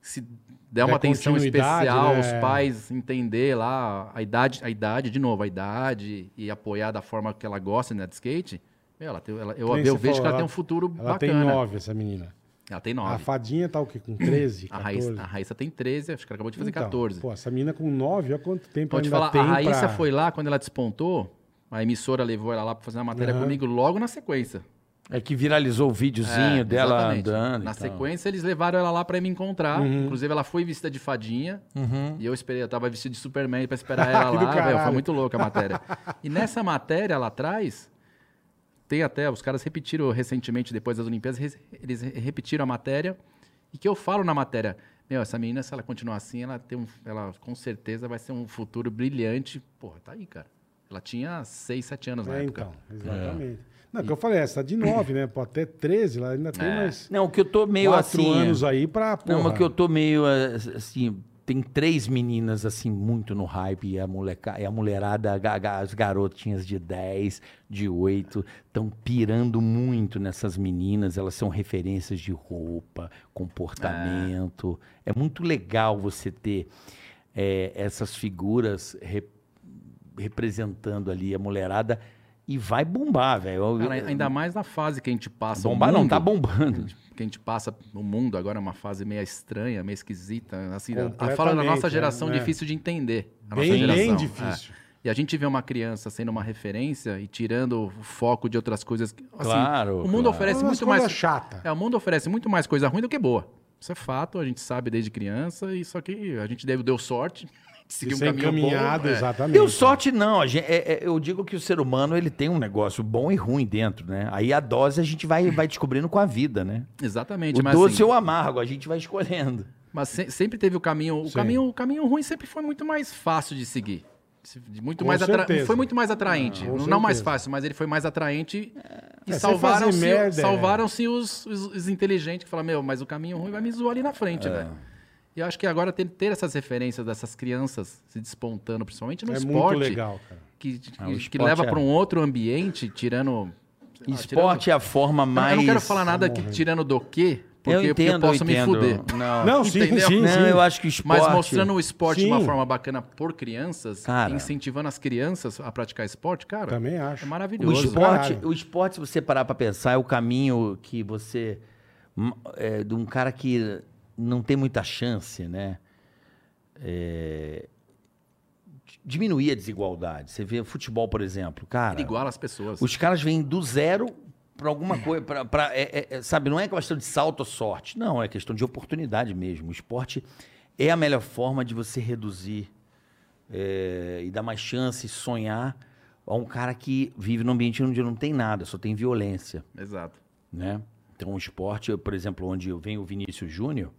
Speaker 4: se der uma atenção
Speaker 2: continuidade,
Speaker 4: especial,
Speaker 2: né?
Speaker 4: os pais entender lá a idade, a idade, de novo, a idade e apoiar da forma que ela gosta né, de skate. meu, ela tem- ela- eu,
Speaker 2: Nem
Speaker 4: eu
Speaker 2: você
Speaker 4: vejo que
Speaker 2: falou,
Speaker 4: ela, tem um futuro
Speaker 2: Ela
Speaker 4: bacana.
Speaker 2: tem nove, essa menina.
Speaker 4: Ela tem
Speaker 2: A
Speaker 4: nove.
Speaker 2: fadinha tá o quê? Com 13,
Speaker 4: A
Speaker 2: 14?
Speaker 4: Raíssa, a Raíssa tem 13, acho que ela acabou de fazer
Speaker 2: Então,
Speaker 4: 14.
Speaker 2: Pô, essa menina com 9, olha quanto tempo
Speaker 4: Vou te
Speaker 2: ainda
Speaker 4: falar,
Speaker 2: tem
Speaker 4: a Raíssa
Speaker 2: pra-
Speaker 4: foi lá, quando ela despontou, a emissora levou ela lá pra fazer uma matéria
Speaker 2: Aham.
Speaker 4: comigo logo na sequência.
Speaker 3: É que viralizou o videozinho
Speaker 4: É,
Speaker 3: dela
Speaker 4: exatamente.
Speaker 3: andando. e
Speaker 4: Na
Speaker 3: tal. Uhum.
Speaker 4: sequência, eles levaram ela lá pra me encontrar. Inclusive, ela foi vestida de fadinha. E eu esperei, eu tava vestido de Superman pra esperar ela
Speaker 2: Que do
Speaker 4: lá. velho,
Speaker 2: caralho.
Speaker 4: foi muito louca a matéria. e nessa matéria lá atrás, tem até, os caras repetiram recentemente, depois das Olimpíadas, res- eles re- repetiram a matéria. E que eu falo na matéria, meu, essa menina, se ela continuar assim, ela tem um, ela com certeza vai ser um futuro brilhante. Porra, tá aí, cara. Ela tinha 6, 7 anos na
Speaker 2: É,
Speaker 4: época.
Speaker 2: então, exatamente. Não, é o que eu falei, essa de 9, né? Pô, até 13, ela ainda tem mais
Speaker 3: Não, o que eu tô meio
Speaker 2: 4
Speaker 3: assim.
Speaker 2: anos aí pra. Porra.
Speaker 3: Não, mas que eu tô meio eh, assim. Tem três meninas assim, muito no hype, e a, moleca, e a mulherada, a ga- ga- as garotinhas de 10, de 8, estão pirando muito nessas meninas. Elas são referências de roupa, comportamento. É muito legal você ter eh, essas figuras re- representando ali a mulherada e vai bombar, velho.
Speaker 4: Cara, ainda mais na fase que a gente passa. o
Speaker 3: Bombar não,
Speaker 4: mundo.
Speaker 3: tá bombando.
Speaker 4: que a gente passa no mundo agora é uma fase meio estranha, meio esquisita. Assim, a- a fala da
Speaker 2: Completamente,
Speaker 4: nossa geração
Speaker 2: né? É.
Speaker 4: difícil de entender. A nossa
Speaker 2: Bem, bem
Speaker 4: geração,
Speaker 2: difícil.
Speaker 4: é. E a gente vê uma criança sendo uma referência e tirando o foco de outras coisas. que- Assim,
Speaker 3: Claro,
Speaker 4: O mundo
Speaker 3: claro.
Speaker 4: oferece
Speaker 2: É Uma
Speaker 4: muito
Speaker 2: coisa
Speaker 4: mais.
Speaker 2: chata.
Speaker 4: É, o mundo oferece muito mais coisa ruim do que boa. Isso é fato, a gente sabe desde criança, e só que a gente deu, deu sorte.
Speaker 2: Seguir
Speaker 4: Seguiu
Speaker 2: um
Speaker 4: um caminho
Speaker 2: encaminhado,
Speaker 4: bom, é.
Speaker 2: exatamente.
Speaker 3: Deu sorte, não. A gen- é- é- eu digo que o ser humano ele tem um negócio bom e ruim dentro, né? Aí a dose a gente vai, vai descobrindo com a vida, né?
Speaker 4: Exatamente.
Speaker 3: O
Speaker 4: mas
Speaker 3: doce
Speaker 4: assim-
Speaker 3: ou amargo, a gente vai escolhendo.
Speaker 4: Mas se- sempre teve o caminho. O
Speaker 2: Sim.
Speaker 4: caminho, o caminho ruim sempre foi muito mais fácil de seguir. Se- de Muito
Speaker 2: Com
Speaker 4: mais atra-
Speaker 2: certeza. Ah,
Speaker 4: Foi muito mais atraente.
Speaker 2: Com
Speaker 4: não não mais
Speaker 2: certeza.
Speaker 4: fácil, mas ele foi mais atraente. E
Speaker 2: É, sem
Speaker 4: salvaram-se
Speaker 2: fazer merda, é.
Speaker 4: salvaram-se os, os- os inteligentes que falaram: Meu, mas o caminho ruim vai me zoar ali na
Speaker 2: É.
Speaker 4: frente, velho. E eu acho que agora ter, ter essas referências dessas crianças se despontando, principalmente no
Speaker 2: É
Speaker 4: esporte,
Speaker 2: muito legal, cara.
Speaker 4: que, que-
Speaker 3: Ah, o
Speaker 4: que
Speaker 3: esporte
Speaker 4: leva
Speaker 3: é-
Speaker 4: para um outro ambiente, tirando. sei lá,
Speaker 3: Esporte é a forma
Speaker 4: Ah, tirando-
Speaker 3: mais.
Speaker 4: Eu não quero falar nada aqui tirando do quê, porque,
Speaker 3: eu
Speaker 4: porque eu
Speaker 3: entendo,
Speaker 4: posso
Speaker 3: eu
Speaker 4: me
Speaker 3: entendo.
Speaker 4: fuder.
Speaker 3: Não.
Speaker 2: Não, sim,
Speaker 4: Entendeu?
Speaker 2: sim,
Speaker 3: Não,
Speaker 2: sim.
Speaker 3: eu acho que o esporte.
Speaker 4: Mas mostrando o esporte de uma
Speaker 2: Sim.
Speaker 4: forma bacana por crianças,
Speaker 3: Cara.
Speaker 4: incentivando as crianças a praticar esporte, cara,
Speaker 2: Também
Speaker 4: é
Speaker 2: acho.
Speaker 3: O
Speaker 4: maravilhoso.
Speaker 3: esporte,
Speaker 2: Caralho.
Speaker 3: o esporte, se você parar pra pensar, é o caminho que você. hum, é, de um cara que não tem muita chance, né? É, di- diminuir a desigualdade. Você vê futebol, por exemplo, cara.
Speaker 4: Ele iguala as pessoas.
Speaker 3: Os caras vêm do zero pra alguma coisa. Pra, pra- é- é- é, sabe, não é questão de salto ou sorte. Não, é questão de oportunidade mesmo. O esporte é a melhor forma de você reduzir é, e dar mais chance, sonhar a um cara que vive num ambiente onde não tem nada, só tem violência
Speaker 4: Exato.
Speaker 3: né? Então, o esporte, eu, por exemplo, onde eu venho o Vinícius Júnior,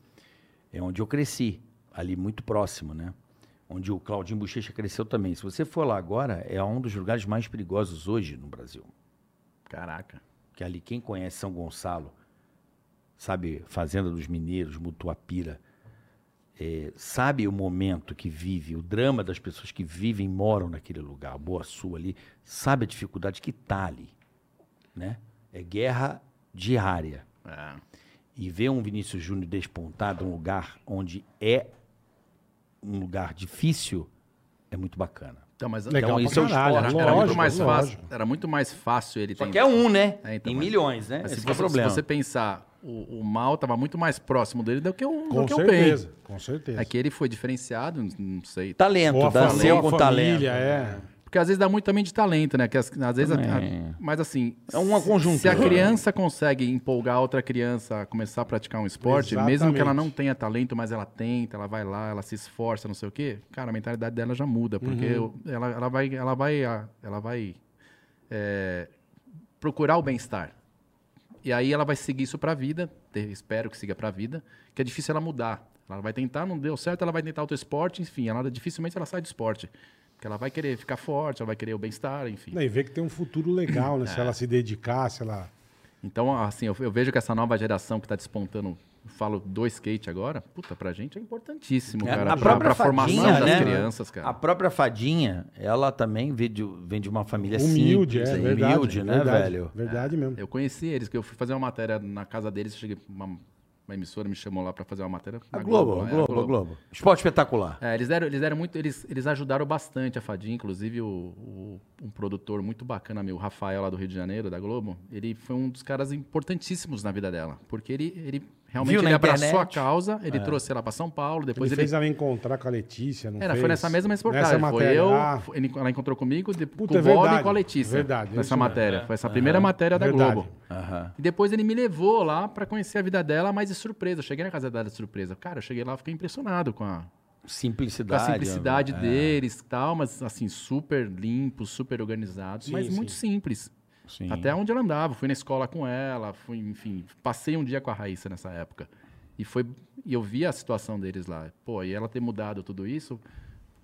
Speaker 3: é onde eu cresci, ali muito próximo, né? Onde o Claudinho Bochecha cresceu também. Se você for lá agora, é um dos lugares mais perigosos hoje no Brasil.
Speaker 4: Caraca.
Speaker 3: Que ali, quem conhece São Gonçalo, sabe, Fazenda dos Mineiros, Mutuapira, é, sabe o momento que vive, o drama das pessoas que vivem e moram naquele lugar, Boa Sul ali, sabe a dificuldade que tá ali, né? É guerra diária
Speaker 4: É.
Speaker 3: e ver um Vinícius Júnior despontado, um lugar onde é um lugar difícil, é muito bacana.
Speaker 4: Então, mas
Speaker 2: Legal
Speaker 3: Então,
Speaker 2: pra
Speaker 3: isso é o
Speaker 2: caralho,
Speaker 3: esporte,
Speaker 4: era, muito
Speaker 2: lógico,
Speaker 4: mais
Speaker 2: lógico.
Speaker 4: fácil, era muito mais fácil ele
Speaker 3: Só
Speaker 4: ter-
Speaker 3: que é um, né?
Speaker 4: É, então,
Speaker 3: em
Speaker 4: mas-
Speaker 3: milhões, né?
Speaker 4: Mas se
Speaker 3: Esse que é o
Speaker 4: você,
Speaker 3: problema.
Speaker 4: se você pensar, o, o mal estava muito mais próximo dele do que o, do
Speaker 2: Com
Speaker 4: que o é um bem.
Speaker 2: certeza, com certeza.
Speaker 4: É que ele foi diferenciado, não sei.
Speaker 2: Ou
Speaker 3: Talento,
Speaker 2: a
Speaker 3: dançou
Speaker 2: família,
Speaker 3: com
Speaker 2: a
Speaker 3: talento.
Speaker 2: família, é.
Speaker 4: Porque às vezes dá muito também de talento, né? Que as- às vezes. a-
Speaker 3: Também.
Speaker 4: a- mas assim.
Speaker 3: É uma
Speaker 4: se-
Speaker 3: conjuntura.
Speaker 4: Se a criança consegue empolgar outra criança a começar a praticar um esporte, mesmo que ela
Speaker 2: Exatamente.
Speaker 4: não tenha talento, mas ela tenta, ela vai lá, ela se esforça, não sei o quê, cara, a mentalidade dela já muda. Porque o- ela, ela vai. Ela vai, a- ela vai é, procurar o bem-estar. E E aí ela vai seguir isso pra vida, te- espero que siga pra vida, que é difícil ela mudar. Ela vai tentar, não deu certo, ela vai tentar outro esporte, enfim, ela dificilmente ela sai do esporte. Porque ela vai querer ficar forte, ela vai querer o bem-estar, enfim.
Speaker 2: E ver que tem um futuro legal, né? Se ela se dedicar, se ela.
Speaker 4: Então, assim, eu, eu vejo que essa nova geração que tá despontando, eu falo do skate agora, puta, pra gente é importantíssimo,
Speaker 3: É,
Speaker 4: cara.
Speaker 3: a
Speaker 4: pra-
Speaker 3: própria
Speaker 4: pra formação
Speaker 3: fadinha,
Speaker 4: das
Speaker 3: né?
Speaker 4: crianças, cara.
Speaker 3: A própria fadinha, ela também vem de, vem de uma família
Speaker 2: Humilde,
Speaker 3: simples,
Speaker 2: é,
Speaker 3: né?
Speaker 2: verdade.
Speaker 3: humilde, né,
Speaker 2: verdade,
Speaker 3: velho?
Speaker 2: Verdade mesmo.
Speaker 4: Eu conheci eles, que eu fui fazer uma matéria na casa deles, eu cheguei, uma, uma emissora me chamou lá pra fazer uma matéria.
Speaker 3: A
Speaker 4: na
Speaker 3: Globo, a
Speaker 4: né?
Speaker 3: Globo, a Globo. Esporte espetacular.
Speaker 4: É, eles deram, eles deram muito, eles, eles ajudaram bastante a Fadinha, inclusive o, o- um produtor muito bacana meu, o Rafael lá do Rio de Janeiro, da Globo, ele foi um dos caras importantíssimos na vida dela, porque ele, ele realmente
Speaker 3: Viu na
Speaker 4: ele abraçou a
Speaker 3: internet? É.
Speaker 4: causa, ele trouxe ela pra São Paulo, depois
Speaker 2: Ele
Speaker 4: ele...
Speaker 2: fez ela encontrar com a Letícia, não
Speaker 4: Era,
Speaker 2: fez?
Speaker 4: foi nessa mesma
Speaker 2: Nessa
Speaker 4: reportagem. Foi
Speaker 2: matéria.
Speaker 4: eu,
Speaker 2: Ah,
Speaker 4: foi- ele- ela encontrou comigo, de,
Speaker 2: Puta,
Speaker 4: com
Speaker 2: é
Speaker 4: o Bob e
Speaker 2: verdade,
Speaker 4: com a Letícia.
Speaker 2: verdade, isso
Speaker 4: nessa
Speaker 2: mesmo. É.
Speaker 4: matéria. Foi essa primeira matéria da
Speaker 2: Verdade.
Speaker 4: Globo.
Speaker 3: Aham.
Speaker 4: E depois ele me levou lá pra conhecer a vida dela, mas de surpresa. Eu cheguei na casa dela de surpresa. Cara, eu cheguei lá, fiquei impressionado com a, com a
Speaker 3: Simplicidade.
Speaker 4: simplicidade
Speaker 3: é.
Speaker 4: deles e tal, mas assim, super limpos, super organizados,
Speaker 2: Sim,
Speaker 4: mas
Speaker 2: sim.
Speaker 4: muito simples.
Speaker 3: é, Sim.
Speaker 4: Até um onde ela andava, fui na escola com ela, fui, enfim, passei um dia com a Raíssa nessa época. E foi e eu vi a situação deles lá. Pô, e ela ter mudado tudo isso,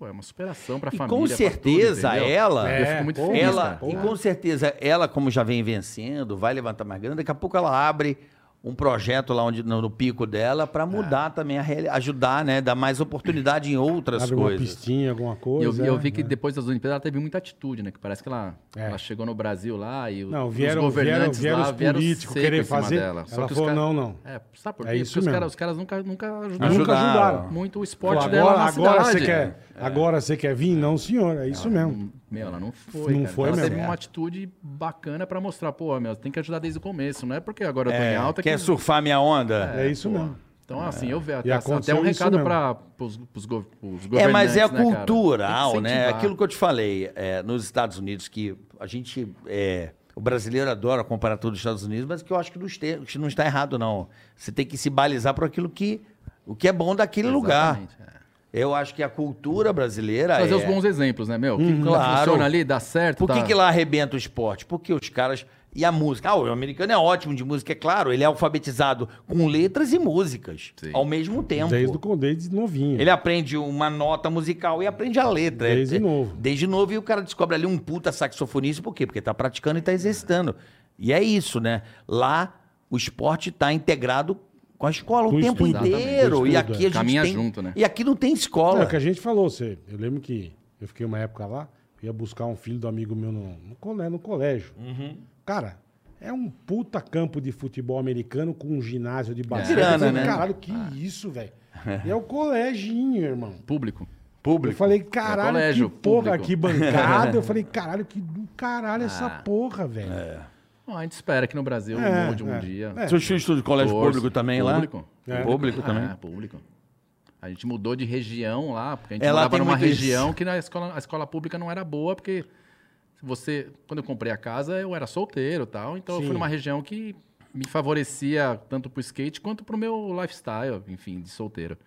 Speaker 4: pô, é uma superação pra
Speaker 3: E
Speaker 4: família.
Speaker 3: com
Speaker 4: pra
Speaker 3: certeza
Speaker 4: tudo, entendeu?
Speaker 3: ela.
Speaker 2: É,
Speaker 4: eu fico muito
Speaker 2: pô,
Speaker 4: feliz,
Speaker 3: Ela,
Speaker 4: cara.
Speaker 3: e com certeza, ela, como já vem vencendo, vai levantar mais grana, daqui a pouco ela abre um projeto lá onde, no, no pico dela para
Speaker 4: É.
Speaker 3: mudar também, a reali- ajudar, né? Dar mais oportunidade em outras
Speaker 2: Abre uma
Speaker 3: coisas.
Speaker 2: pistinha, alguma
Speaker 4: E eu,
Speaker 2: coisa.
Speaker 4: vi- eu vi que
Speaker 2: né?
Speaker 4: depois das Olimpíadas ela teve muita atitude, né? Que parece que ela,
Speaker 2: É.
Speaker 4: ela chegou no Brasil lá e o-
Speaker 2: Não, vieram, vieram, vieram os políticos
Speaker 4: seco em
Speaker 2: querer
Speaker 4: cima
Speaker 2: fazer.
Speaker 4: dela. Só
Speaker 2: Ela
Speaker 4: que os
Speaker 2: falou,
Speaker 4: caras-
Speaker 2: não, não.
Speaker 4: É, sabe por
Speaker 2: É
Speaker 4: quê?
Speaker 2: isso
Speaker 4: Porque os
Speaker 2: mesmo.
Speaker 4: caras, os caras nunca, nunca ajudaram
Speaker 2: Nunca
Speaker 3: Ajudaram.
Speaker 2: ajudaram.
Speaker 4: muito o esporte
Speaker 2: Pô,
Speaker 4: dela
Speaker 2: agora,
Speaker 4: na
Speaker 2: agora
Speaker 4: cidade. É.
Speaker 2: você quer, agora você quer vir? Não, senhor, é isso mesmo.
Speaker 4: Meu, ela não foi.
Speaker 2: Não
Speaker 4: cara.
Speaker 2: foi
Speaker 4: ela
Speaker 2: mesmo.
Speaker 4: teve
Speaker 2: É.
Speaker 4: uma atitude bacana pra mostrar, pô, meu, tem que ajudar desde o começo. Não é porque agora eu tô em
Speaker 3: É,
Speaker 4: alta que.
Speaker 3: quer surfar minha onda?
Speaker 2: É, isso mesmo.
Speaker 4: Então, assim, eu vejo
Speaker 2: E
Speaker 4: até, até
Speaker 2: aconteceu
Speaker 4: um
Speaker 2: isso
Speaker 4: recado
Speaker 2: mesmo.
Speaker 4: para os governantes.
Speaker 3: É, mas é
Speaker 4: né, cara? Tem que
Speaker 3: cultural, né?
Speaker 4: incentivar.
Speaker 3: Aquilo que eu te falei, é, nos Estados Unidos, que a gente. é, o brasileiro adora comparar tudo os Estados Unidos, mas que eu acho que não este- que não está errado, não. Você tem que se balizar por aquilo que. O que é bom daquele lugar.
Speaker 4: Exatamente, é.
Speaker 3: Eu acho que a cultura brasileira.
Speaker 4: Trazer
Speaker 3: é... Uhum,
Speaker 4: os bons exemplos, né, meu? Que quando
Speaker 3: claro.
Speaker 4: funciona ali, dá certo.
Speaker 3: Por que,
Speaker 4: tá-
Speaker 3: que lá arrebenta o esporte? Porque os caras. E a música. Ah, o americano é ótimo de música, é claro. Ele é alfabetizado com letras e músicas
Speaker 4: Sim.
Speaker 3: ao mesmo tempo.
Speaker 2: Desde, o- desde novinho.
Speaker 3: Ele aprende uma nota musical e aprende a letra.
Speaker 2: Desde
Speaker 3: É-
Speaker 2: novo.
Speaker 3: Desde novo. E o cara descobre ali um puta saxofonista. Por quê? Porque tá praticando e tá exercitando. E é isso, né? Lá o esporte tá integrado com a escola
Speaker 2: Com
Speaker 3: o
Speaker 2: o
Speaker 3: tempo
Speaker 2: estudo.
Speaker 3: inteiro.
Speaker 2: Exatamente, com
Speaker 3: e
Speaker 2: o
Speaker 3: aqui a
Speaker 2: estudo,
Speaker 3: gente
Speaker 4: é. Caminha
Speaker 3: tem-
Speaker 4: junto, né?
Speaker 3: E aqui não tem escola.
Speaker 2: É o que a gente falou, você. Eu lembro que eu fiquei uma época lá, ia buscar um filho do amigo meu no, no, colé- no colégio.
Speaker 4: Uhum.
Speaker 2: Cara, é um puta campo de futebol americano com um ginásio
Speaker 4: É.
Speaker 2: de basquete.
Speaker 3: Grana,
Speaker 2: Eu falei,
Speaker 3: né?
Speaker 2: Caralho, que
Speaker 4: Ah.
Speaker 2: isso, velho. E é o coleginho, irmão.
Speaker 4: Público. É
Speaker 2: Eu falei, caralho,
Speaker 4: colégio,
Speaker 2: que porra,
Speaker 4: público. Ah.
Speaker 2: que bancada. Eu falei, caralho, que do caralho essa porra, velho.
Speaker 4: É. Bom, a gente espera que no Brasil
Speaker 2: É,
Speaker 4: mude um
Speaker 2: é.
Speaker 4: dia.
Speaker 2: É.
Speaker 3: Seu filho estuda de colégio
Speaker 4: Torce.
Speaker 3: público também lá?
Speaker 4: Público.
Speaker 2: É.
Speaker 3: Público também?
Speaker 4: É, público. A gente mudou de região lá, porque a gente
Speaker 3: É, lá
Speaker 4: morava
Speaker 3: tem
Speaker 4: numa
Speaker 3: muito isso.
Speaker 4: região que na escola, a escola pública não era boa, porque você, quando eu comprei a casa, eu era solteiro e tal, então eu
Speaker 2: Sim.
Speaker 4: fui numa região que me favorecia tanto pro skate quanto pro meu lifestyle, enfim, de solteiro.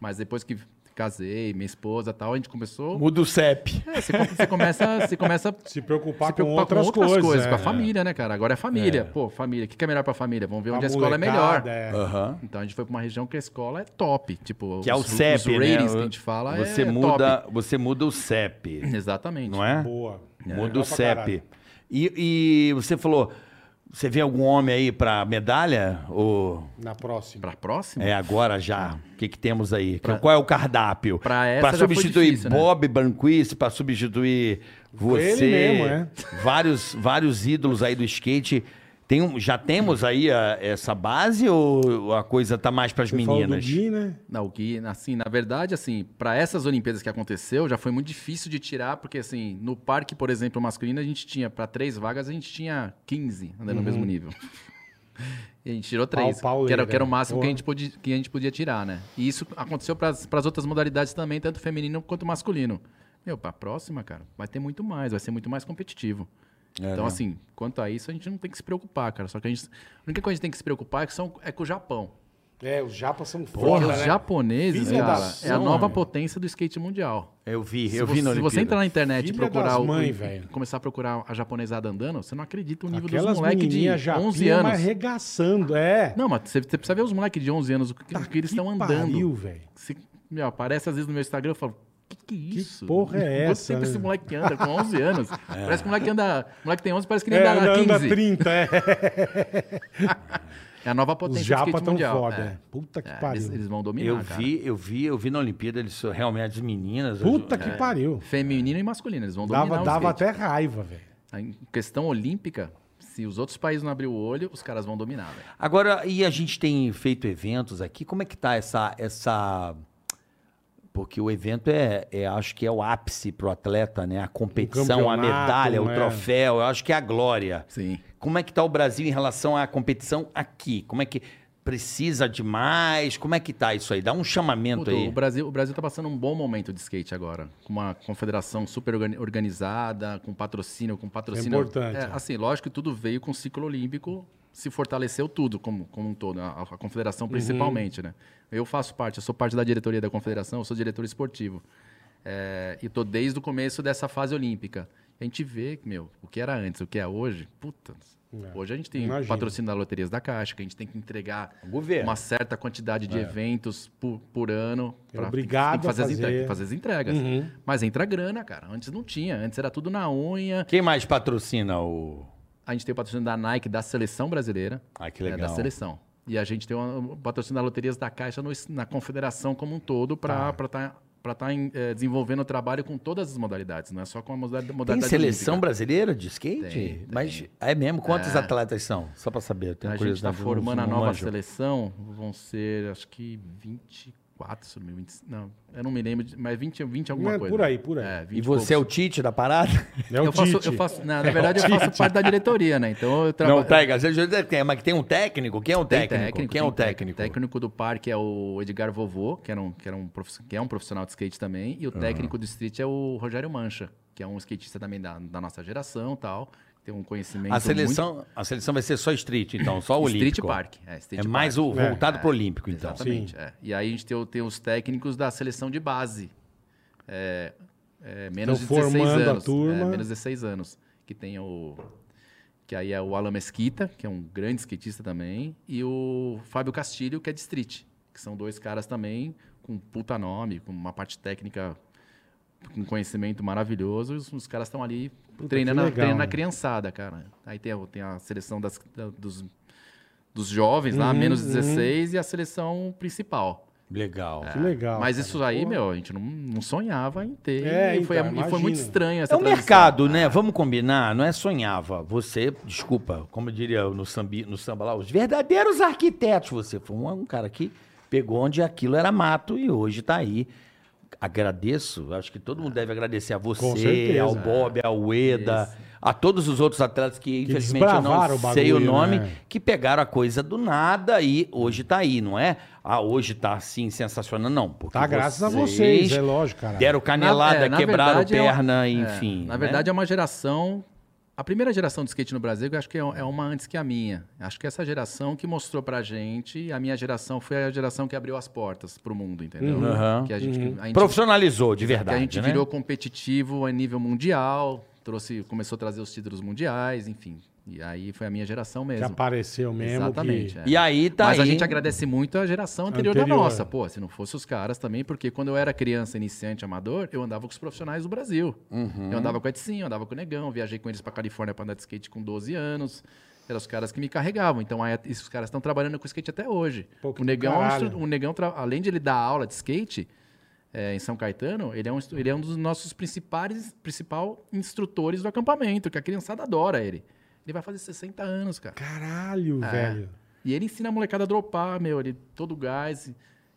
Speaker 4: Mas depois que casei, minha esposa e tal, a gente começou...
Speaker 3: Muda o CEP.
Speaker 4: É, você, come- você começa, você começa
Speaker 2: Se preocupar,
Speaker 4: se preocupar
Speaker 2: com outras, coisas. é.
Speaker 4: com a família, né, cara? Agora é família. Pô, família. O que que é melhor pra família? Vamos ver onde a, escola é melhor.
Speaker 2: molecada, é.
Speaker 3: Aham.
Speaker 4: Então a gente foi pra uma região que a escola é top. Tipo,
Speaker 3: Que é o
Speaker 4: os,
Speaker 3: CEP,
Speaker 4: os
Speaker 3: né?
Speaker 4: ratings que a gente fala
Speaker 3: você
Speaker 4: é
Speaker 3: muda, Você muda o CEP,
Speaker 4: top. Exatamente.
Speaker 3: não é?
Speaker 2: Boa.
Speaker 3: Muda
Speaker 2: Legal
Speaker 3: o
Speaker 2: pra
Speaker 3: CEP.
Speaker 2: caralho.
Speaker 3: E, e você falou, você vê algum homem aí pra medalha? Ou
Speaker 2: Na próxima.
Speaker 4: Pra próxima?
Speaker 3: é agora já? O que, que temos aí? Qual é o cardápio?
Speaker 4: Pra essa já foi
Speaker 3: substituir
Speaker 4: difícil, né?
Speaker 3: Bob Banquist, pra substituir
Speaker 2: Foi
Speaker 3: você.
Speaker 2: ele mesmo, é.
Speaker 3: Vários, vários ídolos aí do skate. Tem um, já temos aí a- essa base ou a coisa tá mais pras
Speaker 2: Você falou do
Speaker 3: meninas?
Speaker 2: Gui, né?
Speaker 4: Não, o que, assim, na verdade, assim, pra essas Olimpíadas que aconteceu, já foi muito difícil de tirar, porque, assim, no parque, por exemplo, masculino, a gente tinha, pra três vagas, a gente tinha 15 andando no
Speaker 3: Uhum.
Speaker 4: mesmo nível. E a gente tirou três,
Speaker 2: pau,
Speaker 4: que, era,
Speaker 2: Leila.
Speaker 4: que era o
Speaker 3: né?
Speaker 4: máximo que
Speaker 2: Porra.
Speaker 4: a, gente podia, que a gente podia tirar, né? E isso aconteceu pras pras outras modalidades também, tanto feminino quanto masculino. Meu, pra próxima, cara, vai ter muito mais, vai ser muito mais competitivo.
Speaker 3: né?
Speaker 4: então, assim, é quanto a isso, a gente não tem que se preocupar, cara. Só que a gente. A única coisa que a gente tem que se preocupar é, que são, é com o Japão.
Speaker 2: É, os japas são
Speaker 4: Porque
Speaker 2: foda,
Speaker 4: os
Speaker 2: né?
Speaker 4: japoneses,
Speaker 2: Filha
Speaker 4: cara,
Speaker 2: das
Speaker 4: é a
Speaker 2: mães.
Speaker 4: nova potência do skate mundial.
Speaker 3: Eu vi,
Speaker 4: Se
Speaker 3: eu
Speaker 4: você,
Speaker 3: vi na
Speaker 4: se
Speaker 3: Olimpíada.
Speaker 4: você entrar na internet e
Speaker 2: Filha
Speaker 4: procurar
Speaker 2: das
Speaker 4: o,
Speaker 2: mãe,
Speaker 4: e
Speaker 2: velho.
Speaker 4: começar a procurar a japonesada andando, você não acredita é o nível
Speaker 2: Aquelas
Speaker 4: dos moleques de
Speaker 2: menininhas
Speaker 4: 11
Speaker 2: japinhas, mas
Speaker 4: anos.
Speaker 2: arregaçando, é.
Speaker 4: Não, mas você, você precisa ver os moleques de 11 anos, o que, o que é eles estão andando.
Speaker 2: Tá Pariu, velho.
Speaker 4: Se, meu, aparece às vezes no meu Instagram, eu falo, que que é isso?
Speaker 2: porra é
Speaker 4: Quanto
Speaker 2: essa,
Speaker 4: tempo
Speaker 2: né?
Speaker 4: esse moleque anda com 11 anos? Parece que o moleque anda... O moleque tem 11, parece que nem
Speaker 2: É,
Speaker 4: dá
Speaker 2: anda
Speaker 4: 15.
Speaker 2: anda 30, é.
Speaker 4: É a nova
Speaker 2: Os
Speaker 4: potência do
Speaker 2: japas
Speaker 4: skate
Speaker 2: tão
Speaker 4: mundial.
Speaker 2: foda.
Speaker 4: É.
Speaker 2: é. Puta que
Speaker 4: É, eles,
Speaker 2: pariu.
Speaker 4: eles vão dominar,
Speaker 3: Eu
Speaker 4: cara.
Speaker 3: vi, eu vi, eu vi na Olimpíada, eles são realmente as meninas. as-
Speaker 2: Puta que pariu.
Speaker 4: Feminino e masculino, eles vão é. dominar
Speaker 2: Dava,
Speaker 4: o
Speaker 2: dava
Speaker 4: skate.
Speaker 2: até raiva, velho.
Speaker 4: Em questão olímpica, se os outros países não abrir o olho, os caras vão dominar, velho.
Speaker 3: Agora, e a gente tem feito eventos aqui, como é que tá essa. essa... Porque o evento é, é, acho que é o ápice pro atleta, né? A competição, a
Speaker 2: campeonato,
Speaker 3: medalha, o
Speaker 2: né?
Speaker 3: troféu, eu acho que é a glória.
Speaker 4: Sim.
Speaker 3: Como é que tá o Brasil em relação à competição aqui? Como é que precisa de mais? Como é que tá isso aí? Dá um chamamento
Speaker 4: Puta,
Speaker 3: aí.
Speaker 4: o Brasil, o Brasil tá passando um bom momento de skate agora, com uma confederação super organi- organizada, com patrocínio, com patrocínio.
Speaker 2: É importante,
Speaker 4: É,
Speaker 2: né?
Speaker 4: assim, lógico que tudo veio com o ciclo olímpico, se fortaleceu tudo como, como um todo, a, a confederação
Speaker 2: Uhum.
Speaker 4: principalmente, né? Eu faço parte, eu sou parte da diretoria da confederação, eu sou diretor esportivo. É, e tô desde o começo dessa fase olímpica. A gente vê, meu, o que era antes, o que é hoje, puta.
Speaker 2: É,
Speaker 4: Hoje a gente tem
Speaker 2: imagino.
Speaker 4: patrocínio da Loterias da Caixa, que a gente tem que entregar
Speaker 3: O governo.
Speaker 4: uma certa quantidade de eventos por, por ano.
Speaker 2: É
Speaker 4: pra-
Speaker 2: obrigado
Speaker 4: tem que fazer,
Speaker 2: a
Speaker 4: as
Speaker 2: fazer.
Speaker 4: entregas, tem que fazer as entregas.
Speaker 2: Uhum.
Speaker 4: Mas entra grana, cara. Antes não tinha. Antes era tudo na unha.
Speaker 3: Quem mais patrocina o.
Speaker 4: A gente tem o patrocínio da Nike, da seleção brasileira.
Speaker 3: Ah, que
Speaker 4: né, da
Speaker 3: legal.
Speaker 4: seleção. E a gente tem o patrocínio da Loterias da Caixa no- na confederação como um todo tá, para estar eh, desenvolvendo o trabalho com todas as modalidades. Não é só com a modalidade
Speaker 3: Tem
Speaker 4: modalidade
Speaker 3: seleção
Speaker 4: olímpica.
Speaker 3: brasileira de skate?
Speaker 4: Tem,
Speaker 3: Mas é mesmo? Quantos
Speaker 4: É.
Speaker 3: atletas são? Só pra saber. eu tenho
Speaker 4: A gente está
Speaker 3: curiosidade, eu não-
Speaker 4: formando a
Speaker 3: não
Speaker 4: nova
Speaker 3: manjo.
Speaker 4: seleção. Vão ser, acho que 24, se não me engano, 25, não, eu não me lembro, de- mas 20, 20 alguma
Speaker 2: É,
Speaker 4: coisa.
Speaker 2: por aí, por aí.
Speaker 4: É, 20
Speaker 3: E você é o
Speaker 4: poucos.
Speaker 3: Tite da parada?
Speaker 2: É o
Speaker 4: eu faço,
Speaker 2: Tite.
Speaker 4: eu faço, na, na verdade, eu faço parte da diretoria, né? Então eu trabalho.
Speaker 3: É Não, pega. Às vezes eu tenho, Mas que tem um técnico? Quem é o
Speaker 4: Tem
Speaker 3: técnico? Quem é
Speaker 4: tem um
Speaker 3: o técnico?
Speaker 4: técnico do parque é o Edgar Vovô, que, era um, que, era um profi- que é um profissional de skate também.
Speaker 3: Ah.
Speaker 4: E o técnico do street é o Rogério Mancha, que é um skatista também da, da nossa geração e tal. Tem um conhecimento
Speaker 3: A seleção, a seleção vai ser só street, então, só o
Speaker 4: muito...
Speaker 3: olímpico.
Speaker 4: Street Park. É, street
Speaker 3: É
Speaker 4: park.
Speaker 3: mais o,
Speaker 2: É.
Speaker 3: voltado pro olímpico, então.
Speaker 4: Exatamente. é. E aí a gente tem, o- tem os técnicos da seleção de base. É, é, menos
Speaker 2: Estão
Speaker 4: de 16
Speaker 2: Então, formando a
Speaker 4: anos.
Speaker 2: turma.
Speaker 4: É, menos de 16 anos. Que tem o. Que aí é o Alan Mesquita, que é um grande skatista também, e o Fábio Castilho, que é de street. Que são dois caras também com puta nome, com uma parte técnica, com conhecimento maravilhoso. e Os, os caras estão ali
Speaker 2: que
Speaker 4: treinando, a-
Speaker 2: legal,
Speaker 4: treinando a
Speaker 2: né?
Speaker 4: criançada, cara. Aí tem, a- tem a seleção das- da- dos dos jovens
Speaker 2: Uhum,
Speaker 4: lá, menos 16, e a seleção principal.
Speaker 3: Legal.
Speaker 2: Que legal.
Speaker 4: Mas
Speaker 2: Ah, cara.
Speaker 4: isso aí,
Speaker 2: Porra.
Speaker 4: meu, a gente não, não sonhava em ter.
Speaker 2: É,
Speaker 4: e, foi,
Speaker 2: então,
Speaker 4: e foi muito
Speaker 2: imagino.
Speaker 4: estranho essa
Speaker 3: É o
Speaker 4: transição.
Speaker 3: mercado, né? Vamos combinar, não é sonhava. Você, desculpa, como eu diria no, sambi, no samba lá, os verdadeiros arquitetos. Você foi um, um cara que pegou onde aquilo era mato e hoje tá aí. Agradeço, acho que todo mundo deve agradecer a
Speaker 2: Com
Speaker 3: você,
Speaker 2: certeza.
Speaker 3: ao Bob, ao Ueda,
Speaker 4: Isso.
Speaker 3: a todos os outros atletas que, infelizmente eu
Speaker 2: desbravaram
Speaker 3: não
Speaker 2: o bagulho,
Speaker 3: sei o nome,
Speaker 2: né?
Speaker 3: que pegaram a coisa do nada e hoje tá aí, não é? Ah, hoje tá assim, sensacional. Não, porque
Speaker 2: Tá graças a vocês, é lógico, cara.
Speaker 3: Deram canelada,
Speaker 4: Na- é, na
Speaker 3: quebraram
Speaker 4: verdade, é um-
Speaker 3: perna,
Speaker 4: é,
Speaker 3: enfim. né?
Speaker 4: na verdade, é uma geração. A primeira geração de skate no Brasil, eu acho que é é uma antes que a minha. Acho que é essa geração que mostrou pra gente, a minha geração foi a geração que abriu as portas pro mundo, entendeu?
Speaker 3: Uhum.
Speaker 4: Que a gente, um- a
Speaker 3: né?
Speaker 4: gente
Speaker 3: profissionalizou, de
Speaker 4: que
Speaker 3: verdade.
Speaker 4: a gente
Speaker 3: né?
Speaker 4: virou competitivo a nível mundial, trouxe, começou a trazer os títulos mundiais, enfim. E aí foi a minha geração
Speaker 2: Que
Speaker 4: mesmo.
Speaker 2: apareceu mesmo.
Speaker 4: Exatamente.
Speaker 2: Que...
Speaker 4: é.
Speaker 3: E aí tá
Speaker 4: Mas a
Speaker 3: aí.
Speaker 4: gente agradece muito a geração anterior,
Speaker 2: Anterior,
Speaker 4: da nossa.
Speaker 2: é.
Speaker 4: Pô, se não fosse os caras também, porque quando eu era criança, iniciante, amador, eu andava com os profissionais do Brasil.
Speaker 3: Uhum.
Speaker 4: Eu andava com o Edson, eu andava com o Negão, viajei com eles pra Califórnia pra andar de skate com 12 anos. Eram os caras que me carregavam. Então, aí, esses caras estão trabalhando com skate até hoje.
Speaker 2: Pô, que
Speaker 4: o Negão, é um
Speaker 2: caralho.
Speaker 4: instru- o Negão tra- além de ele dar aula de skate é, em São Caetano, ele é, um, instru- ele é um dos nossos principais principal instrutores do acampamento, que a criançada adora ele. Ele vai fazer 60 anos, cara.
Speaker 2: Caralho,
Speaker 4: É.
Speaker 2: velho.
Speaker 4: E ele ensina a molecada a dropar, meu, ele todo gás.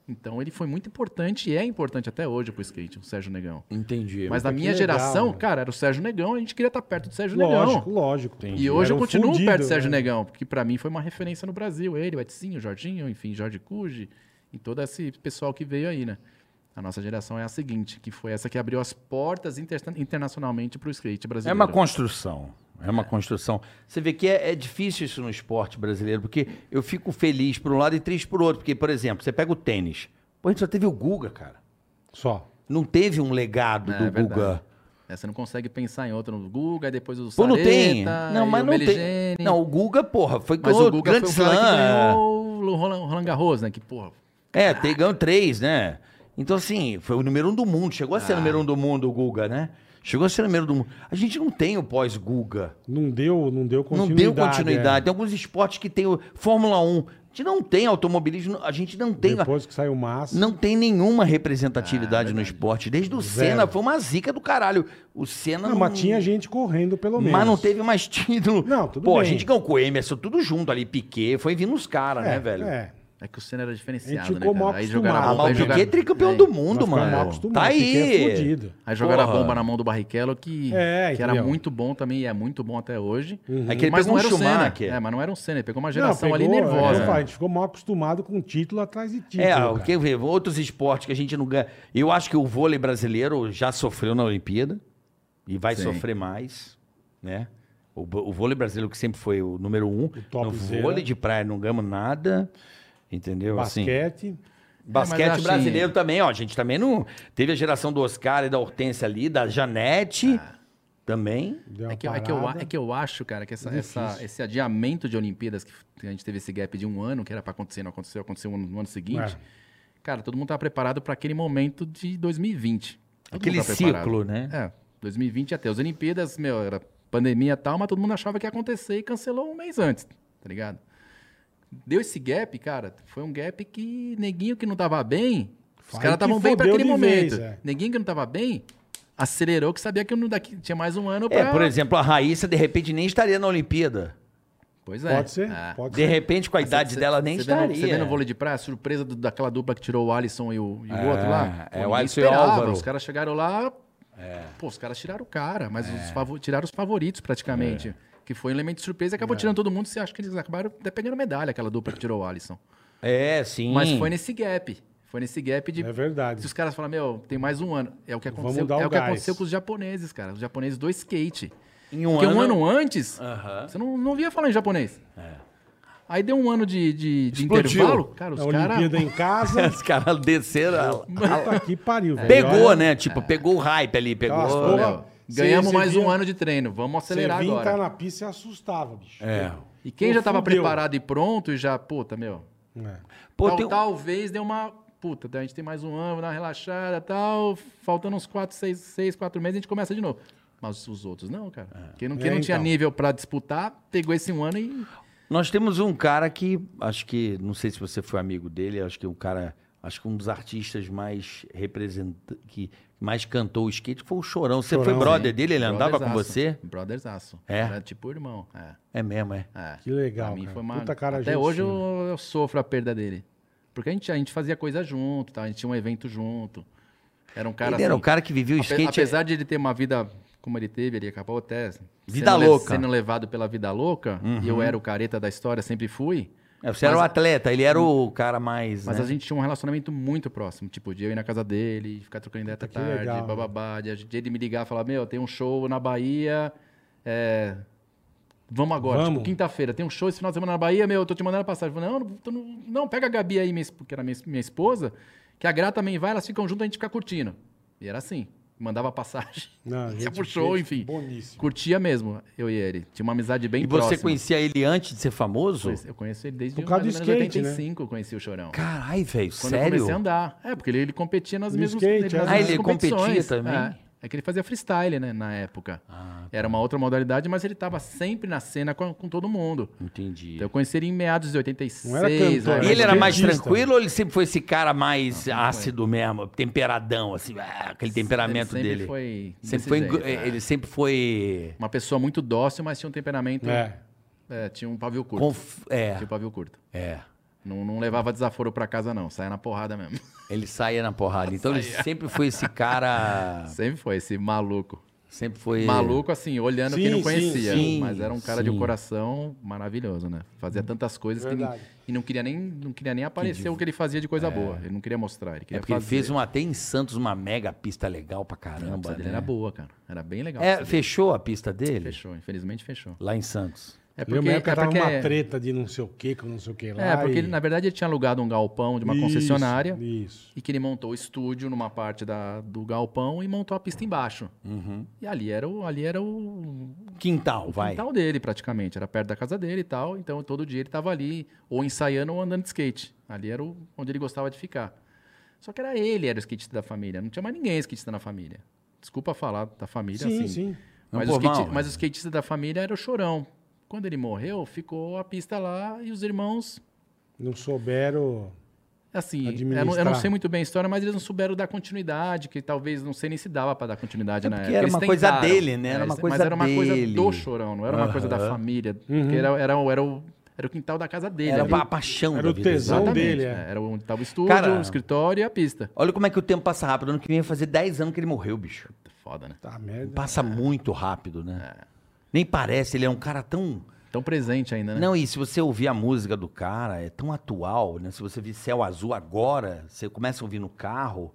Speaker 4: Então ele foi muito importante e é importante até hoje pro skate, o Sérgio Negão.
Speaker 3: Entendi.
Speaker 4: Mas na
Speaker 2: que
Speaker 4: minha
Speaker 2: legal,
Speaker 4: geração,
Speaker 2: mano.
Speaker 4: cara, era o Sérgio Negão, a gente queria estar perto do Sérgio
Speaker 2: Lógico,
Speaker 4: Negão.
Speaker 2: lógico.
Speaker 4: E hoje
Speaker 2: Era
Speaker 4: eu
Speaker 2: um
Speaker 4: continuo
Speaker 2: fundido,
Speaker 4: perto do Sérgio
Speaker 2: né?
Speaker 4: Negão, porque pra mim foi uma referência no Brasil, ele, o Edson, o Jorginho, enfim, Jorge Cuji e todo esse pessoal que veio aí, né? A nossa geração é a seguinte, que foi essa que abriu as portas inter- internacionalmente pro skate
Speaker 3: É
Speaker 4: brasileiro.
Speaker 3: uma construção. É uma construção. Você vê que é, é difícil isso no esporte brasileiro, porque eu fico feliz por um lado e triste por outro. Porque, por exemplo, você pega o tênis. Pô, a gente só teve o Guga, cara.
Speaker 2: Só.
Speaker 3: Não teve um legado
Speaker 4: É,
Speaker 3: do
Speaker 4: verdade.
Speaker 3: Guga.
Speaker 4: É, você não consegue pensar em outro no Guga, aí depois o
Speaker 3: Pô, não tem.
Speaker 4: Sareta,
Speaker 3: Não,
Speaker 4: e
Speaker 3: mas
Speaker 4: o
Speaker 3: não tem.
Speaker 4: Meligeni.
Speaker 3: Não, o Guga, porra, foi
Speaker 4: mas
Speaker 3: ganhou
Speaker 4: o Guga
Speaker 3: Grand
Speaker 4: foi o cara que
Speaker 3: Slam.
Speaker 4: ganhou o Roland, Roland Garros, né? Que, porra,
Speaker 3: É, tem ganho três, né? Então, assim, foi o número um do mundo. Chegou a
Speaker 2: Ah.
Speaker 3: ser o número um do mundo, o Guga, né? Chegou a ser o número do mundo. A gente não tem o pós-Guga.
Speaker 2: Não deu, não deu
Speaker 3: Não
Speaker 2: continuidade.
Speaker 3: deu
Speaker 2: é.
Speaker 3: continuidade. Tem alguns esportes que tem o Fórmula 1. A gente não tem automobilismo, a gente não tem.
Speaker 2: Depois que saiu o Massa.
Speaker 3: Não tem nenhuma representatividade no esporte. Desde o
Speaker 2: Zero.
Speaker 3: Senna, foi uma zica do caralho. O Senna.
Speaker 2: Não, mas tinha gente correndo, pelo menos.
Speaker 3: Mas não teve mais título.
Speaker 2: Não, tudo
Speaker 3: Pô, a
Speaker 2: bem.
Speaker 3: gente ganhou com o Emerson, tudo junto ali, Piquet, foi vindo os
Speaker 2: é,
Speaker 3: caras, né, velho?
Speaker 2: É.
Speaker 4: é que o Senna era
Speaker 2: A
Speaker 4: diferenciado,
Speaker 2: gente
Speaker 4: né,
Speaker 2: ficou mal
Speaker 4: cara? Aí jogaram a
Speaker 3: Ah,
Speaker 2: acostumado.
Speaker 3: mas
Speaker 4: bomba, aí
Speaker 3: o
Speaker 4: jogaram...
Speaker 3: Piquet é tricampeão
Speaker 4: é.
Speaker 3: do mundo,
Speaker 2: Nós ficamos mal
Speaker 3: mano.
Speaker 2: acostumados,
Speaker 3: Tá
Speaker 2: Piquet é
Speaker 3: aí.
Speaker 2: fudido.
Speaker 4: Aí jogaram
Speaker 3: Porra.
Speaker 4: a bomba na mão do Barrichello, que,
Speaker 2: É,
Speaker 4: que era
Speaker 2: entendeu?
Speaker 4: muito bom também, e é muito bom até hoje.
Speaker 3: É que ele
Speaker 4: Uhum. mas
Speaker 3: pegou
Speaker 4: não
Speaker 3: um
Speaker 4: era o Senna.
Speaker 3: Schumacher.
Speaker 4: É, mas não era um Senna, ele pegou uma geração
Speaker 2: Não,
Speaker 4: ali
Speaker 2: Uhum. pegou,
Speaker 4: nervosa.
Speaker 2: é, A gente ficou mal acostumado com título atrás de título.
Speaker 3: É,
Speaker 4: tipo,
Speaker 2: cara.
Speaker 3: o que vê, outros esportes que a gente não ganha. Eu acho que o vôlei brasileiro já sofreu na Olimpíada e vai
Speaker 4: Sim.
Speaker 3: sofrer mais, né? O, bo- o vôlei brasileiro que sempre foi o número um. no
Speaker 2: topzera.
Speaker 3: vôlei de praia não ganhamos nada, entendeu? Assim,
Speaker 2: Basquete.
Speaker 3: basquete
Speaker 4: É, mas assim-
Speaker 3: brasileiro também, ó. A gente também não... Teve a geração do Oscar e da Hortência ali, da Janete
Speaker 4: Ah.
Speaker 3: também.
Speaker 2: deu
Speaker 4: É
Speaker 2: uma
Speaker 4: que, eu- é, que eu, a-
Speaker 2: parada.
Speaker 4: é que eu acho, cara, que essa-
Speaker 2: Difícil.
Speaker 4: essa- esse adiamento de Olimpíadas, que f- a gente teve esse gap de um ano, que era pra acontecer, não aconteceu, aconteceu no, no ano seguinte.
Speaker 2: É.
Speaker 4: Cara, todo mundo tá preparado pra aquele momento de 2020. Todo
Speaker 3: Aquele
Speaker 4: mundo tá preparado.
Speaker 3: ciclo, né?
Speaker 4: É, 2020 até. As Olimpíadas, meu, era pandemia e tal, mas todo mundo achava que ia acontecer e cancelou um mês antes, tá ligado? Deu esse gap, cara, foi um gap que neguinho que não tava bem, os
Speaker 2: Vai
Speaker 4: caras
Speaker 2: que
Speaker 4: estavam bem pra
Speaker 2: fodeu
Speaker 4: aquele
Speaker 2: de vez,
Speaker 4: momento.
Speaker 2: é.
Speaker 4: Neguinho que não tava bem, acelerou que sabia que não daqui tinha mais um ano pra...
Speaker 3: É, por exemplo, a Raíssa, de repente, nem estaria na Olimpíada.
Speaker 4: Pois é.
Speaker 2: Pode ser,
Speaker 4: Ah.
Speaker 2: pode
Speaker 3: De
Speaker 2: ser.
Speaker 3: repente, com a idade
Speaker 4: Cê-
Speaker 3: dela,
Speaker 4: cê-
Speaker 3: nem
Speaker 4: cê vendo-
Speaker 3: estaria.
Speaker 4: Você vendo o vôlei de praia, surpresa do- daquela dupla que tirou o Alisson e o, e o
Speaker 3: É,
Speaker 4: outro lá?
Speaker 3: é, o
Speaker 4: ninguém
Speaker 3: Alisson e o
Speaker 4: esperava,
Speaker 3: Álvaro. É.
Speaker 4: Os caras chegaram lá, pô, os caras tiraram o cara, mas os favo- tiraram os favoritos praticamente.
Speaker 3: É.
Speaker 4: Que foi um elemento de surpresa e acabou tirando todo mundo. Você acha que eles acabaram até pegando medalha, aquela dupla que tirou o Alisson.
Speaker 3: É, sim.
Speaker 4: Mas foi nesse gap. Foi nesse gap de.
Speaker 2: É verdade.
Speaker 4: Se os caras falam, meu, tem mais um ano. É o que
Speaker 2: Vamos
Speaker 4: aconteceu,
Speaker 2: dar o
Speaker 4: é o que
Speaker 2: gás.
Speaker 4: aconteceu com os japoneses, cara. Os japoneses do skate.
Speaker 3: Em um
Speaker 4: Porque
Speaker 3: ano-
Speaker 4: um ano antes,
Speaker 3: Aham.
Speaker 4: você não, não via falar em japonês.
Speaker 3: É.
Speaker 4: Aí deu um ano de, de, de
Speaker 3: Explodiu.
Speaker 4: intervalo. Cara, os
Speaker 2: a
Speaker 4: caras.
Speaker 2: Olimpíada em casa.
Speaker 3: Os caras desceram.
Speaker 2: Puta que pariu, velho.
Speaker 3: Pegou,
Speaker 2: Olha,
Speaker 3: né? Tipo, pegou o hype ali, pegou.
Speaker 2: Aquelas
Speaker 3: Olha,
Speaker 2: porra- Cê-
Speaker 4: Ganhamos
Speaker 2: cê
Speaker 4: mais
Speaker 2: vinha-
Speaker 4: um ano de treino. Vamos
Speaker 2: Você
Speaker 4: acelerar
Speaker 2: vinha
Speaker 4: agora.
Speaker 2: entrar tá na pista e assustava, bicho.
Speaker 3: É.
Speaker 4: E quem já tava
Speaker 2: Fudeu.
Speaker 4: preparado e pronto e já, puta, meu.
Speaker 2: É.
Speaker 3: Pô,
Speaker 4: tal-
Speaker 3: tem um-
Speaker 4: Talvez dê uma. Puta, a gente tem mais um ano, dá uma relaxada tal. Faltando uns 4, 6, seis 4 meses, a gente começa de novo. Mas os outros não, cara. Quem não, quem
Speaker 2: É,
Speaker 4: não tinha
Speaker 2: então.
Speaker 4: nível pra disputar, pegou esse um ano e.
Speaker 3: Nós temos um cara que, acho que, não sei se você foi amigo dele, acho que um cara, acho que um dos artistas mais representante, que mais cantou o skate foi o Chorão. Você foi
Speaker 2: Chorão,
Speaker 3: brother dele? Ele andava com
Speaker 4: Brotherzaço.
Speaker 3: você?
Speaker 4: Brotherzaço.
Speaker 3: É?
Speaker 4: Era tipo irmão. É.
Speaker 3: É mesmo, é.
Speaker 4: É.
Speaker 2: Que legal,
Speaker 4: Pra mim
Speaker 2: cara.
Speaker 4: foi uma...
Speaker 2: Puta cara,
Speaker 4: Até
Speaker 2: gente
Speaker 4: hoje eu,
Speaker 2: fina.
Speaker 4: eu sofro a perda dele. Porque a gente, a gente fazia coisa junto, tá? a gente tinha um evento junto. Era um cara
Speaker 3: ele era
Speaker 4: assim,
Speaker 3: o cara que vivia o
Speaker 4: ape-
Speaker 3: skate. é
Speaker 4: apesar de ele ter uma vida como ele teve, ele acabou até
Speaker 3: Vida
Speaker 4: sendo, le-
Speaker 3: louca. Uhum.
Speaker 4: sendo levado pela vida louca, e eu era o careta da história, sempre fui.
Speaker 3: É, Você era o
Speaker 4: mas- Hum.
Speaker 3: atleta, ele era o cara mais.
Speaker 4: Mas
Speaker 3: né?
Speaker 4: a gente tinha um relacionamento muito próximo. Tipo, de eu ir na casa dele, ficar trocando ideia até
Speaker 2: que
Speaker 4: tarde,
Speaker 2: legal,
Speaker 4: bababá. De, de ele me ligar e falar, meu, tem um show na Bahia, é, Vamos agora,
Speaker 2: Vamos.
Speaker 4: tipo, quinta-feira, tem um show esse final de semana na Bahia, meu, eu tô te mandando a passagem. Eu Falei, não, tô no- não, pega a Gabi aí, minha esp- que era minha, minha esposa, que a Gra também vai, elas ficam juntas, a gente fica curtindo. E era assim, mandava a passagem,
Speaker 2: Não,
Speaker 4: ia
Speaker 2: gente
Speaker 4: pro show,
Speaker 2: fina,
Speaker 4: enfim.
Speaker 2: Boníssimo.
Speaker 4: Curtia mesmo, eu e ele. Tinha uma amizade bem
Speaker 3: E você
Speaker 4: próxima.
Speaker 3: conhecia ele antes de ser famoso?
Speaker 4: Eu conheço ele desde
Speaker 2: Por causa do
Speaker 4: mais ou menos
Speaker 2: skate, né?
Speaker 4: 85, eu conheci o Chorão.
Speaker 3: Caralho, velho,
Speaker 4: é. Quando eu comecei a
Speaker 3: sério?
Speaker 4: andar. É, porque ele, ele competia nas
Speaker 2: No
Speaker 4: mesmas
Speaker 2: skate,
Speaker 4: nas
Speaker 2: é.
Speaker 4: mesmas
Speaker 2: Ah,
Speaker 3: ele competia
Speaker 4: competições.
Speaker 3: também? Ah, tá.
Speaker 4: É. É que ele fazia freestyle, né, na época. Era uma outra modalidade, mas ele tava sempre na cena com, com todo mundo.
Speaker 3: Entendi.
Speaker 4: Então eu conheci ele em meados de 86.
Speaker 2: Não era cantor,
Speaker 4: aí,
Speaker 2: né?
Speaker 3: E ele
Speaker 2: Mas
Speaker 3: era mais
Speaker 2: skatista.
Speaker 3: tranquilo ou ele sempre foi esse cara mais ácido mesmo, temperadão, assim, ah, aquele temperamento
Speaker 4: ele sempre
Speaker 3: dele?
Speaker 4: Foi
Speaker 3: sempre foi,
Speaker 4: desse
Speaker 3: engo-
Speaker 4: jeito, é.
Speaker 3: Ele sempre foi.
Speaker 4: Uma pessoa muito dócil, mas tinha um temperamento...
Speaker 2: É.
Speaker 4: é, tinha um pavio curto.
Speaker 3: conf- É,
Speaker 4: Tinha um pavio curto.
Speaker 3: é.
Speaker 4: Não, não levava desaforo pra casa, não. Saia na porrada mesmo.
Speaker 3: Ele saía na porrada. Então ele sempre foi esse cara.
Speaker 4: Sempre foi esse maluco.
Speaker 3: Sempre foi.
Speaker 4: Maluco, assim, olhando
Speaker 2: Sim,
Speaker 4: quem não
Speaker 2: sim, Uhum.
Speaker 4: conhecia.
Speaker 3: sim,
Speaker 4: mas era um cara
Speaker 3: sim.
Speaker 4: de um coração maravilhoso, né? Fazia tantas coisas que não,
Speaker 2: Verdade.
Speaker 4: e não queria nem, não queria nem aparecer o que ele fazia de coisa boa. Ele não queria mostrar, ele
Speaker 3: É
Speaker 4: queria
Speaker 3: porque ele
Speaker 4: fazer.
Speaker 3: fez um, até em Santos uma mega pista legal pra
Speaker 4: A
Speaker 3: caramba.
Speaker 4: pista dele
Speaker 3: né?
Speaker 4: era boa, cara. Era bem legal. a
Speaker 3: É,
Speaker 4: pista dele.
Speaker 3: fechou a pista dele?
Speaker 4: Fechou, infelizmente fechou.
Speaker 3: Lá em Santos.
Speaker 4: É
Speaker 2: Porque, Lembra que
Speaker 4: é
Speaker 2: tava
Speaker 4: porque-
Speaker 2: uma treta de não sei o que, com não sei o que lá.
Speaker 4: É, porque
Speaker 2: e-
Speaker 4: ele, na verdade, ele tinha alugado um galpão de uma
Speaker 2: Isso,
Speaker 4: concessionária
Speaker 2: Isso.
Speaker 4: e que ele montou o estúdio numa parte da, do galpão e montou a pista embaixo.
Speaker 3: Uhum.
Speaker 4: E ali era o, ali era o,
Speaker 3: Quintal, vai.
Speaker 4: quintal dele, praticamente. Era perto da casa dele e tal. Então, todo dia ele estava ali, ou ensaiando ou andando de skate. Ali era o- onde ele gostava de ficar. Só que era ele, era o skatista da família. Não tinha mais ninguém skatista na família. Desculpa falar da família
Speaker 2: Sim,
Speaker 4: assim.
Speaker 2: sim.
Speaker 3: Não,
Speaker 4: Mas,
Speaker 3: pô,
Speaker 4: o skate-
Speaker 3: mal,
Speaker 4: mas o skatista da família era o Chorão. Quando ele morreu, ficou a pista lá e os irmãos,
Speaker 2: Não souberam.
Speaker 4: assim, eu não- eu
Speaker 2: Administrar.
Speaker 4: não sei muito bem a história, mas eles não souberam dar continuidade, que talvez, não sei nem se dava para dar continuidade
Speaker 3: É
Speaker 4: na
Speaker 3: porque
Speaker 4: época.
Speaker 3: era
Speaker 4: Eles
Speaker 3: uma coisa
Speaker 4: tentaram. É,
Speaker 3: dele, né? Era
Speaker 4: eles-
Speaker 3: uma coisa
Speaker 4: mas era uma
Speaker 3: dele.
Speaker 4: coisa do Chorão, não era uma coisa da
Speaker 3: Aham.
Speaker 4: família. Porque era, era, o- era, o, era o quintal da casa dele.
Speaker 3: Era
Speaker 4: ali.
Speaker 3: a paixão
Speaker 2: Era
Speaker 3: da
Speaker 2: o
Speaker 3: vida
Speaker 2: tesão
Speaker 3: dele.
Speaker 4: Exatamente,
Speaker 2: dele, é.
Speaker 4: né? Era onde estava o estúdio,
Speaker 3: Cara-
Speaker 4: o escritório e a pista.
Speaker 3: Olha como é que o tempo passa rápido. Ano que vem vai fazer 10 anos que ele morreu, bicho.
Speaker 4: Foda, né?
Speaker 2: Tá, merda.
Speaker 3: Passa muito rápido, né?
Speaker 4: É.
Speaker 3: Nem parece, ele é um cara tão.
Speaker 4: Tão presente ainda, né?
Speaker 3: Não, e se você ouvir a música do cara, é tão atual, né? Se você vir Céu Azul agora, você começa a ouvir no carro.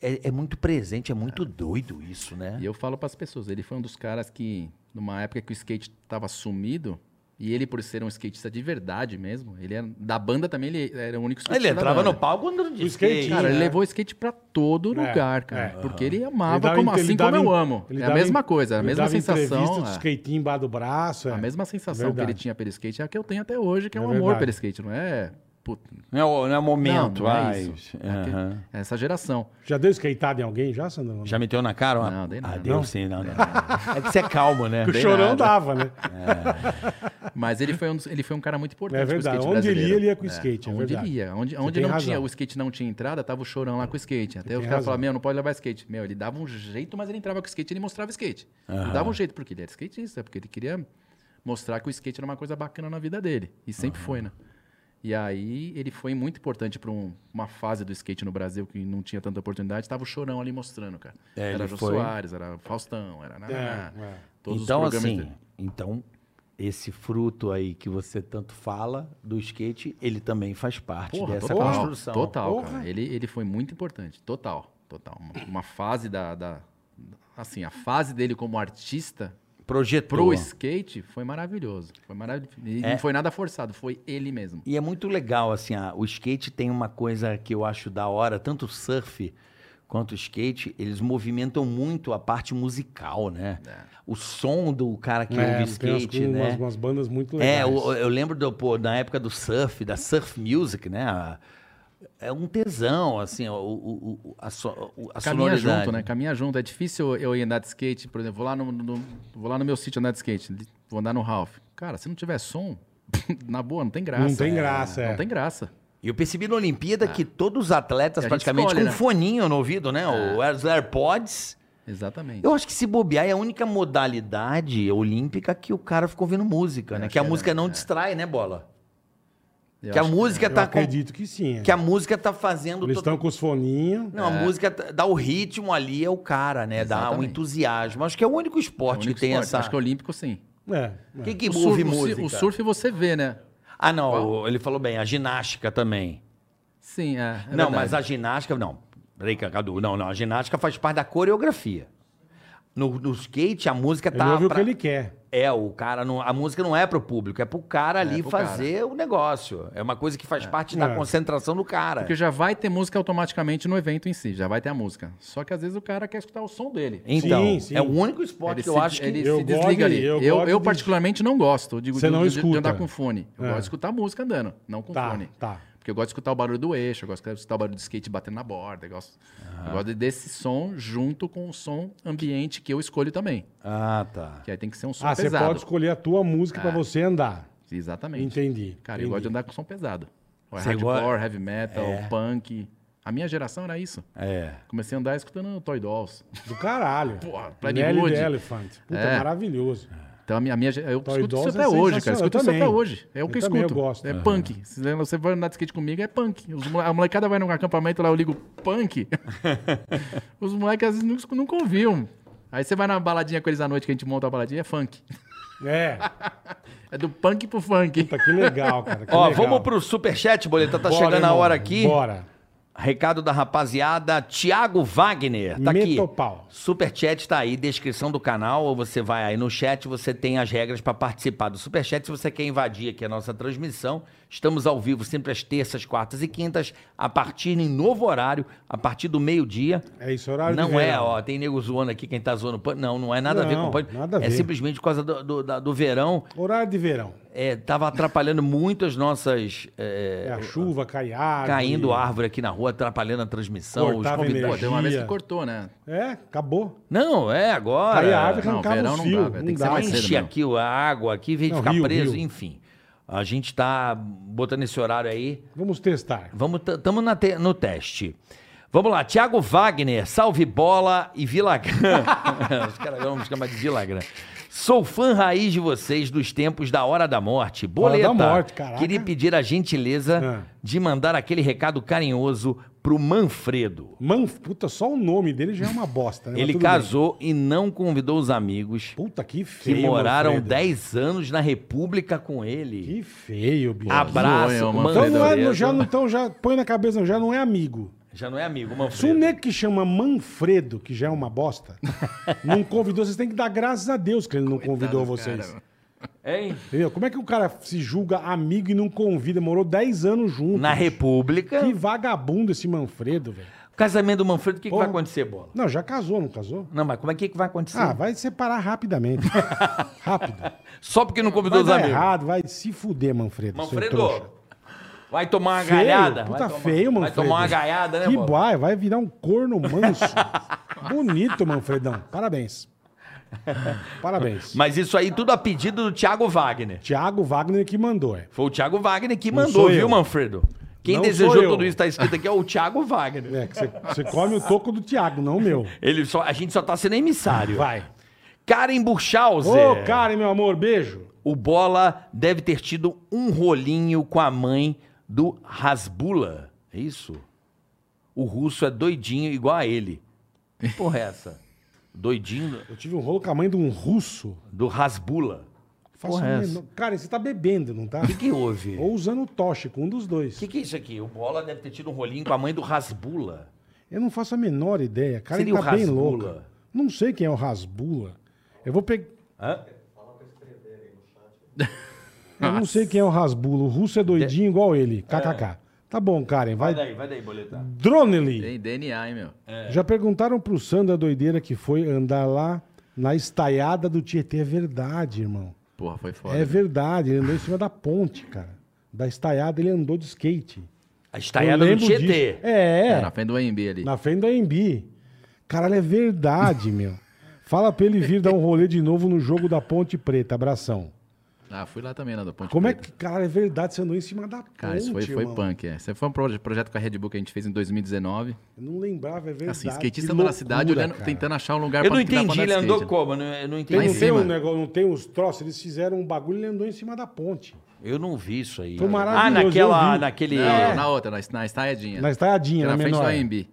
Speaker 3: É, é muito presente, é muito doido isso, né?
Speaker 4: E eu falo para as pessoas, ele foi um dos caras que, numa época que o skate estava sumido, e ele, por ser um skatista de verdade mesmo, ele era, da banda também, ele era o único
Speaker 3: Ele
Speaker 4: skatista. da
Speaker 3: entrava
Speaker 4: banda.
Speaker 3: no palco andando de
Speaker 2: O skate,
Speaker 3: skate.
Speaker 4: Cara, ele
Speaker 2: né?
Speaker 4: levou o skate pra todo
Speaker 2: É,
Speaker 4: lugar,
Speaker 2: é.
Speaker 4: cara. Porque ele
Speaker 2: Ele
Speaker 4: amava,
Speaker 2: dava
Speaker 4: como,
Speaker 2: inte- ele
Speaker 4: assim como
Speaker 2: dava
Speaker 4: eu
Speaker 2: in-
Speaker 4: amo.
Speaker 2: ele
Speaker 4: É a
Speaker 2: dava
Speaker 4: mesma
Speaker 2: in-
Speaker 4: coisa, a
Speaker 2: ele
Speaker 4: mesma
Speaker 2: dava entrevista
Speaker 4: sensação.
Speaker 2: do
Speaker 4: é.
Speaker 2: skate embaixo do braço. É.
Speaker 4: A mesma sensação que
Speaker 2: Verdade.
Speaker 4: ele tinha pelo skate é a que eu tenho até hoje, que
Speaker 2: É
Speaker 4: é, um amor
Speaker 2: verdade.
Speaker 4: pelo skate, não é? Puta,
Speaker 3: Não é o, não é o momento,
Speaker 4: Não, não é
Speaker 3: vai.
Speaker 4: isso. É que-
Speaker 3: Aham.
Speaker 4: é essa geração.
Speaker 2: Já deu skateada em alguém já, Sandrão?
Speaker 3: Já meteu na cara? uma-
Speaker 4: Não, dei
Speaker 3: Ah,
Speaker 4: nada.
Speaker 3: deu
Speaker 4: Não?
Speaker 3: sim, não, não. É que você é calmo, né?
Speaker 2: Que o
Speaker 3: Dei
Speaker 2: chorão
Speaker 3: nada.
Speaker 2: dava, né?
Speaker 4: Mas ele foi um, dos- ele foi um cara muito importante
Speaker 2: É
Speaker 4: pro
Speaker 2: verdade.
Speaker 4: skate
Speaker 2: Onde ele
Speaker 4: brasileiro.
Speaker 2: ia, ele ia com o skate, é
Speaker 4: onde
Speaker 2: verdade.
Speaker 4: ele ia. Onde,
Speaker 2: Você
Speaker 4: onde
Speaker 2: tem
Speaker 4: não
Speaker 2: razão.
Speaker 4: tinha, o skate não tinha entrada, tava o chorão lá com o skate. Até os
Speaker 2: tem
Speaker 4: caras
Speaker 2: razão.
Speaker 4: falavam, meu, não pode levar skate. Meu, ele dava um jeito, mas ele entrava com o skate, ele mostrava o skate. Ele dava um jeito, porque ele era skatista, porque ele queria mostrar que o skate era uma coisa bacana na vida dele. E sempre foi, né? E aí ele foi muito importante para uma fase do skate no Brasil que não tinha tanta oportunidade. Tava o chorão ali mostrando, cara.
Speaker 3: É, ele
Speaker 4: era Jô
Speaker 3: foi.
Speaker 4: Soares, era Faustão, era...
Speaker 2: É, é.
Speaker 4: Todos
Speaker 3: então,
Speaker 4: os programas
Speaker 3: assim,
Speaker 4: dele.
Speaker 3: então, esse fruto aí que você tanto fala do skate, ele também faz parte
Speaker 4: Porra,
Speaker 3: dessa
Speaker 4: total,
Speaker 3: construção.
Speaker 4: Total,
Speaker 2: é Porra.
Speaker 4: cara. Ele, ele foi muito importante. Total, total. Uma, uma fase da, da- Assim, a fase dele como artista
Speaker 3: Projetou.
Speaker 4: pro skate foi maravilhoso. Foi maravilhoso. E
Speaker 3: É.
Speaker 4: não foi nada forçado, foi ele mesmo.
Speaker 3: E é muito legal, assim, a- o skate tem uma coisa que eu acho da hora, tanto o surf quanto o skate, eles movimentam muito a parte musical, né?
Speaker 4: É.
Speaker 3: O som do cara que
Speaker 2: É,
Speaker 3: ouve
Speaker 2: tem umas,
Speaker 3: skate,
Speaker 2: umas,
Speaker 3: né?
Speaker 2: umas bandas muito legais.
Speaker 3: É, eu, eu lembro do, pô, na época do surf, da surf music, né? A- É um tesão, assim, o, o- o- a, so, o- a
Speaker 4: Caminha
Speaker 3: sonoridade.
Speaker 4: junto, né? Caminha junto. É difícil eu ir andar de skate, por exemplo, vou lá no, no- vou lá no meu sítio andar de skate, vou andar no Ralph. Cara, se não tiver som, na boa, não tem graça.
Speaker 2: Não tem graça, é.
Speaker 4: Não tem graça.
Speaker 3: E eu percebi na Olimpíada que todos os atletas,
Speaker 4: É. A gente
Speaker 3: praticamente,
Speaker 4: escolhe,
Speaker 3: com um
Speaker 4: né? É.
Speaker 3: foninho no ouvido, né? O- Os AirPods.
Speaker 4: Exatamente.
Speaker 3: Eu acho que se bobear é a única modalidade olímpica que o cara ficou ouvindo música, né?
Speaker 4: acho
Speaker 3: Que a
Speaker 4: que é,
Speaker 3: música
Speaker 4: né?
Speaker 3: não distrai, né, Bola?
Speaker 4: Eu
Speaker 3: que a
Speaker 4: acho é.
Speaker 3: música
Speaker 2: Eu
Speaker 3: tá com-
Speaker 2: acredito que sim. é.
Speaker 3: que a música tá fazendo
Speaker 2: Eles
Speaker 3: todo
Speaker 2: estão com os foninhos.
Speaker 3: Não, a música t- dá o ritmo ali, é o cara, né? Dá o
Speaker 4: É. Exatamente.
Speaker 3: entusiasmo. Acho que é o único
Speaker 4: É o
Speaker 3: esporte
Speaker 4: único
Speaker 3: que tem
Speaker 4: esporte.
Speaker 3: essa.
Speaker 4: Acho que olímpico, sim.
Speaker 2: É,
Speaker 3: O
Speaker 2: é.
Speaker 3: que, que
Speaker 4: O
Speaker 3: move
Speaker 4: surf- o
Speaker 3: música?
Speaker 4: si- O surf você vê, né?
Speaker 3: Ah, não, o- ele falou bem, a ginástica também.
Speaker 4: Sim, é. é
Speaker 3: não,
Speaker 4: verdade.
Speaker 3: mas a ginástica, não. Peraí, Cadu, não, não. A ginástica faz parte da coreografia. No, no skate, a música
Speaker 2: Ele
Speaker 3: tá.
Speaker 2: ouve o
Speaker 3: pra-
Speaker 2: que ele quer.
Speaker 3: É, o cara não. A música não é pro público, é pro cara ali
Speaker 4: pro
Speaker 3: fazer o negócio. É uma coisa que faz parte da
Speaker 2: É.
Speaker 3: concentração do cara.
Speaker 4: Porque já vai ter música automaticamente no evento em si, já vai ter a música. Só que às vezes o cara quer escutar o som dele.
Speaker 3: Então,
Speaker 2: Sim, sim.
Speaker 3: é o único esporte
Speaker 4: Ele
Speaker 3: que eu
Speaker 4: se-
Speaker 3: acho que.
Speaker 4: ele
Speaker 2: Eu
Speaker 4: se
Speaker 2: gosto
Speaker 4: desliga
Speaker 2: de-
Speaker 4: ali.
Speaker 2: eu
Speaker 4: Eu, eu,
Speaker 2: gosto de-
Speaker 4: particularmente não gosto digo,
Speaker 2: Você
Speaker 4: de,
Speaker 2: não
Speaker 4: de- de
Speaker 2: escuta.
Speaker 4: andar com fone. Eu
Speaker 2: É.
Speaker 4: gosto de escutar música andando, não com
Speaker 2: Tá,
Speaker 4: fone.
Speaker 2: tá.
Speaker 4: Porque eu gosto de escutar o barulho do eixo, eu gosto de escutar o barulho do skate batendo na borda. Eu gosto,
Speaker 3: Ah.
Speaker 4: eu gosto desse som junto com o som ambiente que eu escolho também.
Speaker 3: Ah, tá.
Speaker 4: Que aí tem que ser um som
Speaker 2: Ah, você
Speaker 4: pesado. Ah.
Speaker 2: pode escolher a tua música pra você andar.
Speaker 4: Exatamente.
Speaker 2: Entendi.
Speaker 4: Cara,
Speaker 2: entendi.
Speaker 4: eu gosto de andar com som pesado. Ou é
Speaker 3: Você
Speaker 4: hardcore,
Speaker 3: gosta-
Speaker 4: heavy metal, punk. A minha geração era isso.
Speaker 3: É.
Speaker 4: Comecei a andar escutando Toy Dolls.
Speaker 2: Do caralho.
Speaker 4: Porra, Planet
Speaker 2: Nelly
Speaker 4: Wood.
Speaker 2: the Elephant. Puta,
Speaker 4: É.
Speaker 2: maravilhoso.
Speaker 4: Então a minha, a minha ge- eu
Speaker 2: Toy
Speaker 4: escuto
Speaker 2: Dolls
Speaker 4: isso
Speaker 2: é
Speaker 4: até hoje, cara. Eu
Speaker 2: sensacional.
Speaker 4: escuto
Speaker 2: Eu
Speaker 4: isso até
Speaker 2: também.
Speaker 4: hoje. É o que
Speaker 2: Eu
Speaker 4: eu
Speaker 2: também, eu
Speaker 4: escuto.
Speaker 2: gosto.
Speaker 4: É punk. Se Você vai andar de skate comigo, é punk. Os mole- a molecada vai no acampamento lá, eu ligo punk. Os moleques às vezes nunca, nunca ouviam. Aí você vai na baladinha com eles à noite, que a gente monta a baladinha, é funk.
Speaker 2: É.
Speaker 4: É do punk pro funk.
Speaker 2: Puta, que legal, cara. que
Speaker 3: Ó,
Speaker 2: É legal.
Speaker 3: vamos pro superchat, Boleta. Tá
Speaker 2: Bora,
Speaker 3: chegando a
Speaker 2: irmão,
Speaker 3: hora aqui.
Speaker 2: Bora.
Speaker 3: Recado da rapaziada, Thiago Wagner, tá aqui.
Speaker 2: Meta o pau.
Speaker 3: Superchat tá aí, descrição do canal, ou você vai aí no chat, você tem as regras pra participar do Superchat. Se você quer invadir aqui a nossa transmissão, estamos ao vivo sempre às terças, quartas e quintas, a partir em novo horário, a partir do meio-dia.
Speaker 2: É isso, horário de
Speaker 3: Não é,
Speaker 2: verão.
Speaker 3: ó, tem nego zoando aqui, quem tá zoando pan. Não, não é nada a ver
Speaker 2: Não,
Speaker 3: com pan.
Speaker 2: nada a
Speaker 3: É
Speaker 2: ver.
Speaker 3: simplesmente por causa do, do, da- do verão,
Speaker 2: Horário de verão.
Speaker 3: é, tava atrapalhando muito as nossas... é,
Speaker 2: É a chuva, cai árvore.
Speaker 3: caindo árvore aqui na rua, atrapalhando a transmissão,
Speaker 2: Cortava
Speaker 3: os
Speaker 4: Pô,
Speaker 3: convidados.
Speaker 2: energia.
Speaker 4: tem uma vez que
Speaker 2: Gia.
Speaker 4: cortou, né?
Speaker 2: É, acabou.
Speaker 3: Não, é agora.
Speaker 2: Cai a árvore,
Speaker 4: não,
Speaker 2: arrancava
Speaker 4: verão
Speaker 2: os
Speaker 4: não
Speaker 2: fios.
Speaker 4: dá, velho, tem que ser mais cedo.
Speaker 3: enche
Speaker 4: mesmo.
Speaker 3: aqui a água aqui, vem
Speaker 2: Não,
Speaker 3: ficar
Speaker 2: Rio,
Speaker 3: preso,
Speaker 2: Rio.
Speaker 3: enfim. A gente tá botando esse horário aí.
Speaker 2: Vamos testar.
Speaker 3: Vamos, estamos no teste. Vamos lá, Thiago Wagner, salve bola e Vilagran. Os caras vão me chamar de Vilagran. Sou fã raiz de vocês dos tempos da Hora da Morte. Boleta,
Speaker 2: da Morte, caraca.
Speaker 3: queria pedir a gentileza
Speaker 2: Ah.
Speaker 3: de mandar aquele recado carinhoso pro Manfredo.
Speaker 2: Man, puta, só o nome dele já é uma bosta, né? Mas
Speaker 3: Ele
Speaker 2: tudo bem.
Speaker 3: casou e não convidou os amigos
Speaker 2: Puta, que
Speaker 3: que
Speaker 2: feio.
Speaker 3: moraram
Speaker 2: Manfredo.
Speaker 3: 10 anos na República com ele.
Speaker 2: Que feio, bicho.
Speaker 3: Abraço,
Speaker 4: Zoio,
Speaker 2: Então
Speaker 4: Manfredo.
Speaker 2: não é,
Speaker 3: Manfredo.
Speaker 2: não- já, não- então já põe na cabeça, já não é amigo.
Speaker 3: Já não é amigo,
Speaker 2: Se um
Speaker 3: Manfredo.
Speaker 2: nego que chama Manfredo, que já é uma bosta, não convidou, vocês têm que dar graças a Deus que ele não convidou
Speaker 4: do cara,
Speaker 2: vocês.
Speaker 4: mano.
Speaker 3: Hein?
Speaker 2: Entendeu? Como é que o cara se julga amigo e não convida? Morou 10 anos junto.
Speaker 3: Na
Speaker 2: bicho.
Speaker 3: República.
Speaker 2: Que vagabundo esse Manfredo, velho.
Speaker 3: O casamento do Manfredo, o que, que vai
Speaker 2: Porra.
Speaker 3: acontecer, Bola?
Speaker 2: Não, já casou, não casou?
Speaker 3: Não, mas como é que, que vai acontecer?
Speaker 2: Ah, vai separar rapidamente. Rápido.
Speaker 3: Só porque não
Speaker 2: Vai
Speaker 3: convidou os
Speaker 2: dar
Speaker 3: amigos.
Speaker 2: é errado, vai se fuder, Manfredo. seu trouxa.
Speaker 3: Manfredo, vai tomar uma
Speaker 2: Feio,
Speaker 3: galhada.
Speaker 2: puta
Speaker 3: vai tomar,
Speaker 2: feio,
Speaker 3: vai
Speaker 2: Manfredo.
Speaker 3: tomar uma galhada, né,
Speaker 2: Que
Speaker 3: Bola?
Speaker 2: vai, vai virar um corno manso. Bonito, Manfredão. Parabéns. Parabéns.
Speaker 3: Mas isso aí tudo a pedido do Thiago Wagner.
Speaker 2: Tiago Wagner que mandou, é.
Speaker 3: Foi o Thiago Wagner que
Speaker 2: Não
Speaker 3: mandou,
Speaker 2: sou
Speaker 3: viu,
Speaker 2: eu.
Speaker 3: Manfredo? Quem
Speaker 2: Não sou
Speaker 3: desejou
Speaker 2: eu.
Speaker 3: tudo isso, tá escrito aqui, é o Thiago Wagner.
Speaker 2: É, que você- você come o toco do Tiago, não o meu.
Speaker 3: Ele só, a gente só tá sendo emissário.
Speaker 2: Vai.
Speaker 3: Karen Burchauser.
Speaker 2: Ô, Karen, meu amor, beijo.
Speaker 3: O Bola deve ter tido um rolinho com a mãe do Rasbula. É isso? O russo é doidinho igual a ele. Que porra é essa? Doidinho
Speaker 2: Eu tive um rolo com a mãe de um russo.
Speaker 3: do Rasbula.
Speaker 2: Faço
Speaker 3: Porra, é
Speaker 2: um
Speaker 3: essa?
Speaker 2: menor- Cara, você tá bebendo, não tá?
Speaker 3: O que, que houve? O
Speaker 2: Ou usando tóxico, um dos dois.
Speaker 3: que, que é isso aqui? O Bola deve ter tido um rolinho com a mãe do Rasbula.
Speaker 2: Eu não faço a menor ideia. Cara,
Speaker 3: Seria
Speaker 2: ele
Speaker 3: o
Speaker 2: tá bem
Speaker 3: Rasbula?
Speaker 2: louco. Não sei quem é o Rasbula. Eu vou pegar.
Speaker 3: Hã?
Speaker 2: Eu não sei quem é o Rasbula. O russo é doidinho igual ele. KKK. Tá bom, Karen. Vai.
Speaker 3: Vai daí, vai daí, boleta.
Speaker 2: Dronely.
Speaker 4: Tem DNA, hein, meu?
Speaker 2: Já perguntaram pro Sandro a doideira que foi andar lá na estaiada do Tietê. É verdade, irmão.
Speaker 4: Porra, foi foda.
Speaker 2: É verdade. Ele andou em cima da ponte, cara. Da estaiada ele andou de skate.
Speaker 3: A
Speaker 2: Eu
Speaker 3: estaiada do
Speaker 2: lembro
Speaker 3: Tietê.
Speaker 2: disso. É, é.
Speaker 4: Na frente do AMB ali.
Speaker 2: Na frente da AMB. Caralho, é verdade, meu. Fala pra ele vir dar um rolê de novo no jogo da Ponte Preta. Abração.
Speaker 4: Ah, fui lá também, lá da Ponte
Speaker 2: Como é
Speaker 4: Preta.
Speaker 2: que, cara, é verdade, você andou em cima da ponte,
Speaker 4: Cara, isso foi, foi
Speaker 2: irmão.
Speaker 4: punk, é. Isso foi um proje- projeto com a Red Bull que a gente fez em 2019.
Speaker 2: Eu não lembrava, é verdade.
Speaker 4: Assim, skatista
Speaker 2: Que
Speaker 4: andou na
Speaker 2: loucura,
Speaker 4: cidade olhando,
Speaker 2: cara.
Speaker 4: tentando achar um lugar
Speaker 3: Eu não
Speaker 4: que dá
Speaker 3: entendi,
Speaker 4: andar
Speaker 3: ele
Speaker 4: de
Speaker 3: andou
Speaker 4: skate, né?
Speaker 3: como? Eu não- Eu não
Speaker 2: Tem,
Speaker 4: Lá em
Speaker 2: não
Speaker 3: entendi.
Speaker 2: tem
Speaker 4: cima.
Speaker 2: um negócio, não tem os troços, eles fizeram um bagulho e ele andou em cima da ponte.
Speaker 3: Eu não vi isso aí.
Speaker 2: Foi
Speaker 3: ah,
Speaker 2: maravilhoso, eu
Speaker 3: naquela.
Speaker 2: vi. É.
Speaker 3: Naquele...
Speaker 4: Não, na outra, na, na estaiadinha.
Speaker 2: Na estaiadinha,
Speaker 4: na
Speaker 2: na,
Speaker 4: frente do
Speaker 2: menor.
Speaker 4: AMB.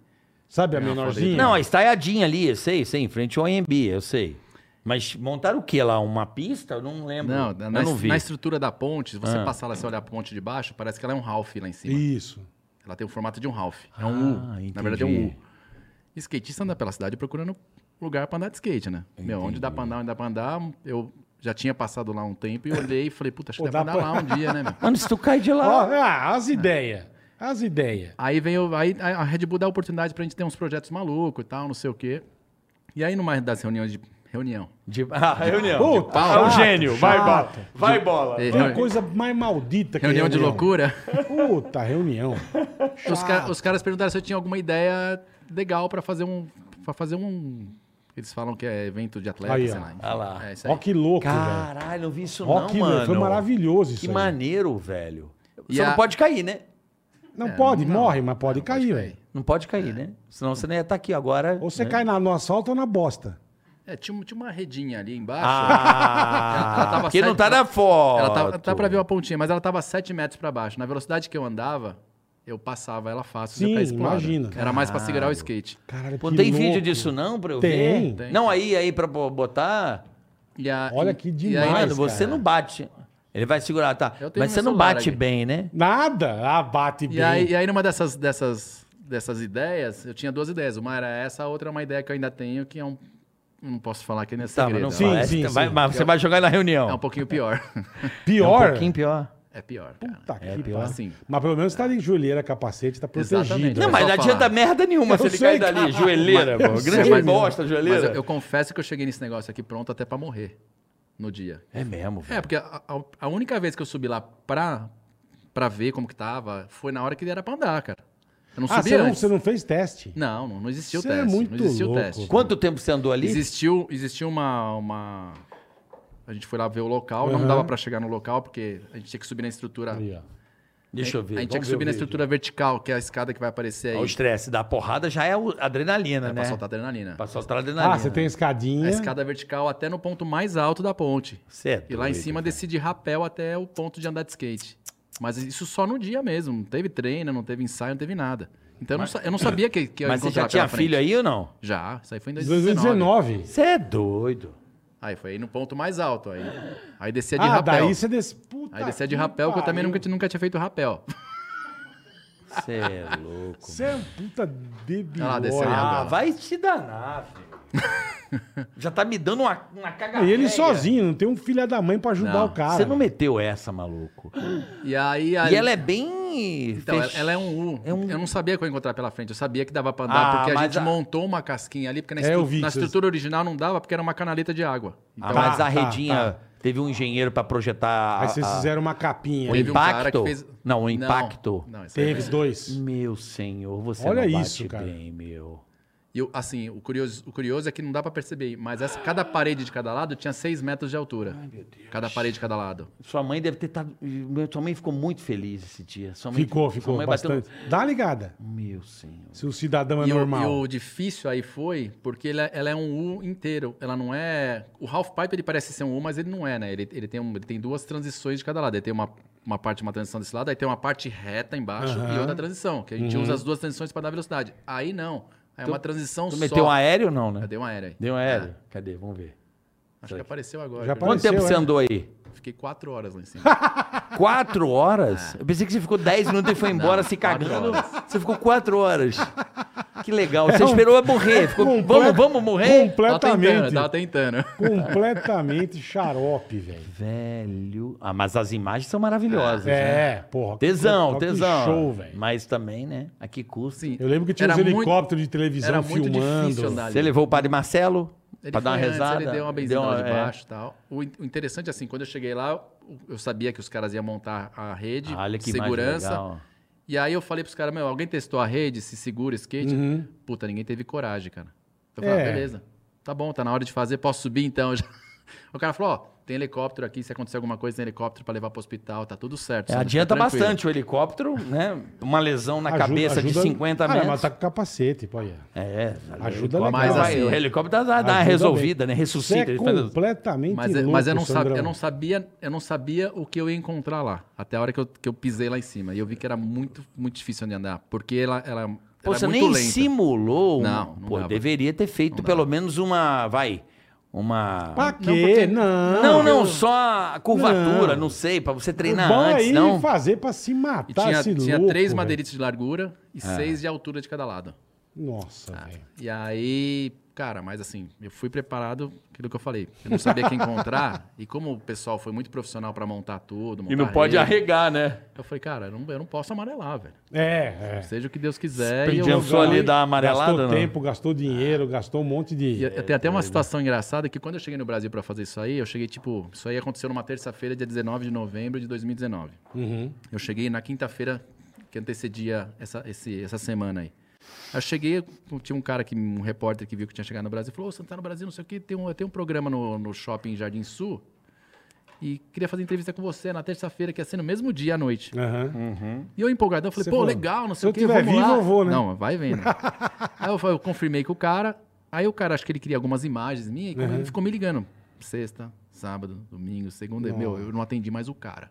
Speaker 2: Sabe a
Speaker 4: É, Eu falei,
Speaker 2: menorzinha?
Speaker 3: Não, é- a estaiadinha ali, eu sei, sei, em frente ao AMB, eu sei. Mas montaram o que lá? Uma pista? Eu não lembro.
Speaker 4: Não,
Speaker 3: eu
Speaker 4: na, na-
Speaker 3: não vi. Ah.
Speaker 4: na estrutura da ponte, se você passar lá, você olhar a ponte de baixo, parece que ela é um Ralph lá em cima.
Speaker 2: Isso.
Speaker 4: Ela tem o formato de um Ralph. É um U.
Speaker 3: Ah,
Speaker 4: Na verdade, é um
Speaker 3: entendi.
Speaker 4: U. Skatista anda pela cidade procurando lugar pra andar de skate, né? Meu, onde dá pra andar, onde dá pra andar. Eu já tinha passado lá um tempo e olhei e falei, puta, acho que
Speaker 2: Pô,
Speaker 4: dá,
Speaker 2: dá
Speaker 4: pra andar
Speaker 2: pra-
Speaker 4: lá um dia, né, meu?
Speaker 3: Mano, se tu cai de
Speaker 2: Ó,
Speaker 3: lá.
Speaker 2: ah,
Speaker 4: É.
Speaker 2: as ideias. As ideias.
Speaker 4: Aí vem o- aí a Red Bull dá a oportunidade pra gente ter uns projetos malucos e tal, não sei o quê. E aí, numa das reuniões de. Reunião.
Speaker 3: De... Ah, reunião.
Speaker 2: Puta,
Speaker 3: Ah, é um
Speaker 2: chato,
Speaker 3: gênio. Vai, bola.
Speaker 2: chato.
Speaker 3: Vai, bola.
Speaker 4: Eh,
Speaker 2: Tem
Speaker 4: reu-
Speaker 2: Ah, coisa mais maldita que
Speaker 4: reunião de loucura.
Speaker 2: Puta, reunião.
Speaker 4: Os, ca- os caras perguntaram se eu tinha alguma ideia legal pra fazer um. para fazer um. Eles falam que é evento de atleta,
Speaker 2: Aí,
Speaker 4: sei
Speaker 2: ó.
Speaker 4: lá. enfim.
Speaker 3: Ah lá.
Speaker 4: É isso aí.
Speaker 2: Ó que louco, velho.
Speaker 3: Caralho, não vi isso
Speaker 2: Ó
Speaker 3: não,
Speaker 2: que
Speaker 3: mano.
Speaker 2: louco. Foi maravilhoso isso
Speaker 3: Que
Speaker 2: aí.
Speaker 3: maneiro, velho.
Speaker 4: E
Speaker 3: Você
Speaker 4: a-
Speaker 3: não pode cair, né?
Speaker 2: Não
Speaker 4: É,
Speaker 2: pode,
Speaker 4: não-
Speaker 2: morre, mas pode
Speaker 4: não pode
Speaker 2: cair,
Speaker 4: cair.
Speaker 2: velho.
Speaker 3: Não pode
Speaker 4: É.
Speaker 3: cair, né? Senão você não ia estar aqui agora.
Speaker 2: Ou você
Speaker 3: né?
Speaker 2: cai na, no asfalto ou na bosta.
Speaker 4: É, tinha, um- tinha uma redinha ali embaixo. Ela
Speaker 3: Ah,
Speaker 4: tava
Speaker 3: porque não
Speaker 4: saindo-
Speaker 3: tá na foto.
Speaker 4: Ela tava, tá pra ver uma pontinha, mas ela tava 7 metros pra baixo. Na velocidade que eu andava, eu passava ela fácil
Speaker 2: Sim,
Speaker 4: de pé explorado.
Speaker 2: imagina.
Speaker 4: Era mais pra
Speaker 3: Caralho.
Speaker 4: segurar o skate.
Speaker 2: Caralho,
Speaker 3: Pô,
Speaker 2: que
Speaker 3: tem
Speaker 2: louco.
Speaker 3: vídeo
Speaker 4: né?
Speaker 3: disso não pra eu
Speaker 2: Tem.
Speaker 3: ver?
Speaker 4: Tem.
Speaker 3: Não, aí, aí pra bo- botar...
Speaker 4: E a-
Speaker 2: Olha
Speaker 4: e-
Speaker 2: que
Speaker 4: e aí-
Speaker 2: demais.
Speaker 3: Mano, você
Speaker 2: cara.
Speaker 3: não bate. Ele vai segurar, tá?
Speaker 4: Eu tenho
Speaker 3: Mas
Speaker 4: meu
Speaker 3: você não
Speaker 4: celular
Speaker 3: bate
Speaker 4: aqui.
Speaker 3: bem, né?
Speaker 2: Nada. Ah, bate
Speaker 3: Tipo,
Speaker 2: bem.
Speaker 4: E aí, e aí numa dessas, dessas, dessas ideias, eu tinha duas ideias. Uma era essa, a outra é uma ideia que eu ainda tenho, que é um. Não posso falar aqui nesse
Speaker 3: Tá, mas
Speaker 4: segredo. né?
Speaker 3: não
Speaker 2: Sim,
Speaker 3: fala.
Speaker 2: sim,
Speaker 3: Essa- vai-
Speaker 2: sim.
Speaker 3: Mas você vai jogar na reunião.
Speaker 4: É um pouquinho pior.
Speaker 2: Pior.
Speaker 3: É um pouquinho pior.
Speaker 4: é pior, cara.
Speaker 2: Puta que
Speaker 3: pior.
Speaker 2: pariu.
Speaker 4: Assim.
Speaker 2: Mas pelo menos tá ali em joelheira, capacete, tá protegido.
Speaker 4: Exatamente.
Speaker 3: Não,
Speaker 4: É
Speaker 3: mas
Speaker 4: só
Speaker 3: não adianta
Speaker 4: falar.
Speaker 3: merda nenhuma
Speaker 2: Eu
Speaker 3: se ele
Speaker 2: sei,
Speaker 3: cair
Speaker 2: cara.
Speaker 3: dali. Joelheira,
Speaker 2: Mas-
Speaker 3: pô.
Speaker 2: eu
Speaker 3: Grande
Speaker 2: sei,
Speaker 3: mas
Speaker 2: meu.
Speaker 3: bosta,
Speaker 4: Mas
Speaker 3: joelheira.
Speaker 4: eu, eu confesso que eu cheguei nesse negócio aqui pronto até pra morrer no dia.
Speaker 3: É mesmo, velho.
Speaker 4: É, porque a, a- a única vez que eu subi lá pra, pra ver como que tava, foi na hora que era pra andar, cara. Eu não
Speaker 2: Ah,
Speaker 4: subi
Speaker 2: você não,
Speaker 4: antes.
Speaker 2: você não fez teste?
Speaker 4: não... não, não existia o
Speaker 2: Você é
Speaker 4: teste.
Speaker 2: muito
Speaker 4: não existia
Speaker 2: louco.
Speaker 4: o teste.
Speaker 3: Quanto tempo você andou ali?
Speaker 4: Existiu, existiu uma, uma. A gente foi lá ver o local, não
Speaker 2: Aham.
Speaker 4: dava pra chegar no local, porque a gente tinha que subir na estrutura.
Speaker 2: Aí, ó. Ah,
Speaker 3: Deixa eu
Speaker 4: A
Speaker 3: ver.
Speaker 4: gente tinha que
Speaker 3: Vamos
Speaker 4: subir na
Speaker 2: vídeo.
Speaker 4: estrutura vertical, que é a escada que vai aparecer aí.
Speaker 3: ver. O estresse da porrada já é o- adrenalina,
Speaker 4: é
Speaker 3: né?
Speaker 4: pra soltar adrenalina.
Speaker 3: Pra soltar adrenalina.
Speaker 2: Ah, você tem a escadinha.
Speaker 4: A escada vertical até no ponto mais alto da ponte.
Speaker 3: Cê é
Speaker 4: E lá em
Speaker 3: doido,
Speaker 4: cima
Speaker 3: velho.
Speaker 4: desci de rapel até o ponto de andar de skate. Mas isso só no dia mesmo. Não teve treino, não teve ensaio, não teve nada. Então eu não sa- eu não sabia que, que eu ia
Speaker 3: Mas você
Speaker 4: encontrar
Speaker 3: já
Speaker 4: pela
Speaker 3: tinha
Speaker 4: frente.
Speaker 3: filho aí ou não?
Speaker 4: Já, isso aí foi em 2019.
Speaker 2: 2019.
Speaker 3: Você é doido.
Speaker 4: Aí foi aí no ponto mais alto. Aí, aí descia de
Speaker 2: Ah,
Speaker 4: rapel.
Speaker 2: daí você desce. Puta
Speaker 4: Aí descia de
Speaker 2: que
Speaker 4: rapel, que eu também
Speaker 2: pariu.
Speaker 4: nunca, ti- nunca tinha feito rapel.
Speaker 3: Você é louco.
Speaker 2: Você é um puta debilóide.
Speaker 4: Olha lá, desceu
Speaker 2: é
Speaker 4: aí
Speaker 3: Ah,
Speaker 4: agora.
Speaker 3: vai te danar, filho. Já tá me dando uma, uma cagada.
Speaker 2: E ele sozinho, não tem um filho da mãe pra ajudar
Speaker 4: Não,
Speaker 2: o cara. Ah,
Speaker 3: Você não meteu essa, maluco.
Speaker 4: E aí. aí
Speaker 3: E ela é bem.
Speaker 4: Então, ela-
Speaker 3: fech-
Speaker 4: ela é um U.
Speaker 3: É um-
Speaker 4: Eu não sabia que eu ia encontrar pela frente. Eu sabia que dava pra andar,
Speaker 3: Ah,
Speaker 4: porque a
Speaker 3: mas
Speaker 4: gente
Speaker 3: a-
Speaker 4: montou uma casquinha ali, porque na,
Speaker 2: É, eu
Speaker 4: estru-
Speaker 2: vi
Speaker 4: na
Speaker 2: que vocês-
Speaker 4: estrutura original não dava, porque era uma canaleta de água. Então,
Speaker 3: Ah,
Speaker 2: Tá,
Speaker 3: mas
Speaker 2: tá,
Speaker 3: a redinha.
Speaker 2: tá.
Speaker 3: Teve um engenheiro pra projetar.
Speaker 2: Aí
Speaker 3: a-
Speaker 2: vocês
Speaker 3: a-
Speaker 2: fizeram uma capinha.
Speaker 3: o
Speaker 4: Teve um cara
Speaker 3: impacto.
Speaker 4: que fez-
Speaker 3: Não, o impacto.
Speaker 4: Não, não, isso aí é-
Speaker 2: Teve
Speaker 3: é.
Speaker 4: foi-
Speaker 2: dois.
Speaker 3: Meu senhor, você
Speaker 2: Olha
Speaker 3: não bate
Speaker 2: isso, cara.
Speaker 3: bem, meu.
Speaker 4: E o- assim, o curioso, o curioso é que não dá pra perceber, mas essa, cada parede de cada lado tinha 6 metros de altura. Cada parede de cada lado.
Speaker 3: Sua mãe deve ter estado. Sua mãe ficou muito feliz esse dia. Sua mãe-
Speaker 2: Ficou,
Speaker 3: sua
Speaker 2: ficou
Speaker 3: mãe bateu no-
Speaker 2: bastante. Dá uma ligada.
Speaker 3: Meu senhor.
Speaker 2: Se o cidadão é
Speaker 4: E o,
Speaker 2: normal.
Speaker 4: e o difícil aí foi porque ele é- ela é um U inteiro. Ela não é. O half pipe ele parece ser um U, mas ele não é, né? Ele, ele tem, um- ele tem duas transições de cada lado. Ele tem uma, uma parte, uma transição desse lado, aí tem uma parte reta embaixo
Speaker 2: Aham. Uhum.
Speaker 4: e outra transição. Que a gente usa as duas transições pra dar velocidade. Aí não. Aí é uma transição
Speaker 3: Tu
Speaker 4: só. Ah,
Speaker 3: meteu um aéreo ou não, né?
Speaker 4: Deu uma aérea aí.
Speaker 3: Deu um aéreo. Cadê? Vamos ver.
Speaker 4: Acho que apareceu agora.
Speaker 2: Já
Speaker 4: que eu
Speaker 3: Quanto tempo
Speaker 2: Tá. Apareceu,
Speaker 3: você
Speaker 2: é?
Speaker 3: andou aí?
Speaker 4: Fiquei quatro horas lá em cima.
Speaker 3: Quatro horas?
Speaker 4: Ah.
Speaker 3: Eu pensei que você ficou dez minutos e foi embora se
Speaker 4: quatro
Speaker 3: cagando.
Speaker 4: horas.
Speaker 3: Você ficou quatro horas. Que legal. Você
Speaker 2: um-
Speaker 3: esperou eu morrer. Ficou,
Speaker 2: Comple-
Speaker 3: vamos, vamos morrer.
Speaker 4: Tava tentando,
Speaker 2: Completamente.
Speaker 4: tava tentando.
Speaker 2: Completamente xarope, velho.
Speaker 3: Velho. Ah, mas as imagens são maravilhosas. né?
Speaker 2: É, porra.
Speaker 3: Tesão,
Speaker 2: que- que
Speaker 3: tesão.
Speaker 2: show, velho.
Speaker 3: Mas também, né? A que custo?
Speaker 4: Sim.
Speaker 2: Eu lembro que tinha
Speaker 4: Era
Speaker 2: uns
Speaker 4: muito-
Speaker 2: helicópteros de televisão
Speaker 4: Era muito
Speaker 2: filmando.
Speaker 4: difícil andar ali.
Speaker 3: Você levou o padre Marcelo
Speaker 4: Ele
Speaker 3: pra dar uma
Speaker 4: foi antes,
Speaker 3: rezada?
Speaker 4: Ele deu uma
Speaker 3: Deu
Speaker 4: benzinha lá de
Speaker 3: é.
Speaker 4: baixo e tal. O in- o interessante, assim, quando eu cheguei lá, eu- eu sabia que os caras iam montar a rede,
Speaker 3: Olha que segurança.
Speaker 4: segurança. E aí eu falei pros caras, meu, alguém testou a rede, se segura, skate?
Speaker 2: Uhum.
Speaker 4: Puta, ninguém teve coragem, cara. Eu falei, ah,
Speaker 2: É.
Speaker 4: beleza, tá bom, tá na hora de fazer, posso subir então? O cara falou, ó, tem helicóptero aqui, se acontecer alguma coisa, tem helicóptero pra levar pro hospital, tá tudo certo. você
Speaker 3: É, adianta
Speaker 4: fica tranquilo."
Speaker 3: bastante o helicóptero, né? Uma lesão na
Speaker 2: Ajuda-
Speaker 3: cabeça
Speaker 2: ajuda-
Speaker 3: de 50
Speaker 2: Ah,
Speaker 3: metros.
Speaker 2: mas tá com capacete, pô. aí.
Speaker 3: É,
Speaker 2: Ajuda legal.
Speaker 3: legal. Mas
Speaker 4: Mas
Speaker 3: assim,
Speaker 4: assim,
Speaker 3: o helicóptero dá, dá uma
Speaker 2: Ajuda
Speaker 3: resolvida,
Speaker 2: bem.
Speaker 3: né? Ressuscita.
Speaker 2: Você é
Speaker 3: ele faz-
Speaker 2: completamente
Speaker 4: Mas, é-
Speaker 2: louco,
Speaker 4: mas eu, não
Speaker 2: Sandrão.
Speaker 4: sabia, eu, não sabia, eu não sabia o que eu ia encontrar lá. Até a hora que eu, que eu pisei lá em cima. E eu vi que era muito, muito difícil de andar. Porque ela, ela, ela
Speaker 3: Pô,
Speaker 4: é
Speaker 3: você
Speaker 4: muito
Speaker 3: nem
Speaker 4: lenta.
Speaker 3: simulou. um-
Speaker 4: Não, não
Speaker 3: Pô,
Speaker 4: dava.
Speaker 3: deveria ter feito pelo menos uma. Vai. Uma.
Speaker 2: Pra
Speaker 4: Não,
Speaker 2: quê?
Speaker 4: porque-
Speaker 2: Não.
Speaker 3: Não, não, só a curvatura,
Speaker 2: Não.
Speaker 3: não, sei, pra você
Speaker 2: O
Speaker 3: treinar
Speaker 2: bom é
Speaker 3: antes,
Speaker 2: aí
Speaker 3: não.
Speaker 2: fazer pra se
Speaker 4: E
Speaker 2: matar
Speaker 4: tinha,
Speaker 2: esse
Speaker 4: tinha
Speaker 2: louco,
Speaker 4: três
Speaker 2: velho. É.
Speaker 4: madeirites de largura e seis de altura de cada lado.
Speaker 2: Nossa, velho.
Speaker 4: E aí, cara, mas assim, eu fui preparado, aquilo que eu falei. Eu não sabia o que encontrar. e como o pessoal foi muito profissional pra montar tudo, montar rede,
Speaker 3: arregar, né?
Speaker 4: Eu falei, cara, eu não, eu não posso amarelar, velho.
Speaker 2: É, é.
Speaker 4: Seja o que Deus quiser.
Speaker 3: Speed
Speaker 4: E eu, Ah.
Speaker 3: and Pensou ali dar amarelada,
Speaker 2: Gastou
Speaker 3: não?
Speaker 2: tempo, gastou dinheiro, gastou um monte
Speaker 4: E
Speaker 2: de...
Speaker 4: eu- tem até uma situação engraçada que quando eu cheguei no Brasil pra fazer isso aí, eu cheguei tipo, isso aí aconteceu numa terça-feira, dia 19 de novembro de 2019.
Speaker 2: Uhum.
Speaker 4: Eu cheguei na quinta-feira que antecedia essa, esse- essa semana aí. Aí Eu cheguei, tinha um cara que um repórter que viu que eu tinha chegado no Brasil, falou: "Ô, você tá no Brasil, não sei o quê, tem um, tem um programa no, no shopping Jardim Sul e queria fazer entrevista com você na terça-feira, que ia ser no mesmo dia à noite". Hum.
Speaker 2: Aham.
Speaker 4: E eu empolgadão, falei,
Speaker 2: Você
Speaker 4: pô,
Speaker 2: falou,
Speaker 4: legal, não
Speaker 2: se
Speaker 4: sei
Speaker 2: eu
Speaker 4: o que,
Speaker 2: tiver
Speaker 4: vamos
Speaker 2: vivo,
Speaker 4: lá.
Speaker 2: eu vou, né?
Speaker 4: Não, vai vendo. aí eu, falei, eu confirmei com o cara, aí o cara, acho que ele queria algumas imagens minhas, e
Speaker 2: Uhum.
Speaker 4: ele ficou me ligando. é Sexta, sábado, domingo, segunda, meu, eu não atendi mais o cara.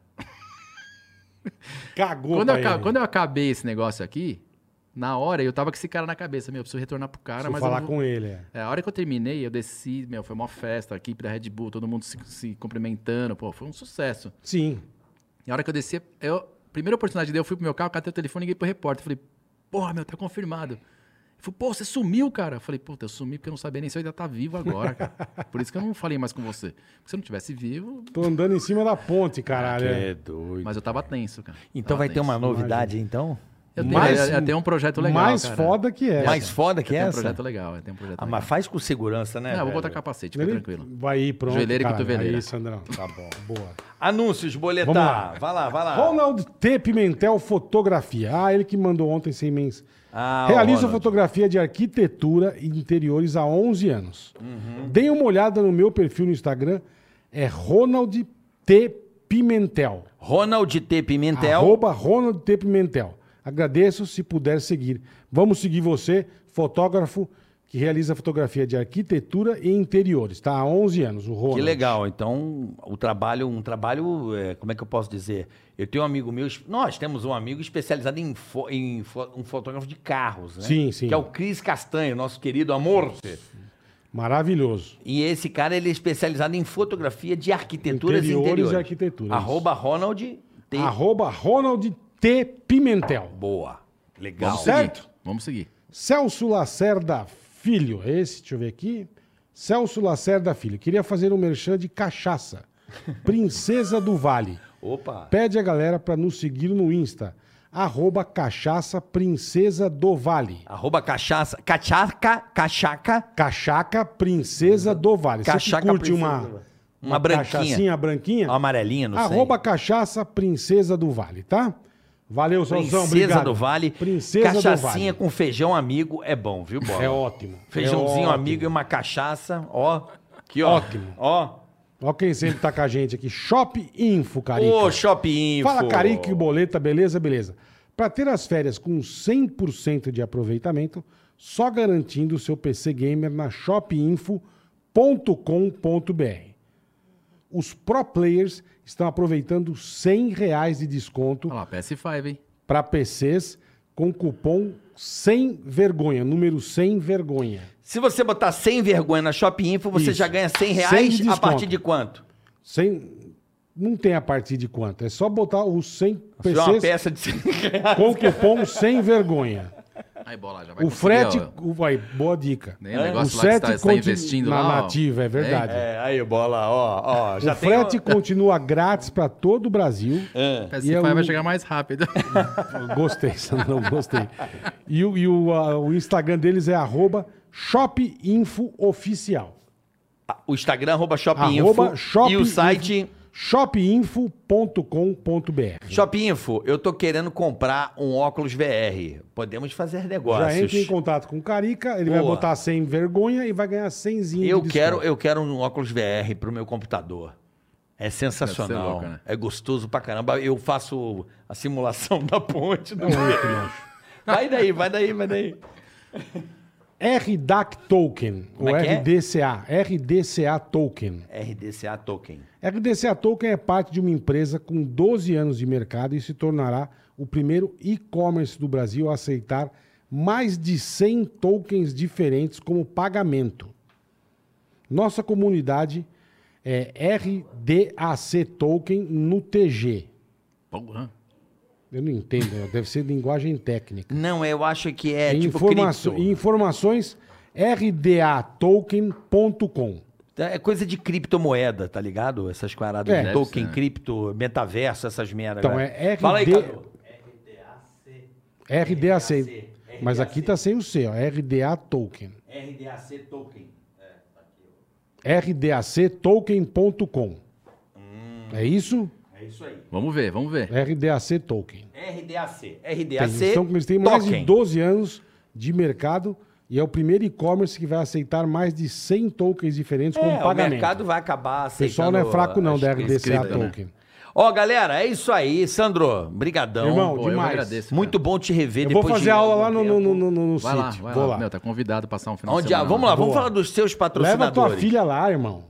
Speaker 2: Cagou,
Speaker 4: Quando
Speaker 2: pra
Speaker 4: eu, aca-
Speaker 2: ele.
Speaker 4: quando eu acabei esse negócio aqui, na hora eu tava com esse cara na cabeça, meu, eu preciso retornar pro cara,
Speaker 2: Preciso
Speaker 4: mas eu
Speaker 2: falar
Speaker 4: não vou-
Speaker 2: com ele. é.
Speaker 4: É, a hora que eu terminei, eu desci, meu, foi uma festa, a equipe da Red Bull, todo mundo se, se cumprimentando, pô, foi um sucesso.
Speaker 2: Sim.
Speaker 4: E a hora que eu desci, eu, primeira oportunidade que deu, eu fui pro meu carro, catei o telefone, liguei pro repórter, falei, porra, meu, tá confirmado. Ele falou, pô, você sumiu, cara. Eu falei, puta, eu sumi porque eu não sabia nem se eu ainda tá vivo agora, cara. Por isso que eu não falei mais com você. Porque se eu não tivesse vivo,
Speaker 2: Tô andando em cima da
Speaker 4: Ah,
Speaker 2: ponte, caralho. é.
Speaker 3: doido.
Speaker 4: mas eu tava tenso, cara.
Speaker 3: Então
Speaker 4: Tava
Speaker 3: vai ter
Speaker 4: tenso.
Speaker 3: uma novidade, então?
Speaker 4: Eu tenho,
Speaker 2: mais-
Speaker 4: eu- eu tenho um projeto legal,
Speaker 2: Mais
Speaker 4: cara.
Speaker 2: foda que é.
Speaker 3: Mais foda que
Speaker 4: Eu tenho um
Speaker 3: essa?
Speaker 4: projeto legal, eu tenho um projeto
Speaker 3: Ah,
Speaker 4: legal.
Speaker 3: mas faz com segurança, né?
Speaker 4: Não, eu vou
Speaker 3: velho?
Speaker 4: botar capacete, fica
Speaker 2: Ele
Speaker 4: tranquilo.
Speaker 2: Vai ir, pronto.
Speaker 4: Joelheira e
Speaker 2: caralho.
Speaker 4: cotoveleira.
Speaker 2: Aí, Sandrão. Tá bom, boa.
Speaker 3: Anúncios, boletar.
Speaker 2: Vamos lá.
Speaker 3: Vai lá, vai lá.
Speaker 2: Ronald T. Pimentel Fotografia. Ah, ele que mandou ontem sem mens.
Speaker 3: Ah, o
Speaker 2: Realizo
Speaker 3: Ronald.
Speaker 2: fotografia de arquitetura e interiores há 11 anos.
Speaker 3: Uhum.
Speaker 2: Deem uma olhada no meu perfil no Instagram. É Ronald T. Pimentel.
Speaker 3: Ronald T. Pimentel.
Speaker 2: Arroba Ronald T. Pimentel. Agradeço se puder seguir. Vamos seguir você, fotógrafo que realiza fotografia de arquitetura e interiores. Tá há 11 anos, o Ronald.
Speaker 3: Que legal. Então, o trabalho, um trabalho, é, como é que eu posso dizer? Eu tenho um amigo meu, es- nós temos um amigo especializado em, fo- em fo- um fotógrafo de carros, né?
Speaker 2: Sim, sim.
Speaker 3: Que é o Cris Castanho, nosso querido amor.
Speaker 2: Maravilhoso.
Speaker 3: E esse cara, ele é especializado em fotografia de arquiteturas e
Speaker 2: Interiores e
Speaker 3: interiores.
Speaker 2: arquitetura,
Speaker 3: Arroba Ronald T.
Speaker 2: Arroba Ronald T. Pimentel.
Speaker 3: Boa. Legal.
Speaker 4: Vamos
Speaker 2: Tá Certo?
Speaker 4: seguir, vamos seguir.
Speaker 2: Celso Lacerda Filho, esse, deixa eu ver aqui. Celso Lacerda Filho, queria fazer um merchan de cachaça. Princesa do Vale.
Speaker 3: Opa.
Speaker 2: Pede a galera pra nos seguir no Insta. Arroba cachaça Princesa do Vale.
Speaker 3: Arroba cachaça. Cachaca. Cachaca.
Speaker 2: Cachaca Princesa do Vale. Você
Speaker 3: Cachaca
Speaker 2: que curte
Speaker 3: Princesa
Speaker 2: uma,
Speaker 3: do Vale. Uma branquinha.
Speaker 2: cachaçinha branquinha?
Speaker 3: Amarelinha, não sei.
Speaker 2: Arroba cachaça Princesa do Vale, tá? Valeu, Salzão.
Speaker 3: Princesa
Speaker 2: obrigado.
Speaker 3: do Vale.
Speaker 2: Princesa do Vale.
Speaker 3: Cachaçinha com feijão amigo é bom, viu, Bola?
Speaker 2: É ótimo.
Speaker 3: Feijãozinho
Speaker 2: É
Speaker 3: amigo e uma cachaça, ó. Que ó.
Speaker 2: Ótimo.
Speaker 3: Ó.
Speaker 2: Ó quem sempre tá com a gente aqui. Shop Info, Carica.
Speaker 3: Ô, Shopping Info.
Speaker 2: Fala, Carica e Boleta, beleza? Beleza. Pra ter as férias com 100% de aproveitamento, só garantindo o seu PC Gamer na shopinfo.com.br. Os pro players estão aproveitando R$ 100 reais de desconto
Speaker 4: Olha lá, PS5, hein?
Speaker 2: para PCs com cupom sem vergonha, número sem vergonha.
Speaker 3: Se você botar sem vergonha na Shopping Info, você
Speaker 2: Isso.
Speaker 3: já ganha 100
Speaker 2: Sem de
Speaker 3: reais a
Speaker 2: desconto.
Speaker 3: partir de quanto?
Speaker 2: Sem não tem a partir de quanto, é só botar os 100
Speaker 3: Se é uma
Speaker 2: PCs
Speaker 3: peça de 100 reais.
Speaker 2: com cupom sem vergonha.
Speaker 4: Aí, bola, já vai
Speaker 2: O
Speaker 4: conseguir,
Speaker 2: frete,
Speaker 4: ó.
Speaker 2: o- vai, boa dica.
Speaker 4: Nem o negócio
Speaker 2: o
Speaker 4: lá que
Speaker 2: frete
Speaker 4: está está
Speaker 2: continu-
Speaker 4: tá investindo
Speaker 2: na
Speaker 4: lá. ó.
Speaker 2: nativa, é verdade.
Speaker 3: É, aí, bola, ó, ó. Já
Speaker 2: o
Speaker 3: tem
Speaker 2: frete
Speaker 3: o-
Speaker 2: continua grátis para todo o Brasil.
Speaker 3: É.
Speaker 4: PS5
Speaker 2: E é o-
Speaker 4: vai chegar mais rápido.
Speaker 2: Gostei, Sandrão, gostei. E, o, e o, ah, o Instagram deles é arroba shopinfooficial.
Speaker 3: O Instagram, arroba Shopping
Speaker 2: Arroba
Speaker 3: Info.
Speaker 2: Shop
Speaker 3: e o site...
Speaker 2: Info- shopinfo.com.br.
Speaker 3: Shopping Info, eu tô querendo comprar um óculos VR. Podemos fazer negócios.
Speaker 2: Já entra em contato com o Carica, ele vai
Speaker 3: Boa.
Speaker 2: botar sem vergonha e vai ganhar 100
Speaker 3: Eu quero, eu quero um óculos VR pro meu computador. É sensacional.
Speaker 4: Deve ser louco, né?
Speaker 3: É gostoso pra caramba. Eu faço a simulação da ponte do VR. Vai daí, vai daí, vai daí.
Speaker 2: RDAC Token,
Speaker 3: Como
Speaker 2: ou
Speaker 3: é que é?
Speaker 2: RDCA, RDCA Token.
Speaker 3: RDCA Token.
Speaker 2: RDCA Token é parte de uma empresa com 12 anos de mercado e se tornará o primeiro e-commerce do Brasil a aceitar mais de 100 tokens diferentes como pagamento. Nossa comunidade é RDAC Token no TG.
Speaker 4: Porra.
Speaker 2: Eu não entendo, deve ser linguagem técnica.
Speaker 3: Não, eu acho que é
Speaker 2: Informa-
Speaker 3: tipo cripto.
Speaker 2: Informações rdatoken.com.
Speaker 3: É coisa de criptomoeda, tá ligado? Essas paradas
Speaker 2: É.
Speaker 3: de
Speaker 4: Deve
Speaker 3: token,
Speaker 4: ser.
Speaker 3: cripto, metaverso, essas merdas.
Speaker 2: Então é RD...
Speaker 3: Fala aí, Cadu.
Speaker 2: RDAC. Mas aqui tá sem o C, ó. RDA Token.
Speaker 3: RDAC Token.
Speaker 2: rdactoken.com.
Speaker 4: Hum.
Speaker 2: É isso?
Speaker 3: É isso aí.
Speaker 4: Vamos ver, vamos ver.
Speaker 2: RDAC Token.
Speaker 3: RDAC.
Speaker 2: Tem-
Speaker 3: RDAC
Speaker 2: Então, eles têm mais de
Speaker 3: Token.
Speaker 2: 12 anos de mercado e é o primeiro e-commerce que vai aceitar mais de 100 tokens diferentes como
Speaker 3: É, o
Speaker 2: um pagamento.
Speaker 3: mercado vai acabar
Speaker 2: o
Speaker 3: aceitando.
Speaker 2: pessoal não é fraco não
Speaker 3: as-
Speaker 2: da RDCA
Speaker 4: escrita, né?
Speaker 2: Token.
Speaker 3: Ó, galera, é isso aí. Sandro, brigadão.
Speaker 2: Irmão,
Speaker 4: Pô, eu
Speaker 2: demais.
Speaker 4: agradeço.
Speaker 3: Muito bom te rever
Speaker 2: Eu vou
Speaker 3: depois
Speaker 2: fazer
Speaker 3: de
Speaker 2: aula
Speaker 3: algum
Speaker 2: lá no, no, no,
Speaker 3: tempo.
Speaker 2: no, no
Speaker 4: Vai lá,
Speaker 2: sítio.
Speaker 4: vai
Speaker 2: Vou
Speaker 4: lá.
Speaker 2: lá.
Speaker 4: Meu, tá convidado a passar um final de
Speaker 3: Onde, ah,
Speaker 4: semana.
Speaker 3: vamos lá, vamos
Speaker 2: Boa.
Speaker 3: falar dos seus
Speaker 2: Leva
Speaker 3: patrocinadores.
Speaker 2: tua filha lá, irmão.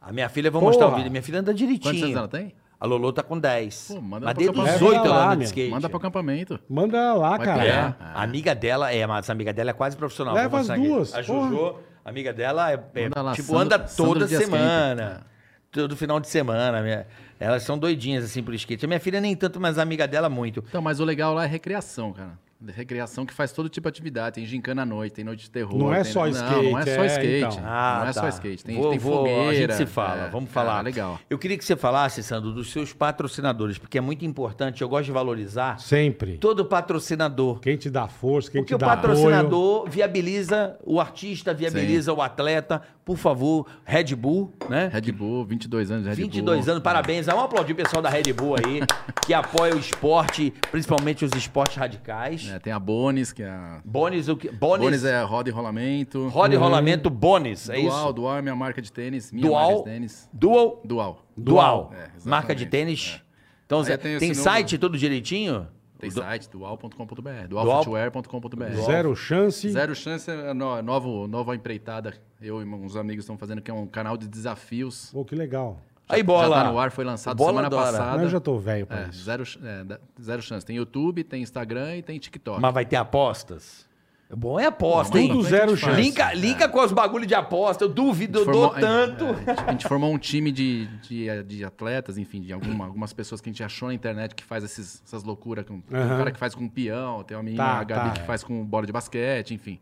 Speaker 3: A minha filha, eu vou mostrar o
Speaker 2: Porra.
Speaker 3: vídeo. Minha filha anda
Speaker 4: Quantos anos
Speaker 3: direitinho.
Speaker 4: ela tem?
Speaker 3: A Lolo tá com 10.
Speaker 4: Pô, manda
Speaker 3: mas
Speaker 4: pra
Speaker 3: desde
Speaker 4: Capão.
Speaker 3: os 8
Speaker 2: Leva
Speaker 3: ela
Speaker 2: lá,
Speaker 3: anda de
Speaker 2: meu.
Speaker 3: skate.
Speaker 4: Manda pro acampamento.
Speaker 2: Manda lá,
Speaker 4: Vai
Speaker 2: cara.
Speaker 3: É,
Speaker 4: pegar. Ah.
Speaker 3: a amiga dela é, mas a amiga dela é quase profissional.
Speaker 2: Leva
Speaker 3: vou mostrar
Speaker 2: as
Speaker 3: aqui.
Speaker 2: duas,
Speaker 3: A Jojo, a amiga dela, é, é,
Speaker 4: Manda lá,
Speaker 3: tipo,
Speaker 4: Sandra-
Speaker 3: anda toda
Speaker 4: Sandra Dias
Speaker 3: semana. Todo final de semana. minha- Elas são doidinhas, assim, pro skate. A minha filha nem tanto, mas a amiga dela muito.
Speaker 4: Então, mas o legal lá é recreação, cara. Recreação que faz todo tipo de atividade. Tem gincana à noite, tem noite de terror.
Speaker 2: Não é
Speaker 4: tem-
Speaker 2: só
Speaker 4: Não, não é
Speaker 2: skate,
Speaker 4: só
Speaker 2: é,
Speaker 4: skate.
Speaker 2: então.
Speaker 3: Ah,
Speaker 4: não é
Speaker 3: tá.
Speaker 4: só skate. Tem,
Speaker 3: Vou-
Speaker 4: tem
Speaker 3: vou-
Speaker 4: fogueira.
Speaker 3: A gente se fala,
Speaker 4: é.
Speaker 3: vamos
Speaker 4: Cara,
Speaker 3: falar.
Speaker 4: legal.
Speaker 3: Eu queria que você falasse, Sandro, dos seus patrocinadores, porque é muito importante. Eu gosto de valorizar
Speaker 2: Sempre.
Speaker 3: todo patrocinador.
Speaker 2: Quem te dá força, quem
Speaker 3: Porque
Speaker 2: te
Speaker 3: o
Speaker 2: dá apoio.
Speaker 3: patrocinador viabiliza o artista, viabiliza o atleta. Por favor, Red Bull, né?
Speaker 4: Red Bull, 22 anos de Red
Speaker 3: 22
Speaker 4: Bull.
Speaker 3: anos, parabéns. Vamos aplaudir o pessoal da Red Bull aí, que apoia o esporte, principalmente os esportes radicais.
Speaker 4: É, tem a Bones, que é a...
Speaker 3: Bones, o que? Bones,
Speaker 4: Bones é roda e rolamento.
Speaker 3: roda e rolamento, Bones, é
Speaker 4: Dual,
Speaker 3: isso?
Speaker 4: Dual é minha marca de tênis. Minha marca
Speaker 3: Dual,
Speaker 4: de tênis.
Speaker 3: Dual,
Speaker 4: Dual.
Speaker 3: Dual,
Speaker 4: É, exatamente. É.
Speaker 3: marca de tênis. Então,
Speaker 4: Aí
Speaker 3: Zé,
Speaker 4: eu tenho
Speaker 3: tem
Speaker 4: esse
Speaker 3: site tudo direitinho?
Speaker 4: Tem
Speaker 3: Du-
Speaker 4: site, dual.com.br,
Speaker 3: Dual-
Speaker 4: dualfootwear.com.br.
Speaker 2: Zero chance.
Speaker 4: Zero Chance é no, novo, nova empreitada. Eu e uns amigos estão fazendo, que é um canal de desafios.
Speaker 2: Pô, que legal.
Speaker 3: Aí, bola.
Speaker 4: Já tá no ar, foi lançado
Speaker 3: Bola
Speaker 4: semana
Speaker 3: adora.
Speaker 4: passada.
Speaker 2: Mas eu já tô velho pra
Speaker 4: É,
Speaker 2: isso.
Speaker 4: zero, ch- é, da- zero chance. Tem YouTube, tem Instagram e tem TikTok.
Speaker 3: Mas vai ter apostas? O Bom é aposta,
Speaker 4: Não,
Speaker 3: hein?
Speaker 2: Tudo
Speaker 4: mas
Speaker 2: zero
Speaker 4: a gente faz.
Speaker 2: chance.
Speaker 3: Linka, linka com os bagulho de aposta, eu duvido, eu
Speaker 4: Formou-
Speaker 3: dou tanto.
Speaker 4: é, a, gente, a gente formou um time de, de, de atletas, enfim, de alguma- algumas pessoas que a gente achou na internet que faz esses- essas loucuras. Com, Tem um
Speaker 2: Aham.
Speaker 4: cara que faz com peão, tem uma menina,
Speaker 2: Tá,
Speaker 4: a Gabi,
Speaker 2: tá,
Speaker 4: que
Speaker 2: é.
Speaker 4: faz com bola de basquete, enfim.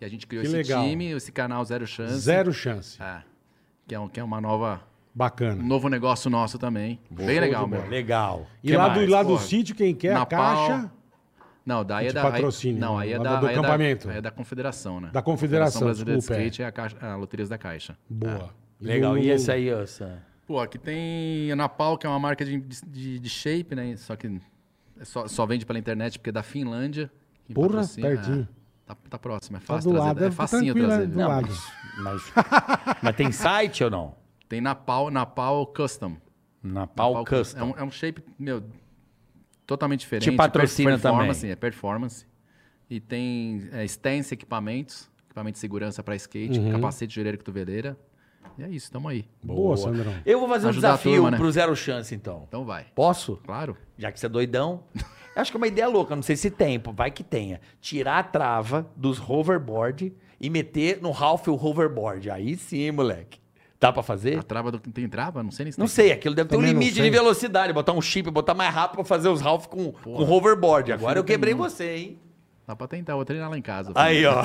Speaker 4: E a gente criou
Speaker 2: Que
Speaker 4: esse
Speaker 2: legal.
Speaker 4: time, esse canal Zero Chance.
Speaker 2: Zero chance.
Speaker 4: É, que, é um- que é uma nova... Um
Speaker 2: Bacana.
Speaker 4: novo negócio nosso também. Bem legal, meu.
Speaker 3: Legal.
Speaker 2: E
Speaker 4: que
Speaker 2: lá, do,
Speaker 4: mais,
Speaker 2: lá do
Speaker 4: porra?
Speaker 2: sítio, quem quer, a
Speaker 4: Napal.
Speaker 2: caixa
Speaker 4: Não, daí é
Speaker 2: De
Speaker 4: da. aí-
Speaker 2: patrocínio,
Speaker 4: não, aí é
Speaker 2: lá
Speaker 4: da,
Speaker 2: do
Speaker 4: aí é da-
Speaker 2: acampamento.
Speaker 4: aí É da confederação, né?
Speaker 2: Da confederação,
Speaker 4: Brasileira
Speaker 2: desculpa,
Speaker 4: de Skate é, a, caixa, a Loterias da Caixa.
Speaker 2: boa.
Speaker 3: É. Legal.
Speaker 2: no-
Speaker 3: E esse aí, ó, Sam?
Speaker 4: Pô, aqui tem a Napal, que é uma marca de, de, de shape, né? Só que é só, só vende pela internet porque é da Finlândia. Quem
Speaker 2: Porra,
Speaker 4: patrocina-
Speaker 2: pertinho.
Speaker 4: é, tá, tá próximo, é
Speaker 2: Tá
Speaker 4: fácil
Speaker 2: do
Speaker 4: trazer.
Speaker 2: lado,
Speaker 4: é facinho
Speaker 2: tranquilo,
Speaker 4: trazer.
Speaker 2: é do
Speaker 4: Não,
Speaker 2: lado.
Speaker 3: Mas, mas tem site ou não?
Speaker 4: Tem Napal, Napal Custom.
Speaker 3: Na Pau né?
Speaker 4: Napal
Speaker 3: Custom.
Speaker 4: É um, é um shape, meu, totalmente diferente.
Speaker 3: Te patrocina
Speaker 4: Per- performance,
Speaker 3: também.
Speaker 4: É performance. E tem é, stance equipamentos, equipamento de segurança para skate,
Speaker 2: Uhum.
Speaker 4: capacete de joelheira e cotoveleira. E é isso, tamo aí.
Speaker 2: Boa, Sandrão.
Speaker 3: Eu vou fazer um
Speaker 4: Ajudar a
Speaker 3: desafio
Speaker 4: turma, né?
Speaker 3: pro Zero Chance, então.
Speaker 4: Então vai.
Speaker 3: Posso?
Speaker 4: Claro.
Speaker 3: Já que você é doidão. Acho que é uma ideia louca, não sei se tem, pô, vai que tenha. Tirar a trava dos hoverboard e meter no Ralph o hoverboard. Aí sim, moleque. Dá pra fazer?
Speaker 4: A trava do... Tem trava? Não sei nem se
Speaker 3: Não
Speaker 4: tem.
Speaker 3: sei, aquilo deve ter
Speaker 2: Também
Speaker 3: um
Speaker 2: não
Speaker 3: limite de
Speaker 2: sei.
Speaker 3: velocidade. Botar um chip, botar mais rápido pra fazer os Ralph com, com hoverboard. Agora eu quebrei você, hein?
Speaker 4: Dá pra tentar, vou treinar lá em casa.
Speaker 3: Aí, ó.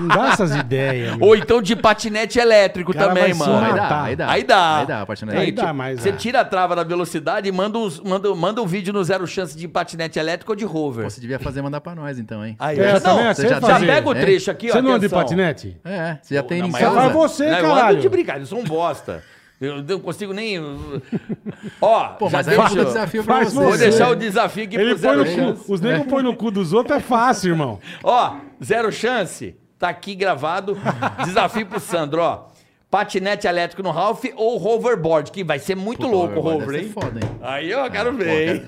Speaker 2: Não dá essas ideias, meu.
Speaker 3: Ou então de patinete elétrico
Speaker 2: cara
Speaker 3: também,
Speaker 2: vai se
Speaker 3: mano.
Speaker 4: Aí
Speaker 2: matar.
Speaker 4: dá, aí dá.
Speaker 3: Aí dá.
Speaker 4: Aí tipo, dá, a partir daí.
Speaker 2: Aí
Speaker 3: Gente,
Speaker 2: dá, mas
Speaker 3: Você
Speaker 2: é.
Speaker 3: tira a trava da velocidade e manda, uns, manda, manda um vídeo no Zero Chance de patinete elétrico ou de rover.
Speaker 4: Pô, Você devia fazer mandar pra nós, então, hein?
Speaker 3: Aí,
Speaker 2: É,
Speaker 3: ó.
Speaker 2: tá
Speaker 3: Não,
Speaker 2: vendo?
Speaker 3: você
Speaker 2: Sei
Speaker 3: já, já
Speaker 2: fazer,
Speaker 3: pega o
Speaker 4: hein?
Speaker 3: trecho aqui, ó.
Speaker 2: Você não anda de
Speaker 3: atenção.
Speaker 2: patinete?
Speaker 4: É, né? você já tem
Speaker 3: Não,
Speaker 4: em
Speaker 3: mas
Speaker 2: Só
Speaker 3: eu-
Speaker 2: vai
Speaker 4: casa.
Speaker 2: você,
Speaker 3: Não, Eu
Speaker 2: caralho.
Speaker 3: ando de brincadeira, eu sou um bosta. Eu não consigo nem... Ó,
Speaker 4: Pô,
Speaker 3: já
Speaker 4: mas aí eu
Speaker 3: deixa-
Speaker 4: vou desafio pra
Speaker 2: Faz
Speaker 4: você.
Speaker 3: Vou
Speaker 2: você.
Speaker 3: deixar o desafio aqui
Speaker 2: Ele
Speaker 3: pro
Speaker 2: põe
Speaker 3: Zero
Speaker 2: no
Speaker 3: Chance.
Speaker 2: cu. Os negros põem no cu dos outros, é fácil, irmão.
Speaker 3: Ó, zero chance. Tá aqui gravado. Desafio pro Sandro, ó. Patinete elétrico no Ralph ou hoverboard, que vai ser muito
Speaker 4: Puta,
Speaker 3: louco o
Speaker 4: hoverboard é
Speaker 3: hover,
Speaker 4: deve
Speaker 3: hein?
Speaker 4: ser foda, hein?
Speaker 3: Aí
Speaker 2: Ah,
Speaker 3: eu quero ver, hein?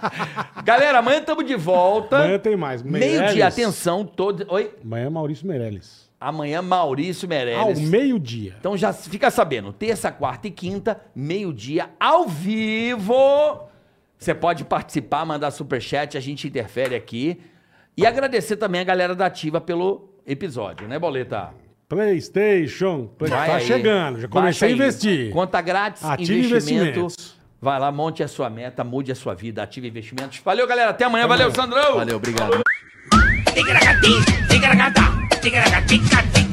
Speaker 3: Galera, amanhã estamos de volta.
Speaker 2: Amanhã tem mais. Meirelles.
Speaker 3: Meio-dia, Tá atenção. Todo... Oi?
Speaker 2: Amanhã é Maurício Meirelles.
Speaker 3: Amanhã, Maurício
Speaker 2: Ao
Speaker 3: Meirelles.
Speaker 2: meio-dia.
Speaker 3: Então já fica sabendo, terça, quarta e quinta, meio-dia, ao vivo. Você pode participar, mandar superchat, a gente interfere aqui. E agradecer também a galera da Ativa pelo episódio, né, Boleta?
Speaker 2: PlayStation. Play...
Speaker 3: Vai
Speaker 2: Tá
Speaker 3: aí.
Speaker 2: chegando. Já comecei
Speaker 3: Baixa
Speaker 2: a
Speaker 3: aí.
Speaker 2: investir.
Speaker 3: Conta grátis,
Speaker 2: Ativa
Speaker 3: investimento.
Speaker 2: Investimentos.
Speaker 3: Vai lá, monte a sua meta, mude a sua vida, ative investimentos. Valeu, galera. Até amanhã. Valeu, Sandrão.
Speaker 4: Valeu, obrigado.
Speaker 1: Ticaracati, ticaracata, ticaracati, cati,